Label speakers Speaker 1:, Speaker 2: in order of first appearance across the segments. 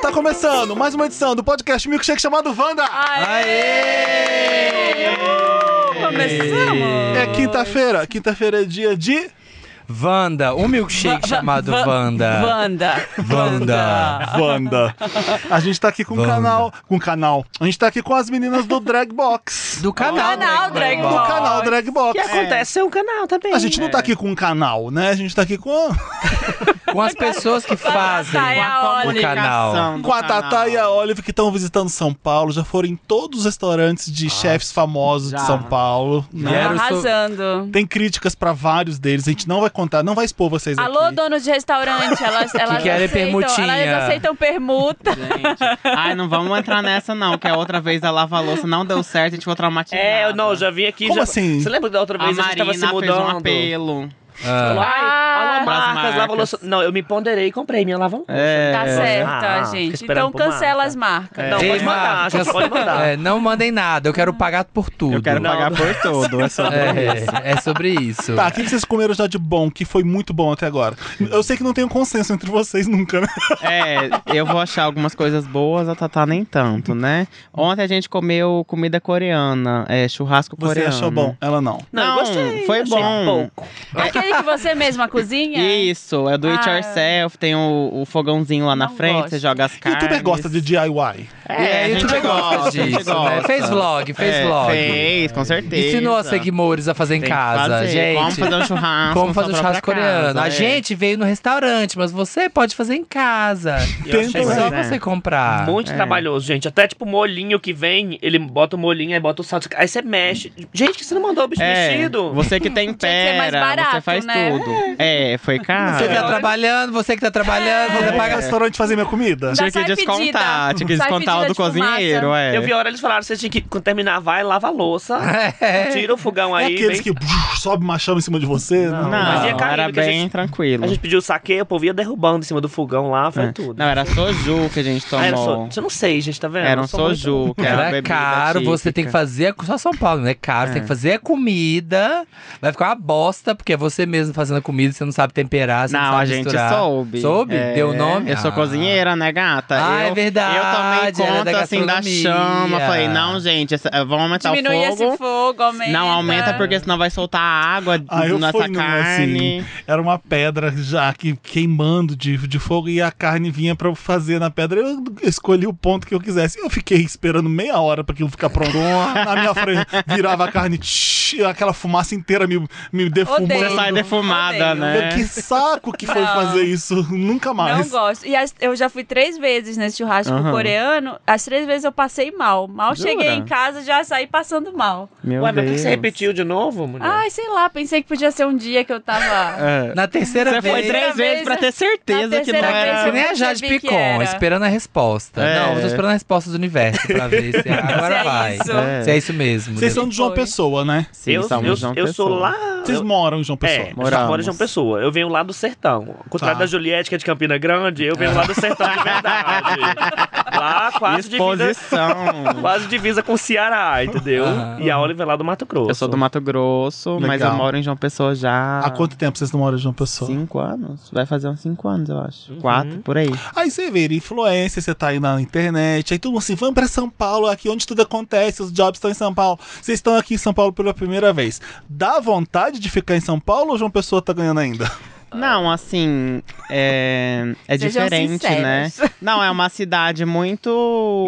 Speaker 1: Tá começando mais uma edição do podcast Milkshake chamado Wanda.
Speaker 2: Começamos!
Speaker 1: É quinta-feira. Quinta-feira é dia de.
Speaker 3: Wanda, um milkshake chamado
Speaker 2: Va-
Speaker 3: Wanda.
Speaker 2: Wanda.
Speaker 3: Wanda.
Speaker 1: Wanda. A gente tá aqui com o
Speaker 3: Wanda.
Speaker 1: canal. Com o canal. A gente tá aqui com as meninas do Drag Box.
Speaker 3: Do canal.
Speaker 2: Canal Drag
Speaker 1: Do
Speaker 2: Box.
Speaker 1: canal Drag
Speaker 2: Que
Speaker 1: Box.
Speaker 2: acontece é um canal também.
Speaker 1: A gente não tá aqui com um canal, né? A gente tá aqui com,
Speaker 3: Com as pessoas que fazem
Speaker 4: é
Speaker 2: Tatá e a
Speaker 3: o
Speaker 2: Oli.
Speaker 3: canal.
Speaker 1: com a Tatá e a Olive que estão visitando São Paulo. Já foram em todos os restaurantes de chefes famosos de
Speaker 5: Já.
Speaker 1: São Paulo. né?
Speaker 3: Vieram so-
Speaker 2: Arrasando.
Speaker 1: Tem críticas pra vários deles. A gente não vai contar, não vai expor vocês
Speaker 2: Alô,
Speaker 1: aqui.
Speaker 2: dono de restaurante, elas, elas
Speaker 3: querem
Speaker 2: aceitam,
Speaker 3: permutinha.
Speaker 2: elas aceitam permuta.
Speaker 5: Gente, ai, não vamos entrar nessa não, que a outra vez a lava-louça não deu certo, a gente ficou traumatizado.
Speaker 4: É, eu não, já vim aqui.
Speaker 1: Como
Speaker 4: já...
Speaker 1: assim?
Speaker 4: Você lembra da outra
Speaker 5: A
Speaker 4: vez a, gente
Speaker 5: Marina
Speaker 4: tava se
Speaker 5: fez um
Speaker 4: mudando?
Speaker 5: apelo.
Speaker 3: Ah,
Speaker 4: Ai,
Speaker 2: Ah,
Speaker 4: alô,
Speaker 5: pras
Speaker 4: marcas,
Speaker 5: marcas.
Speaker 4: lava louça. Não, eu me ponderei e comprei minha lava louça.
Speaker 5: É.
Speaker 2: Tá certo,
Speaker 4: Ah, fica
Speaker 2: gente.
Speaker 4: esperando
Speaker 2: Então
Speaker 4: por
Speaker 2: cancela
Speaker 4: marca.
Speaker 2: as marcas.
Speaker 4: Não,
Speaker 3: Ei,
Speaker 4: pode mandar,
Speaker 3: marcas.
Speaker 4: gente, pode mandar.
Speaker 3: é, não mandem nada, eu quero pagar por tudo.
Speaker 5: Eu quero
Speaker 4: Não.
Speaker 5: pagar por tudo, é sobre isso.
Speaker 3: É, é sobre isso.
Speaker 1: Tá, o que que vocês comeram já de bom, que foi muito bom até agora? Eu sei que não tem um consenso entre vocês nunca, né?
Speaker 5: É, eu vou achar algumas coisas boas, a Tatá nem tanto, né? Ontem a gente comeu comida coreana, é, churrasco
Speaker 1: Você
Speaker 5: coreano.
Speaker 1: achou bom, ela não.
Speaker 4: Não, eu
Speaker 5: Não,
Speaker 4: gostei.
Speaker 5: foi
Speaker 4: achei
Speaker 5: bom.
Speaker 4: pouco.
Speaker 2: É aquele que você mesma cozinha?
Speaker 5: Isso, é do it
Speaker 2: Ah.
Speaker 5: yourself, tem o, o fogãozinho lá na
Speaker 2: Não
Speaker 5: frente,
Speaker 2: gosto.
Speaker 5: você joga as carnes.
Speaker 1: Youtuber gosta de DIY.
Speaker 5: É, a gente
Speaker 3: youtuber gosta
Speaker 5: gosta, a gente
Speaker 3: disso, né?
Speaker 5: gosta.
Speaker 3: Fez vlog, fez
Speaker 5: É,
Speaker 3: vlog.
Speaker 5: Fez, com certeza.
Speaker 3: Ensinou a seguidores a fazer em
Speaker 5: Tem que
Speaker 3: casa,
Speaker 5: fazer.
Speaker 3: gente.
Speaker 5: Como fazer um churrasco.
Speaker 3: Como fazer o
Speaker 5: na sua própria
Speaker 3: churrasco coreano.
Speaker 5: casa,
Speaker 3: A
Speaker 5: é.
Speaker 3: gente veio no restaurante, mas você pode fazer em casa.
Speaker 4: Eu achei
Speaker 3: É
Speaker 1: Pois
Speaker 3: só
Speaker 5: é.
Speaker 3: você comprar.
Speaker 4: muito trabalhoso, gente. Até tipo o molinho que vem, ele bota o molinho, aí bota o salto. Aí você mexe. Gente, que você não mandou o bicho
Speaker 5: É,
Speaker 4: mexido?
Speaker 5: você que
Speaker 2: ser mais
Speaker 5: tempera,
Speaker 2: barato,
Speaker 5: você faz
Speaker 2: né?
Speaker 5: tudo. É, foi caro.
Speaker 3: Você que tá
Speaker 4: É.
Speaker 3: trabalhando, você que tá trabalhando, você
Speaker 5: É.
Speaker 1: Você paga
Speaker 3: paga
Speaker 1: restaurante fazer minha comida?
Speaker 2: Dá-
Speaker 5: Tinha que
Speaker 2: Sai pedida.
Speaker 5: descontar, tinha que
Speaker 2: Sai
Speaker 5: descontar o do
Speaker 2: pedida de fumaça.
Speaker 5: cozinheiro, é.
Speaker 4: Eu vi a hora eles falaram, você tinha que quando terminar, vai, lava a louça,
Speaker 3: Ah,
Speaker 4: tira o fogão
Speaker 1: É
Speaker 4: aí.
Speaker 1: aqueles
Speaker 4: vem.
Speaker 1: que brrr, sobe uma chama em cima de você?
Speaker 4: Não.
Speaker 5: Não,
Speaker 4: Mas ia
Speaker 5: era
Speaker 4: caindo, que a
Speaker 5: bem
Speaker 4: gente-
Speaker 5: tranquilo.
Speaker 4: A gente pediu saque, o povo ia derrubando em cima do fogão lá, foi
Speaker 5: É.
Speaker 4: tudo.
Speaker 5: Não, era soju que a gente tomou.
Speaker 4: Ah,
Speaker 5: Era,
Speaker 4: era so... Eu não sei, gente, tá vendo?
Speaker 5: um
Speaker 4: Eu sou muito-
Speaker 5: soju, que era,
Speaker 3: Era caro,
Speaker 5: é
Speaker 3: você tem que fazer. a- Só São Paulo, né? Caro, você tem que fazer a comida. Vai ficar uma bosta, porque é você mesmo fazendo a comida, você não sabe temperar, você não, assim,
Speaker 5: Não,
Speaker 3: sabe
Speaker 5: a gente
Speaker 3: misturar.
Speaker 5: soube.
Speaker 3: Soube?
Speaker 5: É,
Speaker 3: Deu o nome?
Speaker 5: Eu sou
Speaker 3: Ah.
Speaker 5: cozinheira, né, gata?
Speaker 3: Ah, é
Speaker 5: eu,
Speaker 3: verdade,
Speaker 5: Eu tomei
Speaker 3: era da
Speaker 5: conta, assim, da
Speaker 3: gastronomia.
Speaker 5: chama. Falei, não, gente, essa- vamos aumentar
Speaker 2: Diminui
Speaker 5: tá o fogo.
Speaker 2: esse fogo, aumenta.
Speaker 5: Não aumenta porque senão vai soltar água
Speaker 1: Ah, eu
Speaker 5: nessa
Speaker 1: fui numa,
Speaker 5: carne.
Speaker 1: assim, era uma pedra já que queimando de, de fogo e a carne vinha pra eu fazer na pedra. Eu escolhi o ponto que eu quisesse. Eu fiquei esperando meia hora pra aquilo ficar pronto. na minha frente virava a carne, tsh, aquela fumaça inteira me, me defumando.
Speaker 2: Odeio.
Speaker 5: Você sai defumada,
Speaker 2: Odeio.
Speaker 5: né?
Speaker 1: Eu, que saco que foi
Speaker 2: Não.
Speaker 1: fazer isso. Nunca
Speaker 2: Não
Speaker 1: mais.
Speaker 2: gosto. E as- eu já fui três vezes nesse churrasco
Speaker 5: Aham.
Speaker 2: coreano. As três vezes eu passei mal. Mal
Speaker 5: Jura?
Speaker 2: cheguei em casa já saí passando mal.
Speaker 5: Meu
Speaker 4: Ué, mas por que você repetiu de novo, mulher?
Speaker 2: Ai, sei lá, pensei que podia ser um dia que eu tava.
Speaker 5: É.
Speaker 3: Na terceira
Speaker 5: Você
Speaker 3: vez.
Speaker 5: foi três
Speaker 2: Terceira
Speaker 5: vezes
Speaker 2: vez,
Speaker 5: pra ter certeza
Speaker 2: na
Speaker 5: que não
Speaker 2: terceira vez
Speaker 3: Você
Speaker 5: era.
Speaker 2: eu-
Speaker 3: nem a Jade
Speaker 2: percebi que
Speaker 3: Picon,
Speaker 2: era.
Speaker 3: esperando a resposta.
Speaker 5: É.
Speaker 3: Não, eu tô esperando a resposta do universo pra ver se agora
Speaker 2: Se é
Speaker 3: vai.
Speaker 2: isso.
Speaker 3: Se é isso mesmo.
Speaker 1: Vocês são de João
Speaker 2: Foi.
Speaker 1: Pessoa, né?
Speaker 5: Sim,
Speaker 4: eu,
Speaker 5: somos
Speaker 4: eu,
Speaker 5: João
Speaker 4: eu sou
Speaker 5: Pessoa.
Speaker 4: lá.
Speaker 1: Vocês moram em João Pessoa.
Speaker 4: É,
Speaker 5: Moramos.
Speaker 4: fora de João Pessoa. Eu venho lá do sertão. Ao contrário
Speaker 1: Tá.
Speaker 4: da Juliette, que é de Campina Grande, eu venho lá do sertão de verdade. lá quase divisa,
Speaker 5: Exposição.
Speaker 4: quase divisa com o Ceará, entendeu?
Speaker 3: Ah.
Speaker 4: E a Oliver é lá do Mato Grosso.
Speaker 5: eu sou do Mato Grosso, mas
Speaker 1: Legal.
Speaker 5: eu moro em João Pessoa já.
Speaker 1: Há quanto tempo vocês não moram em João Pessoa?
Speaker 5: Cinco anos? Vai fazer uns cinco anos, eu
Speaker 4: Uhum.
Speaker 5: acho. Quatro, por
Speaker 2: Uhum.
Speaker 5: aí.
Speaker 1: Aí você vira influência, você tá aí na internet, aí todo mundo assim, vamos pra São Paulo, aqui onde tudo acontece, os jobs estão em São Paulo. Vocês estão aqui em São Paulo pela primeira vez. Dá vontade de ficar em São Paulo ou João Pessoa tá ganhando ainda?
Speaker 5: Não, assim, é, é
Speaker 2: Sejam
Speaker 5: diferente,
Speaker 2: sinceros.
Speaker 5: né? Não, é uma cidade muito.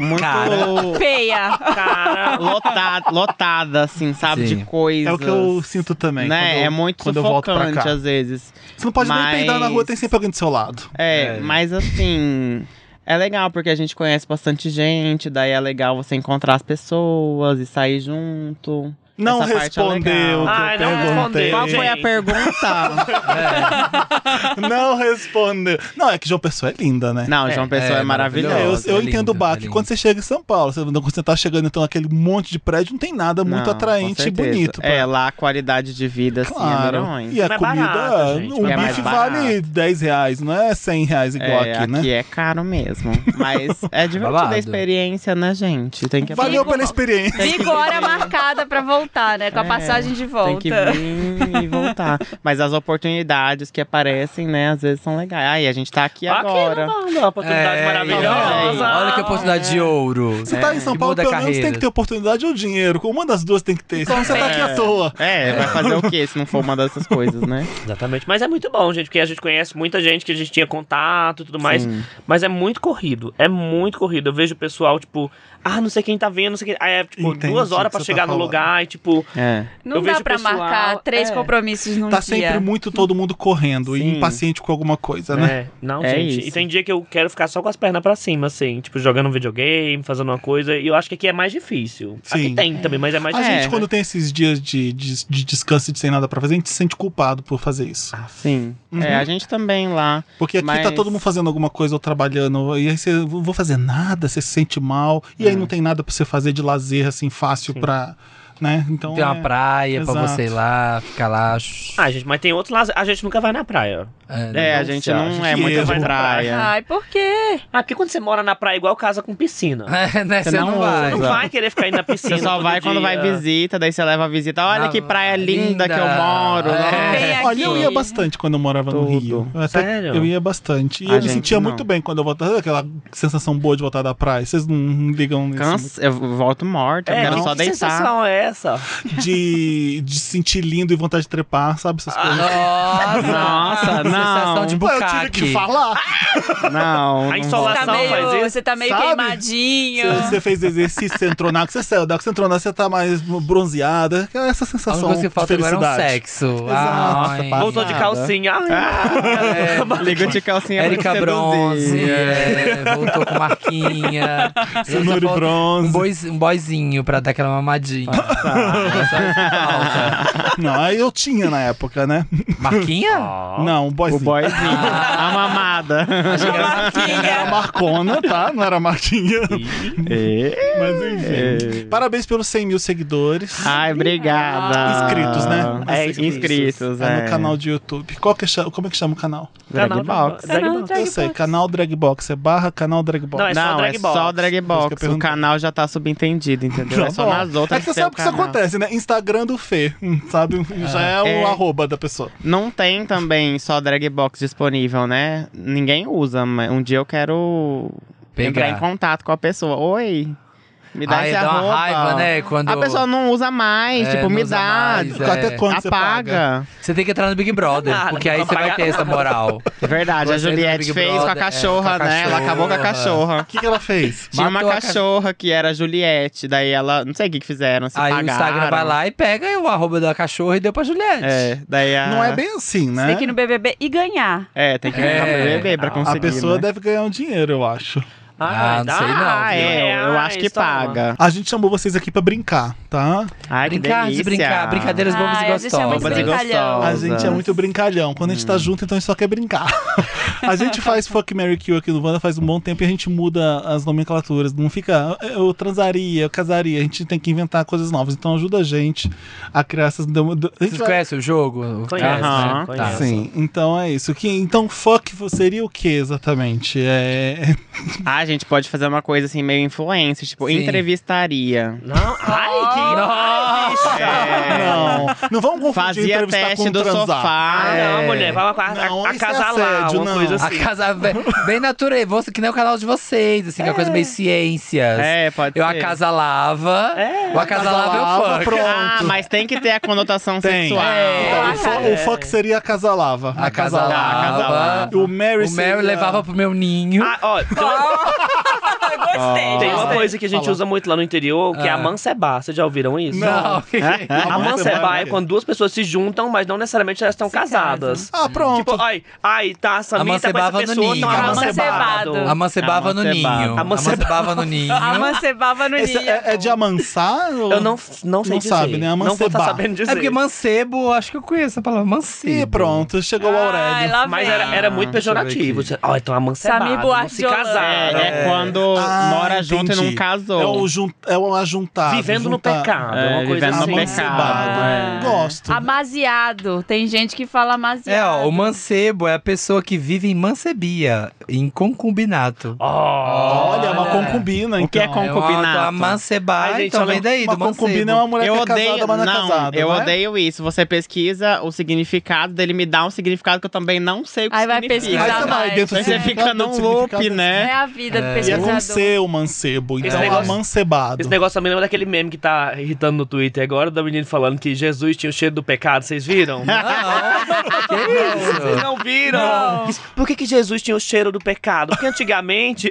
Speaker 5: muito.
Speaker 3: Cara.
Speaker 2: Feia.
Speaker 4: Cara,
Speaker 5: Lotada, lotada, assim, sabe?
Speaker 3: Sim.
Speaker 5: De coisas.
Speaker 1: É o que eu sinto também.
Speaker 5: Né?
Speaker 1: quando eu-
Speaker 5: é muito
Speaker 1: quando eu volto pra
Speaker 5: sufocante,
Speaker 1: cá.
Speaker 5: às vezes.
Speaker 1: Você não pode nem
Speaker 5: mas-
Speaker 1: peidar na rua, tem sempre alguém do seu lado.
Speaker 5: É,
Speaker 3: É.
Speaker 5: mas assim. É legal porque a gente conhece bastante gente, daí é legal você encontrar as pessoas e sair junto.
Speaker 1: Não
Speaker 5: Essa parte é
Speaker 1: respondeu o que
Speaker 5: legal.
Speaker 4: Ai,
Speaker 1: eu
Speaker 4: não
Speaker 1: perguntei.
Speaker 4: respondeu.
Speaker 5: Qual
Speaker 4: Gente.
Speaker 5: foi a pergunta?
Speaker 1: Não respondeu. Não, é que João Pessoa é linda, né?
Speaker 5: Não, João Pessoa é,
Speaker 3: é
Speaker 1: É,
Speaker 3: maravilhoso.
Speaker 5: maravilhoso.
Speaker 1: eu, eu
Speaker 3: é
Speaker 1: entendo
Speaker 3: lindo,
Speaker 1: o baque.
Speaker 3: é lindo.
Speaker 1: quando você chega em São Paulo, você, quando você tá chegando então naquele monte de prédio, não tem nada muito
Speaker 5: Não, com
Speaker 1: atraente e
Speaker 5: certeza.
Speaker 1: bonito. pra-
Speaker 5: É, lá a qualidade de vida, assim, é
Speaker 1: Claro.
Speaker 5: milhões.
Speaker 1: E a
Speaker 4: Mas é
Speaker 1: comida,
Speaker 4: barato, gente,
Speaker 1: um
Speaker 4: mas
Speaker 5: é
Speaker 1: bife
Speaker 5: mais
Speaker 1: vale
Speaker 5: barato.
Speaker 1: 10 reais, não é 100 reais igual
Speaker 5: é,
Speaker 1: aqui, né?
Speaker 5: é caro mesmo. Mas é divertida
Speaker 3: Babado.
Speaker 5: a experiência, né, gente? Tem que
Speaker 1: Valeu
Speaker 2: Fico-
Speaker 1: pela experiência.
Speaker 2: Fico hora marcada pra voltar, né? Com a
Speaker 5: É,
Speaker 2: passagem de
Speaker 5: Tem
Speaker 2: volta.
Speaker 5: que vir e voltar. Mas as oportunidades que aparecem, né, às vezes são legais. Aí a gente tá aqui agora. É,
Speaker 4: Aqui, uma oportunidade maravilhosa.
Speaker 5: olha.
Speaker 3: É, então, Olha que oportunidade de ouro.
Speaker 5: É,
Speaker 1: Você tá em São
Speaker 3: que
Speaker 1: Paulo,
Speaker 3: muda
Speaker 1: pelo
Speaker 3: a
Speaker 1: menos tem
Speaker 3: carreira.
Speaker 1: que ter oportunidade ou dinheiro. Uma das duas tem que ter. Senão você tá aqui à toa.
Speaker 5: É, vai fazer o quê se não for uma dessas coisas, né?
Speaker 4: Exatamente. Mas é muito bom, gente, porque a gente conhece muita gente que a gente tinha contato e tudo mais.
Speaker 5: Sim.
Speaker 4: Mas é muito corrido. É muito corrido. Eu vejo o pessoal, tipo, ah, não sei quem tá vendo, não sei quem. Aí é, tipo,
Speaker 1: Entendi
Speaker 4: duas
Speaker 1: o
Speaker 4: horas
Speaker 1: que
Speaker 4: pra
Speaker 1: você
Speaker 4: chegar
Speaker 1: tá
Speaker 4: no
Speaker 1: falando.
Speaker 4: lugar e, tipo,
Speaker 5: É.
Speaker 2: Não
Speaker 4: Eu
Speaker 2: dá
Speaker 4: vejo
Speaker 2: pra
Speaker 4: pessoal-
Speaker 2: marcar três
Speaker 4: é.
Speaker 2: compromissos num
Speaker 1: Tá
Speaker 2: dia.
Speaker 1: sempre muito todo mundo correndo
Speaker 5: Sim.
Speaker 1: e impaciente com alguma coisa, né?
Speaker 4: É, não,
Speaker 5: É
Speaker 4: gente.
Speaker 5: isso.
Speaker 4: E tem dia que eu quero ficar só com as pernas pra cima, assim, tipo, jogando um videogame, fazendo uma coisa. E eu acho que aqui é mais difícil. Aqui
Speaker 1: Sim.
Speaker 4: tem também, mas é mais
Speaker 1: A
Speaker 4: difícil.
Speaker 1: gente, quando tem esses dias de, de, de descanso e de sem nada pra fazer, a gente se sente culpado por fazer isso.
Speaker 5: Sim.
Speaker 1: Uhum.
Speaker 5: É, a gente também lá.
Speaker 1: Porque aqui tá
Speaker 5: Mas-
Speaker 1: todo mundo fazendo alguma coisa ou trabalhando, e aí você não vou fazer nada, você se sente mal, e aí
Speaker 5: É.
Speaker 1: não tem nada pra você fazer de lazer assim fácil
Speaker 4: Sim.
Speaker 1: pra. né? Então.
Speaker 3: Tem
Speaker 1: é-
Speaker 3: uma praia pra
Speaker 1: Exato.
Speaker 3: você ir lá, ficar lá. shh,
Speaker 4: Ah, gente, mas tem outros lados. A gente nunca vai na praia.
Speaker 5: É,
Speaker 3: não
Speaker 5: a gente
Speaker 3: sei,
Speaker 5: não
Speaker 3: acho
Speaker 5: é
Speaker 1: que
Speaker 5: muito
Speaker 1: erro.
Speaker 5: de praia.
Speaker 2: Ai, por quê?
Speaker 4: Ah, porque quando você mora na praia, é igual casa com piscina.
Speaker 3: que- É, né,
Speaker 5: Você
Speaker 3: Você não
Speaker 5: não
Speaker 3: vai.
Speaker 4: Não
Speaker 5: Exato.
Speaker 4: vai querer ficar indo na piscina.
Speaker 5: Você só
Speaker 4: todo
Speaker 5: vai quando
Speaker 4: dia.
Speaker 5: vai visita, daí você leva a visita. Olha
Speaker 1: Ah,
Speaker 3: Na-
Speaker 5: que praia linda, que eu
Speaker 3: linda.
Speaker 5: moro.
Speaker 3: É.
Speaker 2: Vem aqui.
Speaker 1: Olha, eu ia bastante quando eu morava no
Speaker 5: Tudo.
Speaker 1: Rio. Eu, até-
Speaker 4: Sério?
Speaker 1: eu ia bastante. E
Speaker 5: A
Speaker 1: eu me
Speaker 5: gente
Speaker 1: sentia
Speaker 5: não.
Speaker 1: muito bem quando eu voltava. Aquela sensação boa de voltar da praia. Vocês não ligam nisso?
Speaker 5: Cansa, eu volto morta, eu
Speaker 4: É,
Speaker 5: quero
Speaker 4: que
Speaker 5: só deitar.
Speaker 4: sensação é essa?
Speaker 1: De, de sentir lindo e vontade de trepar, sabe? Essas coisas.
Speaker 3: Nossa,
Speaker 5: Nossa, não.
Speaker 3: Sensação de
Speaker 1: Pô, eu tive que
Speaker 3: bucaque.
Speaker 1: falar.
Speaker 5: Não,
Speaker 4: A
Speaker 5: não
Speaker 2: Você
Speaker 4: insolação
Speaker 2: tá
Speaker 4: Relação faz
Speaker 2: meio,
Speaker 4: isso,
Speaker 2: você tá meio
Speaker 1: sabe?
Speaker 2: queimadinho.
Speaker 1: Você, você fez exercício, você entrou na água, você saiu da água, você entrou na água, você tá mais bronzeada. É Essa
Speaker 3: A única
Speaker 1: sensação
Speaker 3: coisa que
Speaker 1: de
Speaker 3: falta agora é um
Speaker 1: felicidade.
Speaker 3: sexo.
Speaker 1: Exato,
Speaker 3: Ai.
Speaker 1: passa.
Speaker 4: Voltou de
Speaker 1: Nada.
Speaker 4: calcinha. Ah, Ai,
Speaker 3: É,
Speaker 5: vou- Liga de calcinha pra
Speaker 3: Érica
Speaker 5: seduzir.
Speaker 3: Bronze, é, voltou com marquinha.
Speaker 1: Sonoro
Speaker 3: Só falta
Speaker 1: bronze.
Speaker 3: Um, bois, um boizinho pra dar aquela mamadinha. É só isso que falta.
Speaker 1: Não, aí eu tinha na época, né?
Speaker 3: Marquinha?
Speaker 1: Não, um
Speaker 5: O
Speaker 1: boyzinho.
Speaker 5: boyzinho. a mamada.
Speaker 1: tá
Speaker 3: Acho que era-
Speaker 1: Era marcona, tá? Não era marquinha.
Speaker 5: É.
Speaker 1: Mas enfim. Parabéns pelos 100 mil seguidores.
Speaker 5: Ai, obrigada.
Speaker 1: Inscritos, né?
Speaker 5: É,
Speaker 4: Inscritos.
Speaker 5: inscritos.
Speaker 1: É
Speaker 5: É,
Speaker 1: no canal de YouTube. Qual que é, cha- como é que chama o canal?
Speaker 4: Canal
Speaker 5: Dragbox.
Speaker 4: Drag
Speaker 2: Canal
Speaker 4: Box.
Speaker 2: Drag
Speaker 1: eu sei,
Speaker 2: Box.
Speaker 1: canal Dragbox. É barra canal Dragbox.
Speaker 4: Não, é só
Speaker 5: não, é
Speaker 4: Dragbox.
Speaker 5: só
Speaker 1: Por
Speaker 5: Dragbox.
Speaker 1: isso que eu
Speaker 5: O
Speaker 1: perguntei.
Speaker 5: canal já tá subentendido, entendeu? é só
Speaker 1: bom.
Speaker 5: nas outras
Speaker 1: É que você
Speaker 5: tem
Speaker 1: sabe
Speaker 5: o
Speaker 1: que isso
Speaker 5: canal.
Speaker 1: acontece, né? Instagram do Fê, hum, sabe? Já é o
Speaker 5: É.
Speaker 1: arroba da pessoa.
Speaker 5: Não tem também só Dragbox disponível, né? Ninguém usa, mas um dia eu quero entrar em
Speaker 3: Pegar.
Speaker 5: contato com a pessoa. Oi, me dá
Speaker 3: Ai,
Speaker 5: esse
Speaker 3: dá
Speaker 5: arroba.
Speaker 3: uma raiva, né? Quando
Speaker 5: A pessoa não usa mais,
Speaker 3: É,
Speaker 5: tipo,
Speaker 3: não
Speaker 5: me
Speaker 3: usa
Speaker 5: dá, tipo,
Speaker 3: mais, é.
Speaker 1: Até quando você paga?
Speaker 5: apaga.
Speaker 3: Você tem que entrar no Big Brother,
Speaker 4: Nada,
Speaker 3: porque aí
Speaker 4: não
Speaker 3: você vai
Speaker 4: pagar
Speaker 3: ter essa moral.
Speaker 5: É Verdade,
Speaker 3: Você
Speaker 5: a
Speaker 3: entra no
Speaker 5: Juliette
Speaker 3: Big
Speaker 5: fez com a
Speaker 3: Brother, é,
Speaker 5: cachorra,
Speaker 3: com a
Speaker 5: né? Ela acabou com a
Speaker 3: cachorra.
Speaker 1: O
Speaker 5: cachorra.
Speaker 1: que, que ela fez?
Speaker 5: Tinha uma
Speaker 3: Matou a cachorra.
Speaker 5: cachorra que era a Juliette, daí ela, não sei o que que fizeram, se
Speaker 3: Aí o
Speaker 5: pagaram.
Speaker 3: Instagram vai lá e pega o arroba da cachorra e deu pra Juliette.
Speaker 5: É, daí a...
Speaker 1: Não é bem assim,
Speaker 2: Você tem que
Speaker 1: né?
Speaker 2: ir no BBB e ganhar.
Speaker 5: É, tem que
Speaker 3: É.
Speaker 5: ganhar pra beber pra
Speaker 1: A
Speaker 5: conseguir,
Speaker 1: pessoa
Speaker 5: né?
Speaker 1: deve ganhar um dinheiro, eu acho.
Speaker 3: Ah, não sei não,
Speaker 4: dá,
Speaker 5: Ah, é, eu, eu acho que
Speaker 4: reais, toma.
Speaker 5: paga.
Speaker 1: A gente chamou vocês aqui pra brincar, tá?
Speaker 5: Ai, que
Speaker 3: Brincar,
Speaker 5: delícia.
Speaker 3: desbrincar, brincadeiras bobas e
Speaker 2: Ai, a gente é muito
Speaker 5: Bombas e
Speaker 3: gostosas.
Speaker 2: brincalhão.
Speaker 1: A
Speaker 5: gostosas.
Speaker 1: gente é muito brincalhão. Quando a gente
Speaker 5: Hum.
Speaker 1: tá junto, então a gente só quer brincar. a gente faz Fuck Mary Kill aqui no Wanda faz um bom tempo e a gente muda as nomenclaturas. Não fica eu transaria, eu casaria. A gente tem que inventar coisas novas. Então ajuda a gente a criar essas. A gente
Speaker 3: Vocês
Speaker 1: vai-
Speaker 3: conhecem o jogo? O
Speaker 4: Conheço,
Speaker 3: caso, Tá.
Speaker 5: Aham.
Speaker 4: conheço.
Speaker 1: Sim, então é isso. Que, então, fuck seria o que exatamente? É.
Speaker 5: Ah, a gente pode fazer uma coisa assim, meio influência, tipo,
Speaker 3: Sim.
Speaker 5: entrevistaria.
Speaker 4: Não, ai, que
Speaker 3: Nossa!
Speaker 5: É.
Speaker 1: Não, não vamos confundir
Speaker 5: Fazia
Speaker 1: entrevistar
Speaker 5: teste
Speaker 1: com um
Speaker 5: do
Speaker 1: transar.
Speaker 5: sofá.
Speaker 4: Ah, não,
Speaker 3: É.
Speaker 4: mulher, vai lá com a,
Speaker 1: Não,
Speaker 4: a,
Speaker 1: isso é
Speaker 4: acasalar,
Speaker 1: assédio,
Speaker 4: uma
Speaker 1: não.
Speaker 4: coisa
Speaker 3: A
Speaker 4: assim.
Speaker 3: casa é bem, bem natureza, que nem o canal de vocês, assim, que é uma coisa meio ciências.
Speaker 5: É, pode
Speaker 3: Eu
Speaker 5: ser.
Speaker 3: acasalava,
Speaker 4: É.
Speaker 3: o acasalava eu
Speaker 1: Acasalava,
Speaker 3: fuck.
Speaker 1: pronto.
Speaker 5: Ah, mas tem que ter a conotação
Speaker 1: Tem.
Speaker 5: sexual.
Speaker 3: É.
Speaker 1: Então, o, fo- o fuck seria acasalava.
Speaker 3: Acasalava.
Speaker 1: O Mary
Speaker 3: Ah, O Mary
Speaker 1: seria-
Speaker 3: levava pro meu ninho.
Speaker 4: Ah, ó, tem uma,
Speaker 5: Ó.
Speaker 4: tem uma
Speaker 3: Gostei.
Speaker 4: coisa que a gente
Speaker 1: Fala.
Speaker 4: usa muito lá no interior, que é a
Speaker 3: Ah.
Speaker 4: mancebar. Vocês já ouviram isso?
Speaker 3: Não.
Speaker 4: A mancebar é quando duas pessoas se juntam, mas não necessariamente elas estão
Speaker 2: Se casam.
Speaker 4: casadas.
Speaker 1: Ah, pronto.
Speaker 4: Tipo, ai, ai, tá, a Samita com essa
Speaker 3: Amancebava no
Speaker 4: pessoa,
Speaker 3: ninho.
Speaker 4: não é amancebado.
Speaker 2: Amancebado.
Speaker 3: Amancebava no ninho.
Speaker 5: Amancebava.
Speaker 3: Amancebava no ninho.
Speaker 2: Amancebava Ah, no
Speaker 1: Esse
Speaker 2: ninho.
Speaker 1: é, é de amansar? ou-
Speaker 4: Eu não, não sei
Speaker 1: Não
Speaker 4: dizer.
Speaker 1: sabe, né?
Speaker 4: Não vou estar
Speaker 1: Amancebá.
Speaker 4: sabendo dizer.
Speaker 3: É porque mancebo, acho que eu conheço a palavra mancebo.
Speaker 1: E pronto, chegou o
Speaker 2: Ai,
Speaker 1: Aurélio.
Speaker 2: lá vem.
Speaker 4: Mas era, era muito
Speaker 3: deixa eu ver
Speaker 4: pejorativo.
Speaker 3: aqui.
Speaker 4: Ó, então amancebado,
Speaker 2: Samir
Speaker 4: não se
Speaker 2: Buarque de Holanda.
Speaker 4: casaram.
Speaker 5: É, é quando
Speaker 1: Ah,
Speaker 5: mora junto e
Speaker 1: entendi.
Speaker 5: não casou.
Speaker 1: É o, jun... é o ajuntar.
Speaker 4: Ah, vivendo no
Speaker 1: juntar.
Speaker 4: pecado. É,
Speaker 5: É,
Speaker 4: uma coisa
Speaker 5: vivendo no
Speaker 4: assim.
Speaker 5: pecado, é.
Speaker 1: Gosto.
Speaker 2: Amaziado. Tem gente que fala
Speaker 3: É,
Speaker 2: amaziado.
Speaker 3: ó, o mancebo é a pessoa que vive em mancebia, em concubinato.
Speaker 1: Olha, é uma
Speaker 3: Olha.
Speaker 1: concubina,
Speaker 5: O que
Speaker 1: então.
Speaker 5: é Concubinato.
Speaker 3: A
Speaker 4: Ai,
Speaker 3: mancebada,
Speaker 4: gente,
Speaker 3: então
Speaker 4: olha,
Speaker 3: vem daí, do
Speaker 1: Uma concubina é
Speaker 3: mancebo.
Speaker 1: uma mulher que é casada, mas não é casada.
Speaker 5: eu
Speaker 1: não é?
Speaker 5: odeio isso. Você pesquisa o significado dele me dá um significado que eu também não sei o que
Speaker 2: Aí vai
Speaker 5: significa.
Speaker 1: Aí
Speaker 2: pesquisar.
Speaker 1: você vai
Speaker 2: É.
Speaker 1: dentro do
Speaker 5: Aí você
Speaker 1: significado,
Speaker 5: fica
Speaker 1: dentro do
Speaker 5: num loop,
Speaker 1: significado.
Speaker 2: É
Speaker 5: né?
Speaker 2: a vida do
Speaker 1: E é um
Speaker 2: pesquisador.
Speaker 1: ser o mancebo,
Speaker 4: Esse
Speaker 1: então é
Speaker 4: negócio-
Speaker 1: amancebado.
Speaker 4: Esse negócio também lembra daquele meme que tá irritando no Twitter agora, da menina falando que Jesus tinha o cheiro do pecado, vocês viram?
Speaker 3: Não, que
Speaker 4: Vocês
Speaker 3: isso?
Speaker 4: não viram? Por que, que Jesus tinha o cheiro do pecado? Porque antigamente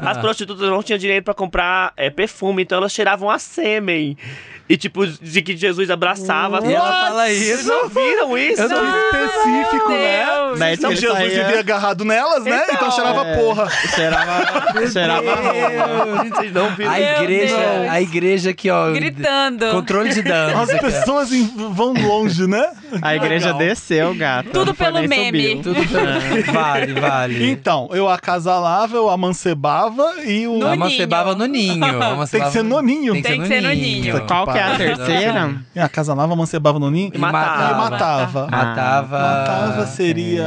Speaker 4: as prostitutas não tinham dinheiro pra comprar é, perfume, então elas cheiravam a sêmen. E tipo, de que Jesus abraçava. as
Speaker 3: E ela
Speaker 4: pessoas.
Speaker 3: fala
Speaker 4: Vocês
Speaker 3: isso.
Speaker 4: não viram isso?
Speaker 3: Eu não- né?
Speaker 1: específico, né?
Speaker 2: Deus.
Speaker 5: Daí
Speaker 1: E
Speaker 5: ele
Speaker 1: Jesus
Speaker 5: saía-
Speaker 1: vivia agarrado nelas, né? Então, cheirava
Speaker 5: é.
Speaker 1: porra.
Speaker 5: Cheirava, cheirava rola.
Speaker 4: Vocês não viram.
Speaker 3: A igreja,
Speaker 2: Deus.
Speaker 3: a igreja aqui, ó.
Speaker 2: Gritando.
Speaker 3: Controle de danos.
Speaker 1: As
Speaker 3: aqui, ó.
Speaker 1: pessoas em- vão longe, né?
Speaker 5: A igreja
Speaker 1: Legal.
Speaker 5: desceu, gato.
Speaker 2: Tudo
Speaker 5: Não foi
Speaker 2: pelo
Speaker 5: nem
Speaker 2: meme.
Speaker 5: subiu.
Speaker 3: Tudo bem. Ah, Vale, vale.
Speaker 1: Então, eu acasalava, eu amancebava e o.
Speaker 2: No-
Speaker 3: A mancebava no ninho. A
Speaker 1: Tem que ser
Speaker 3: mancebava-
Speaker 1: noninho.
Speaker 3: Tem que ser
Speaker 2: Tem que ser
Speaker 3: no
Speaker 2: no
Speaker 3: ninho.
Speaker 2: ninho.
Speaker 5: Qual que é
Speaker 3: Pá.
Speaker 1: né?
Speaker 5: a terceira?
Speaker 1: Eu acasalava, amancebava, noninho.
Speaker 4: E
Speaker 3: E
Speaker 1: E
Speaker 4: matava.
Speaker 1: matava.
Speaker 3: Ah, Matava.
Speaker 1: Matava seria.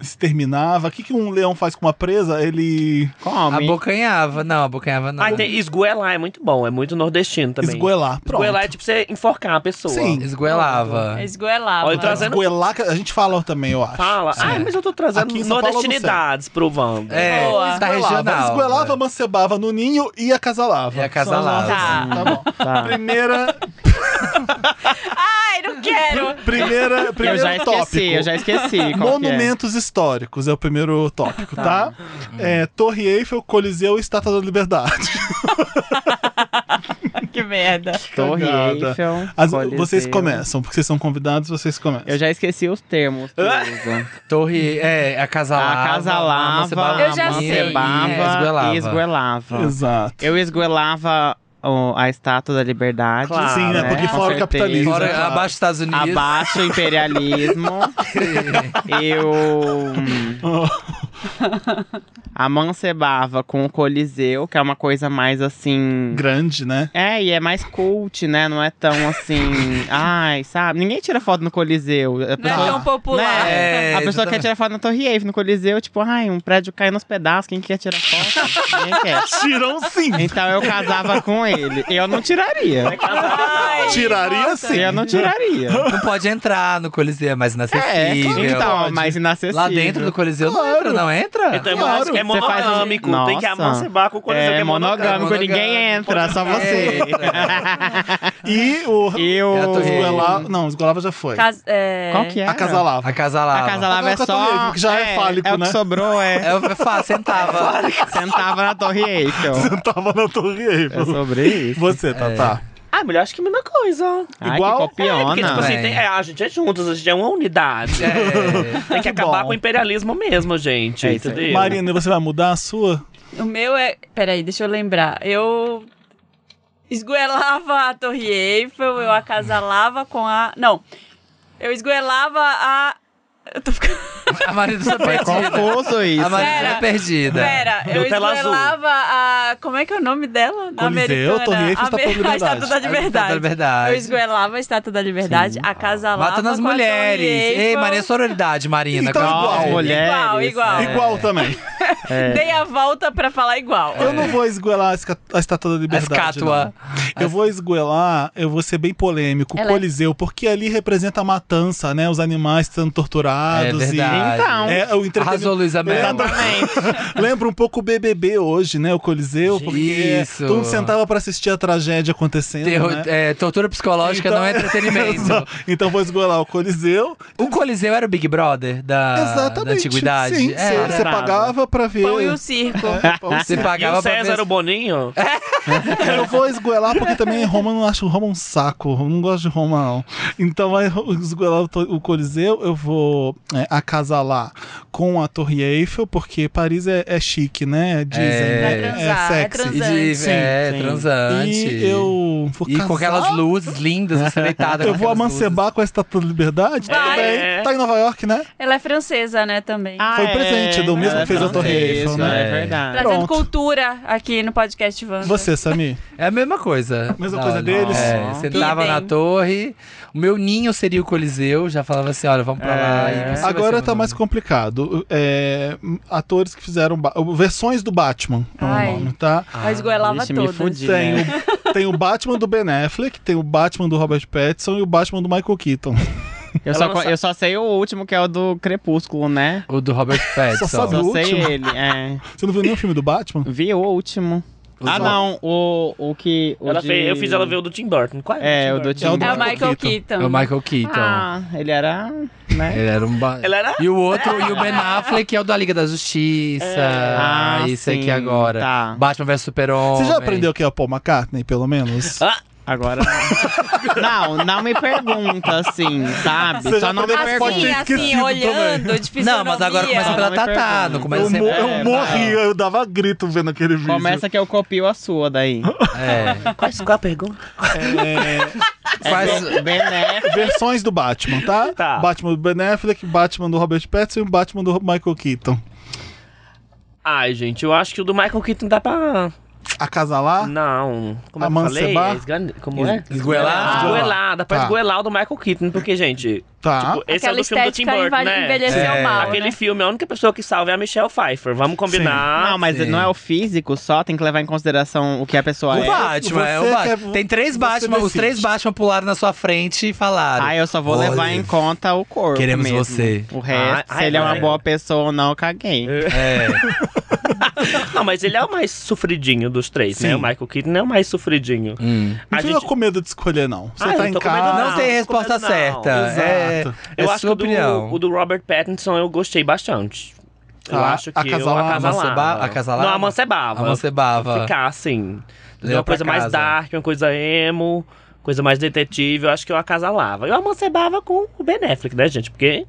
Speaker 1: Exterminava. O que, que um leão faz com uma presa? Ele.
Speaker 5: Come.
Speaker 3: Abocanhava. Não, abocanhava não.
Speaker 4: Ah, tem esgoelar, é muito bom, é muito nordestino também.
Speaker 1: Esgoelar. Pronto.
Speaker 4: Esgoelar é tipo você enforcar a pessoa.
Speaker 1: Sim.
Speaker 2: É
Speaker 3: Esguelava.
Speaker 2: Esgoelava.
Speaker 4: Olha, trazendo-
Speaker 1: Esgoelar, que a gente fala também, eu acho.
Speaker 4: Fala. Ah, mas eu tô trazendo
Speaker 1: Aqui em São Paulo,
Speaker 4: nordestinidades pro Vando.
Speaker 3: É,
Speaker 2: Boa.
Speaker 3: tá regional.
Speaker 1: Esgoelava, amancebava no ninho e acasalava.
Speaker 3: E acasalava.
Speaker 1: São as- Tá bom.
Speaker 5: Tá.
Speaker 1: Primeira.
Speaker 2: Ai, não quero.
Speaker 1: Primeira.
Speaker 5: Eu
Speaker 1: Primeiro
Speaker 5: já esqueci,
Speaker 1: tópico.
Speaker 5: eu já esqueci. qual que é.
Speaker 1: Monumentos históricos é o primeiro tópico, tá? É, Torre Eiffel, Coliseu e Estátua da Liberdade.
Speaker 2: que merda.
Speaker 5: Torre
Speaker 1: Cagada.
Speaker 5: Eiffel.
Speaker 1: As-
Speaker 5: Coliseu.
Speaker 1: vocês começam, porque vocês são convidados, vocês começam.
Speaker 5: Eu já esqueci os termos. que
Speaker 4: Ah.
Speaker 5: usa.
Speaker 3: Torre, é, acasalava.
Speaker 5: Acasalava,
Speaker 3: amancebava
Speaker 2: Eu já sei.
Speaker 5: amancebava
Speaker 3: é, Esguelava.
Speaker 5: e esguelava.
Speaker 1: Ah. Exato.
Speaker 5: Eu esguelava ó, a estátua da liberdade.
Speaker 4: Claro,
Speaker 1: Sim, né?
Speaker 4: né?
Speaker 1: Porque
Speaker 5: Com
Speaker 1: fora o
Speaker 5: certeza.
Speaker 1: capitalismo.
Speaker 3: Fora,
Speaker 1: né? Claro.
Speaker 3: abaixo dos Estados Unidos.
Speaker 5: Abaixo o imperialismo. eu hum,
Speaker 1: Oh.
Speaker 5: amancebava com o Coliseu, que é uma coisa mais assim.
Speaker 1: Grande, né?
Speaker 5: É, e é mais cult, né? Não é tão assim. ai, sabe? Ninguém tira foto no Coliseu. A
Speaker 2: Não é
Speaker 5: pessoa-
Speaker 2: tão popular.
Speaker 3: Né? É,
Speaker 5: a pessoa quer
Speaker 3: exatamente.
Speaker 5: tirar foto na Torre Eiffel, no Coliseu, tipo, ai, um prédio cai nos pedaços, quem quer tirar foto? Ninguém quer.
Speaker 1: Tiram sim.
Speaker 5: Então eu casava com ele. Eu não tiraria.
Speaker 2: Ai,
Speaker 1: Tiraria
Speaker 2: nossa.
Speaker 1: sim.
Speaker 5: Eu não tiraria.
Speaker 3: Não pode entrar no Coliseu, é mais
Speaker 5: É,
Speaker 3: inacessível.
Speaker 5: então,
Speaker 1: pode.
Speaker 5: mas inacessível.
Speaker 3: Lá dentro do Coliseu
Speaker 1: Claro.
Speaker 3: não entra, não entra?
Speaker 4: Então é,
Speaker 1: Claro,
Speaker 4: mono- é
Speaker 5: você faz- assim, um
Speaker 4: monogâmico, tem que
Speaker 5: Nossa.
Speaker 4: amancebar com o coliseu que
Speaker 5: É,
Speaker 4: é monogâmico.
Speaker 5: monogâmico, ninguém
Speaker 3: monogâmico. É,
Speaker 5: entra, só você.
Speaker 1: E o.
Speaker 5: Eu.
Speaker 3: É a Torre Eiffel.
Speaker 1: Esgoelar. Não, esgolava já foi.
Speaker 2: Cas- é...
Speaker 5: Qual que é?
Speaker 1: Acasalava.
Speaker 3: Acasalava.
Speaker 5: A casalava é
Speaker 1: Agora com a
Speaker 5: só.
Speaker 1: Torre Eiffel, que já é fálico,
Speaker 5: é o
Speaker 1: né?
Speaker 5: que sobrou, é.
Speaker 3: É, o- fa- sentava.
Speaker 5: Sentava na Torre Eiffel.
Speaker 1: Tava na Torre
Speaker 5: É
Speaker 1: Eiffel.
Speaker 5: sobre isso.
Speaker 1: Você, Tatá.
Speaker 4: Ah, mulher, acho que é a mesma coisa.
Speaker 5: Ai,
Speaker 1: Igual-
Speaker 5: que copiona.
Speaker 4: Porque, tipo assim,
Speaker 3: Bem.
Speaker 4: tem- é, a gente é juntos, a gente é uma unidade.
Speaker 3: É.
Speaker 4: Tem que
Speaker 1: Que
Speaker 4: acabar
Speaker 1: bom.
Speaker 4: com o imperialismo mesmo, gente.
Speaker 5: É isso aí.
Speaker 4: entendeu?
Speaker 1: Marina, você vai mudar a sua?
Speaker 2: O meu é. Peraí, deixa eu lembrar. Eu esgoelava a Torre Eiffel, eu acasalava com a. Não. Eu esgoelava a. Eu tô ficando.
Speaker 3: A Marina tá
Speaker 5: É
Speaker 3: perdida.
Speaker 5: confuso
Speaker 3: A
Speaker 5: isso.
Speaker 3: Marina tá
Speaker 2: Pera.
Speaker 3: perdida.
Speaker 2: Pera, eu
Speaker 4: Deu tela azul.
Speaker 2: esgoelava a. Como é que é o nome dela? Na
Speaker 1: Coliseu,
Speaker 2: americana.
Speaker 1: Torre Eiffel, Estátua da
Speaker 2: Amer-
Speaker 1: Liberdade.
Speaker 2: A Estátua da
Speaker 3: A Estátua da
Speaker 2: Liberdade.
Speaker 3: Liberdade.
Speaker 2: Eu esgoelava a Estátua da Liberdade, acasalava.
Speaker 3: Matando as
Speaker 2: com a Torre
Speaker 3: mulheres. Ei,
Speaker 2: Eiffel.
Speaker 3: Maria, sororidade, Marina.
Speaker 1: Então,
Speaker 3: Calma,
Speaker 1: igual,
Speaker 3: gente.
Speaker 5: mulher.
Speaker 2: Igual,
Speaker 5: Mulheres,
Speaker 2: igual.
Speaker 5: é.
Speaker 1: Igual também.
Speaker 3: é.
Speaker 2: Dei a volta pra falar igual.
Speaker 1: Eu não vou esgoelar a esca- a Estátua da
Speaker 3: A
Speaker 1: Liberdade.
Speaker 3: escátua.
Speaker 1: não. Eu vou esgoelar, eu vou ser bem polêmico,
Speaker 2: Ela é-
Speaker 1: Coliseu, porque ali representa a matança, né? Os animais sendo
Speaker 3: É
Speaker 1: torturados e.
Speaker 3: verdade.
Speaker 5: Então.
Speaker 1: É, o entretenimento.
Speaker 3: Arrasou Luísa Mel.
Speaker 1: Lembra, lembra um pouco o BBB hoje, né? O Coliseu, porque
Speaker 3: Isso.
Speaker 1: todo mundo sentava pra assistir a tragédia acontecendo.
Speaker 3: Terror-
Speaker 1: né?
Speaker 3: é, tortura psicológica
Speaker 1: Então-
Speaker 3: não é entretenimento.
Speaker 1: Então vou esgoelar o Coliseu.
Speaker 3: o Coliseu era o Big Brother Ah, da, da
Speaker 1: Exatamente.
Speaker 3: antiguidade?
Speaker 1: Sim,
Speaker 3: é,
Speaker 1: você
Speaker 5: Era.
Speaker 1: pagava pra ver.
Speaker 2: Pão e o circo.
Speaker 1: É, pão e o
Speaker 3: Você
Speaker 4: E o
Speaker 3: pagava pra
Speaker 4: César,
Speaker 3: ver...
Speaker 4: o Boninho?
Speaker 1: Eu vou esgoelar porque também Roma eu não acho Roma um saco. Eu não gosto de Roma, não. Então vai esgoelar o to- o Coliseu, eu vou é, acasalar com a Torre Eiffel, porque Paris é, é chique, né? Dizem.
Speaker 3: É.
Speaker 1: né?
Speaker 2: Vai transar, é,
Speaker 1: sexy.
Speaker 3: E
Speaker 2: transante.
Speaker 3: de, é,
Speaker 5: sim.
Speaker 3: transante.
Speaker 1: E eu vou
Speaker 3: E com
Speaker 1: casar?
Speaker 3: aquelas luzes lindas, você deitada. com
Speaker 1: Eu vou
Speaker 3: aquelas
Speaker 1: amancebar com a Estátua da Liberdade? Tudo
Speaker 2: Vai.
Speaker 1: bem.
Speaker 4: É.
Speaker 1: Tá em Nova York, né?
Speaker 2: Ela é francesa, né, também.
Speaker 5: Ah,
Speaker 1: Foi presente do mesmo
Speaker 5: Ela
Speaker 1: que fez a Torre
Speaker 5: francesa,
Speaker 1: Eiffel, né?
Speaker 5: É verdade.
Speaker 2: Trazendo
Speaker 1: pronto.
Speaker 2: cultura aqui no podcast Wanda.
Speaker 1: Você, Samir?
Speaker 3: luzes. É a mesma coisa.
Speaker 1: Mesma
Speaker 3: Não,
Speaker 1: coisa
Speaker 3: não.
Speaker 1: deles?
Speaker 3: É, sentava
Speaker 2: Idem.
Speaker 3: na torre. O meu ninho seria o Coliseu. Já falava assim: olha, vamos pra lá.
Speaker 5: É.
Speaker 3: e você vai
Speaker 1: Agora
Speaker 3: ser
Speaker 1: tá
Speaker 3: um-
Speaker 1: mais complicado. É, atores que fizeram ba- versões do Batman, é o
Speaker 2: Ai.
Speaker 1: nome, tá?
Speaker 2: Ela esgoelava
Speaker 5: Vixe, me
Speaker 2: todas.
Speaker 5: fudi,
Speaker 1: Tem
Speaker 5: né?
Speaker 1: o, tem o Batman do Ben Affleck, tem o Batman do Robert Pattinson e o Batman do Michael Keaton.
Speaker 5: Eu
Speaker 4: Ela
Speaker 5: só,
Speaker 4: não
Speaker 5: co-
Speaker 4: sabe.
Speaker 5: eu só sei o último, que é o do Crepúsculo, né?
Speaker 3: O do Robert
Speaker 1: Só
Speaker 3: Pattinson.
Speaker 1: sabe
Speaker 5: Só
Speaker 1: Do
Speaker 5: sei
Speaker 1: último?
Speaker 5: ele, é.
Speaker 1: Você não viu nenhum filme do Batman?
Speaker 5: Vi o último.
Speaker 3: Os
Speaker 5: ah,
Speaker 3: ó-
Speaker 5: não, o, o que... O
Speaker 4: Ela
Speaker 5: de-
Speaker 4: fez, eu fiz ela ver o do Tim Burton. Qual é?
Speaker 5: É, o
Speaker 4: Tim
Speaker 5: do
Speaker 4: Burton?
Speaker 5: Tim
Speaker 1: É o
Speaker 2: É o
Speaker 1: Michael
Speaker 2: Michael
Speaker 1: Keaton.
Speaker 2: Keaton.
Speaker 3: É o Michael Keaton.
Speaker 5: Ah, ele era, né?
Speaker 1: É.
Speaker 3: Ele era um. ba-
Speaker 4: Ela era.
Speaker 3: E o outro, e o Ben Affleck é o da Liga da Justiça.
Speaker 5: Ah,
Speaker 3: Ah, isso aqui
Speaker 5: sim,
Speaker 3: agora.
Speaker 5: tá.
Speaker 3: Batman vs Super-Homem.
Speaker 1: Você já aprendeu que é o Paul McCartney, pelo menos?
Speaker 4: Ah,
Speaker 5: Agora não. não, não me pergunta assim, sabe?
Speaker 1: Você já
Speaker 5: Só não me
Speaker 1: aprendeu- pode
Speaker 2: Assim,
Speaker 1: ter
Speaker 5: pergunta.
Speaker 1: esquecido
Speaker 2: assim, olhando, de fisionomia.
Speaker 3: Não, mas agora começa
Speaker 5: Não, é
Speaker 3: pela
Speaker 5: não me
Speaker 3: Tatá.
Speaker 5: pergunta.
Speaker 3: Não começa
Speaker 1: eu mo-
Speaker 3: sempre.
Speaker 1: eu
Speaker 5: é,
Speaker 1: morria, eu dava grito vendo aquele vídeo.
Speaker 5: Começa que eu copio a sua daí.
Speaker 3: É.
Speaker 4: Qual, qual a pergunta? assim.
Speaker 1: É,
Speaker 3: Faz-
Speaker 5: É bem, né?
Speaker 1: versões do Batman, tá?
Speaker 4: Tá.
Speaker 1: Batman do Ben Affleck, Batman do Robert Pattinson e o Batman do Michael Keaton.
Speaker 4: Ai, gente, eu acho que o do Michael Keaton dá pra.
Speaker 1: Acasalar?
Speaker 4: Hum, Não. Como é que eu
Speaker 1: Amancebar?
Speaker 4: falei? Esgan- Como é?
Speaker 3: Esgoelar?
Speaker 4: Esgoelar. Dá pra
Speaker 1: Tá.
Speaker 4: esgoelar o do Michael Keaton, porque, gente,
Speaker 1: Tá.
Speaker 4: tipo, esse é o
Speaker 2: Aquela
Speaker 4: do filme do Tim
Speaker 2: estética
Speaker 4: Burton,
Speaker 2: invade-
Speaker 4: né?
Speaker 2: envelheceu
Speaker 3: É.
Speaker 2: mal,
Speaker 4: Aquele
Speaker 2: né?
Speaker 4: filme, a única pessoa que salva é a Michelle Pfeiffer. Vamos combinar.
Speaker 5: Não, mas
Speaker 3: sim.
Speaker 5: não é o físico só, tem que levar em consideração o que a pessoa
Speaker 3: O
Speaker 5: é.
Speaker 3: Batman, é o
Speaker 1: você
Speaker 3: Batman.
Speaker 1: quer-
Speaker 3: Tem três
Speaker 1: você
Speaker 3: Batman, os
Speaker 1: decide.
Speaker 3: três Batman pularam na sua frente e falaram.
Speaker 5: Ah, eu só vou
Speaker 3: Olha,
Speaker 5: levar em conta o corpo.
Speaker 3: Queremos
Speaker 5: mesmo.
Speaker 3: você.
Speaker 5: O resto,
Speaker 4: Ai,
Speaker 5: se
Speaker 4: ai,
Speaker 5: ele é uma
Speaker 4: ai.
Speaker 5: boa pessoa ou não, eu caguei.
Speaker 3: É.
Speaker 4: Não, mas ele é o mais sofridinho dos três,
Speaker 1: Sim.
Speaker 4: né? O Michael Keaton é o mais sofridinho.
Speaker 3: Hum.
Speaker 4: A
Speaker 1: Não fica
Speaker 4: gente-
Speaker 1: com medo de escolher, não. Você
Speaker 4: Ah, eu
Speaker 1: tá
Speaker 4: não
Speaker 1: em
Speaker 4: tô com medo,
Speaker 1: casa.
Speaker 3: Não,
Speaker 4: Não,
Speaker 3: tem
Speaker 4: não
Speaker 3: resposta
Speaker 4: não.
Speaker 3: certa.
Speaker 1: Exato.
Speaker 3: É,
Speaker 4: Eu
Speaker 3: é
Speaker 4: acho
Speaker 3: sua
Speaker 4: que o
Speaker 3: opinião.
Speaker 4: do, o do Robert Pattinson eu gostei bastante. Eu
Speaker 1: Tá,
Speaker 4: acho que eu
Speaker 1: acasalava,
Speaker 4: acasalava.
Speaker 3: amanceba- acasalava?
Speaker 4: Não,
Speaker 3: Ah,
Speaker 4: amancebava.
Speaker 3: Amancebava.
Speaker 4: Ficar assim.
Speaker 3: Leva
Speaker 4: uma
Speaker 3: pra
Speaker 4: coisa mais
Speaker 3: casa.
Speaker 4: dark, uma coisa emo, coisa mais detetive. Eu acho que eu acasalava. Eu amancebava com o Ben Affleck, né, gente? Porque...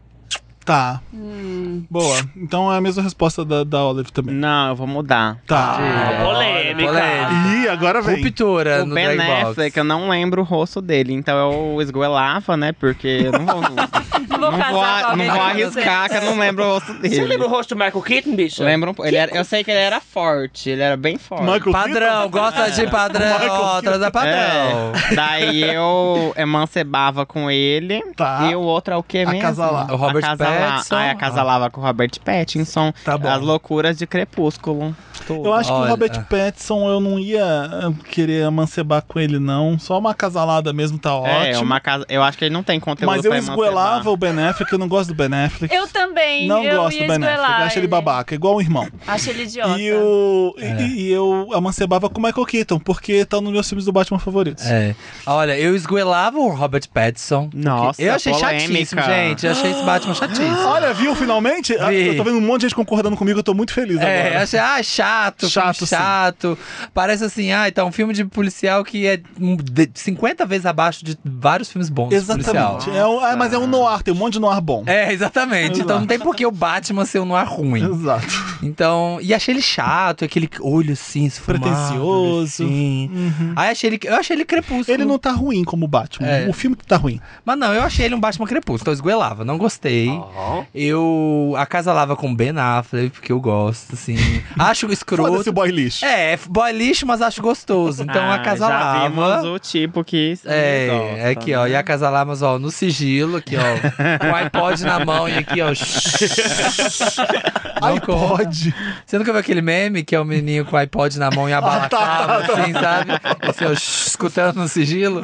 Speaker 1: Tá. Boa. Então é a mesma resposta da, da Olive também.
Speaker 5: Não, eu vou mudar.
Speaker 1: Tá.
Speaker 4: Ah, polêmica.
Speaker 3: polêmica.
Speaker 1: Ih, agora vem.
Speaker 3: Ruptura
Speaker 5: o
Speaker 3: É, no
Speaker 5: Ben
Speaker 3: Drag Box.
Speaker 5: Affleck, eu não lembro o rosto dele, então eu esgoelava, né? Porque eu não vou,
Speaker 2: Não vou
Speaker 5: não
Speaker 2: casar
Speaker 5: vou,
Speaker 2: com
Speaker 5: não
Speaker 2: alguém
Speaker 5: vou
Speaker 2: que
Speaker 5: arriscar que eu não lembro o rosto dele.
Speaker 4: Você lembra o rosto do Michael Keaton, bicho?
Speaker 5: Lembro um pouco. Ele era- eu sei que ele era forte, ele era bem forte.
Speaker 1: Michael
Speaker 3: Padrão, gosta de padrão. Ó, atrás da padrão.
Speaker 5: É, daí eu emancebava com ele.
Speaker 1: Keaton. Tá.
Speaker 5: E o outro é o quê mesmo?
Speaker 1: Acasalar.
Speaker 3: O Robert
Speaker 5: Acasala-
Speaker 3: Pattinson.
Speaker 5: Ah, acasalava com o Robert Pattinson.
Speaker 1: Tá bom.
Speaker 5: As loucuras de Crepúsculo.
Speaker 1: Eu acho que
Speaker 3: Olha.
Speaker 1: o Robert Pattinson eu não ia eh, querer amancebar com ele, não. Só uma casalada mesmo tá
Speaker 5: É,
Speaker 1: ótimo.
Speaker 5: uma casa... eu acho que ele não tem conteúdo
Speaker 1: Mas eu
Speaker 5: pra emancebar.
Speaker 1: esgoelava o Ben Affleck, eu não gosto do Ben Affleck.
Speaker 2: Eu também.
Speaker 1: não
Speaker 2: eu
Speaker 1: gosto do
Speaker 2: ia
Speaker 1: Ben Affleck,
Speaker 2: esgoelar
Speaker 1: acho ele babaca, igual um irmão.
Speaker 2: Acho ele idiota.
Speaker 1: E, o, e-
Speaker 3: É.
Speaker 1: e, eu amancebava com o Michael Keaton, porque tá nos meus filmes do Batman favoritos.
Speaker 3: É. Olha, eu esgoelava o Robert Pattinson.
Speaker 5: Nossa,
Speaker 3: eu achei
Speaker 5: polêmica.
Speaker 3: chatíssimo, gente. Eu achei esse Batman chatíssimo.
Speaker 1: Olha, viu, finalmente? Ah,
Speaker 3: Vi.
Speaker 1: Eu tô vendo um monte de gente concordando comigo, eu tô muito feliz
Speaker 3: É,
Speaker 1: agora.
Speaker 3: achei, ah, chato,
Speaker 1: Chato,
Speaker 3: chato,
Speaker 1: sim.
Speaker 3: chato. Parece assim, ah, então um filme de policial que é um de- 50 vezes abaixo de vários filmes bons de um policial. né? Tá.
Speaker 1: Exatamente. É um- é, mas é um noir, tem um monte de noir bom.
Speaker 3: É, exatamente. Então não tem por que o Batman ser um noir ruim.
Speaker 1: Exato.
Speaker 3: Então, e achei ele chato, aquele olho assim, esfumado,
Speaker 1: Pretencioso.
Speaker 3: Assim.
Speaker 2: Uhum.
Speaker 3: Aí achei ele, eu achei ele crepúsculo.
Speaker 1: Ele não tá ruim como Batman.
Speaker 3: É.
Speaker 1: O filme que tá ruim.
Speaker 3: Mas não, eu achei ele um Batman crepúsculo, então eu esgoelava, não gostei.
Speaker 4: Ó.
Speaker 3: Eu acasalava com Ben Affleck, porque eu gosto, assim. Acho
Speaker 1: Foda-se
Speaker 3: escroto.
Speaker 1: o boy lixo.
Speaker 3: É, f- boy lixo, mas acho gostoso. Então
Speaker 5: Ah,
Speaker 3: acasalava.
Speaker 5: Já vimos o tipo que.
Speaker 3: É, é aqui, ó. E acasalar, mas ó, no sigilo, aqui, ó. com o iPod na mão e aqui, ó. Não
Speaker 1: Ai,
Speaker 3: corre.
Speaker 1: pode.
Speaker 3: Você nunca viu aquele meme que é o menino com o iPod na mão e a bala cava, assim, sabe? Assim, ó, escutando no sigilo.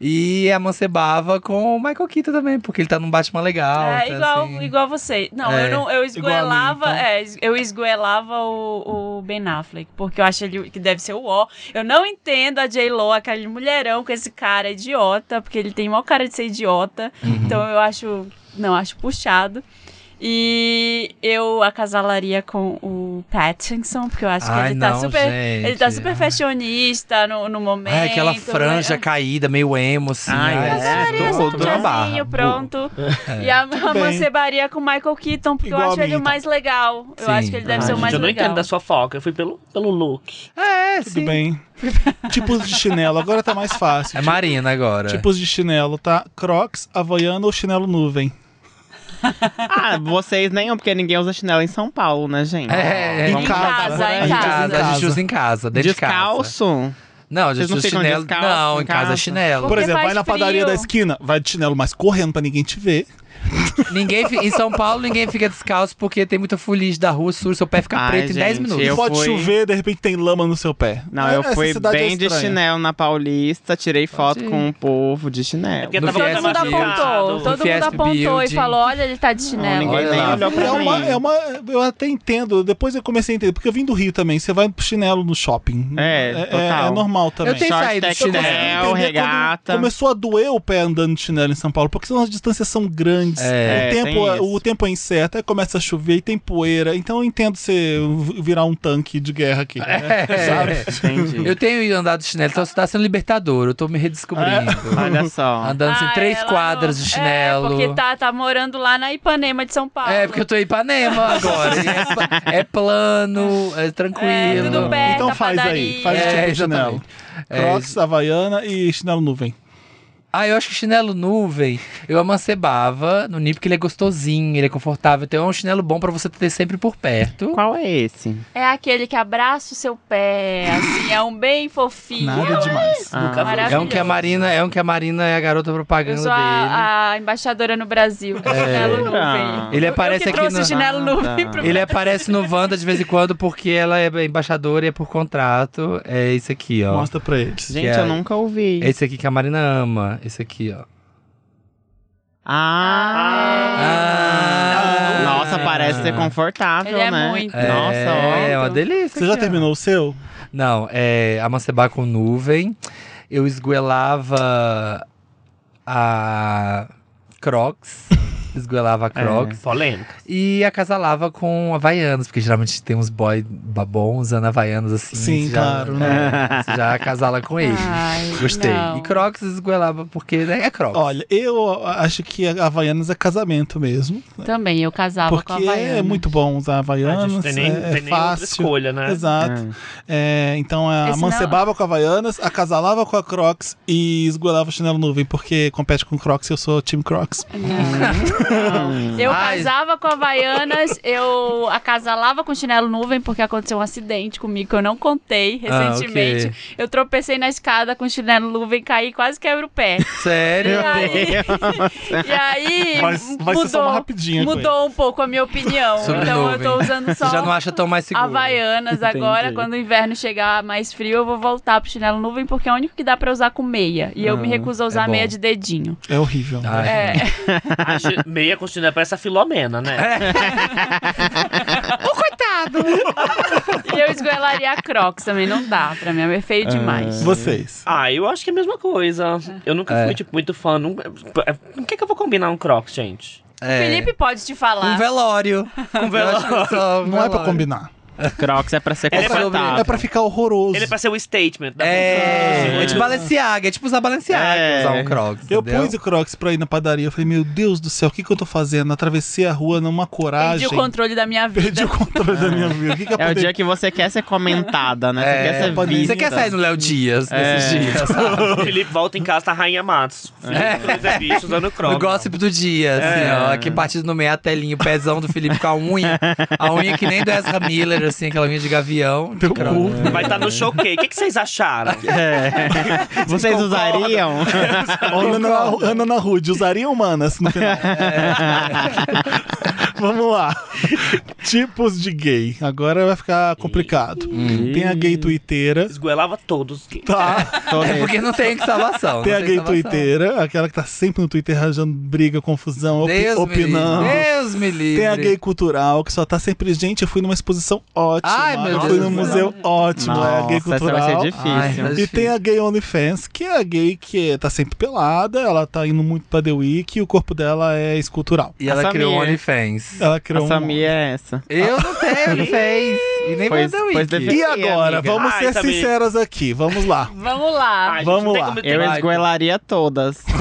Speaker 3: E amancebava com o Michael Keaton também, porque ele tá num Batman legal.
Speaker 2: É,
Speaker 3: tá,
Speaker 2: igual,
Speaker 3: assim.
Speaker 2: igual você. Não,
Speaker 3: É.
Speaker 2: eu não,
Speaker 1: Igual
Speaker 2: eu esgoelava,
Speaker 1: a mim, então.
Speaker 2: é, es- eu esgoelava o, o Ben Affleck, porque eu acho ele que deve ser o ó. Eu não entendo a J-Lo, aquele mulherão com esse cara
Speaker 3: Uhum.
Speaker 2: idiota, porque ele tem maior cara de ser idiota. Então eu acho, não, acho puxado. E eu acasalaria com o Pattinson, porque eu acho que
Speaker 3: Ai,
Speaker 2: ele tá
Speaker 3: não,
Speaker 2: super.
Speaker 3: gente.
Speaker 2: Ele tá super
Speaker 3: Ai.
Speaker 2: fashionista no, no momento.
Speaker 3: Ai, aquela franja
Speaker 2: né?
Speaker 3: caída, meio emo, assim.
Speaker 5: Ai,
Speaker 3: ai,
Speaker 5: é,
Speaker 2: Acasalaria
Speaker 5: tudo.
Speaker 2: só
Speaker 3: tudo na
Speaker 2: um
Speaker 3: barra.
Speaker 2: chazinho, pronto. E a, a
Speaker 1: bem.
Speaker 2: mancebaria com o Michael Keaton, porque
Speaker 1: Igual
Speaker 2: eu
Speaker 1: a
Speaker 2: acho ele
Speaker 1: minha,
Speaker 2: o mais legal. Eu
Speaker 3: tá. Sim. Ah,
Speaker 2: acho que ele deve
Speaker 4: Ai,
Speaker 2: ser o
Speaker 4: gente,
Speaker 2: mais
Speaker 4: eu não
Speaker 2: legal.
Speaker 4: entendo da sua foca, eu fui pelo, pelo look.
Speaker 3: É,
Speaker 1: Tudo
Speaker 3: sim.
Speaker 1: bem. Tipos de chinelo, agora tá mais fácil.
Speaker 3: É Marina agora.
Speaker 5: Tipo,
Speaker 1: Tipos de chinelo, tá? Crocs, Havaiana ou chinelo nuvem?
Speaker 5: Ah, vocês nenhum, porque ninguém usa chinelo em São Paulo, né, gente?
Speaker 3: É,
Speaker 1: Em
Speaker 5: Vamos
Speaker 1: casa,
Speaker 5: começar por
Speaker 2: em
Speaker 5: aí.
Speaker 3: Em
Speaker 2: casa.
Speaker 3: casa, a gente usa em casa, dentro de casa.
Speaker 5: Descalço?
Speaker 3: Não, a
Speaker 5: Vocês
Speaker 3: gente
Speaker 5: não
Speaker 3: usa
Speaker 5: ficam
Speaker 3: chinelo.
Speaker 5: descalço
Speaker 3: Não,
Speaker 5: em
Speaker 3: em casa é
Speaker 5: casa?
Speaker 3: chinelo.
Speaker 1: Por
Speaker 2: Porque
Speaker 1: exemplo,
Speaker 2: faz
Speaker 1: vai na padaria
Speaker 2: frio.
Speaker 1: da esquina, vai de chinelo, mas correndo pra ninguém te ver.
Speaker 3: Ninguém, fi- em São Paulo, ninguém fica descalço porque tem muita fuligem da rua, sur, seu pé fica
Speaker 5: Ai,
Speaker 3: preto em 10
Speaker 5: gente,
Speaker 3: minutos.
Speaker 5: Eu
Speaker 1: Pode
Speaker 5: fui-
Speaker 1: chover, de repente tem lama no seu pé.
Speaker 5: Não,
Speaker 1: É,
Speaker 5: eu
Speaker 1: essa
Speaker 5: fui
Speaker 1: cidade é
Speaker 5: bem de
Speaker 1: estranha.
Speaker 5: chinelo na Paulista, tirei foto
Speaker 3: ir.
Speaker 5: com o povo de chinelo.
Speaker 4: É Porque
Speaker 3: No
Speaker 4: tava
Speaker 2: Todo mundo
Speaker 3: Fiesp Building.
Speaker 2: apontou.
Speaker 4: No
Speaker 2: Todo mundo
Speaker 3: Fiesp
Speaker 2: apontou e
Speaker 3: Building.
Speaker 2: falou: olha, ele tá de
Speaker 5: Não,
Speaker 2: chinelo.
Speaker 5: Então, ninguém
Speaker 3: Olha
Speaker 5: nem
Speaker 3: lá.
Speaker 5: olhou pra
Speaker 1: É
Speaker 5: mim.
Speaker 1: uma, é uma. Eu até entendo. Depois eu comecei a entender. Porque eu vim do Rio também. Você vai pro chinelo no shopping.
Speaker 5: É, total.
Speaker 1: é normal também.
Speaker 3: Eu tenho
Speaker 5: Short
Speaker 3: saído de
Speaker 5: tactel,
Speaker 1: chinelo.
Speaker 5: Entender regata.
Speaker 1: quando Começou a doer o pé andando de chinelo em São Paulo, porque senão as distâncias são grandes.
Speaker 3: É,
Speaker 1: o,
Speaker 5: tem
Speaker 1: tempo, é-
Speaker 5: isso.
Speaker 1: o tempo é incerto, aí começa a chover e tem poeira. Então eu entendo você virar um tanque de guerra aqui.
Speaker 3: É.
Speaker 1: né? Sabe?
Speaker 5: Entendi.
Speaker 3: Eu tenho ido andado de chinelo, então você tá sendo libertador, eu tô me redescobrindo.
Speaker 5: Olha só.
Speaker 3: Andando assim,
Speaker 2: Ah,
Speaker 3: três
Speaker 2: é, lá
Speaker 3: quadras
Speaker 2: no-
Speaker 3: de chinelo.
Speaker 2: É, porque tá, tá morando lá na Ipanema de São Paulo.
Speaker 3: É, porque eu tô em Ipanema agora. e é, pla- é plano, é tranquilo.
Speaker 2: É, tudo bem.
Speaker 1: então
Speaker 2: da
Speaker 1: faz aí,
Speaker 2: padaria.
Speaker 1: faz o
Speaker 3: É,
Speaker 1: tipo de chinelo.
Speaker 3: exatamente. É,
Speaker 1: Crocs, Havaiana e chinelo nuvem.
Speaker 3: Ah, eu acho que chinelo nuvem, eu amancebava no Nip, porque ele é gostosinho, ele é confortável. Então é um chinelo bom pra você ter sempre por perto.
Speaker 5: Qual é esse?
Speaker 2: É aquele que abraça o seu pé, assim, é um bem fofinho.
Speaker 1: Nada demais.
Speaker 5: Ah,
Speaker 4: Nunca vi.
Speaker 3: É um que a Marina, é um que a Marina é a garota
Speaker 2: Eu
Speaker 3: propaganda
Speaker 2: sou
Speaker 3: dele. É.
Speaker 2: a, a embaixadora no Brasil, do chinelo nuvem.
Speaker 3: Ele aparece
Speaker 2: eu que
Speaker 3: aqui
Speaker 5: Ah,
Speaker 2: trouxe
Speaker 3: no- Ah.
Speaker 2: o chinelo nuvem
Speaker 5: é-
Speaker 2: pro
Speaker 3: Ele aparece no Wanda de vez em quando porque ela é embaixadora e é por contrato. É esse aqui, ó.
Speaker 1: Mostra pra eles.
Speaker 5: Gente,
Speaker 3: é-
Speaker 5: eu nunca ouvi.
Speaker 3: É esse aqui que a Marina ama. Esse aqui, ó.
Speaker 5: Ah!
Speaker 3: Ah!
Speaker 5: Nossa, parece ser confortável,
Speaker 2: Ele é
Speaker 5: né?
Speaker 2: muito.
Speaker 3: É,
Speaker 5: Nossa,
Speaker 3: é
Speaker 5: ó.
Speaker 3: uma delícia.
Speaker 1: Você já
Speaker 3: aqui, ó.
Speaker 1: terminou o seu?
Speaker 3: Não, é Amancebá com nuvem. Eu esguelava a Crocs. Esguelava a
Speaker 1: É.
Speaker 3: Crocs.
Speaker 4: É, Polêmica.
Speaker 3: E acasalava com Havaianos, porque geralmente tem uns boy babons usando Havaianos assim.
Speaker 1: Sim,
Speaker 3: você já-
Speaker 1: claro, né? Ah,
Speaker 3: é, você já acasala com eles.
Speaker 2: Ai,
Speaker 3: Gostei.
Speaker 2: não.
Speaker 3: E Crocs esguelava porque né, é Crocs.
Speaker 1: Olha, eu acho que a Havaianas é casamento mesmo.
Speaker 2: Também, eu casava com a
Speaker 1: Porque
Speaker 2: Havaiana.
Speaker 1: é muito bom usar
Speaker 4: a Ah, tá? gente
Speaker 1: Havaianas.
Speaker 4: tem nem,
Speaker 1: é, é
Speaker 4: tem nem outra
Speaker 1: fácil.
Speaker 4: escolha, né?
Speaker 1: Exato. É, então a
Speaker 2: Esse não-
Speaker 1: mancebava com a Havaianas, acasalava com a Crocs e esgoelava o chinelo nuvem, porque compete com Crocs e eu sou time Crocs.
Speaker 2: Não. É. Eu
Speaker 3: Ai.
Speaker 2: casava com Havaianas, eu acasalava com chinelo nuvem, porque aconteceu um acidente comigo que eu não contei
Speaker 3: Ah,
Speaker 2: recentemente. Eu tropecei na escada com chinelo nuvem, caí, quase quebro o pé.
Speaker 3: Sério?
Speaker 2: E aí, e aí
Speaker 1: Vai- vai ser só uma
Speaker 2: mudou,
Speaker 1: rapidinha com
Speaker 2: mudou um pouco a minha opinião.
Speaker 3: Sobre
Speaker 2: então eu tô
Speaker 3: nuvem.
Speaker 2: usando
Speaker 3: Você
Speaker 2: só
Speaker 3: já não acha tão mais seguro.
Speaker 2: Havaianas agora. Quando o inverno chegar mais frio, eu vou voltar pro chinelo nuvem, porque é o único que dá pra usar com meia. E eu me recuso a usar
Speaker 3: Ah, é bom.
Speaker 2: meia de dedinho.
Speaker 1: É horrível.
Speaker 3: Ai,
Speaker 2: É.
Speaker 4: A chi- meia com chinelo parece a Filomena, né?
Speaker 2: E eu esgoelaria a Crocs também, não dá pra mim, é feio demais.
Speaker 1: Vocês.
Speaker 4: Ah, eu acho que é a mesma coisa. Eu nunca
Speaker 3: É.
Speaker 4: fui, tipo, muito fã. Nunca... Por que, que eu vou combinar um crocs, gente?
Speaker 3: é.
Speaker 2: Felipe pode te
Speaker 3: Um
Speaker 2: falar.
Speaker 3: velório. Um velório.
Speaker 1: Não é pra combinar.
Speaker 5: Crocs é pra ser
Speaker 4: Ele é pra-
Speaker 5: confortável.
Speaker 1: É pra ficar horroroso.
Speaker 4: Ele é pra ser o statement
Speaker 5: Tá
Speaker 4: da
Speaker 3: É, é
Speaker 4: pessoa.
Speaker 3: tipo Balenciaga, é tipo usar Balenciaga,
Speaker 5: né? É.
Speaker 3: usar um Crocs.
Speaker 1: Eu
Speaker 3: entendeu?
Speaker 1: pus o Crocs pra ir na padaria. Eu falei, meu Deus do céu, o que, que eu tô fazendo? Atravessei a rua numa
Speaker 2: Perdi
Speaker 1: coragem.
Speaker 2: o controle da minha vida.
Speaker 1: Ah, Perdi o controle da minha vida. O que, que a
Speaker 5: É o
Speaker 1: pandemia-
Speaker 5: dia que você quer ser comentada, né? Você
Speaker 3: É,
Speaker 5: quer ser
Speaker 1: pode-
Speaker 5: vista.
Speaker 3: Você quer sair no Léo Dias
Speaker 5: É.
Speaker 3: nesses dias, sabe?
Speaker 4: O Felipe volta em casa, tá Rainha Matos. Dois é bicho usando crocs.
Speaker 3: No gossip do dia, assim,
Speaker 5: É.
Speaker 3: ó. Aqui partido no meio a telinha, o pezão do Felipe com a unha. A unha que nem do Ezra Miller, assim, aquela unha de gavião.
Speaker 1: Teu cu.
Speaker 4: Vai estar no showcase. O que, que vocês acharam?
Speaker 5: É. Vocês usariam?
Speaker 1: Ana na, Ana na Rude, usariam humanas no final.
Speaker 3: É.
Speaker 1: Vamos lá. Tipos de gay. Agora vai ficar complicado. Tem a gay twitteira.
Speaker 4: Esgoelava todos.
Speaker 1: Tá.
Speaker 3: É porque não tem salvação.
Speaker 1: Tem
Speaker 3: não
Speaker 1: a gay
Speaker 3: salvação.
Speaker 1: twitteira, aquela que tá sempre no Twitter arranjando briga, confusão, opi-
Speaker 3: Deus
Speaker 1: opinando.
Speaker 3: me livre. Deus me livre.
Speaker 1: Tem a gay cultural, que só tá sempre. Gente, eu fui numa exposição ótima.
Speaker 3: Ai, meu
Speaker 1: eu
Speaker 3: Deus
Speaker 1: fui
Speaker 3: do
Speaker 1: num
Speaker 3: céu.
Speaker 1: museu ótimo. é a gay
Speaker 5: Nossa, essa vai ser
Speaker 1: cultural.
Speaker 3: Ai,
Speaker 5: difícil.
Speaker 3: mas-
Speaker 1: E tem a gay OnlyFans, que é a gay que tá sempre pelada, ela tá indo muito pra The Week e o corpo dela é escultural.
Speaker 3: E ela
Speaker 5: A
Speaker 3: criou o
Speaker 5: Samir.
Speaker 3: OnlyFans.
Speaker 1: Ela criou
Speaker 5: A
Speaker 1: um.
Speaker 5: Samia é essa.
Speaker 3: Eu não tenho, ele fez. E nem
Speaker 5: Pois-
Speaker 3: mandou
Speaker 5: pois
Speaker 3: wiki.
Speaker 5: deve-
Speaker 1: E agora?
Speaker 3: amiga?
Speaker 1: Vamos
Speaker 4: Ai,
Speaker 1: ser
Speaker 4: Samir.
Speaker 1: sinceros aqui. Vamos lá.
Speaker 2: Vamos lá.
Speaker 4: Ai, gente,
Speaker 1: Vamos
Speaker 4: não tem
Speaker 1: lá.
Speaker 4: como ter-
Speaker 5: Eu
Speaker 3: Vai,
Speaker 5: esguelaria todas.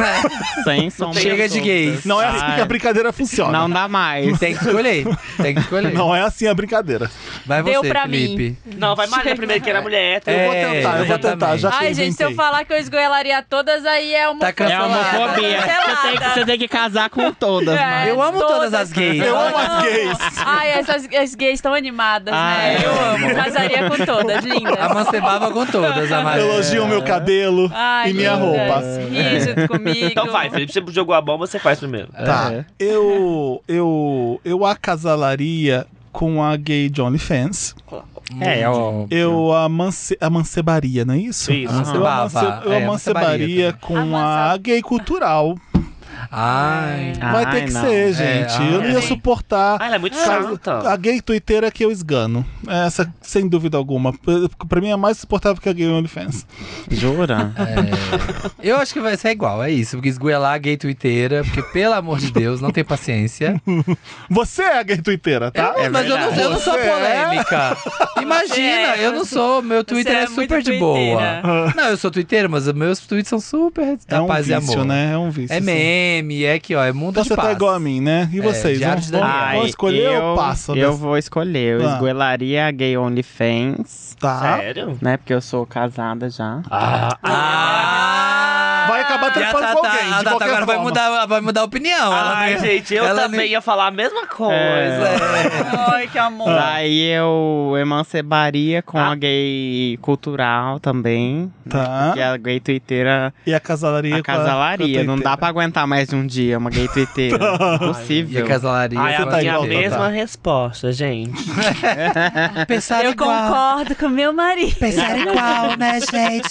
Speaker 5: sem sombra.
Speaker 3: Chega de gays.
Speaker 1: Não é assim que a
Speaker 5: brincadeira.
Speaker 1: brincadeira funciona.
Speaker 5: Não é. dá mais.
Speaker 3: Tem que escolher. Tem que escolher.
Speaker 1: Não é assim a brincadeira.
Speaker 3: Vai você,
Speaker 2: Deu pra
Speaker 3: Felipe.
Speaker 4: Não, vai Maria primeiro, que era mulher hétero.
Speaker 1: Eu vou
Speaker 3: É,
Speaker 1: tentar, Tá, eu vou tentar.
Speaker 3: exatamente.
Speaker 1: Já
Speaker 2: Ai, gente, se eu falar que eu esgoelaria todas, aí é uma
Speaker 3: Tá
Speaker 5: É a
Speaker 3: cancelado.
Speaker 5: homofobia. Você tem, que, você tem que casar com todas,
Speaker 2: É.
Speaker 5: mano.
Speaker 3: Eu amo todas,
Speaker 2: Todas.
Speaker 3: as gays.
Speaker 1: Eu amo
Speaker 2: Não.
Speaker 1: as gays.
Speaker 2: Ai, essas as gays estão animadas,
Speaker 5: Ai, é.
Speaker 2: né? Eu
Speaker 5: eu
Speaker 2: amo. Casaria com todas, lindas.
Speaker 3: A Mancebava com todas, a Maria.
Speaker 1: Elogio o meu cabelo
Speaker 2: Ai,
Speaker 1: e minha
Speaker 2: lindas.
Speaker 1: roupa.
Speaker 5: É.
Speaker 2: Ri junto comigo.
Speaker 4: Então vai, Felipe, você jogou a bomba, você faz primeiro.
Speaker 1: Tá. Eu, eu, eu acasalaria com a gay de OnlyFans.
Speaker 3: É, ó.
Speaker 1: Eu amance, amancebaria, não é isso?
Speaker 4: Isso.
Speaker 1: Eu,
Speaker 3: Amancebava.
Speaker 1: amance, eu
Speaker 3: É,
Speaker 1: amancebaria
Speaker 5: né?
Speaker 1: com a
Speaker 2: Amansa-
Speaker 1: gay cultural.
Speaker 3: Ai.
Speaker 5: Ah,
Speaker 1: Vai ter
Speaker 5: ai,
Speaker 1: que
Speaker 5: não.
Speaker 1: ser,
Speaker 3: É,
Speaker 1: gente.
Speaker 3: ai,
Speaker 1: eu não ia
Speaker 4: ai.
Speaker 1: suportar.
Speaker 4: Ah, ela é muito
Speaker 1: Sabe,
Speaker 4: chata.
Speaker 1: A gay twitteira que eu esgano. Essa, sem dúvida alguma. P- Pra mim é mais suportável que a gay OnlyFans.
Speaker 5: Jura?
Speaker 3: É. Eu acho que vai ser igual, é isso. Porque esgoelar a gay twitteira, porque pelo amor de Deus, não tem paciência.
Speaker 1: Você é a gay twitteira, tá?
Speaker 5: é
Speaker 3: Eu não- mas eu não, eu não sou
Speaker 1: Você é?
Speaker 3: polêmica. Imagina,
Speaker 2: Você é,
Speaker 3: eu não
Speaker 2: você-
Speaker 3: sou. Meu Twitter
Speaker 2: você
Speaker 3: é
Speaker 2: é muito
Speaker 3: super de
Speaker 2: twitteira.
Speaker 3: boa. Não, eu sou twitteiro, mas os meus tweets são super
Speaker 1: Ah. É um
Speaker 3: paz e
Speaker 1: vício,
Speaker 3: amor.
Speaker 1: né? É um vício.
Speaker 3: É
Speaker 1: sim.
Speaker 3: meme, é que, ó, é mundo
Speaker 1: Então
Speaker 3: de
Speaker 1: você tá
Speaker 3: paz.
Speaker 1: igual a mim, né?
Speaker 5: É,
Speaker 1: E vocês?
Speaker 3: Diário
Speaker 1: vão,
Speaker 3: de
Speaker 1: vão,
Speaker 3: Daniel.
Speaker 1: vão escolher ou passa?
Speaker 5: Eu vou escolher. Eu
Speaker 1: Ah.
Speaker 5: esguelaria a gay OnlyFans,
Speaker 1: Tá.
Speaker 4: Sério?
Speaker 5: né? Porque eu sou casada já.
Speaker 4: Ah,
Speaker 3: Ah! tá,
Speaker 1: Vai acabar
Speaker 3: E a
Speaker 1: trepando
Speaker 3: Tata-
Speaker 1: com alguém, de
Speaker 3: a Tata
Speaker 1: qualquer
Speaker 3: ah, agora vai
Speaker 1: forma.
Speaker 3: mudar, ah, vai mudar a opinião. ela não
Speaker 4: Ai,
Speaker 3: ia-
Speaker 4: gente, eu
Speaker 3: ela não-
Speaker 4: também ia falar a mesma coisa.
Speaker 3: É,
Speaker 2: Ai, que amor.
Speaker 5: Daí eu emancebaria com
Speaker 4: Ah.
Speaker 5: a gay cultural também.
Speaker 1: Tá.
Speaker 5: Que né? a gay twitteira
Speaker 1: E a casalaria.
Speaker 5: a casalaria. Não dá pra aguentar mais de um dia uma gay twitteira.
Speaker 3: E a
Speaker 5: Impossível.
Speaker 3: casalaria.
Speaker 4: Ai, Ah, é a
Speaker 1: tá
Speaker 4: minha
Speaker 1: igual,
Speaker 4: mesma
Speaker 1: Tatá.
Speaker 4: resposta, gente.
Speaker 3: Pensar
Speaker 2: Eu concordo com meu marido.
Speaker 3: Pensar igual, né, gente?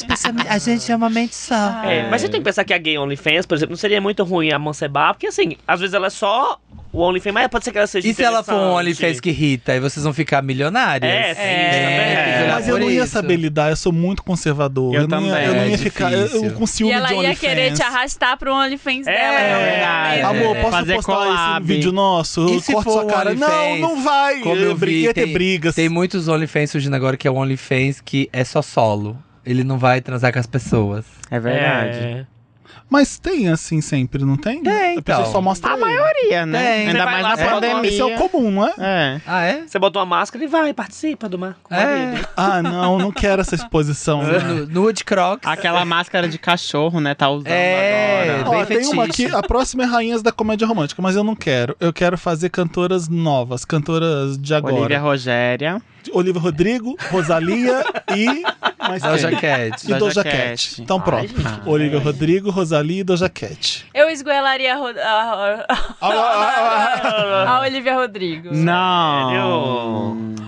Speaker 3: A gente é uma mente só.
Speaker 4: É, mas você tem que pensar que a gay OnlyFans, por exemplo, não seria muito ruim a Mancebar, porque assim, às vezes ela é só o OnlyFans, mas pode ser que ela seja
Speaker 3: E se ela for um
Speaker 4: interessante.
Speaker 3: OnlyFans que irrita, aí vocês vão ficar milionárias.
Speaker 4: É, sim,
Speaker 2: É.
Speaker 4: também.
Speaker 3: Mas
Speaker 1: Mas eu não ia
Speaker 3: isso.
Speaker 1: saber lidar, eu sou muito conservador.
Speaker 5: Eu
Speaker 1: não ia-
Speaker 5: também.
Speaker 1: eu não ia
Speaker 3: É
Speaker 1: ficar. Eu, eu
Speaker 3: difícil.
Speaker 1: com
Speaker 2: E
Speaker 1: ciúme
Speaker 2: ela
Speaker 1: de
Speaker 2: ia
Speaker 1: OnlyFans.
Speaker 2: querer te arrastar pro OnlyFans dela.
Speaker 4: É,
Speaker 2: né?
Speaker 5: verdade.
Speaker 1: Amor, posso
Speaker 5: Fazer
Speaker 1: postar
Speaker 5: collab.
Speaker 1: esse vídeo nosso?
Speaker 3: E
Speaker 1: eu
Speaker 3: se
Speaker 1: corto
Speaker 3: for
Speaker 1: sua cara.
Speaker 3: OnlyFans?
Speaker 1: Não, não vai.
Speaker 3: Como eu
Speaker 1: bri-
Speaker 3: vi,
Speaker 1: ia ter
Speaker 3: tem-
Speaker 1: brigas.
Speaker 3: Tem muitos OnlyFans surgindo agora que é o OnlyFans que é só solo. Ele não vai transar com as pessoas.
Speaker 5: É verdade.
Speaker 4: É.
Speaker 1: Mas tem assim sempre, não tem?
Speaker 3: Tem,
Speaker 1: A pessoa
Speaker 3: então.
Speaker 1: só mostra
Speaker 5: A
Speaker 1: ele.
Speaker 5: maioria, né?
Speaker 3: Tem. Você
Speaker 5: Ainda
Speaker 4: vai
Speaker 5: mais
Speaker 4: lá,
Speaker 5: na
Speaker 4: você vai lá,
Speaker 5: pandemia.
Speaker 1: Esse é o comum, não é?
Speaker 5: É.
Speaker 3: Ah, é?
Speaker 4: Você botou uma máscara e vai, participa do mar. com o marido.
Speaker 1: Ah, não, não quero essa exposição. né?
Speaker 3: Nu- Nude Crocs.
Speaker 5: Aquela máscara de cachorro, né? Tá usando
Speaker 3: É.
Speaker 5: agora.
Speaker 1: Ó,
Speaker 3: bem
Speaker 1: tem uma
Speaker 3: fetiche.
Speaker 1: aqui, a próxima é Rainhas da Comédia Romântica, mas eu não quero. Eu quero fazer cantoras novas, cantoras de agora.
Speaker 5: Olivia
Speaker 1: Olivia,
Speaker 5: Rogéria.
Speaker 1: Rodrigo, Rosalia e.
Speaker 4: Ah,
Speaker 1: Mas
Speaker 3: Doja
Speaker 1: quem?
Speaker 3: Cat.
Speaker 1: E
Speaker 5: Doja
Speaker 1: Doja Cat.
Speaker 5: Cat.
Speaker 1: Então pronto.
Speaker 5: gente,
Speaker 1: Olivia Rodrigo, Rosalia e Doja Cat.
Speaker 2: Eu esgoelaria a, Ro- a- a-
Speaker 1: Ah, ah, ah, ah,
Speaker 2: a Olivia Rodrigo.
Speaker 5: Não.
Speaker 1: tá.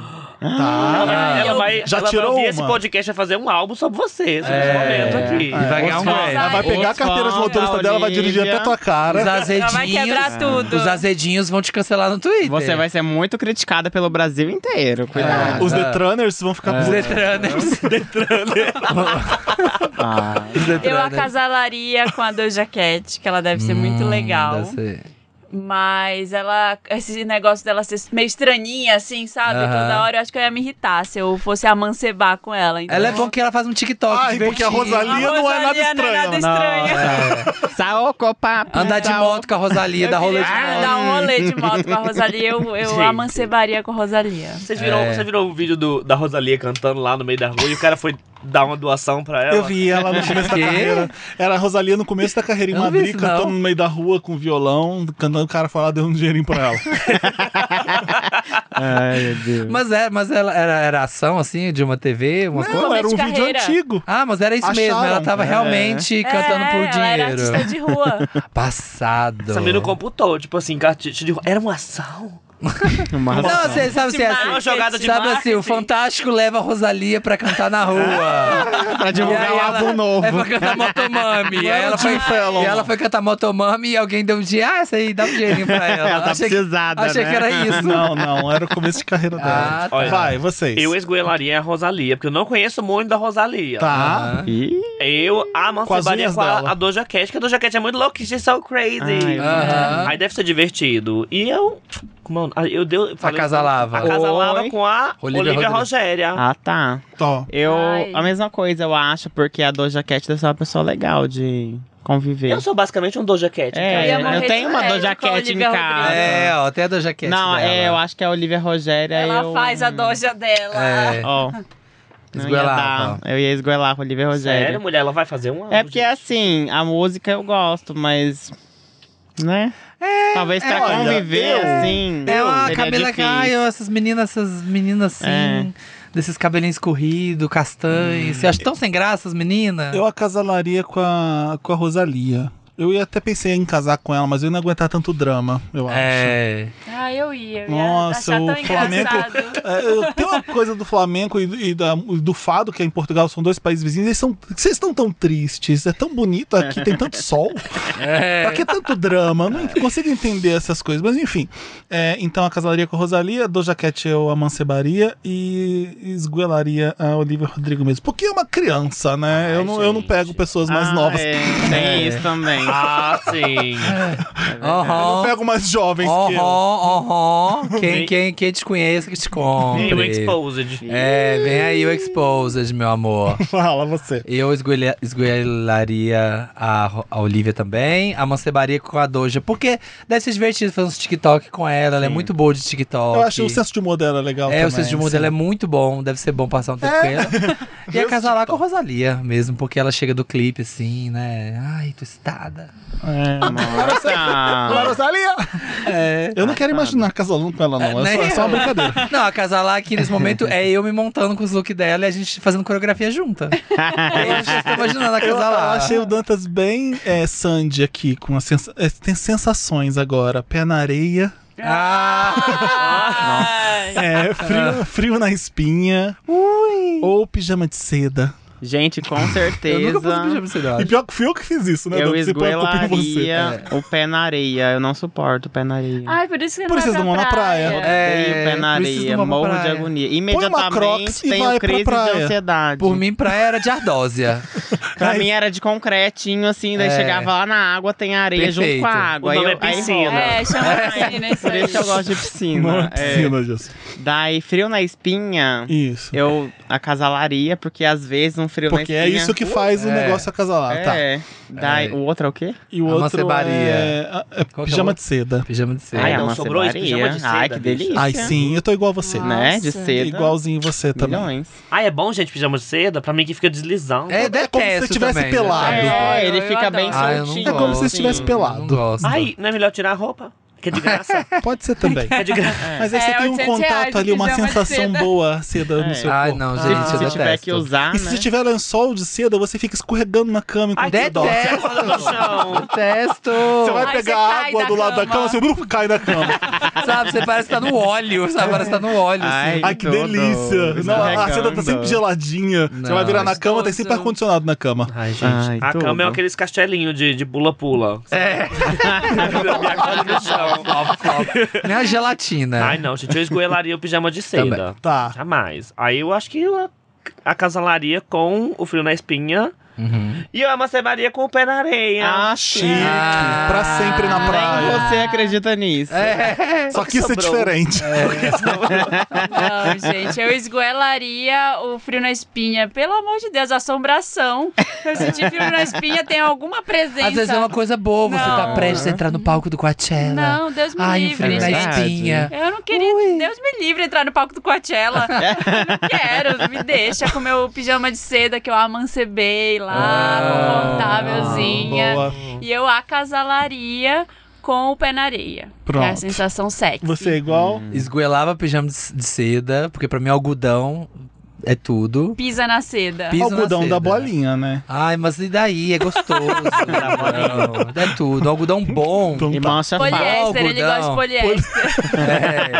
Speaker 3: Ah.
Speaker 4: Ela, ela
Speaker 2: eu-
Speaker 4: vai,
Speaker 1: Já
Speaker 4: ela
Speaker 1: tirou
Speaker 4: vai ouvir
Speaker 1: uma?
Speaker 4: esse podcast vai fazer um álbum sobre você, nesse
Speaker 3: É.
Speaker 4: momento aqui.
Speaker 3: E vai ganhar um
Speaker 5: Os fãs-
Speaker 3: Grammy.
Speaker 1: Ela vai pegar a
Speaker 5: Os fãs
Speaker 1: carteira de
Speaker 5: da
Speaker 1: motorista dela, vai dirigir
Speaker 5: Olivia.
Speaker 1: até tua
Speaker 3: Os
Speaker 1: cara.
Speaker 3: azedinhos.
Speaker 2: vai quebrar tudo.
Speaker 3: Os azedinhos vão te cancelar no Twitter.
Speaker 5: Você vai ser muito criticada pelo Brasil
Speaker 1: É.
Speaker 5: inteiro. Cuidado.
Speaker 1: Os Detraners vão ficar.
Speaker 3: Os
Speaker 1: putos.
Speaker 3: detraners.
Speaker 5: Ah.
Speaker 3: Os
Speaker 2: Eu
Speaker 3: detraners.
Speaker 2: acasalaria com a Doja Cat, que ela deve ser muito
Speaker 3: Hum,
Speaker 2: legal.
Speaker 3: deve ser.
Speaker 2: Mas ela. Esse negócio dela ser meio estranhinha, assim, sabe?
Speaker 3: Aham.
Speaker 2: Toda hora eu acho que eu ia me irritar se eu fosse amancebar com ela. Então.
Speaker 3: Ela é bom que ela faz um TikTok.
Speaker 1: Ai, porque a
Speaker 3: divertido. É.
Speaker 2: A
Speaker 1: Rosalia não é nada
Speaker 2: Rosalia
Speaker 1: estranho.
Speaker 2: não é nada estranha.
Speaker 5: Saoko, papo.
Speaker 3: Andar de moto com a Rosalia, dar é rolê de
Speaker 2: Então- Ah,
Speaker 3: moto.
Speaker 2: dar um rolê de moto com a Rosalia, eu, eu
Speaker 4: Gente.
Speaker 2: amancebaria com a Rosalia.
Speaker 4: Vocês viram,
Speaker 3: É.
Speaker 4: você virou o vídeo do- da Rosalia cantando lá no meio da rua e o cara foi dar uma doação pra ela?
Speaker 1: Eu vi ela no começo da
Speaker 3: Quê?
Speaker 1: carreira. Era a Rosalia no começo da carreira em
Speaker 3: Eu não vi
Speaker 1: Madrid,
Speaker 3: isso,
Speaker 1: cantando
Speaker 3: não.
Speaker 1: no meio da rua com violão, cantando o cara falar, deu um dinheirinho pra ela.
Speaker 5: Ai, meu Deus.
Speaker 3: Mas, é, mas ela era, era ação, assim, de uma TV, uma coisa?
Speaker 1: Não, era um
Speaker 2: de
Speaker 1: vídeo
Speaker 2: carreira.
Speaker 1: antigo.
Speaker 3: Ah, mas era isso mesmo.
Speaker 1: Acharam.
Speaker 3: Ela tava
Speaker 1: É.
Speaker 3: realmente cantando
Speaker 2: é,
Speaker 3: por
Speaker 2: Ela era
Speaker 3: dinheiro.
Speaker 2: artista de rua.
Speaker 3: Passado.
Speaker 4: Essa menina computou, tipo assim, cartucho de... Era uma ação?
Speaker 5: Mas,
Speaker 3: Não, assim, sabe assim,
Speaker 2: Demais.
Speaker 3: assim,
Speaker 4: Uma jogada de
Speaker 3: sabe assim, o
Speaker 4: marketing.
Speaker 3: Fantástico leva a Rosalia pra cantar na rua.
Speaker 5: pra divulgar
Speaker 3: E
Speaker 5: um
Speaker 3: aí ela-
Speaker 5: álbum novo.
Speaker 3: É pra cantar Motomami. E aí ela foi, e ela foi cantar Motomami e alguém deu um dinheiro. Ah, essa aí dá um dinheirinho pra ela.
Speaker 5: Ela tá
Speaker 3: que-
Speaker 5: precisada,
Speaker 3: Achei
Speaker 5: né?
Speaker 3: que era isso.
Speaker 1: Não, não, era o começo de carreira dela.
Speaker 3: Ah, tá.
Speaker 1: Vai, vocês.
Speaker 4: Eu esgoelaria a Rosalia, porque eu não conheço muito da Rosalia.
Speaker 1: Tá.
Speaker 3: Ah.
Speaker 5: Ih,
Speaker 4: Eu
Speaker 1: Com as
Speaker 4: amancebaria
Speaker 1: unhas
Speaker 4: com, a,
Speaker 1: dela.
Speaker 4: a Doja Cat, que a Doja Cat é muito louca, she's so crazy.
Speaker 5: Ai,
Speaker 3: Aham.
Speaker 4: Aí deve ser divertido. E eu... Mano, eu deu... eu falei-
Speaker 3: Casalava.
Speaker 4: A Casalava
Speaker 5: Oi.
Speaker 4: com a
Speaker 3: Olivia
Speaker 4: Olivia,
Speaker 3: Rodrigo.
Speaker 4: Rogéria.
Speaker 5: ah, tá.
Speaker 1: Tó.
Speaker 5: Eu,
Speaker 2: Ai.
Speaker 5: a mesma coisa, eu acho, porque a Doja Cat deve ser uma pessoa legal de conviver.
Speaker 4: Eu sou basicamente um Doja Cat.
Speaker 5: É,
Speaker 2: Eu ia
Speaker 5: eu,
Speaker 2: morrer de
Speaker 5: tenho uma
Speaker 2: inveja
Speaker 5: Doja
Speaker 2: com a
Speaker 5: Cat em
Speaker 2: Olivia
Speaker 5: casa.
Speaker 2: Rodrigo.
Speaker 3: É, ó, até a Doja Cat
Speaker 5: Não,
Speaker 3: dela.
Speaker 5: é, eu acho que a Olivia Rogéria.
Speaker 2: Ela
Speaker 5: É, eu...
Speaker 2: faz a doja dela.
Speaker 3: É,
Speaker 5: Ó. não ia
Speaker 3: Esguelava.
Speaker 5: dar. Eu ia esgoelar com a Olivia Rogéria.
Speaker 4: Sério, mulher, ela vai fazer um
Speaker 5: É porque assim, a música eu gosto, mas. Né? Talvez pra
Speaker 1: olha,
Speaker 5: conviver,
Speaker 1: eu-
Speaker 5: assim.
Speaker 3: É uma
Speaker 5: seria
Speaker 3: Camila
Speaker 5: difícil.
Speaker 3: Caio, essas meninas, essas meninas assim,
Speaker 5: É.
Speaker 3: desses cabelinhos escorridos, castanhos. Você acha tão sem graça essas meninas?
Speaker 1: Eu acasalaria com a, com a Rosalia. Eu ia até pensei em casar com ela, mas eu não ia aguentar tanto drama, eu acho.
Speaker 3: É.
Speaker 2: Ah, eu ia. Eu ia
Speaker 1: Nossa,
Speaker 2: achar tão
Speaker 1: o Flamengo-
Speaker 2: engraçado.
Speaker 1: É, eu- tem uma coisa do Flamengo e, e da- do Fado, que é em Portugal, são dois países vizinhos. Eles são, vocês estão tão tristes, é tão bonito aqui, tem tanto sol. Pra que tanto drama? Eu Não consigo entender essas coisas. Mas enfim, é, então a casalaria com a Rosalia, do Jaquete eu amancebaria e esguelaria a Olivia Rodrigo mesmo. Porque é uma criança, né? eu, não, eu não
Speaker 4: gente.
Speaker 1: pego pessoas mais
Speaker 5: Ah,
Speaker 1: novas.
Speaker 5: É, tem isso também.
Speaker 4: Ah, sim.
Speaker 1: Eu
Speaker 3: Aham.
Speaker 1: pego um mais jovens que eu.
Speaker 3: Aham, aham. Quem,
Speaker 4: Vem-
Speaker 3: quem, quem te conhece que te compre.
Speaker 4: Meio exposed.
Speaker 3: É, vem aí o Exposed, meu amor.
Speaker 1: Fala você.
Speaker 3: Eu esgoelha- esgoelaria a, Ro- a Olivia também, amancebaria com a Doja, porque deve ser divertido fazer uns TikTok com ela, ela é muito boa de TikTok.
Speaker 1: Eu acho o senso de humor dela legal
Speaker 3: É,
Speaker 1: também. assim. É.
Speaker 3: o senso de humor dela é muito bom, deve ser bom passar um tempo com ela. E
Speaker 1: Meus
Speaker 3: acasalar com a Rosalia mesmo, porque ela chega do clipe assim, né? Ai, tô excitada.
Speaker 5: É, nossa.
Speaker 1: Rosalia!
Speaker 3: É.
Speaker 1: Eu não quero imaginar casalando com ela, não.
Speaker 3: É,
Speaker 1: É, só,
Speaker 3: né?
Speaker 1: é só uma brincadeira.
Speaker 3: Não, acasalar aqui nesse momento é eu me montando com os looks dela e a gente fazendo coreografia junta. É eu já estou imaginando
Speaker 1: Eu, eu
Speaker 3: acasalar.
Speaker 1: achei o Dantas bem é, Sandy aqui, com as sensa- é, tem sensações agora. Pé na areia,
Speaker 3: Ah.
Speaker 2: Ai.
Speaker 1: é, frio, frio na espinha, ou pijama de seda.
Speaker 5: Gente, com certeza.
Speaker 3: eu nunca pus pijama de seda,
Speaker 1: E pior que fui eu que fiz isso, né,
Speaker 5: Eu
Speaker 1: Dantas? Você põe a culpa em você. É.
Speaker 5: esgoelaria
Speaker 3: É.
Speaker 5: o pé na areia. Eu não suporto o pé na areia.
Speaker 2: Ai, por isso que
Speaker 1: Por
Speaker 2: não
Speaker 1: isso
Speaker 2: vai
Speaker 1: vocês não vão
Speaker 2: pra
Speaker 1: na praia.
Speaker 5: Odeio
Speaker 3: É,
Speaker 5: pé na
Speaker 3: preciso de
Speaker 5: areia,
Speaker 3: uma
Speaker 5: morro de
Speaker 3: praia.
Speaker 5: agonia.
Speaker 1: uma Crocs
Speaker 5: Imediatamente
Speaker 1: e vai pra
Speaker 5: tenho crise de
Speaker 1: praia.
Speaker 5: ansiedade.
Speaker 3: Por mim, praia era de ardósia.
Speaker 5: Pra mim era de concretinho, assim, daí
Speaker 3: É.
Speaker 5: chegava lá na água, tem areia
Speaker 3: Perfeito.
Speaker 5: junto com a água.
Speaker 4: O
Speaker 5: aí
Speaker 4: nome é
Speaker 5: eu, aí
Speaker 4: piscina.
Speaker 5: rola.
Speaker 2: É, chama piscina, isso
Speaker 5: Por
Speaker 2: aí.
Speaker 5: isso que eu gosto de piscina.
Speaker 1: Não é piscina, Jus.
Speaker 5: É. Daí, frio na espinha,
Speaker 1: Isso.
Speaker 5: eu acasalaria, porque às vezes um frio
Speaker 1: Porque
Speaker 5: na
Speaker 1: é
Speaker 5: espinha...
Speaker 1: isso que faz o
Speaker 3: É.
Speaker 1: negócio acasalar, tá?
Speaker 5: É. Daí, O outro é o quê?
Speaker 1: E o outro
Speaker 3: Amancebaria.
Speaker 1: é,
Speaker 3: Qual
Speaker 1: é
Speaker 3: que é o
Speaker 1: pijama
Speaker 3: outro?
Speaker 1: de seda.
Speaker 3: Pijama de seda.
Speaker 4: Ai,
Speaker 5: a
Speaker 4: não, sobrou esse
Speaker 5: macebaria.
Speaker 4: pijama de seda,
Speaker 5: Ai,
Speaker 4: né?
Speaker 5: que
Speaker 4: bicho.
Speaker 5: delícia.
Speaker 1: Ai, sim, eu tô igual a você.
Speaker 5: Né? De
Speaker 2: Nossa.
Speaker 5: seda.
Speaker 1: Igualzinho você também.
Speaker 5: Milhões.
Speaker 4: Ah, é bom, gente, pijama de seda? Pra mim que fica deslizando.
Speaker 3: É,
Speaker 1: É como se
Speaker 3: detesto
Speaker 1: você tivesse
Speaker 3: também,
Speaker 1: pelado.
Speaker 3: detesto.
Speaker 2: Ah,
Speaker 5: É, ele
Speaker 2: eu
Speaker 5: fica
Speaker 2: adoro.
Speaker 5: bem
Speaker 3: Ah, eu não
Speaker 5: soltinho.
Speaker 1: É como se você
Speaker 3: gosto,
Speaker 1: estivesse
Speaker 3: não
Speaker 1: pelado.
Speaker 3: gosto.
Speaker 4: Ai, não é melhor tirar a roupa? Que é de graça.
Speaker 1: Pode ser também.
Speaker 4: é de graça.
Speaker 1: Mas aí
Speaker 2: É,
Speaker 1: você tem um
Speaker 2: 800 reais é
Speaker 1: contato
Speaker 2: o
Speaker 1: ali, uma
Speaker 2: pijama de
Speaker 1: sensação
Speaker 2: seda.
Speaker 1: boa, seda
Speaker 5: É.
Speaker 1: no seu
Speaker 3: Ai,
Speaker 1: corpo.
Speaker 3: não,
Speaker 1: Ah.
Speaker 3: gente, eu
Speaker 5: Se
Speaker 3: detesto.
Speaker 5: tiver que usar,
Speaker 1: E se
Speaker 5: né?
Speaker 1: tiver lençol de seda, você fica escorregando na cama
Speaker 4: Ai,
Speaker 1: enquanto
Speaker 4: que
Speaker 1: você
Speaker 4: dó.
Speaker 1: dorme.
Speaker 4: Ela no chão.
Speaker 3: Detesto!
Speaker 1: Você vai
Speaker 2: Ai,
Speaker 1: pegar
Speaker 2: você cai
Speaker 1: água
Speaker 2: da
Speaker 1: do lado da cama,
Speaker 2: cama.
Speaker 1: você uh, cai na cama.
Speaker 3: Sabe, você parece que tá no óleo, sabe? Parece que tá no óleo,
Speaker 5: Ai,
Speaker 3: assim.
Speaker 1: Ai, que
Speaker 5: Tudo.
Speaker 1: delícia. Não, a seda tá
Speaker 5: Escorregando.
Speaker 1: sempre geladinha. você
Speaker 3: Não,
Speaker 1: vai virar na cama, tem
Speaker 2: gostoso.
Speaker 1: sempre ar-condicionado na cama.
Speaker 3: Ai, gente.
Speaker 5: Ai,
Speaker 4: A
Speaker 5: tudo.
Speaker 4: cama é aqueles castelinhos de de pula-pula.
Speaker 3: É. Flop, flop. Nem a gelatina.
Speaker 4: Ai, não, gente, eu esgoelaria o pijama de seda.
Speaker 1: Tá.
Speaker 4: Jamais. Aí eu acho que eu acasalaria com o frio na espinha.
Speaker 3: Uhum.
Speaker 4: E eu amassebaria com o pé na areia.
Speaker 5: Ah,
Speaker 1: Chique.
Speaker 5: sim.
Speaker 3: Ah.
Speaker 1: pra sempre na
Speaker 5: Nem
Speaker 1: praia.
Speaker 5: você acredita nisso.
Speaker 3: É.
Speaker 1: Só que isso é
Speaker 4: sobrou.
Speaker 1: diferente.
Speaker 2: Não, gente, eu esgoelaria o frio na espinha. Pelo amor de Deus, assombração. Eu senti frio na espinha, tem alguma presença.
Speaker 3: Às vezes é uma coisa boa, você
Speaker 2: Não.
Speaker 3: tá prestes a entrar no palco do Coachella.
Speaker 2: Não, É Deus me
Speaker 3: Ai, um
Speaker 2: livre.
Speaker 3: frio na
Speaker 5: Verdade.
Speaker 3: espinha.
Speaker 2: Eu não queria. Deus me livre entrar no palco do Coachella. Eu não quero. Me deixa com meu pijama de seda que eu amancebei lá, um
Speaker 3: Ah,
Speaker 2: confortávelzinha.
Speaker 1: Boa.
Speaker 2: E eu acasalaria com o pé na areia. Que é a
Speaker 1: Pronto.
Speaker 2: sensação sexy.
Speaker 3: Hum.
Speaker 1: Você é igual?
Speaker 3: Esgoelava pijama de de seda, porque pra mim algodão é tudo.
Speaker 2: Pisa na seda.
Speaker 3: Pisa na
Speaker 1: Algodão
Speaker 3: seda.
Speaker 1: da bolinha, né?
Speaker 3: Ai, mas e daí? É gostoso. Não, é tudo. Um algodão bom.
Speaker 1: Então
Speaker 5: E
Speaker 1: tá.
Speaker 5: mancha é fácil.
Speaker 2: Poliéster, ele gosta de
Speaker 3: Algodão.
Speaker 2: poliéster.
Speaker 3: É,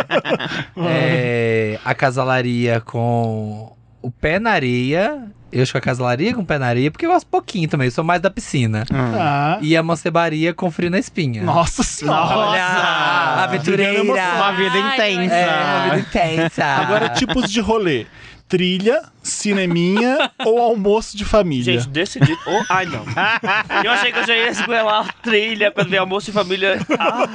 Speaker 3: é, acasalaria com o pé na areia. Eu acho que acasalaria com o pé na areia, porque eu gosto pouquinho também. Eu sou mais da piscina.
Speaker 5: Hum.
Speaker 1: Ah,
Speaker 3: E a mancebaria com frio na espinha.
Speaker 1: Nossa senhora.
Speaker 3: Olha, aventureira.
Speaker 1: Juliana é
Speaker 5: Uma vida
Speaker 2: Ai, que
Speaker 5: intensa.
Speaker 3: É, uma vida intensa.
Speaker 1: Agora, tipos de rolê. Trilha, cineminha ou almoço de família.
Speaker 4: Gente, decidi. Oh, ai, não. Eu achei que eu já ia esgoelar a trilha quando veio almoço e família. Ah,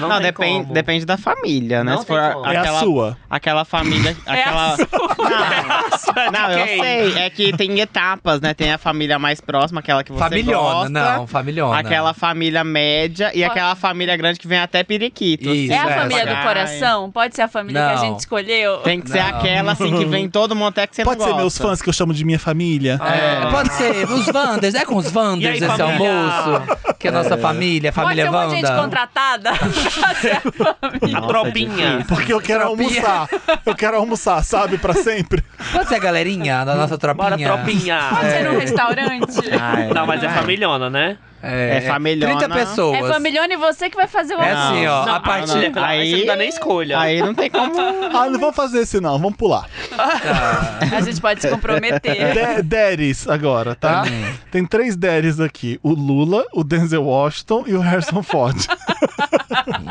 Speaker 4: não,
Speaker 5: Não,
Speaker 4: tem
Speaker 5: depende,
Speaker 4: como.
Speaker 5: depende da família, né?
Speaker 4: Não
Speaker 5: Se
Speaker 4: tem
Speaker 5: for a-
Speaker 4: como.
Speaker 1: é
Speaker 5: aquela,
Speaker 1: a sua.
Speaker 5: aquela família.
Speaker 2: É
Speaker 5: Aquela...
Speaker 2: a sua.
Speaker 4: É
Speaker 5: Não, eu
Speaker 4: Ok.
Speaker 5: sei. É que tem etapas, né? Tem a família mais próxima, aquela que você
Speaker 3: Familhona,
Speaker 5: gosta.
Speaker 3: não, familhona.
Speaker 5: Aquela família média e aquela família grande que vem até periquito.
Speaker 3: Isso,
Speaker 2: É a
Speaker 3: Essa.
Speaker 2: família do coração? Pode ser a família que a
Speaker 3: Não.
Speaker 2: gente escolheu?
Speaker 5: Tem que ser
Speaker 3: Não.
Speaker 5: aquela, assim, que vem todo mundo até que você
Speaker 1: Pode
Speaker 5: não
Speaker 1: ser
Speaker 5: gosta.
Speaker 1: meus fãs que eu chamo de minha família.
Speaker 3: É, Pode ser, os Wanders, é com os Wanders
Speaker 4: E aí,
Speaker 3: esse
Speaker 4: família?
Speaker 3: almoço. Que é a nossa família,
Speaker 2: Pode ser
Speaker 3: família
Speaker 2: um monte de gente
Speaker 3: Wanda.
Speaker 2: contratada?
Speaker 4: A
Speaker 5: Nossa, é
Speaker 4: tropinha.
Speaker 1: Porque eu quero
Speaker 3: Tropinha.
Speaker 1: almoçar. Eu quero almoçar, sabe? Pra sempre.
Speaker 3: Pode ser a galerinha da nossa tropinha.
Speaker 4: Bora, tropinha.
Speaker 2: Pode ser num restaurante?
Speaker 5: Ah,
Speaker 4: Não, mas é familhona, né?
Speaker 3: É,
Speaker 5: É familhona.
Speaker 3: 30 pessoas.
Speaker 2: É familhona e você que vai fazer o
Speaker 3: É
Speaker 2: almoço.
Speaker 3: assim, ó,
Speaker 4: Não,
Speaker 3: a partir...
Speaker 4: não. Aí você não dá nem escolha.
Speaker 5: Aí não tem como.
Speaker 1: Ah, não vamos fazer esse não, vamos pular.
Speaker 2: A gente pode se comprometer.
Speaker 3: É.
Speaker 1: De Deres agora,
Speaker 3: Ah.
Speaker 1: tá? Tem três Deres aqui: o Lula, o Denzel Washington e o Harrison Ford.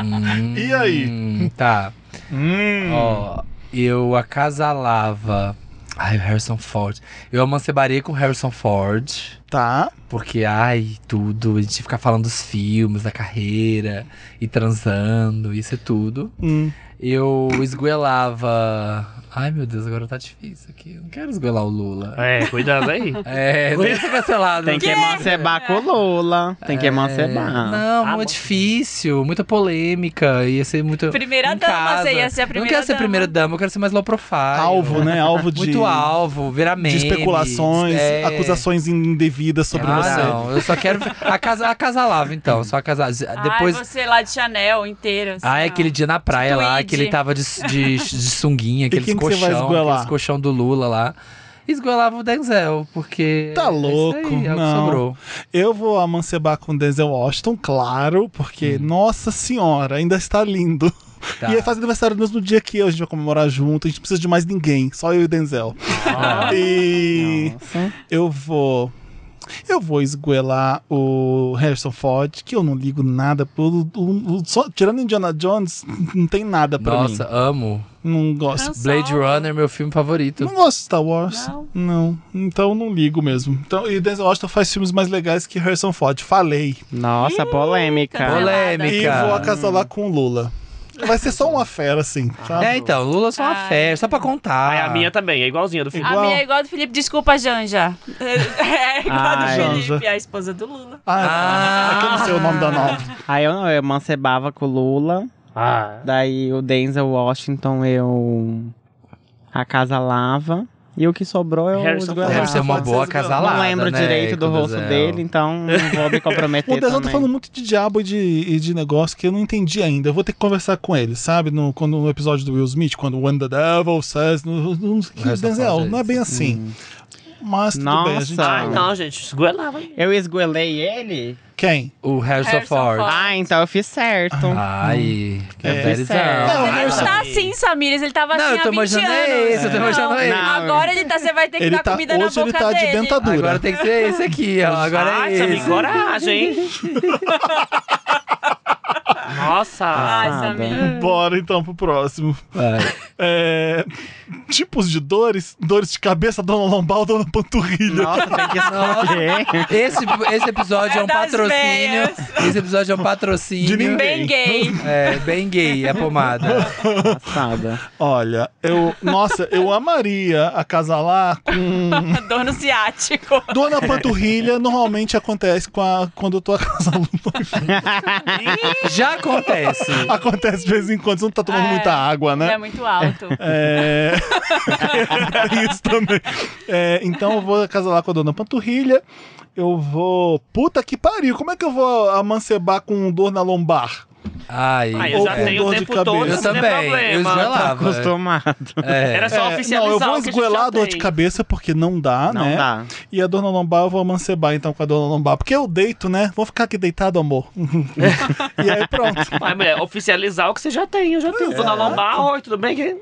Speaker 3: Hum,
Speaker 1: E aí?
Speaker 3: Tá.
Speaker 1: Hum.
Speaker 3: Ó, eu acasalava... Ai, o Harrison Ford. Eu amancebaria com o Harrison Ford.
Speaker 1: Tá.
Speaker 3: Porque, ai, tudo. A gente fica falando dos filmes, da carreira. E transando, isso é tudo.
Speaker 1: Hum.
Speaker 3: Eu esguelava. Ai meu Deus, agora tá difícil aqui. Eu não quero esguelar o Lula.
Speaker 4: É, cuidado aí.
Speaker 3: É, tem que ser cancelado.
Speaker 5: Tem que emancebar com o Lula. Tem que emancebar.
Speaker 3: Não,
Speaker 4: Ah,
Speaker 3: muito
Speaker 4: bom.
Speaker 3: difícil, muita polêmica. Ia ser muito.
Speaker 2: Primeira
Speaker 3: em
Speaker 2: dama,
Speaker 3: casa.
Speaker 2: você ia ser a primeira
Speaker 3: Não quero ser
Speaker 2: dama.
Speaker 3: primeira dama, eu quero ser mais low profile.
Speaker 1: Alvo, né? Alvo de,
Speaker 3: Muito alvo, virar
Speaker 1: de
Speaker 3: meme.
Speaker 1: especulações,
Speaker 3: é.
Speaker 1: acusações indevidas sobre
Speaker 3: ah,
Speaker 1: você.
Speaker 3: não, eu só quero. A casa, a casalava, então. Só a casa. Depois.
Speaker 2: Ai, você lá de Chanel inteira. assim,
Speaker 3: Ah, é
Speaker 2: ó.
Speaker 3: aquele dia na praia lá,
Speaker 2: Tweed.
Speaker 3: que ele tava de, de, de sunguinha, aqueles
Speaker 1: quem que você vai
Speaker 3: colchão,
Speaker 1: esgoelar?
Speaker 3: aqueles colchão do Lula lá. Esgoelava o Denzel, porque. é
Speaker 1: Tá
Speaker 3: isso
Speaker 1: louco,
Speaker 3: aí, é o que
Speaker 1: não.
Speaker 3: sobrou.
Speaker 1: Eu vou amancebar com Denzel Washington, claro, porque, nossa senhora, ainda está lindo.
Speaker 3: Hum. Tá.
Speaker 1: E ele faz aniversário no mesmo dia que eu, a gente vai comemorar junto, a gente não precisa de mais ninguém, só eu e o Denzel.
Speaker 3: Ah.
Speaker 1: E
Speaker 5: Nossa.
Speaker 1: eu vou. Eu vou esgoelar o Harrison Ford, que eu não ligo nada. pro- o- o- só- tirando Indiana Jones, não tem nada pra
Speaker 3: Nossa, amo.
Speaker 1: mim. Não gosto.
Speaker 2: Não
Speaker 3: Blade
Speaker 2: só-
Speaker 3: Runner, meu filme favorito.
Speaker 1: Não gosto de Star Wars.
Speaker 2: Não?
Speaker 1: Não. Então não ligo mesmo. Então, e Denzel Washington faz filmes mais legais que Harrison Ford. Falei.
Speaker 5: Nossa,
Speaker 1: é
Speaker 5: polêmica.
Speaker 2: Cancelada.
Speaker 3: Polêmica.
Speaker 1: E
Speaker 3: Cara.
Speaker 1: vou acasalar com o Lula. Vai ser só uma fera, assim, sabe?
Speaker 3: É, então, Lula é só uma
Speaker 2: Ai.
Speaker 3: festa, só pra contar.
Speaker 4: Aí a minha também, é igualzinha do filme.
Speaker 2: A
Speaker 1: Igual.
Speaker 2: minha é igual a do Felipe. Desculpa, Janja. É igual
Speaker 5: Ai.
Speaker 2: a do Felipe,
Speaker 1: Janja.
Speaker 2: a esposa do Lula.
Speaker 3: Ah.
Speaker 1: Ah, aqui eu não sei o nome um da nova.
Speaker 5: Aí eu não, eu emancebava com o Lula.
Speaker 4: Ah.
Speaker 5: Daí o Denzel Washington eu a casa lava. E o que sobrou eu
Speaker 4: Harrison
Speaker 5: esgoelava.
Speaker 3: Deve ser uma
Speaker 1: Pode ser
Speaker 3: boa
Speaker 1: esgoelada.
Speaker 3: casalada.
Speaker 5: Não lembro
Speaker 3: né,
Speaker 5: direito do
Speaker 3: com o
Speaker 5: rosto
Speaker 3: Denzel.
Speaker 5: dele, então não vou me comprometer
Speaker 1: O Dezão tá
Speaker 5: também.
Speaker 1: falando muito de diabo e de, e de negócio que eu não entendi ainda. Eu vou ter que conversar com ele, sabe? No, quando, no episódio do Will Smith, quando When the Devil says. No, no, no- que
Speaker 3: Essa
Speaker 1: Denzel,
Speaker 3: fase
Speaker 1: não é bem
Speaker 3: aí.
Speaker 1: assim. Mas tudo bem, a gente.
Speaker 5: Nossa.
Speaker 4: Ai, não, gente, esgoelava. aí.
Speaker 5: Eu esgoelei ele?
Speaker 1: Quem?
Speaker 3: O Harrison
Speaker 2: Harrison
Speaker 3: Ford.
Speaker 2: Ford.
Speaker 5: Ah, então eu fiz certo.
Speaker 3: Ah, Ai, que
Speaker 1: É.
Speaker 3: Denzel.
Speaker 5: Não,
Speaker 1: Não,
Speaker 2: Mas ele
Speaker 1: Harrison-
Speaker 2: não tá assim, Samires. Ele tava
Speaker 3: Não,
Speaker 2: assim
Speaker 3: eu tô
Speaker 2: há 20
Speaker 3: imaginando
Speaker 2: anos.
Speaker 3: isso, eu tô
Speaker 2: Não,
Speaker 3: imaginando isso.
Speaker 2: Agora ele tá, você vai ter que
Speaker 1: Ele
Speaker 2: dar
Speaker 1: tá,
Speaker 2: comida na
Speaker 1: hoje
Speaker 2: boca
Speaker 1: ele tá
Speaker 2: dele.
Speaker 1: de dentadura.
Speaker 3: Agora tem que ser esse aqui, ó. Agora
Speaker 4: Ai,
Speaker 3: é
Speaker 4: essa
Speaker 3: esse.
Speaker 4: me coragem, hein? Nossa.
Speaker 2: Ai,
Speaker 5: Ah,
Speaker 2: Samires.
Speaker 1: Bora então pro próximo.
Speaker 3: Vai.
Speaker 1: É, tipos de dores: dores de cabeça, dor na lombar, dor na panturrilha.
Speaker 5: Nossa, tem que escolher.
Speaker 3: Esse, esse episódio é,
Speaker 2: É
Speaker 3: um
Speaker 2: das
Speaker 3: patrocínio.
Speaker 2: veias.
Speaker 3: Esse episódio é um patrocínio.
Speaker 1: De ninguém.
Speaker 2: Bem gay.
Speaker 3: É, bem gay, a pomada.
Speaker 5: Passada.
Speaker 1: Olha, eu. Nossa, eu amaria acasalar com.
Speaker 2: Dor no ciático.
Speaker 1: Dor na panturrilha normalmente acontece com a, quando eu tô acasalando.
Speaker 3: Já acontece.
Speaker 1: Acontece de vez em quando, você não tá tomando
Speaker 2: É.
Speaker 1: muita água, né?
Speaker 2: É muito alto.
Speaker 1: É. é isso também. É, então eu vou acasalar com a dona Panturrilha. Eu vou. Puta que pariu! Como é que eu vou amancebar com dor na lombar?
Speaker 3: Ai, é.
Speaker 4: Ah, eu
Speaker 1: Ou
Speaker 4: já
Speaker 1: com
Speaker 4: tenho o
Speaker 1: dor de
Speaker 4: tempo todo,
Speaker 1: cabeça.
Speaker 4: isso
Speaker 3: Eu
Speaker 4: não é
Speaker 3: também, eu
Speaker 4: problema.
Speaker 3: esguelava.
Speaker 5: Acostumado.
Speaker 3: É.
Speaker 4: Era só
Speaker 1: É,
Speaker 4: oficializar
Speaker 1: não, eu vou
Speaker 4: o que a gente
Speaker 1: esgoelar
Speaker 4: já
Speaker 1: a dor de
Speaker 4: tem.
Speaker 1: cabeça porque não dá,
Speaker 5: Não
Speaker 1: né?
Speaker 5: dá.
Speaker 1: E a dona Lombar eu vou amancebar então com a dona Lombar. Porque eu deito, né? Vou ficar aqui deitado, amor. e aí pronto.
Speaker 4: Ai, mulher, oficializar o que você já tem. Eu já tenho.
Speaker 1: É.
Speaker 4: Tô na lombar, oi, tudo bem? Que-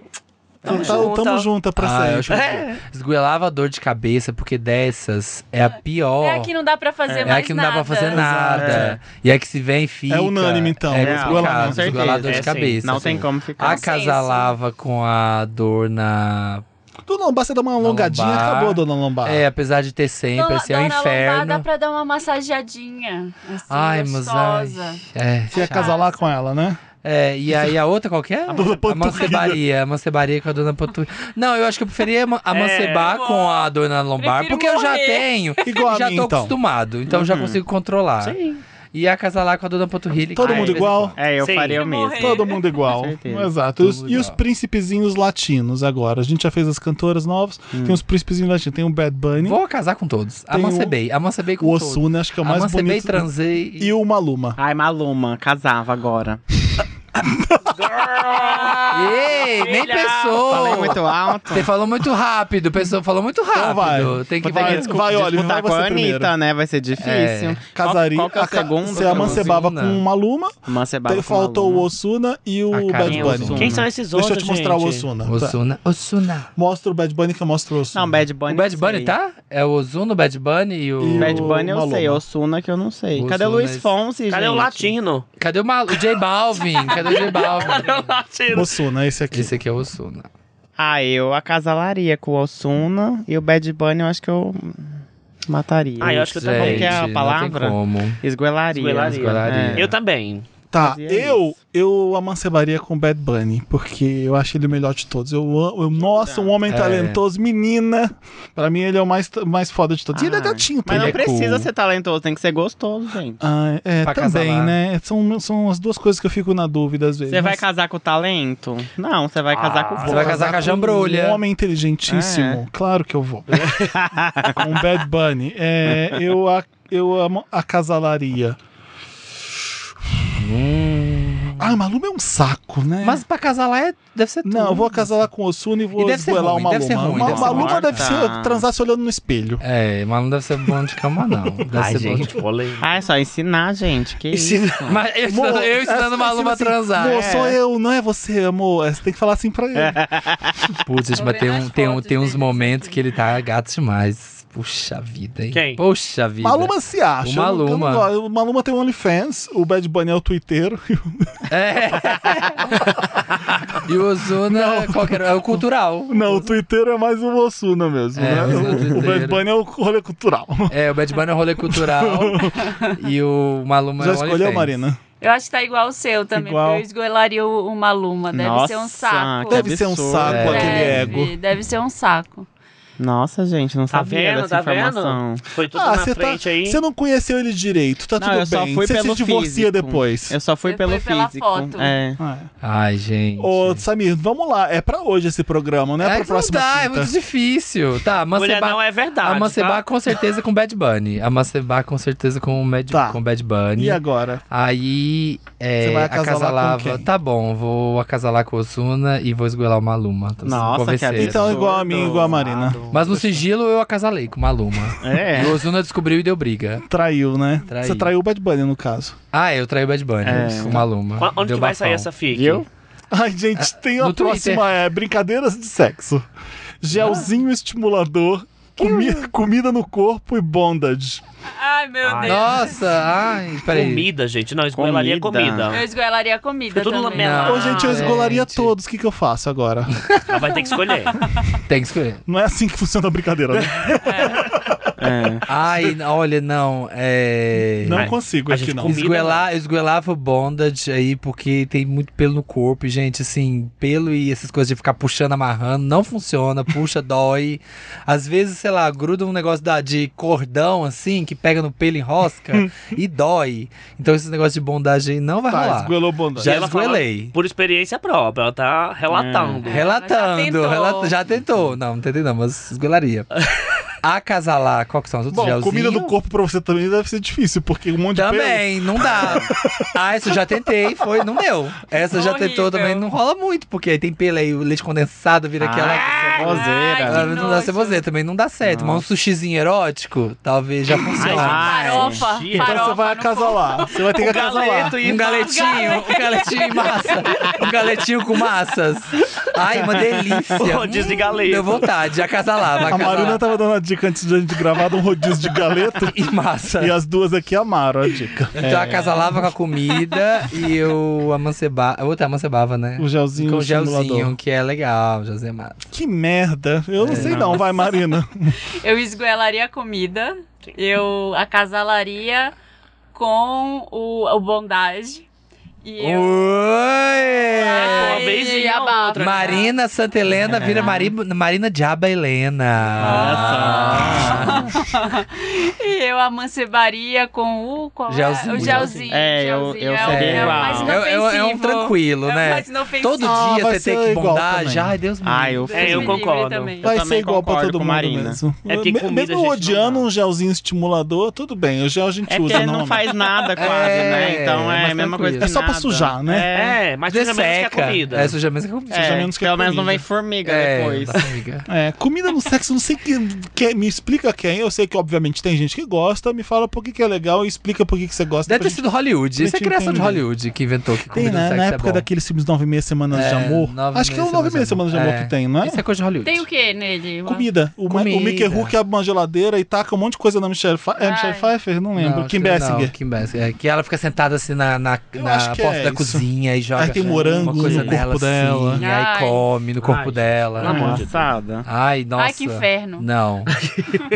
Speaker 4: Tamo
Speaker 1: Tamo, Então, tamo,
Speaker 4: junto.
Speaker 1: junta pra
Speaker 3: Ah, eu acho
Speaker 1: sempre.
Speaker 4: É.
Speaker 3: que esgoelava a dor de cabeça, porque dessas é a pior.
Speaker 2: É que não dá pra fazer
Speaker 3: É
Speaker 2: mais
Speaker 3: a que não dá pra fazer
Speaker 2: nada.
Speaker 3: nada. E é que se vem, fica.
Speaker 1: É unânime, então.
Speaker 3: É
Speaker 1: É, esgoelava,
Speaker 3: complicado,
Speaker 1: com
Speaker 3: esgoelar dor
Speaker 4: certeza.
Speaker 3: de
Speaker 4: É, sim.
Speaker 3: cabeça.
Speaker 5: Não
Speaker 3: assim.
Speaker 5: tem como ficar.
Speaker 3: Acasalava com a dor na.
Speaker 1: Dona Lombar, você dá uma alongadinha,
Speaker 3: lombar.
Speaker 1: acabou, dona Lombar.
Speaker 3: É, apesar de ter sempre, assim, é um
Speaker 2: Dona Lombar,
Speaker 3: inferno.
Speaker 2: dá pra dar uma massageadinha. Assim,
Speaker 3: Ai, mas. Ai,
Speaker 2: gostosa.
Speaker 3: é,
Speaker 1: Você ia
Speaker 3: chato.
Speaker 1: casalar com ela, né?
Speaker 3: É, e aí a outra qualquer?
Speaker 1: A dona
Speaker 3: A
Speaker 1: Panturrilha.
Speaker 3: mancebaria, a mancebaria com a dona Panturrilha. Não, eu acho que eu preferia ma- a
Speaker 4: É,
Speaker 3: mancebar
Speaker 2: bom.
Speaker 3: com a dona Lombar,
Speaker 2: Prefiro
Speaker 3: porque eu já
Speaker 2: morrer.
Speaker 3: tenho.
Speaker 1: Igual a
Speaker 3: já
Speaker 1: mim,
Speaker 3: tô
Speaker 1: então. Uhum.
Speaker 3: acostumado, então já consigo controlar.
Speaker 4: Sim.
Speaker 3: E acasalar com a dona Panturrilha.
Speaker 1: Todo
Speaker 3: que-
Speaker 1: mundo
Speaker 3: de vez em
Speaker 1: igual?
Speaker 3: quando.
Speaker 5: É, eu
Speaker 4: Sim.
Speaker 5: faria o
Speaker 2: Morrer.
Speaker 5: mesmo.
Speaker 1: Todo mundo igual.
Speaker 5: certeza.
Speaker 1: Exato.
Speaker 3: Todo
Speaker 1: E os,
Speaker 3: mundo
Speaker 1: e os
Speaker 3: igual.
Speaker 1: príncipezinhos latinos agora? A gente já fez as cantoras novas, tem os príncipezinhos latinos. Tem o Bad Bunny,
Speaker 3: Hum. Vou casar com todos.
Speaker 1: o-
Speaker 3: Amancebei. Amancebei com
Speaker 1: o
Speaker 3: todos. Ah,
Speaker 1: Osuna, acho que é o mais
Speaker 3: Amancebei,
Speaker 1: bonito.
Speaker 3: transei. e-
Speaker 1: E o Maluma.
Speaker 5: Ai, Maluma, casava agora.
Speaker 3: Ei, nem
Speaker 4: filha!
Speaker 3: pensou.
Speaker 5: Falei muito alto.
Speaker 3: Você falou muito rápido, pessoa falou muito rápido.
Speaker 1: Então vai.
Speaker 3: Tem que ver.
Speaker 5: Vou ter
Speaker 1: Vai,
Speaker 5: discu-
Speaker 1: vai, Oliver,
Speaker 5: disputar
Speaker 1: vai
Speaker 5: com
Speaker 1: você
Speaker 5: a Anitta,
Speaker 1: primeiro.
Speaker 5: né? Vai ser difícil.
Speaker 3: É.
Speaker 1: Casaria.
Speaker 5: Qual, qual que é o
Speaker 1: a ca-
Speaker 5: segundo?
Speaker 1: Você amancebava com
Speaker 3: Osuna.
Speaker 1: o Maluma,
Speaker 5: Amancebava
Speaker 1: te-
Speaker 5: com
Speaker 1: faltou o
Speaker 5: Maluma.
Speaker 1: Osuna e o
Speaker 3: A é cara
Speaker 1: Bad
Speaker 3: do
Speaker 1: Bunny.
Speaker 5: Ozuna.
Speaker 4: Quem são esses outros,
Speaker 1: Deixa eu te mostrar o
Speaker 4: gente?
Speaker 1: Osuna. tá?
Speaker 3: Osuna. Osuna.
Speaker 1: Mostra o Bad Bunny que eu mostro o Osuna.
Speaker 5: Não, Bad Bunny.
Speaker 3: O Bad
Speaker 5: eu
Speaker 3: Bunny
Speaker 5: sei.
Speaker 3: tá? É o Ozuna, o Bad Bunny e o.
Speaker 1: E o-
Speaker 5: Bad Bunny eu
Speaker 1: Maluma.
Speaker 5: sei, Osuna que eu não sei. Cadê
Speaker 3: Ozuna,
Speaker 5: o Luiz
Speaker 3: esse-
Speaker 5: Fonsi, gente?
Speaker 4: Cadê o latino?
Speaker 3: Cadê o maluco? O J Balvin. Cadê o J
Speaker 4: Cadê o
Speaker 3: Balvin?
Speaker 4: latino?
Speaker 1: Osuna, esse aqui.
Speaker 3: Esse aqui é o Osuna.
Speaker 5: Ah, eu acasalaria com o Osuna e o Bad Bunny eu acho que eu mataria.
Speaker 4: Ah, eu acho que eu
Speaker 5: Como
Speaker 4: também.
Speaker 5: que é a
Speaker 3: Gente, Não tem
Speaker 5: palavra?
Speaker 3: como.
Speaker 5: Esguelaria. É.
Speaker 4: Esguelaria. é.
Speaker 3: Esguelaria.
Speaker 4: Eu também.
Speaker 1: Tá,
Speaker 5: Fazia
Speaker 1: eu,
Speaker 5: isso.
Speaker 1: eu amancebaria com o Bad Bunny, porque eu acho ele o melhor de todos. Eu, amo- eu- nossa, um homem
Speaker 3: É.
Speaker 1: talentoso, menina. Pra mim, ele é o mais, mais foda de todos. E ele é
Speaker 5: Ai,
Speaker 1: gatinho
Speaker 5: Ah. Mas
Speaker 1: também.
Speaker 5: não
Speaker 3: Ele é cool.
Speaker 5: precisa ser talentoso, tem que ser gostoso, gente.
Speaker 1: Ah, é,
Speaker 3: Pra
Speaker 1: também,
Speaker 3: casalar.
Speaker 1: né? São, são as duas coisas que eu fico na dúvida às vezes.
Speaker 5: Você vai
Speaker 1: Mas
Speaker 5: casar com o talento? Não, você vai casar com o
Speaker 1: Ah.
Speaker 3: você
Speaker 5: fofo.
Speaker 3: vai casar com a jambrolha.
Speaker 1: Um homem inteligentíssimo.
Speaker 5: É.
Speaker 1: Claro que eu vou. com o Bad Bunny. É, eu, a, eu amo a casalaria. Ah, Maluma é um saco, né?
Speaker 3: Hum. Mas pra casalar é... deve ser tudo.
Speaker 1: Não, eu vou casalar com o Osuna e vou
Speaker 3: E deve ser
Speaker 1: esgoelar
Speaker 3: ruim,
Speaker 1: o Maluma.
Speaker 3: deve ser ruim, Ah.
Speaker 1: Ma-
Speaker 3: deve ser
Speaker 1: Maluma
Speaker 5: ruim.
Speaker 1: deve ser
Speaker 5: Tá.
Speaker 1: transar se olhando no espelho.
Speaker 3: É, mas não deve ser bom de cama, não. Deve
Speaker 4: Ai,
Speaker 3: ser bom
Speaker 4: gente,
Speaker 3: de...
Speaker 4: polêmica.
Speaker 5: Ah, é só ensinar, gente. Que isso?
Speaker 3: Mas eu
Speaker 1: Mo-
Speaker 3: ensinando, eu ensinando
Speaker 1: é,
Speaker 3: o Maluma a
Speaker 1: assim,
Speaker 3: transar.
Speaker 1: Mo, sou eu, não é você, amor. É, Você tem que falar assim pra ele.
Speaker 3: Putz, gente,
Speaker 2: Tô
Speaker 3: mas
Speaker 2: vendo
Speaker 3: tem, um,
Speaker 2: as
Speaker 3: tem, um,
Speaker 2: fotos
Speaker 3: tem uns
Speaker 2: dele,
Speaker 3: momentos
Speaker 2: assim.
Speaker 3: que ele tá gato demais. Puxa vida, hein?
Speaker 4: Quem?
Speaker 3: Puxa vida.
Speaker 1: Maluma se acha.
Speaker 3: O
Speaker 1: eu não- eu não
Speaker 3: Maluma.
Speaker 1: gosto. o Maluma tem o OnlyFans, o Bad Bunny é o Twitter.
Speaker 3: É. e o Ozuna qual que era? é o cultural.
Speaker 1: Não, o Twitter é mais o Osuna mesmo,
Speaker 3: É,
Speaker 1: né?
Speaker 3: mas o
Speaker 1: O, o Bad
Speaker 3: Twitter.
Speaker 1: Bunny é o rolê cultural.
Speaker 3: É, o Bad Bunny é o rolê cultural e o Maluma
Speaker 1: Já
Speaker 3: é o
Speaker 1: escolheu,
Speaker 3: OnlyFans.
Speaker 1: Marina?
Speaker 2: Eu acho que tá igual o seu também,
Speaker 1: Igual.
Speaker 2: porque eu esgoelaria o, o Maluma. Deve
Speaker 5: Nossa,
Speaker 2: ser um saco.
Speaker 5: que
Speaker 1: Deve ser um
Speaker 5: absurdo.
Speaker 1: saco
Speaker 3: É.
Speaker 1: aquele ego.
Speaker 2: Deve, deve ser um saco.
Speaker 5: Nossa, gente, não
Speaker 4: Tá
Speaker 5: sabia
Speaker 4: vendo,
Speaker 5: dessa
Speaker 4: tá
Speaker 5: informação.
Speaker 4: vendo? Foi tudo
Speaker 1: Ah,
Speaker 4: na
Speaker 1: você tá,
Speaker 4: frente aí.
Speaker 1: você não conheceu ele direito, tá
Speaker 5: Não,
Speaker 1: tudo
Speaker 5: eu só
Speaker 1: bem.
Speaker 5: fui
Speaker 1: Você
Speaker 5: pelo
Speaker 1: se divorcia
Speaker 5: físico. É.
Speaker 1: depois.
Speaker 5: Eu só fui
Speaker 2: Você
Speaker 5: pelo
Speaker 2: foi pela
Speaker 5: físico.
Speaker 2: foto.
Speaker 5: É.
Speaker 1: É.
Speaker 3: Ai, gente.
Speaker 1: Ô, Samir, vamos lá. É pra hoje esse programa, não é,
Speaker 3: É
Speaker 1: pra
Speaker 3: que não
Speaker 1: próxima
Speaker 3: dá, é
Speaker 1: quinta.
Speaker 3: muito difícil. Tá,
Speaker 4: Mulher, não
Speaker 3: Mancebá.
Speaker 4: é verdade.
Speaker 3: A Mancebá
Speaker 4: tá?
Speaker 3: com certeza com Bad Bunny. A Mancebá com certeza com o Mad,
Speaker 1: Tá.
Speaker 3: com Bad Bunny.
Speaker 1: E agora?
Speaker 3: Aí, é,
Speaker 1: Você vai acasalar com
Speaker 3: acasalava.
Speaker 1: quem?
Speaker 3: Tá bom, vou acasalar com o Osuna e vou esgoelar o Maluma. Tô sendo
Speaker 5: Nossa, que
Speaker 3: converseiro.
Speaker 5: absurdo.
Speaker 1: Então, igual a mim, igual a Marina.
Speaker 3: Mas no sigilo eu acasalei com o Maluma.
Speaker 5: É.
Speaker 3: E o Osuna descobriu e deu briga.
Speaker 1: Traiu, né?
Speaker 3: Traí.
Speaker 1: Você traiu o Bad Bunny, no caso.
Speaker 3: Ah, eu traí o Bad Bunny
Speaker 5: É.
Speaker 3: com o Maluma.
Speaker 4: Qu- Onde
Speaker 3: Deu
Speaker 4: que vai
Speaker 3: bafão.
Speaker 4: sair essa fic?
Speaker 5: Viu?
Speaker 1: Ai, gente, tem a
Speaker 3: Ah, no Twitter.
Speaker 1: próxima é brincadeiras de sexo. Gelzinho
Speaker 3: Ah.
Speaker 1: estimulador, comi- comida no corpo e bondage.
Speaker 2: Ai, meu
Speaker 4: Ai.
Speaker 2: Deus.
Speaker 3: Nossa, ai, peraí.
Speaker 4: Comida, gente. Não, esgoelaria
Speaker 5: Comida.
Speaker 4: comida.
Speaker 2: Eu esgoelaria a comida
Speaker 4: Foi tudo
Speaker 2: também.
Speaker 4: lamelado.
Speaker 1: Ô, Ah, gente, eu
Speaker 3: gente.
Speaker 1: esgolaria todos. O que, que eu faço agora?
Speaker 4: Ela vai ter que escolher.
Speaker 3: Tem que escolher.
Speaker 1: Não é assim que funciona a brincadeira, né?
Speaker 5: É.
Speaker 3: Ai, olha, não, é...
Speaker 1: Não consigo
Speaker 4: a
Speaker 1: aqui,
Speaker 4: gente
Speaker 1: não.
Speaker 4: com- Comida,
Speaker 1: né?
Speaker 3: Esguelar, eu esguelava o bondage aí, porque tem muito pelo no corpo, e, gente, assim, pelo e essas coisas de ficar puxando, amarrando, não funciona, puxa, dói. Às vezes, sei lá, gruda um negócio da, de cordão, assim, que pega no pelo e enrosca e dói. Então esses negócios de bondage aí não vai
Speaker 1: Tá,
Speaker 3: rolar.
Speaker 1: esguelou bondage.
Speaker 3: Já
Speaker 4: E ela fala-
Speaker 3: esguelei.
Speaker 4: Por experiência própria, ela tá relatando.
Speaker 3: É.
Speaker 2: Ela já
Speaker 3: Relatando,
Speaker 2: tentou.
Speaker 3: relata- já tentou. Não, não tentei não, mas esguelaria. Acasalar, qual que são os outros?
Speaker 1: Bom,
Speaker 3: Gelzinho?
Speaker 1: comida do corpo pra você também deve ser difícil, porque um monte de
Speaker 3: Também, não dá. Ah, essa eu já tentei, foi, não deu. Essa eu já tentou
Speaker 2: Horrível.
Speaker 3: também, não rola muito, porque aí tem pelo aí, o leite condensado vira
Speaker 5: Ah.
Speaker 3: aquela.
Speaker 1: é
Speaker 2: Ai,
Speaker 5: Ceboseira.
Speaker 2: que
Speaker 3: não dá
Speaker 2: nojo.
Speaker 3: ceboseira, também não dá certo. Mas um sushizinho erótico, talvez já funcione.
Speaker 5: Ai,
Speaker 2: Farofa.
Speaker 4: gente.
Speaker 1: pele. Então
Speaker 2: farofa
Speaker 1: você vai
Speaker 2: no
Speaker 1: acasalar. Você vai ter que acasalar.
Speaker 4: Galeto e
Speaker 3: Um galetinho, um galetinho em massa. Um galetinho com massas. Ai, uma delícia. Hum,
Speaker 4: Rodízio de galeto.
Speaker 3: Deu vontade, acasalava.
Speaker 1: A Marina tava dando a dica antes de a gente gravar de um rodízio de galeto.
Speaker 3: E massa.
Speaker 1: tá- E as duas aqui amaram a dica.
Speaker 3: Então acasalava com a comida e eu amancebava. A outra amancebava, né?
Speaker 1: O gelzinho
Speaker 3: Com
Speaker 1: no
Speaker 3: o
Speaker 1: simulador.
Speaker 3: gelzinho, que é legal, José Mato.
Speaker 1: Que merda. Eu não sei não. Vai, Marina.
Speaker 2: Eu esgoelaria a comida. Eu acasalaria com o, o bondage. E
Speaker 3: Oi!
Speaker 2: eu.
Speaker 4: uma
Speaker 2: Ai,
Speaker 4: beijinha,
Speaker 2: e a Bárbara.
Speaker 4: outra.
Speaker 3: né? Marina Santa Helena vira Mari- Marina Diaba Helena.
Speaker 5: Nossa.
Speaker 2: E eu amancebaria com o. Qual é?
Speaker 3: Gelzinho.
Speaker 2: O gelzinho.
Speaker 5: É, eu-
Speaker 2: gelzinho.
Speaker 5: eu
Speaker 2: é, o-
Speaker 5: seria
Speaker 2: é o
Speaker 5: igual.
Speaker 2: mais
Speaker 3: É, é- é um
Speaker 2: inofensivo.
Speaker 3: tranquilo,
Speaker 2: É o
Speaker 3: né?
Speaker 2: mais inofensivo.
Speaker 3: Todo
Speaker 1: Ah,
Speaker 3: dia
Speaker 1: vai
Speaker 3: você
Speaker 1: ser
Speaker 3: tem que
Speaker 1: igual
Speaker 3: bondade.
Speaker 1: também.
Speaker 3: Ai, Deus me
Speaker 5: Ai, eu
Speaker 2: Deus me
Speaker 4: É, eu
Speaker 1: um
Speaker 5: fiz.
Speaker 2: livre
Speaker 4: concordo.
Speaker 2: também.
Speaker 1: Vai ser
Speaker 5: também
Speaker 1: igual pra
Speaker 5: concordo
Speaker 1: todo
Speaker 5: com
Speaker 1: mundo
Speaker 5: Marina.
Speaker 1: mesmo.
Speaker 4: É porque
Speaker 1: Me-
Speaker 4: comida a
Speaker 1: Mesmo
Speaker 4: gente não
Speaker 1: odiando
Speaker 4: dá.
Speaker 1: um gelzinho estimulador, tudo bem. O gel a gente
Speaker 5: É porque
Speaker 1: usa,
Speaker 5: ele
Speaker 1: não.
Speaker 5: não faz nada quase,
Speaker 3: É,
Speaker 5: né? Então é
Speaker 3: mas
Speaker 5: a mesma coisa.
Speaker 3: tranquilo.
Speaker 5: que
Speaker 1: É só pra
Speaker 5: nada.
Speaker 1: sujar, né?
Speaker 4: É, mas
Speaker 3: Você
Speaker 4: pelo menos que a
Speaker 3: seca.
Speaker 4: comida.
Speaker 3: É, suja menos que a comida.
Speaker 5: É,
Speaker 1: Suja menos que a
Speaker 5: pelo menos não
Speaker 1: comida.
Speaker 5: vem formiga
Speaker 3: É,
Speaker 5: depois.
Speaker 3: tá, amiga.
Speaker 1: É, comida no sexo, não sei que, que- me explica quem. Eu sei que obviamente tem gente que gosta, me fala por que, que é legal e explica por que, que você gosta.
Speaker 3: Deve
Speaker 1: pra
Speaker 3: ter
Speaker 1: gente-
Speaker 3: sido Hollywood. Isso é
Speaker 1: pra gente
Speaker 3: criação de
Speaker 1: entender.
Speaker 3: Hollywood que inventou que
Speaker 1: Tem,
Speaker 3: comida
Speaker 1: né?
Speaker 3: sexo
Speaker 1: Na
Speaker 3: é
Speaker 1: época
Speaker 3: bom.
Speaker 1: daqueles filmes Nove e Meia Semanas de
Speaker 3: É,
Speaker 1: Amor.
Speaker 3: Nove e
Speaker 1: Acho que é o
Speaker 3: Meia
Speaker 1: Nove e Meia Semanas de Amor
Speaker 3: É.
Speaker 1: que tem, não é?
Speaker 3: Isso é coisa de Hollywood.
Speaker 2: Tem o que nele? Uma-
Speaker 1: Comida. O, Ma- o
Speaker 3: Comida.
Speaker 1: Mickey Rourke abre uma geladeira e taca um monte de coisa na Michelle, Fa- é
Speaker 2: Ai.
Speaker 1: Michelle Pfeiffer? Não
Speaker 3: Não,
Speaker 1: lembro.
Speaker 3: acho
Speaker 1: Kim
Speaker 3: que não,
Speaker 1: Basinger.
Speaker 3: Kim Basinger. É, que ela fica sentada assim na, na,
Speaker 1: Eu
Speaker 3: na
Speaker 1: acho
Speaker 3: porta
Speaker 1: que é
Speaker 3: da
Speaker 1: isso.
Speaker 3: cozinha e joga
Speaker 1: Aí tem um morango
Speaker 3: uma
Speaker 1: no
Speaker 3: coisa
Speaker 1: corpo
Speaker 3: nela,
Speaker 1: dela.
Speaker 3: Assim, aí
Speaker 2: Ai.
Speaker 3: come no corpo
Speaker 4: Ai,
Speaker 3: dela.
Speaker 4: pelo amor de
Speaker 5: Engraçada.
Speaker 3: Ai, nossa.
Speaker 2: Ai, que inferno.
Speaker 3: Não.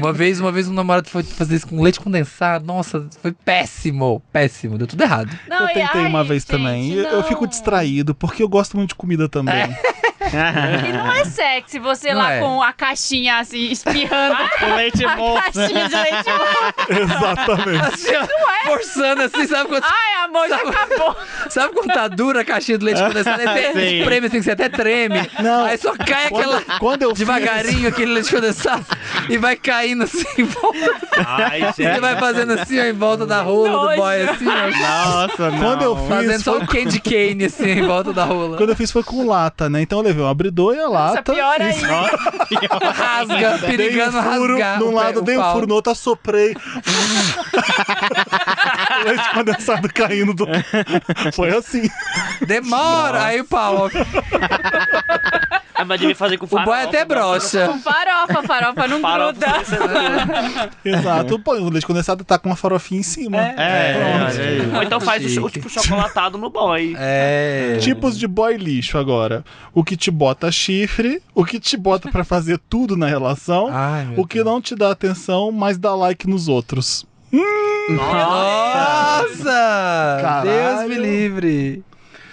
Speaker 3: uma vez, uma vez um namorado foi fazer isso com leite condensado. Nossa, foi péssimo. Péssimo. Deu tudo errado.
Speaker 2: Não,
Speaker 1: eu
Speaker 2: e-
Speaker 1: tentei
Speaker 2: ai,
Speaker 1: uma vez
Speaker 2: gente,
Speaker 1: também. E Eu
Speaker 2: não.
Speaker 1: fico distraído, porque eu gosto muito de comida também.
Speaker 3: É.
Speaker 2: E não é sexy você
Speaker 3: Não
Speaker 2: lá
Speaker 3: é.
Speaker 2: com a caixinha assim, espirrando.
Speaker 5: o leite
Speaker 2: a
Speaker 5: bom.
Speaker 2: caixinha de leite. Tipo,
Speaker 1: Exatamente.
Speaker 3: Assim, ó, Forçando assim, sabe quando,
Speaker 2: Ai, amor, É? Ah,
Speaker 1: Tá.
Speaker 2: já acabou.
Speaker 3: sabe quando tá dura a caixinha do leite condensado? Aí você
Speaker 5: Sim.
Speaker 3: espreme assim, que você até treme.
Speaker 1: Não.
Speaker 3: Aí só cai aquela...
Speaker 1: Quando, quando eu
Speaker 3: Devagarinho aquele leite condensado e vai caindo assim em volta.
Speaker 4: Ai,
Speaker 3: Você
Speaker 4: gente.
Speaker 3: vai fazendo assim, ó, em volta da rola do boy,
Speaker 2: nojo.
Speaker 3: assim, ó.
Speaker 5: Nossa, não.
Speaker 1: Quando eu fiz-
Speaker 3: Fazendo só um candy cane, assim, em volta da rola.
Speaker 1: Quando eu fiz foi com lata, né? Então eu levei um abridor e a
Speaker 2: Nossa,
Speaker 1: lata.
Speaker 2: pior ainda.
Speaker 3: Rasga,
Speaker 1: Dei um
Speaker 3: perigando
Speaker 1: furo
Speaker 3: rasgar.
Speaker 1: num
Speaker 3: o pé-
Speaker 1: lado,
Speaker 3: o
Speaker 1: dei um
Speaker 3: pau.
Speaker 1: furo no outro, assoprei. O Leite condensado caindo. Do... Foi assim.
Speaker 3: Demora! Aí o pau. ó.
Speaker 4: Ah, mas devia fazer com
Speaker 3: O
Speaker 4: farofa.
Speaker 3: boy até brocha.
Speaker 2: Com farofa, farofa não
Speaker 4: Farofa
Speaker 2: gruda.
Speaker 4: deve ser tudo.
Speaker 1: Exato. Pô, o leite condensado tá com uma farofinha em cima.
Speaker 5: É,
Speaker 1: Pronto.
Speaker 5: olha aí.
Speaker 4: Ou então faz o, cho-
Speaker 3: Chique.
Speaker 4: tipo chocolatado no boy.
Speaker 3: É.
Speaker 1: Tipos de boy lixo agora. O que te bota chifre, o que te bota pra fazer tudo na relação,
Speaker 3: Ai, Ah, meu
Speaker 1: o que não te dá atenção, mas dá like nos outros.
Speaker 3: É. Nossa!
Speaker 1: Caralho.
Speaker 3: Deus me livre.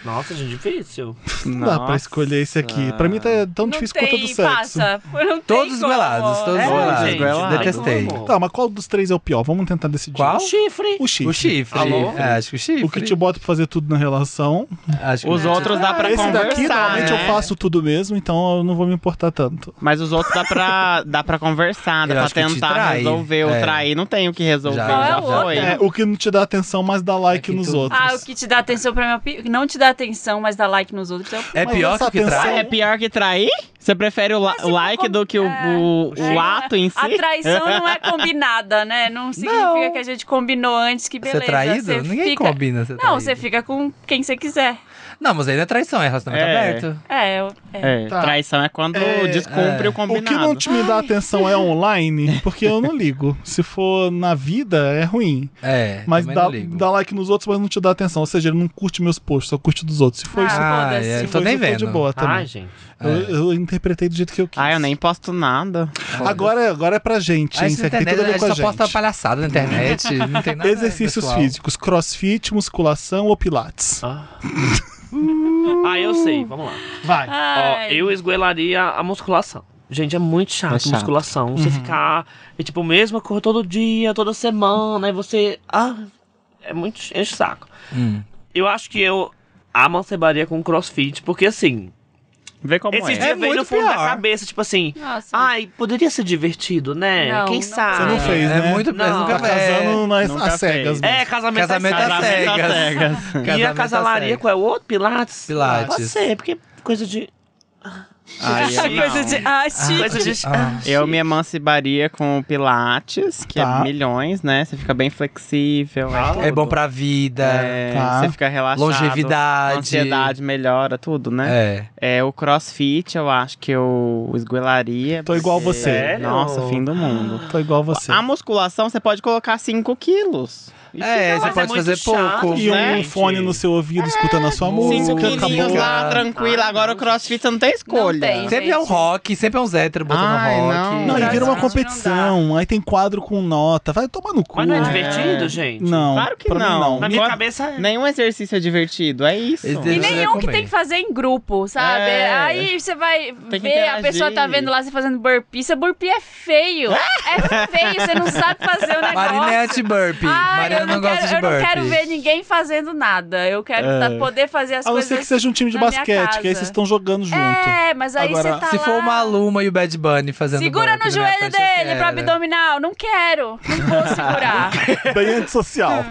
Speaker 4: Nossa, gente, difícil.
Speaker 1: Não dá pra escolher esse aqui. Pra mim tá tão
Speaker 2: Não
Speaker 1: difícil quanto o do
Speaker 2: tem,
Speaker 1: sexo.
Speaker 2: passa. Não
Speaker 3: Todos
Speaker 2: tem
Speaker 3: esguelados,
Speaker 2: como.
Speaker 3: todos
Speaker 4: É,
Speaker 3: esguelados.
Speaker 4: gente, não tem
Speaker 3: Detestei.
Speaker 4: como.
Speaker 1: Tá, mas qual dos três é o pior? Vamos tentar decidir.
Speaker 3: Qual?
Speaker 4: O chifre.
Speaker 1: O chifre.
Speaker 3: O chifre.
Speaker 4: Alô?
Speaker 3: É, acho que o chifre.
Speaker 1: O que te bota pra fazer tudo na relação.
Speaker 3: Acho que
Speaker 5: Os
Speaker 3: o
Speaker 5: outros dá pra
Speaker 1: Ah, Esse
Speaker 5: conversar,
Speaker 1: daqui, normalmente
Speaker 5: né?
Speaker 1: eu faço tudo mesmo, então eu não vou me importar tanto.
Speaker 5: Mas os outros dá pra, dá pra conversar, dá
Speaker 3: Eu
Speaker 5: pra
Speaker 3: acho que te
Speaker 5: tentar
Speaker 3: trai.
Speaker 5: resolver. O
Speaker 3: É.
Speaker 5: trair não tem o que resolver,
Speaker 3: Já,
Speaker 5: já,
Speaker 2: já, já.
Speaker 5: foi.
Speaker 1: É, o que não te dá atenção, mas dá like
Speaker 3: É que
Speaker 1: nos
Speaker 3: tudo-
Speaker 1: outros.
Speaker 2: Ah, o que te dá atenção pra minha opinião. Não te dá atenção, mas dá like nos outros. Então,
Speaker 3: É
Speaker 1: Mas
Speaker 3: pior que
Speaker 1: essa
Speaker 3: o que
Speaker 1: atenção-
Speaker 3: trai?
Speaker 5: Ah, é pior que trair? Você prefere o, la-
Speaker 2: Mas
Speaker 5: o
Speaker 2: se
Speaker 5: like
Speaker 2: for com-
Speaker 5: do que o,
Speaker 2: é.
Speaker 5: o- o
Speaker 2: É.
Speaker 5: ato em si?
Speaker 2: A traição não é combinada, né? Não significa que a gente combinou antes que
Speaker 3: Você
Speaker 2: beleza.
Speaker 3: é traído?
Speaker 2: você
Speaker 3: Ninguém
Speaker 2: fica...
Speaker 3: combina ser
Speaker 2: Não,
Speaker 3: traído.
Speaker 2: você fica com quem você quiser.
Speaker 3: Não, mas aí não é traição, é relacionamento
Speaker 5: É.
Speaker 3: aberto.
Speaker 2: É, eu- é.
Speaker 5: É,
Speaker 1: Tá.
Speaker 5: Traição é quando
Speaker 1: É,
Speaker 5: descumpre
Speaker 3: é.
Speaker 5: o
Speaker 1: O que
Speaker 5: combinado.
Speaker 1: não te me dá atenção é online, porque eu não ligo. Se for na vida, é ruim.
Speaker 3: É,
Speaker 1: Mas
Speaker 3: também
Speaker 1: dá,
Speaker 3: não ligo.
Speaker 2: Ah,
Speaker 1: dá um like nos outros, mas não te dá atenção. Ou seja, ele não curte meus posts, só curte dos outros. Se for
Speaker 2: Ah,
Speaker 1: isso,
Speaker 3: Ah,
Speaker 2: foda-se.
Speaker 3: é, eu
Speaker 1: se
Speaker 3: tô é.
Speaker 1: for
Speaker 3: nem
Speaker 1: isso, eu
Speaker 3: vendo.
Speaker 1: tô tá de boa
Speaker 4: Ai,
Speaker 1: também.
Speaker 4: gente.
Speaker 1: Eu, eu interpretei do jeito que eu quis.
Speaker 5: Ah, eu nem posto nada.
Speaker 1: Agora, é- agora é pra gente,
Speaker 3: Ah,
Speaker 1: hein?
Speaker 3: isso
Speaker 1: Isso
Speaker 3: na
Speaker 1: aqui tem tudo a
Speaker 3: internet,
Speaker 1: ver com a
Speaker 3: só posta
Speaker 1: gente.
Speaker 3: palhaçada na internet, não tem nada né,
Speaker 1: Exercícios
Speaker 3: pessoal.
Speaker 1: físicos, crossfit, musculação ou pilates?
Speaker 4: Ah, eu sei, vamos lá.
Speaker 1: Vai.
Speaker 4: Ó,
Speaker 2: Ai,
Speaker 4: eu esguelaria a musculação. Gente, é muito chato,
Speaker 5: É chato.
Speaker 4: musculação. Você ficar, é, tipo, mesma coisa todo dia, toda semana, aí você. Ah, é muito. Enche o saco.
Speaker 3: Hum.
Speaker 4: Eu acho que eu amancebaria com crossfit, porque assim.
Speaker 5: Vê como
Speaker 4: Esses
Speaker 5: é.
Speaker 4: dias veio
Speaker 3: muito
Speaker 4: no fundo da
Speaker 3: pior.
Speaker 4: cabeça, tipo assim.
Speaker 2: Nossa.
Speaker 4: Ai, poderia ser divertido, né?
Speaker 2: Não,
Speaker 4: Quem
Speaker 2: não
Speaker 4: sabe?
Speaker 1: Você não fez,
Speaker 3: é
Speaker 1: né?
Speaker 3: muito
Speaker 4: Não,
Speaker 3: não, nunca
Speaker 1: Tá casando nas
Speaker 5: Nunca
Speaker 1: às cegas.
Speaker 5: fez.
Speaker 1: mesmo.
Speaker 4: É, casamento,
Speaker 3: Casamento às
Speaker 4: às
Speaker 3: cegas.
Speaker 4: às cegas. E a casalaria, qual é o outro? Pilates?
Speaker 3: Pilates.
Speaker 4: Pode ser, porque coisa de...
Speaker 5: É, Aí eu, não.
Speaker 2: coisa de. Ah, chique.
Speaker 4: Coisa de...
Speaker 3: Ah.
Speaker 5: Eu me emanciparia com o Pilates, que
Speaker 1: Tá.
Speaker 5: é milhões, né? Você fica bem flexível.
Speaker 1: Tá.
Speaker 5: tudo.
Speaker 3: É bom pra vida,
Speaker 5: É,
Speaker 1: Tá.
Speaker 5: Você fica relaxado.
Speaker 3: longevidade.
Speaker 5: Ansiedade melhora, tudo, né?
Speaker 3: É.
Speaker 5: É. o crossfit, eu acho que eu esguelaria.
Speaker 1: Tô igual
Speaker 5: porque-
Speaker 1: você. Sério?
Speaker 5: Nossa, fim do mundo.
Speaker 1: Tô igual você.
Speaker 5: A musculação, você pode colocar 5 quilos. E
Speaker 3: É,
Speaker 4: Mas
Speaker 3: você
Speaker 4: é
Speaker 3: pode
Speaker 4: muito
Speaker 3: fazer
Speaker 4: chato,
Speaker 3: pouco.
Speaker 1: E um
Speaker 4: gente.
Speaker 1: fone no seu ouvido escutando a sua
Speaker 5: Cinco
Speaker 1: música.
Speaker 3: acabou.
Speaker 5: quilinhos lá, tranquila. Agora o crossfit você não tem escolha.
Speaker 2: Ah, tem.
Speaker 3: Sempre é um
Speaker 2: Gente.
Speaker 3: rock, sempre é um héteros botando
Speaker 5: Ai,
Speaker 3: rock.
Speaker 5: não.
Speaker 1: Não, e vira uma
Speaker 2: Não
Speaker 1: competição. Aí tem quadro com nota. Vai tomar no cu.
Speaker 4: Mas não é
Speaker 1: né?
Speaker 4: divertido, gente?
Speaker 1: Não.
Speaker 5: Claro que
Speaker 1: pra mim,
Speaker 5: não.
Speaker 4: Na minha cabeça é.
Speaker 5: Nenhum exercício é divertido, é isso.
Speaker 3: Esse
Speaker 2: E
Speaker 3: Deixa
Speaker 2: nenhum
Speaker 3: eu
Speaker 2: que
Speaker 3: comer.
Speaker 2: tem que fazer em grupo, sabe?
Speaker 5: É.
Speaker 2: Aí você vai
Speaker 5: que
Speaker 2: ver, a
Speaker 5: interagir.
Speaker 2: pessoa tá vendo lá você fazendo burpee. Você burpee é feio. é feio, você não sabe fazer o negócio.
Speaker 3: Marina é anti-burpee.
Speaker 2: Ah,
Speaker 3: Marina
Speaker 2: eu não,
Speaker 3: gosta
Speaker 2: quero,
Speaker 3: de
Speaker 2: eu
Speaker 3: burpee.
Speaker 2: não quero ver ninguém fazendo nada. Eu quero
Speaker 1: É.
Speaker 2: tá- poder fazer as
Speaker 1: A não
Speaker 2: coisas.
Speaker 1: ser que seja um time de
Speaker 2: na minha
Speaker 1: basquete, que aí
Speaker 2: casa.
Speaker 1: vocês estão jogando junto.
Speaker 2: É, mas aí
Speaker 1: Agora,
Speaker 2: você tá
Speaker 3: Se
Speaker 2: lá,
Speaker 3: for uma Luma e o Bad Bunny fazendo
Speaker 5: né?
Speaker 2: Segura no
Speaker 3: burpee na minha
Speaker 2: joelho
Speaker 3: frente, eu
Speaker 2: dele
Speaker 3: quero.
Speaker 2: pra abdominal. Não quero. Não vou segurar.
Speaker 1: Bem antissocial.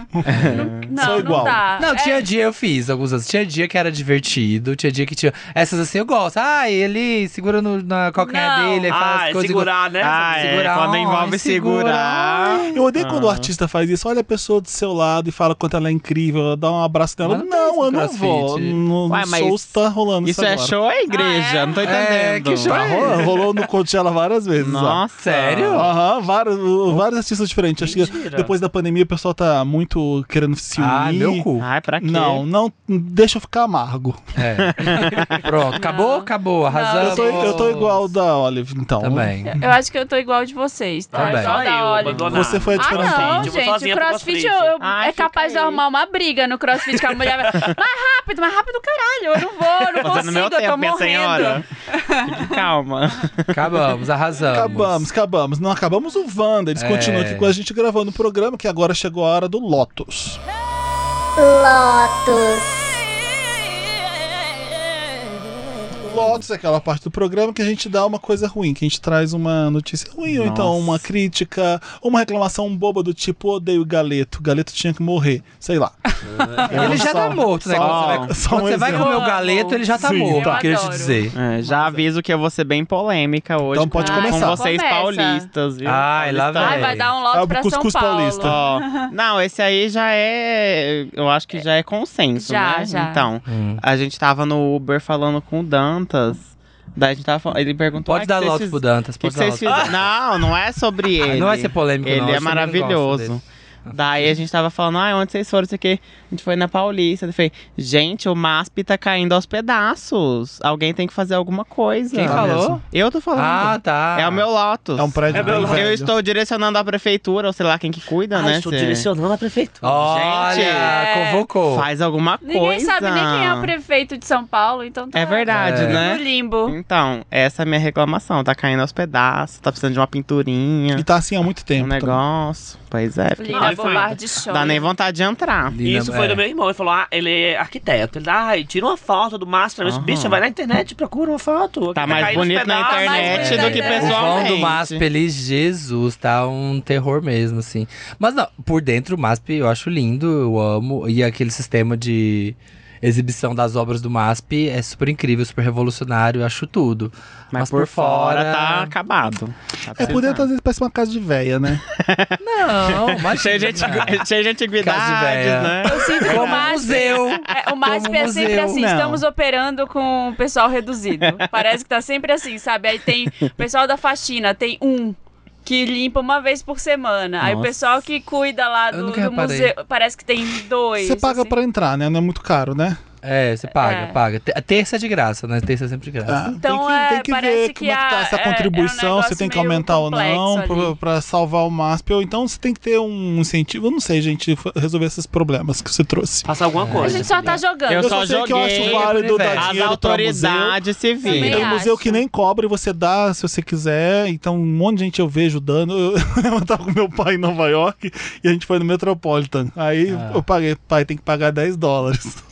Speaker 2: não,
Speaker 1: Sou igual.
Speaker 2: não dá.
Speaker 3: Não,
Speaker 2: É,
Speaker 3: tinha dia eu fiz alguns anos. Tinha dia que era divertido, tinha dia que tinha. Essas assim eu gosto. Ah, ele segura no, na coquinha
Speaker 2: Não.
Speaker 3: dele, aí faz
Speaker 4: Ah, é
Speaker 3: coisas.
Speaker 4: segurar, né?
Speaker 5: Ah, é,
Speaker 3: Segurar,
Speaker 5: quando
Speaker 3: ai,
Speaker 5: envolve
Speaker 3: segura,
Speaker 5: segurar.
Speaker 1: Eu odeio quando o artista faz isso. Olha a pessoa do seu lado e fala quanto ela é incrível, dá um abraço nela.
Speaker 3: Mas não tem
Speaker 1: Não,
Speaker 3: isso
Speaker 1: eu
Speaker 3: no
Speaker 1: não vou.
Speaker 3: crossfit.
Speaker 1: No,
Speaker 5: Ué,
Speaker 1: no
Speaker 5: mas
Speaker 1: show tá rolando isso,
Speaker 5: Isso é
Speaker 1: agora.
Speaker 5: show ou é igreja?
Speaker 2: Ah, é?
Speaker 5: Não tô entendendo.
Speaker 3: É, que show
Speaker 1: Tá rolando. Rolou no Coachella várias vezes. ó.
Speaker 5: Nossa.
Speaker 3: Sério?
Speaker 1: Aham, vários, vários artistas diferentes. Acho que
Speaker 4: Mentira.
Speaker 1: depois da pandemia o pessoal tá muito querendo se unir.
Speaker 3: Ah, meu cu.
Speaker 5: Ai, pra quê?
Speaker 1: Não, não, deixa eu ficar amargo.
Speaker 3: É. Pronto, acabou? Acabou, arrasamos.
Speaker 1: Eu tô, eu tô igual da Olive, então.
Speaker 3: Também.
Speaker 2: Eu acho que eu tô igual de vocês, tá?
Speaker 3: Tá bem.
Speaker 2: Só
Speaker 4: Só
Speaker 2: da
Speaker 4: eu,
Speaker 2: Olive.
Speaker 4: abandonado.
Speaker 1: Você foi a
Speaker 2: Ah,
Speaker 1: diferença.
Speaker 2: não,
Speaker 4: Eu vou
Speaker 2: gente.
Speaker 4: sozinha
Speaker 2: O
Speaker 4: pro
Speaker 2: crossfit
Speaker 4: crossfit.
Speaker 2: eu- eu-
Speaker 5: Ai,
Speaker 2: é
Speaker 5: fica
Speaker 2: capaz de
Speaker 5: aí.
Speaker 2: arrumar uma briga no crossfit com a mulher. vai, mais rápido, mais rápido, caralho. Eu não vou, eu
Speaker 5: Fazendo
Speaker 2: não consigo,
Speaker 5: é meu
Speaker 2: eu tô
Speaker 5: tempo, minha
Speaker 2: morrendo.
Speaker 5: senhora. Fique calma.
Speaker 3: Acabamos, arrasamos.
Speaker 1: Acabamos, acabamos. Não acabamos o Wanda. Eles
Speaker 3: É.
Speaker 1: continuam aqui com a gente gravando o programa, que agora chegou a hora do Lotus. Lotus é aquela parte do programa que a gente dá uma coisa ruim, que a gente traz uma notícia ruim, ou então
Speaker 5: Nossa.
Speaker 1: uma crítica, ou uma reclamação boba do tipo, odeio o Galeto, o Galeto tinha que morrer, sei lá. É um
Speaker 3: Ele já tá morto, né?
Speaker 1: só-
Speaker 3: Quando você vai,
Speaker 1: só
Speaker 3: quando
Speaker 1: um
Speaker 3: você vai
Speaker 1: exemplo.
Speaker 3: comer o galeto, ele já tá
Speaker 1: Sim,
Speaker 3: morto,
Speaker 1: tá.
Speaker 3: eu queria te
Speaker 2: Adoro.
Speaker 3: dizer.
Speaker 5: É, já aviso que eu vou ser bem polêmica hoje.
Speaker 1: Então pode
Speaker 5: com,
Speaker 1: começar.
Speaker 5: Com vocês
Speaker 2: Começa.
Speaker 5: paulistas, viu?
Speaker 3: Ai, lá
Speaker 5: Paulistanos.
Speaker 2: Ai, vai dar um
Speaker 5: É
Speaker 2: lote
Speaker 1: Sabe,
Speaker 2: pra São
Speaker 1: cuscuz
Speaker 2: Paulo.
Speaker 1: paulista.
Speaker 5: Ó, não, esse aí já é. Eu acho que já é consenso,
Speaker 2: Já,
Speaker 5: né?
Speaker 2: já.
Speaker 5: Então,
Speaker 3: Hum.
Speaker 5: a gente tava no Uber falando com o Dantas. Daí a gente tava falando. Ele perguntou.
Speaker 3: Pode
Speaker 5: "Ah,
Speaker 3: dar
Speaker 5: que vocês
Speaker 3: lote
Speaker 5: fiz-
Speaker 3: pro Dantas,
Speaker 5: que
Speaker 3: pode dar lote
Speaker 5: vocês
Speaker 3: pro Dantas.
Speaker 5: fizeram? Não, não é sobre ele.
Speaker 3: Não vai ser polêmico,
Speaker 5: Ele
Speaker 3: não.
Speaker 5: é
Speaker 3: eu também não gosto dele.
Speaker 5: maravilhoso. Daí a gente tava falando, ah, onde vocês foram, isso aqui. A gente foi na Paulista. Ele fez, gente, o MASP tá caindo aos pedaços. Alguém tem que fazer alguma coisa.
Speaker 3: Quem
Speaker 1: Tá
Speaker 3: falou?
Speaker 1: mesmo.
Speaker 5: Eu tô falando.
Speaker 3: Ah, tá.
Speaker 5: É o meu Lotus.
Speaker 1: É um prédio
Speaker 4: É meu
Speaker 1: bem
Speaker 4: Lotus.
Speaker 1: velho.
Speaker 5: Eu estou direcionando à prefeitura, ou sei lá quem que cuida,
Speaker 4: Ah,
Speaker 5: né?
Speaker 4: estou
Speaker 5: cê-
Speaker 4: direcionando a prefeitura.
Speaker 3: Olha,
Speaker 5: Gente,
Speaker 3: convocou.
Speaker 5: Faz alguma coisa.
Speaker 2: Ninguém sabe nem quem é o prefeito de São Paulo, então tá
Speaker 5: É verdade,
Speaker 3: É.
Speaker 2: no
Speaker 5: né?
Speaker 2: limbo.
Speaker 5: Então, essa é a minha reclamação. Tá caindo aos pedaços, tá precisando de uma pinturinha,
Speaker 1: E tá assim há muito
Speaker 5: um
Speaker 1: tempo. também.
Speaker 5: negócio. Pois é.
Speaker 4: Ah,
Speaker 5: fiquei-
Speaker 2: Lina
Speaker 4: ele foi-
Speaker 2: Bobardi chora.
Speaker 5: Dá nem vontade de entrar.
Speaker 3: Lina-
Speaker 4: Isso foi
Speaker 3: é.
Speaker 4: do meu irmão. Ele falou: ah, ele é arquiteto. Ele, ai, tira uma foto do Márcio pra mim.
Speaker 5: Aham.
Speaker 4: Bicha, vai na internet, procura uma foto. Aqui
Speaker 5: Tá mais
Speaker 4: caindo os
Speaker 5: bonito na
Speaker 4: pedaços.
Speaker 2: Tá mais
Speaker 5: internet
Speaker 2: bonito
Speaker 5: do que
Speaker 2: na internet.
Speaker 3: É. O vão
Speaker 5: pessoalmente.
Speaker 3: do MASP, ele, Jesus, tá um terror mesmo, assim. Mas não, por dentro o MASP eu acho lindo, eu amo. E aquele sistema de exibição das obras do MASP é super incrível, super revolucionário, eu acho tudo.
Speaker 5: Mas, por, fora, tá acabado. Tá
Speaker 1: É por dentro, às vezes, parece uma casa de véia, né?
Speaker 3: Não, mas.
Speaker 5: Cheio de, antigu... Cheio de
Speaker 3: Casa de
Speaker 5: antiguidades,
Speaker 3: véia.
Speaker 5: né?
Speaker 2: Eu sinto que o
Speaker 3: Como um
Speaker 2: MASP...
Speaker 3: museu.
Speaker 2: É, o MASP
Speaker 3: Como
Speaker 2: é sempre
Speaker 3: museu.
Speaker 2: assim,
Speaker 5: Não.
Speaker 2: estamos operando com o pessoal reduzido. Parece que tá sempre assim, sabe? Aí tem o pessoal da faxina, tem um que limpa uma vez por semana. Aí o
Speaker 5: Nossa.
Speaker 2: pessoal que cuida lá
Speaker 3: Eu
Speaker 2: do,
Speaker 3: nunca
Speaker 2: do
Speaker 3: reparei.
Speaker 2: museu, parece que tem dois.
Speaker 1: Você paga
Speaker 2: assim.
Speaker 1: pra entrar, né? Não é muito caro, né?
Speaker 3: É, você paga,
Speaker 2: É.
Speaker 3: paga. Te- Terça é de graça, né? Terça é sempre de graça.
Speaker 1: Ah,
Speaker 2: Então,
Speaker 1: tem que,
Speaker 2: é,
Speaker 1: tem que
Speaker 2: parece
Speaker 1: ver
Speaker 2: que
Speaker 1: como é que tá
Speaker 2: a-
Speaker 1: essa
Speaker 2: é- é um
Speaker 1: contribuição, você tem que
Speaker 2: negócio meio
Speaker 1: aumentar ou não
Speaker 2: complexo
Speaker 1: pra,
Speaker 2: ali.
Speaker 1: pra salvar o MASP, ou então você tem que ter um incentivo. Eu não sei, gente, f- resolver esses problemas que você trouxe.
Speaker 4: Faça alguma
Speaker 2: A
Speaker 4: coisa.
Speaker 2: gente só tá jogando.
Speaker 5: Eu
Speaker 1: só
Speaker 5: só
Speaker 1: sei que eu acho
Speaker 5: joguei
Speaker 1: válido dar
Speaker 3: as
Speaker 5: As
Speaker 1: dinheiro pra museu.
Speaker 5: autoridades se
Speaker 2: Também
Speaker 1: Tem um
Speaker 2: acho.
Speaker 5: viram.
Speaker 1: museu que nem cobra e você dá se você quiser. Então, um monte de gente eu vejo dando. Eu, eu tava com meu pai em Nova York e a gente foi no Metropolitan. Aí
Speaker 3: Ah.
Speaker 1: eu paguei, pai, tem que pagar 10 dólares.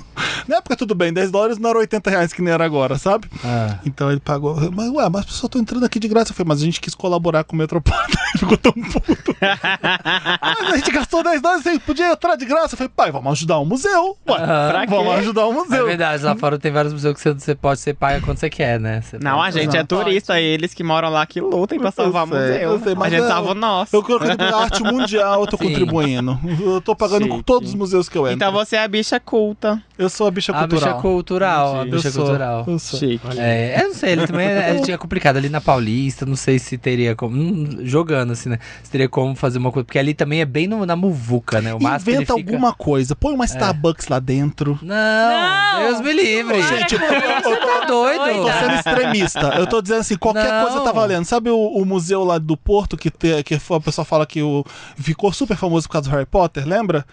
Speaker 1: Na época, tudo bem, 10 dólares não era 80 reais que nem era agora, sabe?
Speaker 3: Ah.
Speaker 1: Então ele pagou. Mas, ué, mas as pessoas estão entrando aqui de graça. Eu falei, mas a gente quis colaborar com o Metropolitano. Ele ficou tão puto. Ah, mas a gente gastou 10 dólares, vocês podiam entrar de graça. Eu falei, pai, vamos ajudar o museu. Ué,
Speaker 5: Ah,
Speaker 3: Aham.
Speaker 1: vamos ajudar o
Speaker 3: É
Speaker 1: museu.
Speaker 3: verdade, lá fora tem vários museus que você, você pode, você paga quando você quer, né? Você
Speaker 5: Não, a
Speaker 3: pode-
Speaker 5: gente é turista, eles que moram lá que lutem pra salvar o
Speaker 1: sei,
Speaker 5: museu.
Speaker 1: eu sei,
Speaker 5: a
Speaker 1: mas
Speaker 5: gente
Speaker 1: eu-
Speaker 5: salva o nosso.
Speaker 1: eu quero contribuir a arte mundial, eu tô
Speaker 3: Sim.
Speaker 1: contribuindo. Eu tô pagando
Speaker 5: Sim,
Speaker 1: com todos
Speaker 5: sim.
Speaker 1: os museus que eu entro.
Speaker 5: Então você é a bicha culta.
Speaker 1: Eu sou a bicha
Speaker 3: A
Speaker 1: é cultural.
Speaker 3: bicha cultural, a
Speaker 1: Eu
Speaker 3: bicha
Speaker 1: sou,
Speaker 3: cultural.
Speaker 1: eu sou.
Speaker 5: Chique.
Speaker 3: É, eu não sei, ele também é, é complicado ali na Paulista, não sei se teria como. hum, jogando, assim, né? Se teria como fazer uma coisa. Porque ali também é bem no- na muvuca, né? O máximo ele
Speaker 1: Inventa
Speaker 3: fica- É.
Speaker 1: alguma coisa, põe uma Starbucks lá dentro.
Speaker 3: Não,
Speaker 2: Não!
Speaker 3: Deus me livre. tá
Speaker 2: Para
Speaker 1: Gente,
Speaker 2: com
Speaker 1: eu tô-
Speaker 2: isso,
Speaker 1: eu tô
Speaker 3: doido.
Speaker 1: Eu tô sendo extremista. Eu tô dizendo assim, qualquer
Speaker 3: Não.
Speaker 1: coisa tá valendo. Sabe o, o museu lá do Porto que, te, que foi- a pessoa fala que o, ficou super famoso por causa do Harry Potter, lembra?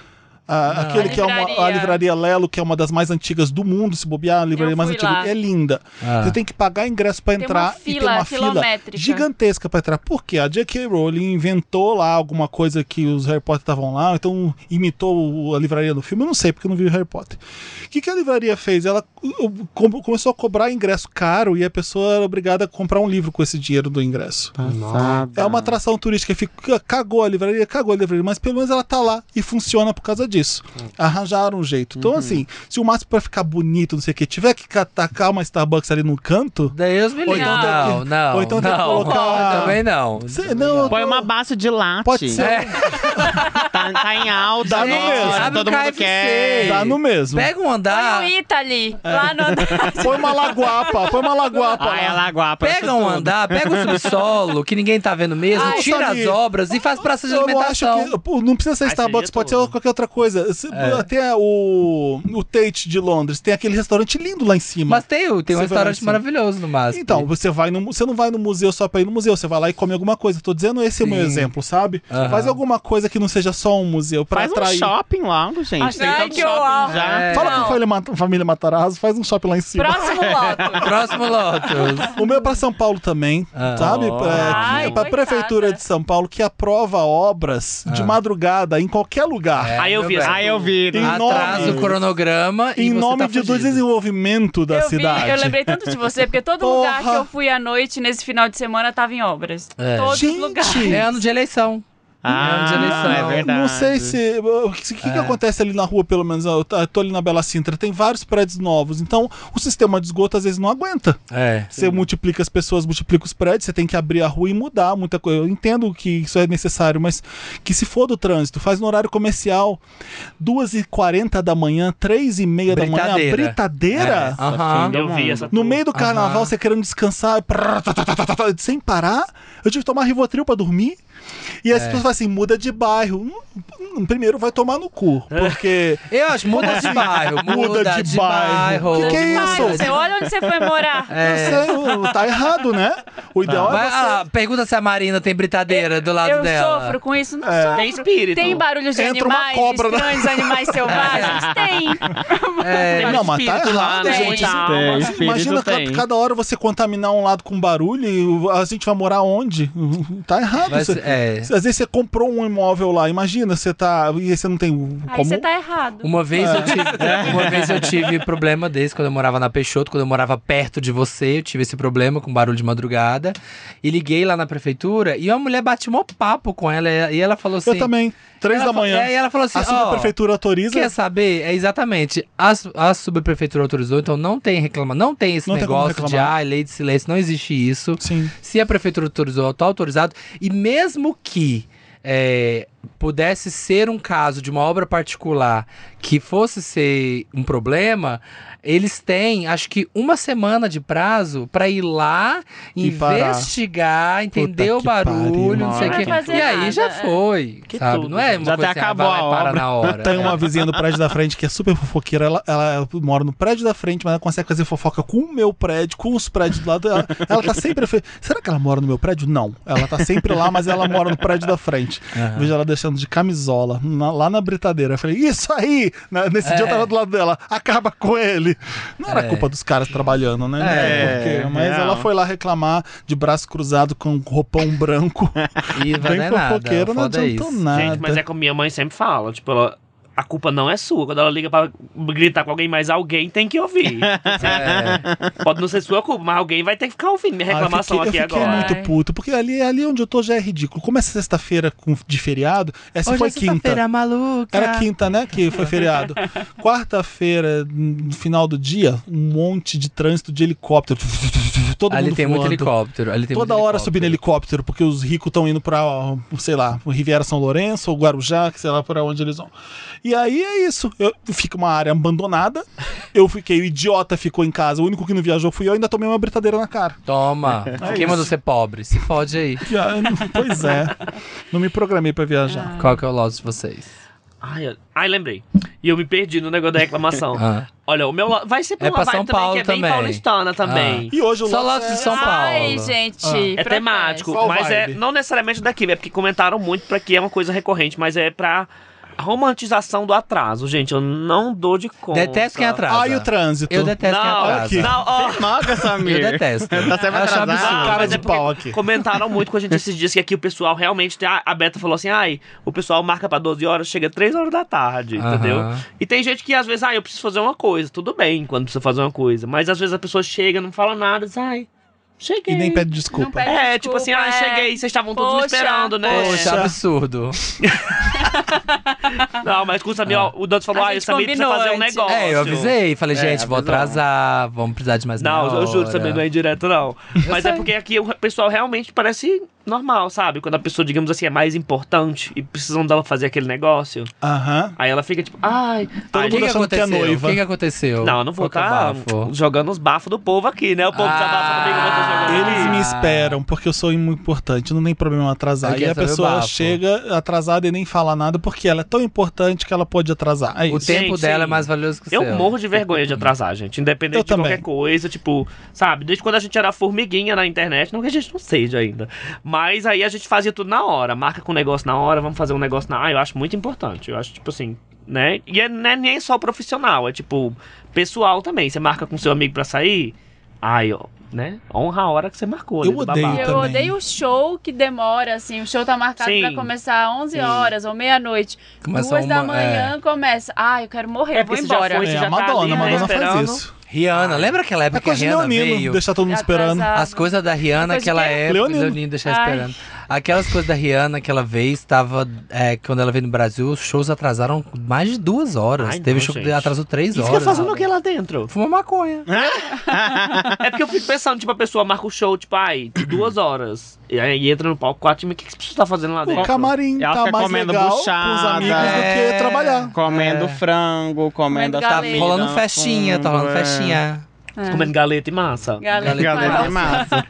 Speaker 1: Ah,
Speaker 3: Não.
Speaker 1: aquele que é uma, a
Speaker 2: Livraria.
Speaker 1: livraria Lelo, que é uma das mais antigas do mundo, se bobear, a livraria
Speaker 2: Eu
Speaker 1: mais
Speaker 2: fui
Speaker 1: antiga.
Speaker 2: lá.
Speaker 1: É linda.
Speaker 3: Ah.
Speaker 1: Você tem que pagar ingresso pra
Speaker 2: uma
Speaker 1: entrar e tem
Speaker 2: fila é
Speaker 1: uma fila
Speaker 2: quilométrica.
Speaker 1: gigantesca pra entrar. Por quê? A J.K. Rowling inventou lá alguma coisa que os Harry Potter estavam lá, então imitou o- a livraria no filme. Eu não sei, porque eu não vi o Harry Potter. O que, que a livraria fez? Ela uh, uh, com- começou a cobrar ingresso caro e a pessoa era obrigada a comprar um livro com esse dinheiro do ingresso. É uma atração turística, fica, cagou a livraria, cagou a livraria, mas pelo menos ela tá lá e funciona por causa disso. Arranjaram um jeito. Então, assim, se o máximo pra ficar bonito, não sei o que, tiver que atacar uma Starbucks ali no canto,
Speaker 3: Deus me
Speaker 1: Ou
Speaker 3: livre.
Speaker 1: então tem
Speaker 3: Não,
Speaker 1: que-
Speaker 3: não.
Speaker 1: ou então tem que
Speaker 3: não.
Speaker 1: colocar-
Speaker 3: Também não.
Speaker 1: Cê- não,
Speaker 5: Põe uma base de latte.
Speaker 1: Pode ser.
Speaker 3: É,
Speaker 5: Tá, tá em alta.
Speaker 1: Dá no
Speaker 5: agora,
Speaker 1: mesmo.
Speaker 3: Abre o
Speaker 5: Todo mundo
Speaker 3: KFC.
Speaker 5: quer.
Speaker 1: dá Tá no mesmo.
Speaker 3: pega um andar.
Speaker 2: Põe o Ita ali, lá no andar.
Speaker 1: Põe uma laguapa, põe uma laguapa. lá.
Speaker 5: Ai, Ah, ela guapa.
Speaker 3: Pega um andar, pega um subsolo que ninguém tá vendo mesmo,
Speaker 1: Ai,
Speaker 3: tira
Speaker 1: Samir.
Speaker 3: as obras e faz praça de
Speaker 1: Eu não acho
Speaker 3: alimentação.
Speaker 1: que. pô, não precisa ser
Speaker 4: Ai,
Speaker 1: Starbucks,
Speaker 4: seria
Speaker 1: pode
Speaker 4: tudo.
Speaker 1: ser qualquer outra coisa. Se-
Speaker 3: É.
Speaker 1: Até o, o Tate de Londres tem aquele restaurante lindo lá em cima.
Speaker 3: Mas tem, o- tem um
Speaker 1: Você vai lá
Speaker 3: restaurante
Speaker 1: assim.
Speaker 3: maravilhoso no máximo.
Speaker 1: então, você vai no, você não vai no museu só pra ir no museu, você vai lá e come alguma coisa. Tô dizendo esse é o meu
Speaker 3: Sim.
Speaker 1: exemplo, sabe?
Speaker 3: Aham.
Speaker 1: Faz alguma coisa que não seja só um museu pra
Speaker 5: Faz um
Speaker 1: atrair.
Speaker 5: shopping logo,
Speaker 2: Ai,
Speaker 5: gente. Tem tanto
Speaker 2: que
Speaker 5: shopping
Speaker 2: horror.
Speaker 5: já.
Speaker 3: É.
Speaker 1: Fala com a família Mat- família Matarazzo, faz um shopping lá em cima.
Speaker 2: Próximo loto.
Speaker 3: Próximo Lotus.
Speaker 1: O meu é pra São Paulo também,
Speaker 3: Ah.
Speaker 1: sabe? Pra,
Speaker 2: Ai,
Speaker 1: é pra
Speaker 2: coitada.
Speaker 1: Prefeitura de São Paulo que aprova obras de
Speaker 3: Ah. É.
Speaker 1: madrugada em qualquer lugar.
Speaker 4: Aí eu
Speaker 3: meu
Speaker 4: vi
Speaker 3: bem.
Speaker 4: essa-
Speaker 5: Aí eu vi. Ah,
Speaker 1: Em nome-
Speaker 3: Atrasa o cronograma e
Speaker 1: em
Speaker 3: você
Speaker 1: nome
Speaker 3: tá
Speaker 1: de- do
Speaker 3: fudido.
Speaker 1: desenvolvimento da
Speaker 2: eu
Speaker 1: cidade.
Speaker 2: vi, eu lembrei tanto de você, porque todo
Speaker 1: Porra.
Speaker 2: lugar que eu fui à noite nesse final de semana tava em obras.
Speaker 3: É.
Speaker 2: Todos os
Speaker 1: Gente,
Speaker 2: lugares.
Speaker 3: É ano de eleição.
Speaker 5: Ah,
Speaker 3: um de eleição.
Speaker 5: é verdade.
Speaker 1: Não sei se. O que, que
Speaker 3: É.
Speaker 1: acontece ali na rua, pelo menos? Eu tá- tô ali na Bela Sintra, tem vários prédios novos. Então, o sistema de esgoto às vezes não aguenta.
Speaker 3: É.
Speaker 1: Você multiplica as pessoas, multiplica os prédios, você tem que abrir a rua e mudar muita coisa. Eu entendo que isso é necessário, mas que se for do trânsito, faz no horário comercial. 2h40 da manhã, 3h30 da manhã, a
Speaker 3: Britadeira.
Speaker 1: britadeira?
Speaker 3: É. Aham.
Speaker 4: Eu vi essa.
Speaker 1: No meio do carnaval,
Speaker 3: Aham.
Speaker 1: você querendo descansar, prrr, tá, tá, tá, tá, tá, tá, sem parar. Eu tive que tomar Rivotril pra dormir. E
Speaker 3: É.
Speaker 1: as pessoas falam assim: muda de bairro. Hum, hum, Primeiro vai tomar no cu.
Speaker 3: É.
Speaker 1: Porque.
Speaker 3: Eu acho, muda de bairro.
Speaker 1: Muda de bairro. Que que é
Speaker 2: Ai,
Speaker 1: isso?
Speaker 2: você olha onde você foi morar.
Speaker 3: É.
Speaker 1: Você, uh, tá errado, né? O ideal
Speaker 3: Vai,
Speaker 1: é
Speaker 3: ah, lá, pergunta se a Marina tem britadeira do lado
Speaker 2: eu
Speaker 3: dela.
Speaker 2: sofro com isso. Não
Speaker 1: É.
Speaker 2: sofro.
Speaker 4: Tem espírito.
Speaker 2: Tem barulho de
Speaker 1: Entra uma
Speaker 2: animais,
Speaker 1: cobra, né?
Speaker 2: estranhos, animais selvagens? Tem.
Speaker 3: É,
Speaker 1: Não, mas tá
Speaker 4: espírito lá,
Speaker 1: errado,
Speaker 4: né?
Speaker 1: gente.
Speaker 4: Então,
Speaker 5: Tem, espírito
Speaker 1: Imagina ca-
Speaker 5: tem.
Speaker 1: cada hora você contaminar um lado com barulho e o- a gente vai morar onde? Tá errado.
Speaker 3: vai
Speaker 1: Você-
Speaker 3: ser- é.
Speaker 1: Às vezes você comprou um imóvel lá, imagina, você tá. E você não tem
Speaker 2: Aí
Speaker 1: como.
Speaker 2: você tá errado.
Speaker 3: Uma vez, eu tive,
Speaker 1: É.
Speaker 3: né, uma vez eu tive problema desse quando eu morava na Peixoto, quando eu morava perto de você, eu tive esse problema com barulho de madrugada. E liguei lá na prefeitura e uma mulher bateu um papo com ela e ela falou assim.
Speaker 1: Eu também. Três
Speaker 3: Ela
Speaker 1: da
Speaker 3: fa-
Speaker 1: manhã.
Speaker 3: é, E ela falou assim:
Speaker 1: a
Speaker 3: ó,
Speaker 1: subprefeitura autoriza.
Speaker 3: Quer saber? É exatamente. A, su- a subprefeitura autorizou, então não tem reclama, não tem esse
Speaker 1: Não tem como
Speaker 3: negócio de
Speaker 1: reclamar.
Speaker 3: ah, lei de silêncio, não existe isso.
Speaker 1: Sim.
Speaker 3: Se a prefeitura autorizou, tá autorizado. E mesmo que é, pudesse ser um caso de uma obra particular que fosse ser um problema, eles têm, acho que uma semana de prazo pra ir lá
Speaker 1: E parar.
Speaker 3: investigar, entender
Speaker 1: Puta
Speaker 3: o
Speaker 1: que
Speaker 3: barulho,
Speaker 1: pariu.
Speaker 3: não sei o
Speaker 2: Não
Speaker 3: quê.
Speaker 2: vai fazer
Speaker 3: E aí
Speaker 2: nada,
Speaker 3: já
Speaker 2: é.
Speaker 3: foi,
Speaker 4: Que
Speaker 3: sabe?
Speaker 4: tudo.
Speaker 3: Não é uma
Speaker 5: Já
Speaker 3: coisa
Speaker 5: até
Speaker 3: assim,
Speaker 5: acabou
Speaker 3: ah, vai lá e
Speaker 5: a
Speaker 3: para
Speaker 5: obra.
Speaker 3: na hora.
Speaker 1: Tem uma vizinha do prédio da frente que é super fofoqueira. Ela, ela mora no prédio da frente, mas ela consegue fazer fofoca com o meu prédio, com os prédios do lado. Ela, ela tá sempre. fe- Será que ela mora no meu prédio? Não. Ela tá sempre lá, mas ela mora no prédio da frente.
Speaker 3: Aham.
Speaker 1: Vejo ela deixando de camisola na- lá na britadeira. Eu falei, isso aí! Na- nesse dia eu tava do lado dela, acaba com ele. Não era
Speaker 3: É.
Speaker 1: culpa dos caras trabalhando, né? Não era
Speaker 5: É,
Speaker 1: porque- mas
Speaker 5: não.
Speaker 1: ela foi lá reclamar de braço cruzado com um roupão branco.
Speaker 3: E vai
Speaker 1: Bem
Speaker 3: não é nada.
Speaker 1: fofoqueira,
Speaker 3: o
Speaker 1: não
Speaker 3: foda é
Speaker 1: adiantou
Speaker 3: isso.
Speaker 1: nada.
Speaker 4: Gente, mas é como minha mãe sempre fala. Tipo, ela. a culpa não é sua. Quando ela liga pra gritar com alguém, mas alguém tem que ouvir.
Speaker 3: É.
Speaker 4: Pode não ser sua culpa, mas alguém vai ter que ficar ouvindo minha
Speaker 1: Ah, eu
Speaker 4: reclamação
Speaker 1: fiquei-
Speaker 4: aqui
Speaker 1: Eu fiquei
Speaker 4: agora.
Speaker 2: Ai.
Speaker 1: muito puto, porque ali, ali onde eu tô já é ridículo. Como é sexta-feira com- de feriado, essa
Speaker 3: Hoje
Speaker 1: foi
Speaker 3: é
Speaker 1: quinta.
Speaker 3: sexta-feira Tá. maluca.
Speaker 1: Era quinta, né? Que foi feriado. Quarta-feira, no final do dia, um monte de trânsito de helicóptero. Todo
Speaker 3: ali
Speaker 1: mundo
Speaker 3: tem muito
Speaker 1: voando.
Speaker 3: helicóptero. Ali tem
Speaker 1: Toda
Speaker 3: muito
Speaker 1: hora
Speaker 3: helicóptero.
Speaker 1: subindo helicóptero, porque os ricos estão indo pra, ó, sei lá, Riviera São Lourenço ou Guarujá, que sei lá pra onde eles vão. E aí é isso. Eu, fica uma área abandonada. Eu fiquei, o idiota ficou em casa. O único que não viajou fui eu, ainda tomei uma britadeira na cara.
Speaker 3: Toma. Quem mandou ser pobre? Se fode aí.
Speaker 1: Que, ah, não- pois é. Não me programei pra viajar.
Speaker 3: Qual que é o loss de vocês?
Speaker 4: Ai, eu- ai, lembrei. E eu me perdi no negócio da reclamação.
Speaker 3: Ah.
Speaker 4: Olha, o meu lo- vai ser pela
Speaker 3: É pra São
Speaker 4: vibe também, que
Speaker 3: Paulo
Speaker 4: é
Speaker 3: também. Ah.
Speaker 4: bem paulistana também.
Speaker 1: E hoje o
Speaker 3: Só
Speaker 1: Lotus
Speaker 3: loss de
Speaker 1: é-
Speaker 3: São Paulo.
Speaker 2: Ai, gente.
Speaker 1: Ah.
Speaker 4: É
Speaker 2: protesta.
Speaker 4: temático,
Speaker 1: Qual
Speaker 4: mas é
Speaker 1: vibe?
Speaker 4: não necessariamente daqui, é porque comentaram muito pra que é uma coisa recorrente, mas é pra romantização do atraso, gente. Eu não dou de conta.
Speaker 3: Detesto quem atrasa.
Speaker 1: Ai, o trânsito.
Speaker 3: Eu detesto quem
Speaker 4: Não,
Speaker 1: olha
Speaker 3: atrasa.
Speaker 1: aqui.
Speaker 4: Não, ó,
Speaker 5: Nossa, Samir.
Speaker 3: Eu detesto.
Speaker 5: Tá sempre
Speaker 3: Eu acho
Speaker 5: atrasado.
Speaker 4: Ah,
Speaker 3: absurdo.
Speaker 1: Cara
Speaker 4: mas
Speaker 1: de
Speaker 4: é porque
Speaker 1: pau aqui.
Speaker 4: Comentaram muito com a gente esses dias que aqui o pessoal realmente. tem- A Beta falou assim: ai, o pessoal marca pra 12 horas, chega 3 horas da tarde,
Speaker 3: Aham.
Speaker 4: entendeu? E tem gente que às vezes, ah, eu preciso fazer uma coisa. Tudo bem quando precisa fazer uma coisa, mas às vezes a pessoa chega, não fala nada, diz, ai, cheguei.
Speaker 1: E nem pede
Speaker 2: Não
Speaker 1: desculpa.
Speaker 2: pede
Speaker 4: É, tipo assim, ah,
Speaker 2: desculpa, é.
Speaker 4: cheguei, vocês estavam todos me
Speaker 2: Poxa,
Speaker 4: esperando, né?
Speaker 3: Poxa, É
Speaker 1: Poxa.
Speaker 3: absurdo.
Speaker 4: Não, mas com o Samir, ó, o Dantas falou,
Speaker 2: A
Speaker 4: ah, o
Speaker 2: gente
Speaker 4: Samir precisa
Speaker 2: combinou
Speaker 4: fazer um
Speaker 2: antes.
Speaker 4: negócio.
Speaker 3: É, eu avisei. Falei,
Speaker 5: É,
Speaker 3: gente, vou
Speaker 5: avisou.
Speaker 3: atrasar. Vamos precisar de mais
Speaker 4: Não,
Speaker 3: meia
Speaker 4: eu juro,
Speaker 3: hora.
Speaker 4: Samir, não é indireto, não. Mas é
Speaker 3: sei.
Speaker 4: porque aqui o pessoal realmente parece normal, sabe? Quando a pessoa, digamos assim, é mais importante e precisam dela fazer aquele negócio,
Speaker 1: Aham.
Speaker 4: aí ela fica tipo, ai...
Speaker 1: Todo
Speaker 4: ai,
Speaker 3: O que,
Speaker 1: mundo
Speaker 3: que
Speaker 1: achando que é
Speaker 3: aconteceu?
Speaker 1: noiva.
Speaker 3: O que, que aconteceu?
Speaker 4: Não, eu não vou tá-
Speaker 3: Qual que é o
Speaker 4: estar
Speaker 3: bafo?
Speaker 4: jogando os bafos do povo aqui, né? O povo
Speaker 3: Ah,
Speaker 4: desabafa comigo, eu vou estar
Speaker 1: Eles
Speaker 4: jogando.
Speaker 1: me
Speaker 3: Ah.
Speaker 1: esperam, porque eu sou muito importante, não tem problema atrasar.
Speaker 3: Aqui
Speaker 1: E
Speaker 3: é
Speaker 1: a
Speaker 3: só meu
Speaker 1: pessoa
Speaker 3: bafo.
Speaker 1: chega atrasada e nem fala nada, porque ela é tão importante que ela pode atrasar. É
Speaker 3: O
Speaker 1: isso.
Speaker 3: tempo
Speaker 4: Gente,
Speaker 3: dela é
Speaker 4: sim.
Speaker 3: mais valioso que o
Speaker 4: Eu
Speaker 3: seu.
Speaker 4: morro de vergonha de atrasar, gente. Independente
Speaker 1: um Eu
Speaker 4: de
Speaker 1: também.
Speaker 4: qualquer coisa, tipo, sabe? Desde quando a gente era formiguinha na internet, não que a gente não seja ainda. Mas aí a gente fazia tudo na hora. Marca com o negócio na hora, vamos fazer um negócio na hora. Eu acho muito importante. Eu acho, tipo assim, né? E é, não é nem só profissional, é tipo, pessoal também. Você marca com seu amigo pra sair, aí, ó, né? Honra a hora que você marcou.
Speaker 1: Eu
Speaker 4: né, do
Speaker 1: odeio.
Speaker 4: babado.
Speaker 2: E eu
Speaker 1: também.
Speaker 2: odeio o show que demora, assim. O show tá marcado
Speaker 4: Sim.
Speaker 2: pra começar às 11
Speaker 4: Sim.
Speaker 2: horas ou meia-noite.
Speaker 3: Começa um é.
Speaker 2: Duas da
Speaker 3: uma-
Speaker 2: manhã começa. Ah, eu quero morrer,
Speaker 4: É,
Speaker 2: vou
Speaker 4: porque você já
Speaker 2: embora.
Speaker 4: foi,
Speaker 1: É,
Speaker 4: já
Speaker 1: a
Speaker 4: tá ali,
Speaker 1: Madonna, a
Speaker 4: né,
Speaker 1: Madonna faz
Speaker 4: esperando.
Speaker 1: isso.
Speaker 3: Rihanna, lembra aquela
Speaker 1: É
Speaker 3: época que a
Speaker 1: coisa de
Speaker 3: Rihanna
Speaker 1: leonino,
Speaker 3: veio? tá
Speaker 1: deixar todo mundo esperando.
Speaker 2: Atrasado.
Speaker 3: As coisas da Rihanna
Speaker 2: Coisa
Speaker 3: que ela
Speaker 2: de quem?
Speaker 3: é.
Speaker 1: Leonino.
Speaker 3: Leonino deixar
Speaker 2: Ai.
Speaker 3: esperando. Aquelas coisas da Rihanna que ela veio, estava. é, quando ela veio no Brasil, os shows atrasaram mais de duas horas.
Speaker 4: Ai,
Speaker 3: Teve
Speaker 4: não,
Speaker 3: show que
Speaker 4: gente.
Speaker 3: atrasou três
Speaker 4: E fica
Speaker 3: horas.
Speaker 4: fazendo o que é lá dentro?
Speaker 3: Fuma maconha.
Speaker 4: É porque eu fico pensando, tipo, a pessoa marca o show, tipo, ai, duas horas. E aí entra no palco 4 e meia, o que, que você tá fazendo lá dentro?
Speaker 1: O camarim
Speaker 5: Ela
Speaker 1: tá
Speaker 5: fica
Speaker 1: mais
Speaker 5: comendo
Speaker 1: legal
Speaker 5: buchada.
Speaker 1: pros amigos do que
Speaker 3: É.
Speaker 1: trabalhar.
Speaker 5: Comendo
Speaker 3: É.
Speaker 5: frango, comendo
Speaker 2: Comendo
Speaker 5: essa
Speaker 2: galinha.
Speaker 5: vida.
Speaker 3: Tá Rolando festinha, tá rolando
Speaker 5: É.
Speaker 3: festinha.
Speaker 2: É.
Speaker 4: Comendo galeta e massa.
Speaker 2: Galera,
Speaker 5: Galera de
Speaker 2: fala.
Speaker 5: massa.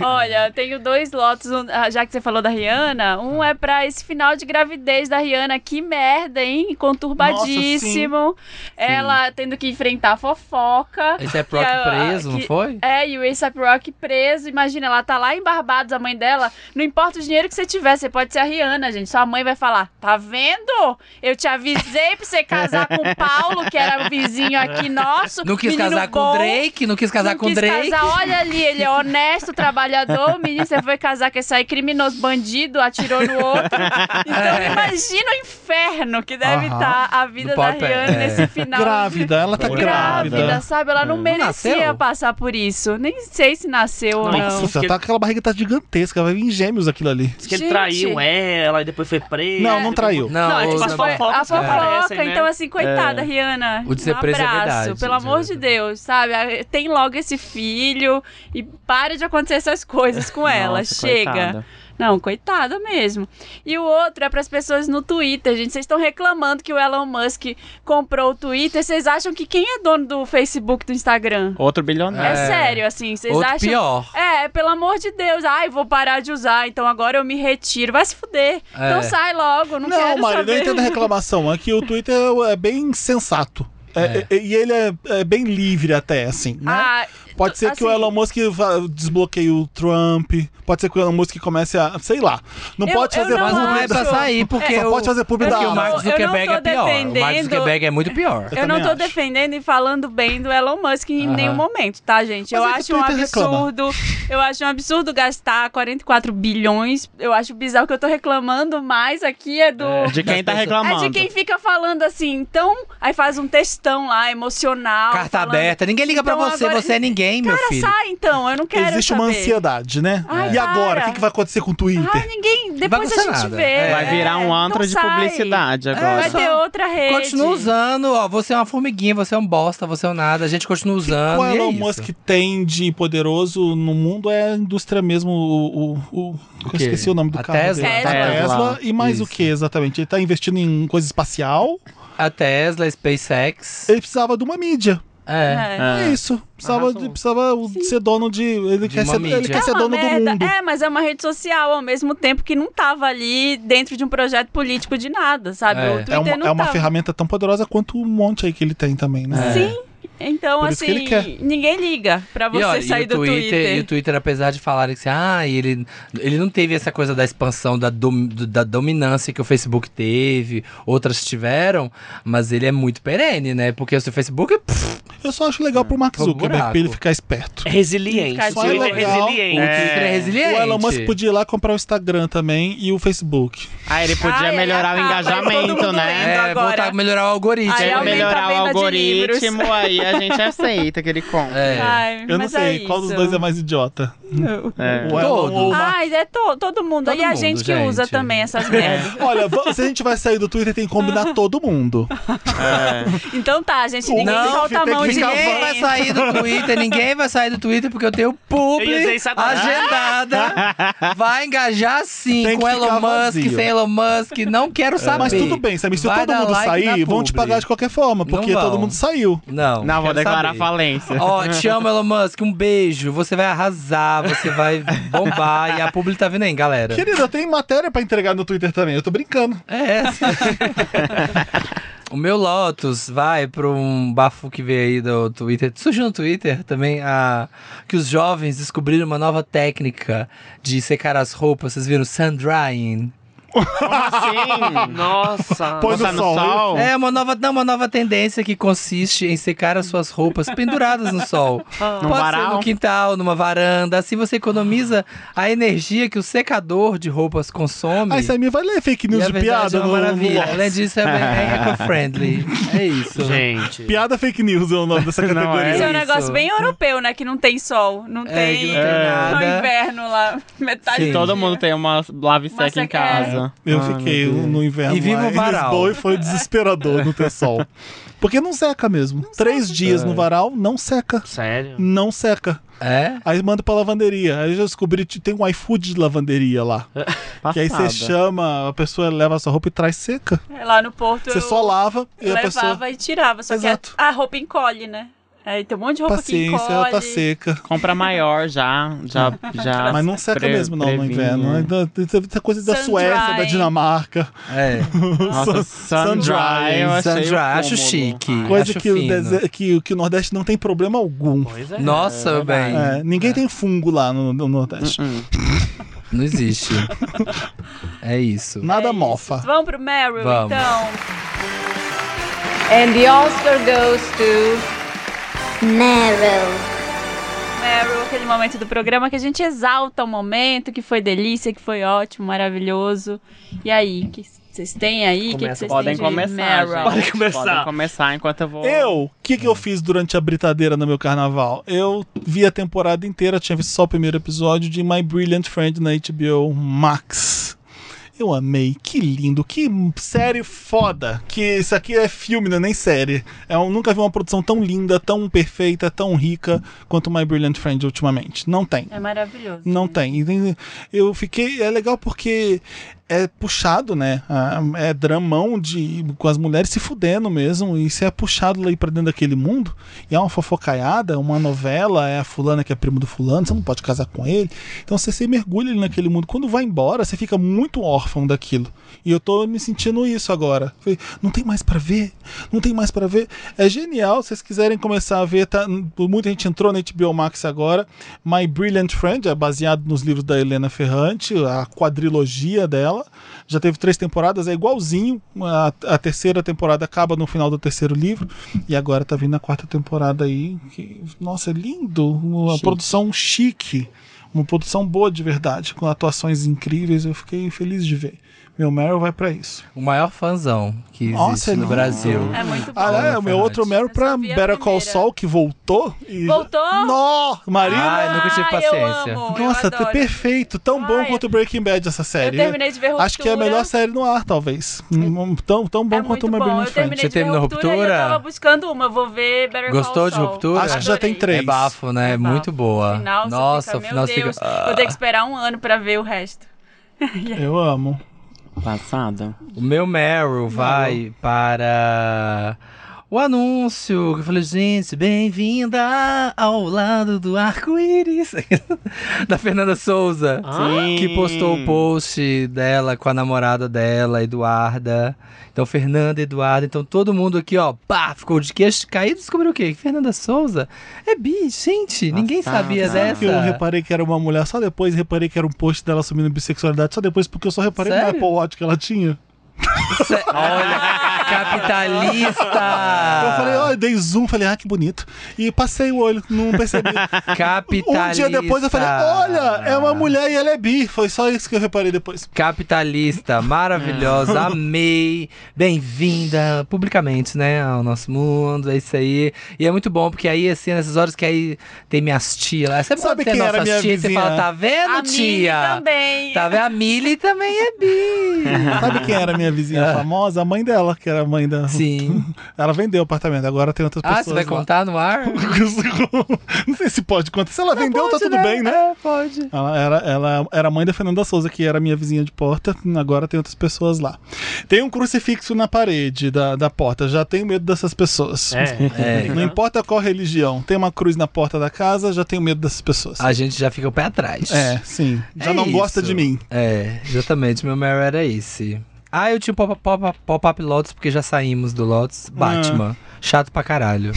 Speaker 2: Olha, eu tenho dois lotos, um- ah, já que você falou da Rihanna. Um é pra esse final de gravidez da Rihanna. Que merda, hein? Conturbadíssimo. Ela tendo que enfrentar a fofoca.
Speaker 3: Esse é Proc
Speaker 2: a-
Speaker 3: preso, não
Speaker 2: que-
Speaker 3: foi?
Speaker 2: É, e o A$AP Rock preso. Imagina, ela tá lá em Barbados, a mãe dela. Não importa o dinheiro que você tiver, você pode ser a Rihanna, gente. Sua mãe vai falar: tá vendo? Eu te avisei pra você casar com o Paulo, que era o vizinho aqui nosso.
Speaker 3: Não quis
Speaker 2: menino
Speaker 3: casar com
Speaker 2: bom,
Speaker 3: o Drake, não quis casar
Speaker 2: não
Speaker 3: com o
Speaker 2: quis
Speaker 3: Drake.
Speaker 2: casar. Olha ali, ele é honesto, trabalhador. Menino, você foi casar com esse aí criminoso, bandido, atirou no outro. Então,
Speaker 3: É.
Speaker 2: imagina o inferno que deve
Speaker 1: Aham.
Speaker 2: estar a vida
Speaker 3: No
Speaker 2: da
Speaker 3: pau, pé.
Speaker 2: Rihanna
Speaker 3: É.
Speaker 2: nesse final. de-
Speaker 1: Grávida, ela tá grávida.
Speaker 2: grávida, sabe? Ela não merecia
Speaker 3: É. nasceu?
Speaker 2: passar por isso. Nem sei se nasceu ou
Speaker 4: Nossa.
Speaker 2: não.
Speaker 1: Nossa, tá, aquela barriga tá gigantesca, vai vir gêmeos aquilo ali.
Speaker 4: Diz que ele
Speaker 2: Gente.
Speaker 4: traiu ela e depois foi preso.
Speaker 1: Não, não traiu.
Speaker 3: Não,
Speaker 4: Não, é tipo
Speaker 3: o-
Speaker 4: as
Speaker 3: não-
Speaker 4: fofocas.
Speaker 2: A
Speaker 4: que aparecem,
Speaker 2: fofoca,
Speaker 4: né?
Speaker 2: então assim, coitada, Rihanna.
Speaker 3: É. O de ser
Speaker 2: um
Speaker 3: preso é
Speaker 2: abraço,
Speaker 3: verdade,
Speaker 2: pelo
Speaker 3: de
Speaker 2: amor de
Speaker 3: verdade.
Speaker 2: Deus, sabe? Ah, Tem logo esse filho e para de acontecer essas coisas com ela.
Speaker 5: Nossa,
Speaker 2: Chega.
Speaker 5: coitada.
Speaker 2: Não, coitada mesmo. E o outro é para as pessoas no Twitter, gente. Vocês estão reclamando que o Elon Musk comprou o Twitter. Vocês acham que quem é dono do Facebook, do Instagram?
Speaker 5: Outro
Speaker 2: É,
Speaker 5: bilionário.
Speaker 2: sério, assim. Vocês
Speaker 3: Outro
Speaker 2: acham
Speaker 3: pior.
Speaker 2: É, pelo amor de Deus. Ai, vou parar de usar, então agora eu me retiro. Vai se fuder.
Speaker 3: É.
Speaker 2: Então sai logo, não, quero
Speaker 1: Mário,
Speaker 2: saber. Ah,
Speaker 1: eu entendo a reclamação. É que o Twitter é bem sensato. É,
Speaker 3: É.
Speaker 1: é, E ele é, é bem livre até, assim, né?
Speaker 2: Ah,
Speaker 1: Pode ser que o
Speaker 2: assim-
Speaker 1: Elon Musk vá- desbloqueie o Trump. Pode ser que o Elon Musk comece a. Sei lá. Não
Speaker 2: Eu-
Speaker 1: pode
Speaker 2: eu
Speaker 1: fazer
Speaker 2: não
Speaker 1: pub
Speaker 3: Mas não é
Speaker 2: acho.
Speaker 1: da-
Speaker 3: pra sair, porque.
Speaker 1: Só
Speaker 3: o-
Speaker 1: pode fazer pub
Speaker 2: eu
Speaker 1: da
Speaker 3: Porque
Speaker 2: não
Speaker 1: Amazon.
Speaker 3: o Mark
Speaker 2: Eu não tô
Speaker 3: Zuckerberg é pior. O Mark
Speaker 2: defendendo- Tá
Speaker 3: Zuckerberg é muito pior.
Speaker 1: Eu
Speaker 2: Eu não
Speaker 1: também
Speaker 2: tô
Speaker 1: acho.
Speaker 2: defendendo e falando bem do Elon Musk em
Speaker 3: Aham.
Speaker 2: nenhum momento, tá, gente? Eu
Speaker 1: Mas é que
Speaker 2: acho
Speaker 1: o
Speaker 2: um
Speaker 1: Twitter reclama.
Speaker 2: absurdo. Eu acho um absurdo gastar 44 bilhões. Eu acho bizarro que eu tô reclamando mais aqui é do.
Speaker 5: De quem tá
Speaker 3: É de
Speaker 2: É
Speaker 5: reclamando.
Speaker 2: de quem fica falando assim, então. Aí faz um textão lá, emocional.
Speaker 3: Carta
Speaker 2: falando,
Speaker 3: aberta. Ninguém liga pra
Speaker 2: Então
Speaker 3: você,
Speaker 2: agora-
Speaker 3: você é ninguém, meu
Speaker 2: Cara,
Speaker 3: filho.
Speaker 2: sai então, eu não quero.
Speaker 1: Existe
Speaker 2: saber.
Speaker 1: uma ansiedade, né?
Speaker 2: Ai,
Speaker 1: e agora? O
Speaker 2: para.
Speaker 1: que, que vai acontecer com o Twitter?
Speaker 2: Ah, ninguém. Depois a
Speaker 3: acontecer
Speaker 2: gente
Speaker 3: nada.
Speaker 2: vê.
Speaker 3: É.
Speaker 5: Vai virar um
Speaker 2: não
Speaker 5: antro de
Speaker 2: sai.
Speaker 5: publicidade agora.
Speaker 2: Vai
Speaker 3: só-
Speaker 2: ter outra rede.
Speaker 3: Continua usando, ó. Você é uma formiguinha, você é um bosta, você é um nada. A gente continua usando.
Speaker 1: o
Speaker 3: e é
Speaker 1: Elon
Speaker 3: isso.
Speaker 1: Musk tem de poderoso no mundo é a indústria mesmo, o... o- o- eu
Speaker 3: quê?
Speaker 1: esqueci o nome do
Speaker 3: A
Speaker 1: carro
Speaker 3: Tesla?
Speaker 1: dele.
Speaker 2: Tesla.
Speaker 1: A Tesla. E mais o
Speaker 3: Isso.
Speaker 1: que, exatamente? Ele tá investindo em coisa espacial.
Speaker 3: A Tesla, a SpaceX.
Speaker 1: Ele precisava de uma mídia.
Speaker 3: É.
Speaker 2: É.
Speaker 1: É,
Speaker 5: É.
Speaker 1: isso. Precisava,
Speaker 5: Arrasou.
Speaker 1: de, precisava ser dono de...
Speaker 3: De
Speaker 1: Ele quer
Speaker 3: uma
Speaker 1: ser, ele
Speaker 3: mídia.
Speaker 1: quer ser
Speaker 2: uma
Speaker 1: dono do
Speaker 2: merda.
Speaker 1: mundo.
Speaker 2: É, mas é uma rede social ao mesmo tempo que não tava ali dentro de um projeto político de nada, sabe?
Speaker 3: É.
Speaker 2: O
Speaker 3: É
Speaker 2: Twitter
Speaker 1: É uma,
Speaker 2: não
Speaker 1: é uma
Speaker 2: tava.
Speaker 1: ferramenta tão poderosa quanto um monte aí que ele tem também,
Speaker 3: É.
Speaker 1: né?
Speaker 2: Sim. Então,
Speaker 1: Por isso que
Speaker 2: assim,
Speaker 1: ele quer.
Speaker 2: ninguém liga pra você
Speaker 3: e, olha,
Speaker 2: sair
Speaker 3: e o
Speaker 2: do Twitter.
Speaker 3: E o Twitter, apesar de falarem que assim, ah, ele, ele não teve essa coisa da expansão, da, dom- do- da dominância que o Facebook teve, outras tiveram, mas ele é muito perene, né? Porque o seu Facebook pff,
Speaker 1: Eu só acho legal pro Mark
Speaker 3: Pro
Speaker 1: Zuckerberg,
Speaker 3: É, um buraco.
Speaker 1: pra ele ficar esperto.
Speaker 4: Resiliente.
Speaker 2: Ficar de
Speaker 4: O Twitter é
Speaker 1: legal.
Speaker 4: resiliente.
Speaker 3: o Twitter é
Speaker 1: O
Speaker 3: resiliente.
Speaker 1: Elon Musk podia ir lá comprar o Instagram também e o Facebook.
Speaker 5: Aí ele podia
Speaker 2: Ai,
Speaker 5: melhorar o
Speaker 2: ai, ai, todo
Speaker 5: engajamento,
Speaker 2: mundo
Speaker 5: né?
Speaker 2: lendo.
Speaker 3: É,
Speaker 2: agora.
Speaker 3: voltar a melhorar o algoritmo.
Speaker 2: Aí
Speaker 5: Se ele
Speaker 2: aumenta
Speaker 5: melhorar o
Speaker 2: a venda de livros.
Speaker 5: algoritmo, aí a gente aceita que ele compra.
Speaker 3: É.
Speaker 2: Ai,
Speaker 1: Eu não
Speaker 2: mas
Speaker 1: sei
Speaker 2: é
Speaker 1: qual dos
Speaker 2: isso.
Speaker 1: dois é mais idiota.
Speaker 5: É.
Speaker 1: O Elon
Speaker 3: Todos.
Speaker 1: ou o Mark.
Speaker 2: Ai, é to- todo mundo.
Speaker 3: Todo
Speaker 2: e a
Speaker 3: mundo,
Speaker 2: gente que usa
Speaker 3: gente. É.
Speaker 2: também essas merdas.
Speaker 1: Olha, va- se a gente vai sair do Twitter, tem que combinar todo mundo.
Speaker 5: É.
Speaker 2: Então tá, gente, ninguém
Speaker 1: Não,
Speaker 2: solta a
Speaker 1: tem
Speaker 2: mão
Speaker 1: que
Speaker 2: de
Speaker 1: ficar
Speaker 3: Ninguém vai
Speaker 2: ninguém.
Speaker 3: sair do Twitter, ninguém vai sair do Twitter porque eu tenho publi
Speaker 4: Eu ia dizer isso agora.
Speaker 3: agendada. Vai engajar sim
Speaker 1: Tem que
Speaker 3: com Elon
Speaker 1: ficar
Speaker 3: Musk,
Speaker 1: vazio. É,
Speaker 3: sem Elon Musk, não quero saber.
Speaker 1: Mas tudo bem, Samir, se
Speaker 3: Vai
Speaker 1: todo
Speaker 3: dar
Speaker 1: mundo
Speaker 3: like
Speaker 1: sair,
Speaker 3: na
Speaker 1: vão
Speaker 3: publi.
Speaker 1: te pagar de qualquer forma,
Speaker 3: Não
Speaker 1: porque
Speaker 3: vão.
Speaker 1: todo mundo saiu.
Speaker 3: Não.
Speaker 5: Não, vou
Speaker 3: quero
Speaker 5: declarar
Speaker 3: saber.
Speaker 5: falência.
Speaker 3: Ó, te amo, Elon Musk. Um beijo. Você vai arrasar, você vai bombar. e a publi tá vindo aí, galera.
Speaker 1: Querida, eu tenho matéria pra entregar no Twitter também, eu tô brincando.
Speaker 3: É essa. o meu Lotus vai pra um bafo que veio aí do Twitter. Surgiu no Twitter também a... que os jovens descobriram uma nova técnica de secar as roupas. Vocês viram? Sun drying.
Speaker 5: Como
Speaker 3: Hum.
Speaker 5: assim?
Speaker 4: Nossa.
Speaker 1: Põe
Speaker 5: Botar
Speaker 1: no
Speaker 5: no
Speaker 1: sol.
Speaker 5: sol?
Speaker 3: É uma nova, não, uma nova tendência que consiste em secar as suas roupas penduradas no sol.
Speaker 1: Ah.
Speaker 5: Num
Speaker 3: Pode ser
Speaker 5: varal?
Speaker 3: no quintal, numa varanda. Assim você economiza a energia que o secador de roupas consome.
Speaker 1: Ah, Aí Samir vai ler fake
Speaker 3: E
Speaker 1: news
Speaker 3: a
Speaker 1: de
Speaker 3: verdade
Speaker 1: piada
Speaker 3: é uma
Speaker 1: no,
Speaker 3: maravilha.
Speaker 1: no
Speaker 3: Além disso, é bem eco-friendly. É isso.
Speaker 4: Gente.
Speaker 1: Piada fake news é o nome dessa
Speaker 5: Não,
Speaker 1: categoria.
Speaker 2: Isso é um
Speaker 3: Isso.
Speaker 2: negócio bem europeu, né? Que não tem sol, não
Speaker 3: É,
Speaker 2: tem,
Speaker 3: que não tem nada.
Speaker 2: só inverno lá, metade
Speaker 3: Sim.
Speaker 2: do
Speaker 5: Todo
Speaker 2: dia.
Speaker 5: mundo tem uma lave
Speaker 2: Uma
Speaker 5: seca em
Speaker 2: seca-
Speaker 5: casa.
Speaker 1: Eu
Speaker 5: Ah,
Speaker 1: fiquei
Speaker 5: meu Deus.
Speaker 1: no inverno
Speaker 3: E viva
Speaker 1: lá
Speaker 3: o varal.
Speaker 1: em Lisboa e foi desesperador não ter sol. Porque não seca mesmo. Três dias no varal, não seca.
Speaker 4: Sério?
Speaker 1: Não seca.
Speaker 3: É?
Speaker 1: Aí manda pra lavanderia. Aí eu já descobri que tem um iFood de lavanderia lá. Que aí você
Speaker 5: Passada.
Speaker 1: chama, a pessoa leva a sua roupa e traz seca.
Speaker 2: Lá no Porto
Speaker 1: Você
Speaker 2: eu
Speaker 1: só lava e a
Speaker 2: Então, levava
Speaker 1: pessoa.
Speaker 2: e tirava, só
Speaker 1: Exato.
Speaker 2: que a, a roupa encolhe, né? Aí tem um monte de roupa que
Speaker 1: Paciência,
Speaker 2: encolhe.
Speaker 1: ela tá seca.
Speaker 5: Compra maior já, já, já.
Speaker 1: Mas não seca
Speaker 5: é pre-
Speaker 1: mesmo, não, no
Speaker 5: previne.
Speaker 1: inverno. né? Ainda Tem tem coisa da
Speaker 2: Sun
Speaker 1: Suécia, da
Speaker 2: drying.
Speaker 1: Dinamarca.
Speaker 3: É.
Speaker 5: Nossa,
Speaker 1: Então, Sun
Speaker 5: sun
Speaker 1: dry,
Speaker 5: dry, eu achei
Speaker 3: Sun dry,
Speaker 5: o
Speaker 3: acho
Speaker 5: cômodo.
Speaker 3: chique.
Speaker 1: Coisa
Speaker 3: Hum, acho
Speaker 1: que o,
Speaker 3: fino.
Speaker 1: dese- que- que o Nordeste não tem problema algum.
Speaker 4: Pois é.
Speaker 3: Nossa, meu bem.
Speaker 1: É, ninguém tem fungo lá no, no Nordeste.
Speaker 5: Hum.
Speaker 3: Não existe. É isso.
Speaker 1: Nada
Speaker 2: É isso.
Speaker 1: mofa.
Speaker 2: Vamos pro Meryl,
Speaker 3: Vamos.
Speaker 2: então.
Speaker 6: And the Oscar goes to
Speaker 7: Meryl.
Speaker 2: Meryl, aquele momento do programa que a gente exalta o momento, que foi delícia, que foi ótimo, maravilhoso. E aí, o que vocês têm aí? O que que vocês têm
Speaker 5: Podem
Speaker 2: de
Speaker 5: começar,
Speaker 2: Meryl?
Speaker 5: gente.
Speaker 4: Podem começar.
Speaker 5: Podem começar enquanto eu vou...
Speaker 1: Eu, o que, que eu fiz durante a britadeira no meu carnaval? Eu vi a temporada inteira, tinha visto só o primeiro episódio de My Brilliant Friend na HBO Max. Eu amei, que lindo, que série foda. Que isso aqui é filme, não é nem série. Eu nunca vi uma produção tão linda, tão perfeita, tão rica quanto My Brilliant Friend ultimamente. Não tá. tem.
Speaker 2: É maravilhoso.
Speaker 1: Não tem. E nem- Eu fiquei. É legal porque é puxado, né? Ah, É dramão de, com as mulheres se fudendo mesmo. E você é puxado lá pra dentro daquele mundo. E é uma fofocaiada, uma novela. É a fulana que é primo do fulano. Você não pode casar com ele. Então você se mergulha ali naquele mundo. Quando vai embora, você fica muito órfão daquilo. E eu tô me sentindo isso agora. Falei, Não tem mais pra ver? Não tem mais pra ver? É genial. Se vocês quiserem começar a ver, tá, muita gente entrou na HBO Max agora. My Brilliant Friend é baseado nos livros da Helena Ferrante, a quadrilogia dela. Já teve três temporadas, é igualzinho. A, a terceira temporada acaba no final do terceiro livro. E agora tá vindo a quarta temporada aí. que- nossa, é lindo! Uma produção chique. Uma produção boa de verdade, com atuações incríveis. Eu fiquei feliz de ver. Meu Meryl vai pra isso.
Speaker 3: O maior fãzão que existe
Speaker 1: Nossa,
Speaker 3: no
Speaker 1: não.
Speaker 3: Brasil.
Speaker 2: É muito bom.
Speaker 1: Ah,
Speaker 3: Helena
Speaker 1: é, o meu
Speaker 3: Ferrante.
Speaker 1: outro Meryl
Speaker 2: Eu
Speaker 1: pra
Speaker 2: só vi a
Speaker 1: Better Call
Speaker 2: primeira.
Speaker 1: Saul, que voltou. E...
Speaker 2: Voltou?
Speaker 1: Nó! Marina!
Speaker 3: Ai, nunca tive paciência.
Speaker 2: Eu amo,
Speaker 1: Nossa, é
Speaker 2: eu adoro.
Speaker 1: perfeito. Tão bom
Speaker 2: Ai,
Speaker 1: quanto Breaking Bad essa
Speaker 2: Eu
Speaker 1: série.
Speaker 2: terminei de ver Ruptura.
Speaker 1: Acho que é a melhor série no ar, talvez. Hum, Tão, tão bom
Speaker 2: É
Speaker 1: quanto
Speaker 2: muito
Speaker 1: uma
Speaker 2: bom.
Speaker 1: Brilliant
Speaker 2: Eu
Speaker 1: Friend.
Speaker 2: terminei
Speaker 3: Você
Speaker 2: de ver
Speaker 3: terminou
Speaker 2: Ruptura, e eu
Speaker 3: Ruptura?
Speaker 2: tava buscando uma. Eu Vou ver Better Call
Speaker 3: Gostou de
Speaker 2: Saul.
Speaker 3: Ruptura?
Speaker 1: Acho que já tem
Speaker 2: Adorei.
Speaker 1: três.
Speaker 3: É bafo, né? É
Speaker 2: Adorei.
Speaker 3: muito boa.
Speaker 2: O final, você
Speaker 3: Nossa,
Speaker 2: fica,
Speaker 3: o final
Speaker 2: meu
Speaker 3: fica. Ah.
Speaker 2: Deus, vou ter que esperar um ano pra ver o resto.
Speaker 1: Eu amo.
Speaker 5: Passada.
Speaker 3: O meu Meryl vai para o anúncio. que Eu falei, gente, bem-vinda ao lado do arco-íris. da Fernanda Souza.
Speaker 5: Sim.
Speaker 3: Que postou
Speaker 1: Hum.
Speaker 3: o post dela com a namorada dela, Eduarda. Então, Fernanda, Eduarda. Então, todo mundo aqui, ó, pá, ficou de queixo caído e descobriu o quê? Que Fernanda Souza é bi, gente. Ninguém
Speaker 5: Passada.
Speaker 3: sabia
Speaker 5: Sabe
Speaker 3: dessa.
Speaker 1: Que eu reparei que era uma mulher só depois, reparei que era um post dela assumindo bissexualidade só depois, porque eu só reparei no
Speaker 3: Sério?
Speaker 1: Apple Watch que ela tinha.
Speaker 3: Olha, capitalista!
Speaker 1: Eu falei, ó, eu dei zoom, falei, ah, que bonito. E passei o olho, não percebi.
Speaker 3: Capitalista.
Speaker 1: Um dia depois eu falei, olha, é uma mulher e ela é bi. Foi só isso que eu reparei depois.
Speaker 3: Capitalista,
Speaker 1: Ah.
Speaker 3: maravilhosa, amei. Bem-vinda publicamente, né, ao nosso mundo. É isso aí. E é muito bom, porque aí, assim, nessas horas que aí tem minhas tias lá. Sempre quando
Speaker 1: Sabe
Speaker 3: tem
Speaker 1: quem era
Speaker 3: nossas
Speaker 1: minha
Speaker 3: tias, você
Speaker 1: vizinha?
Speaker 3: fala, tá vendo,
Speaker 2: a Minnie
Speaker 3: tia?
Speaker 2: também. É
Speaker 3: Tá vendo? A Mili também é bi.
Speaker 1: Sabe quem era a minha vizinha famosa? A mãe dela, que era a mãe da.
Speaker 3: É. Sim.
Speaker 1: Ela vendeu o apartamento, agora tem outras
Speaker 3: Ah,
Speaker 1: pessoas.
Speaker 3: você vai
Speaker 1: lá.
Speaker 3: contar no ar?
Speaker 1: Não sei se pode contar. Se ela vendeu, tá
Speaker 3: Pode,
Speaker 1: tudo bem, né?
Speaker 3: É, pode.
Speaker 1: Ela era, ela era mãe da Fernanda Souza, que era minha vizinha de porta. Agora tem outras pessoas lá. Tem um crucifixo na parede da, da porta. Já tenho medo dessas pessoas.
Speaker 3: É.
Speaker 1: Não importa qual religião. Tem uma cruz na porta da casa, já tenho medo dessas pessoas.
Speaker 3: A gente já fica o pé atrás.
Speaker 1: É, sim. Já
Speaker 3: Ah, É
Speaker 1: não gosta
Speaker 3: isso.
Speaker 1: de mim.
Speaker 3: É, exatamente. Meu Meryl era esse. Ah, eu tinha o pop- pop- pop-up Lotus porque já saímos do
Speaker 1: Ah.
Speaker 3: Lotus. Batman. Chato pra caralho.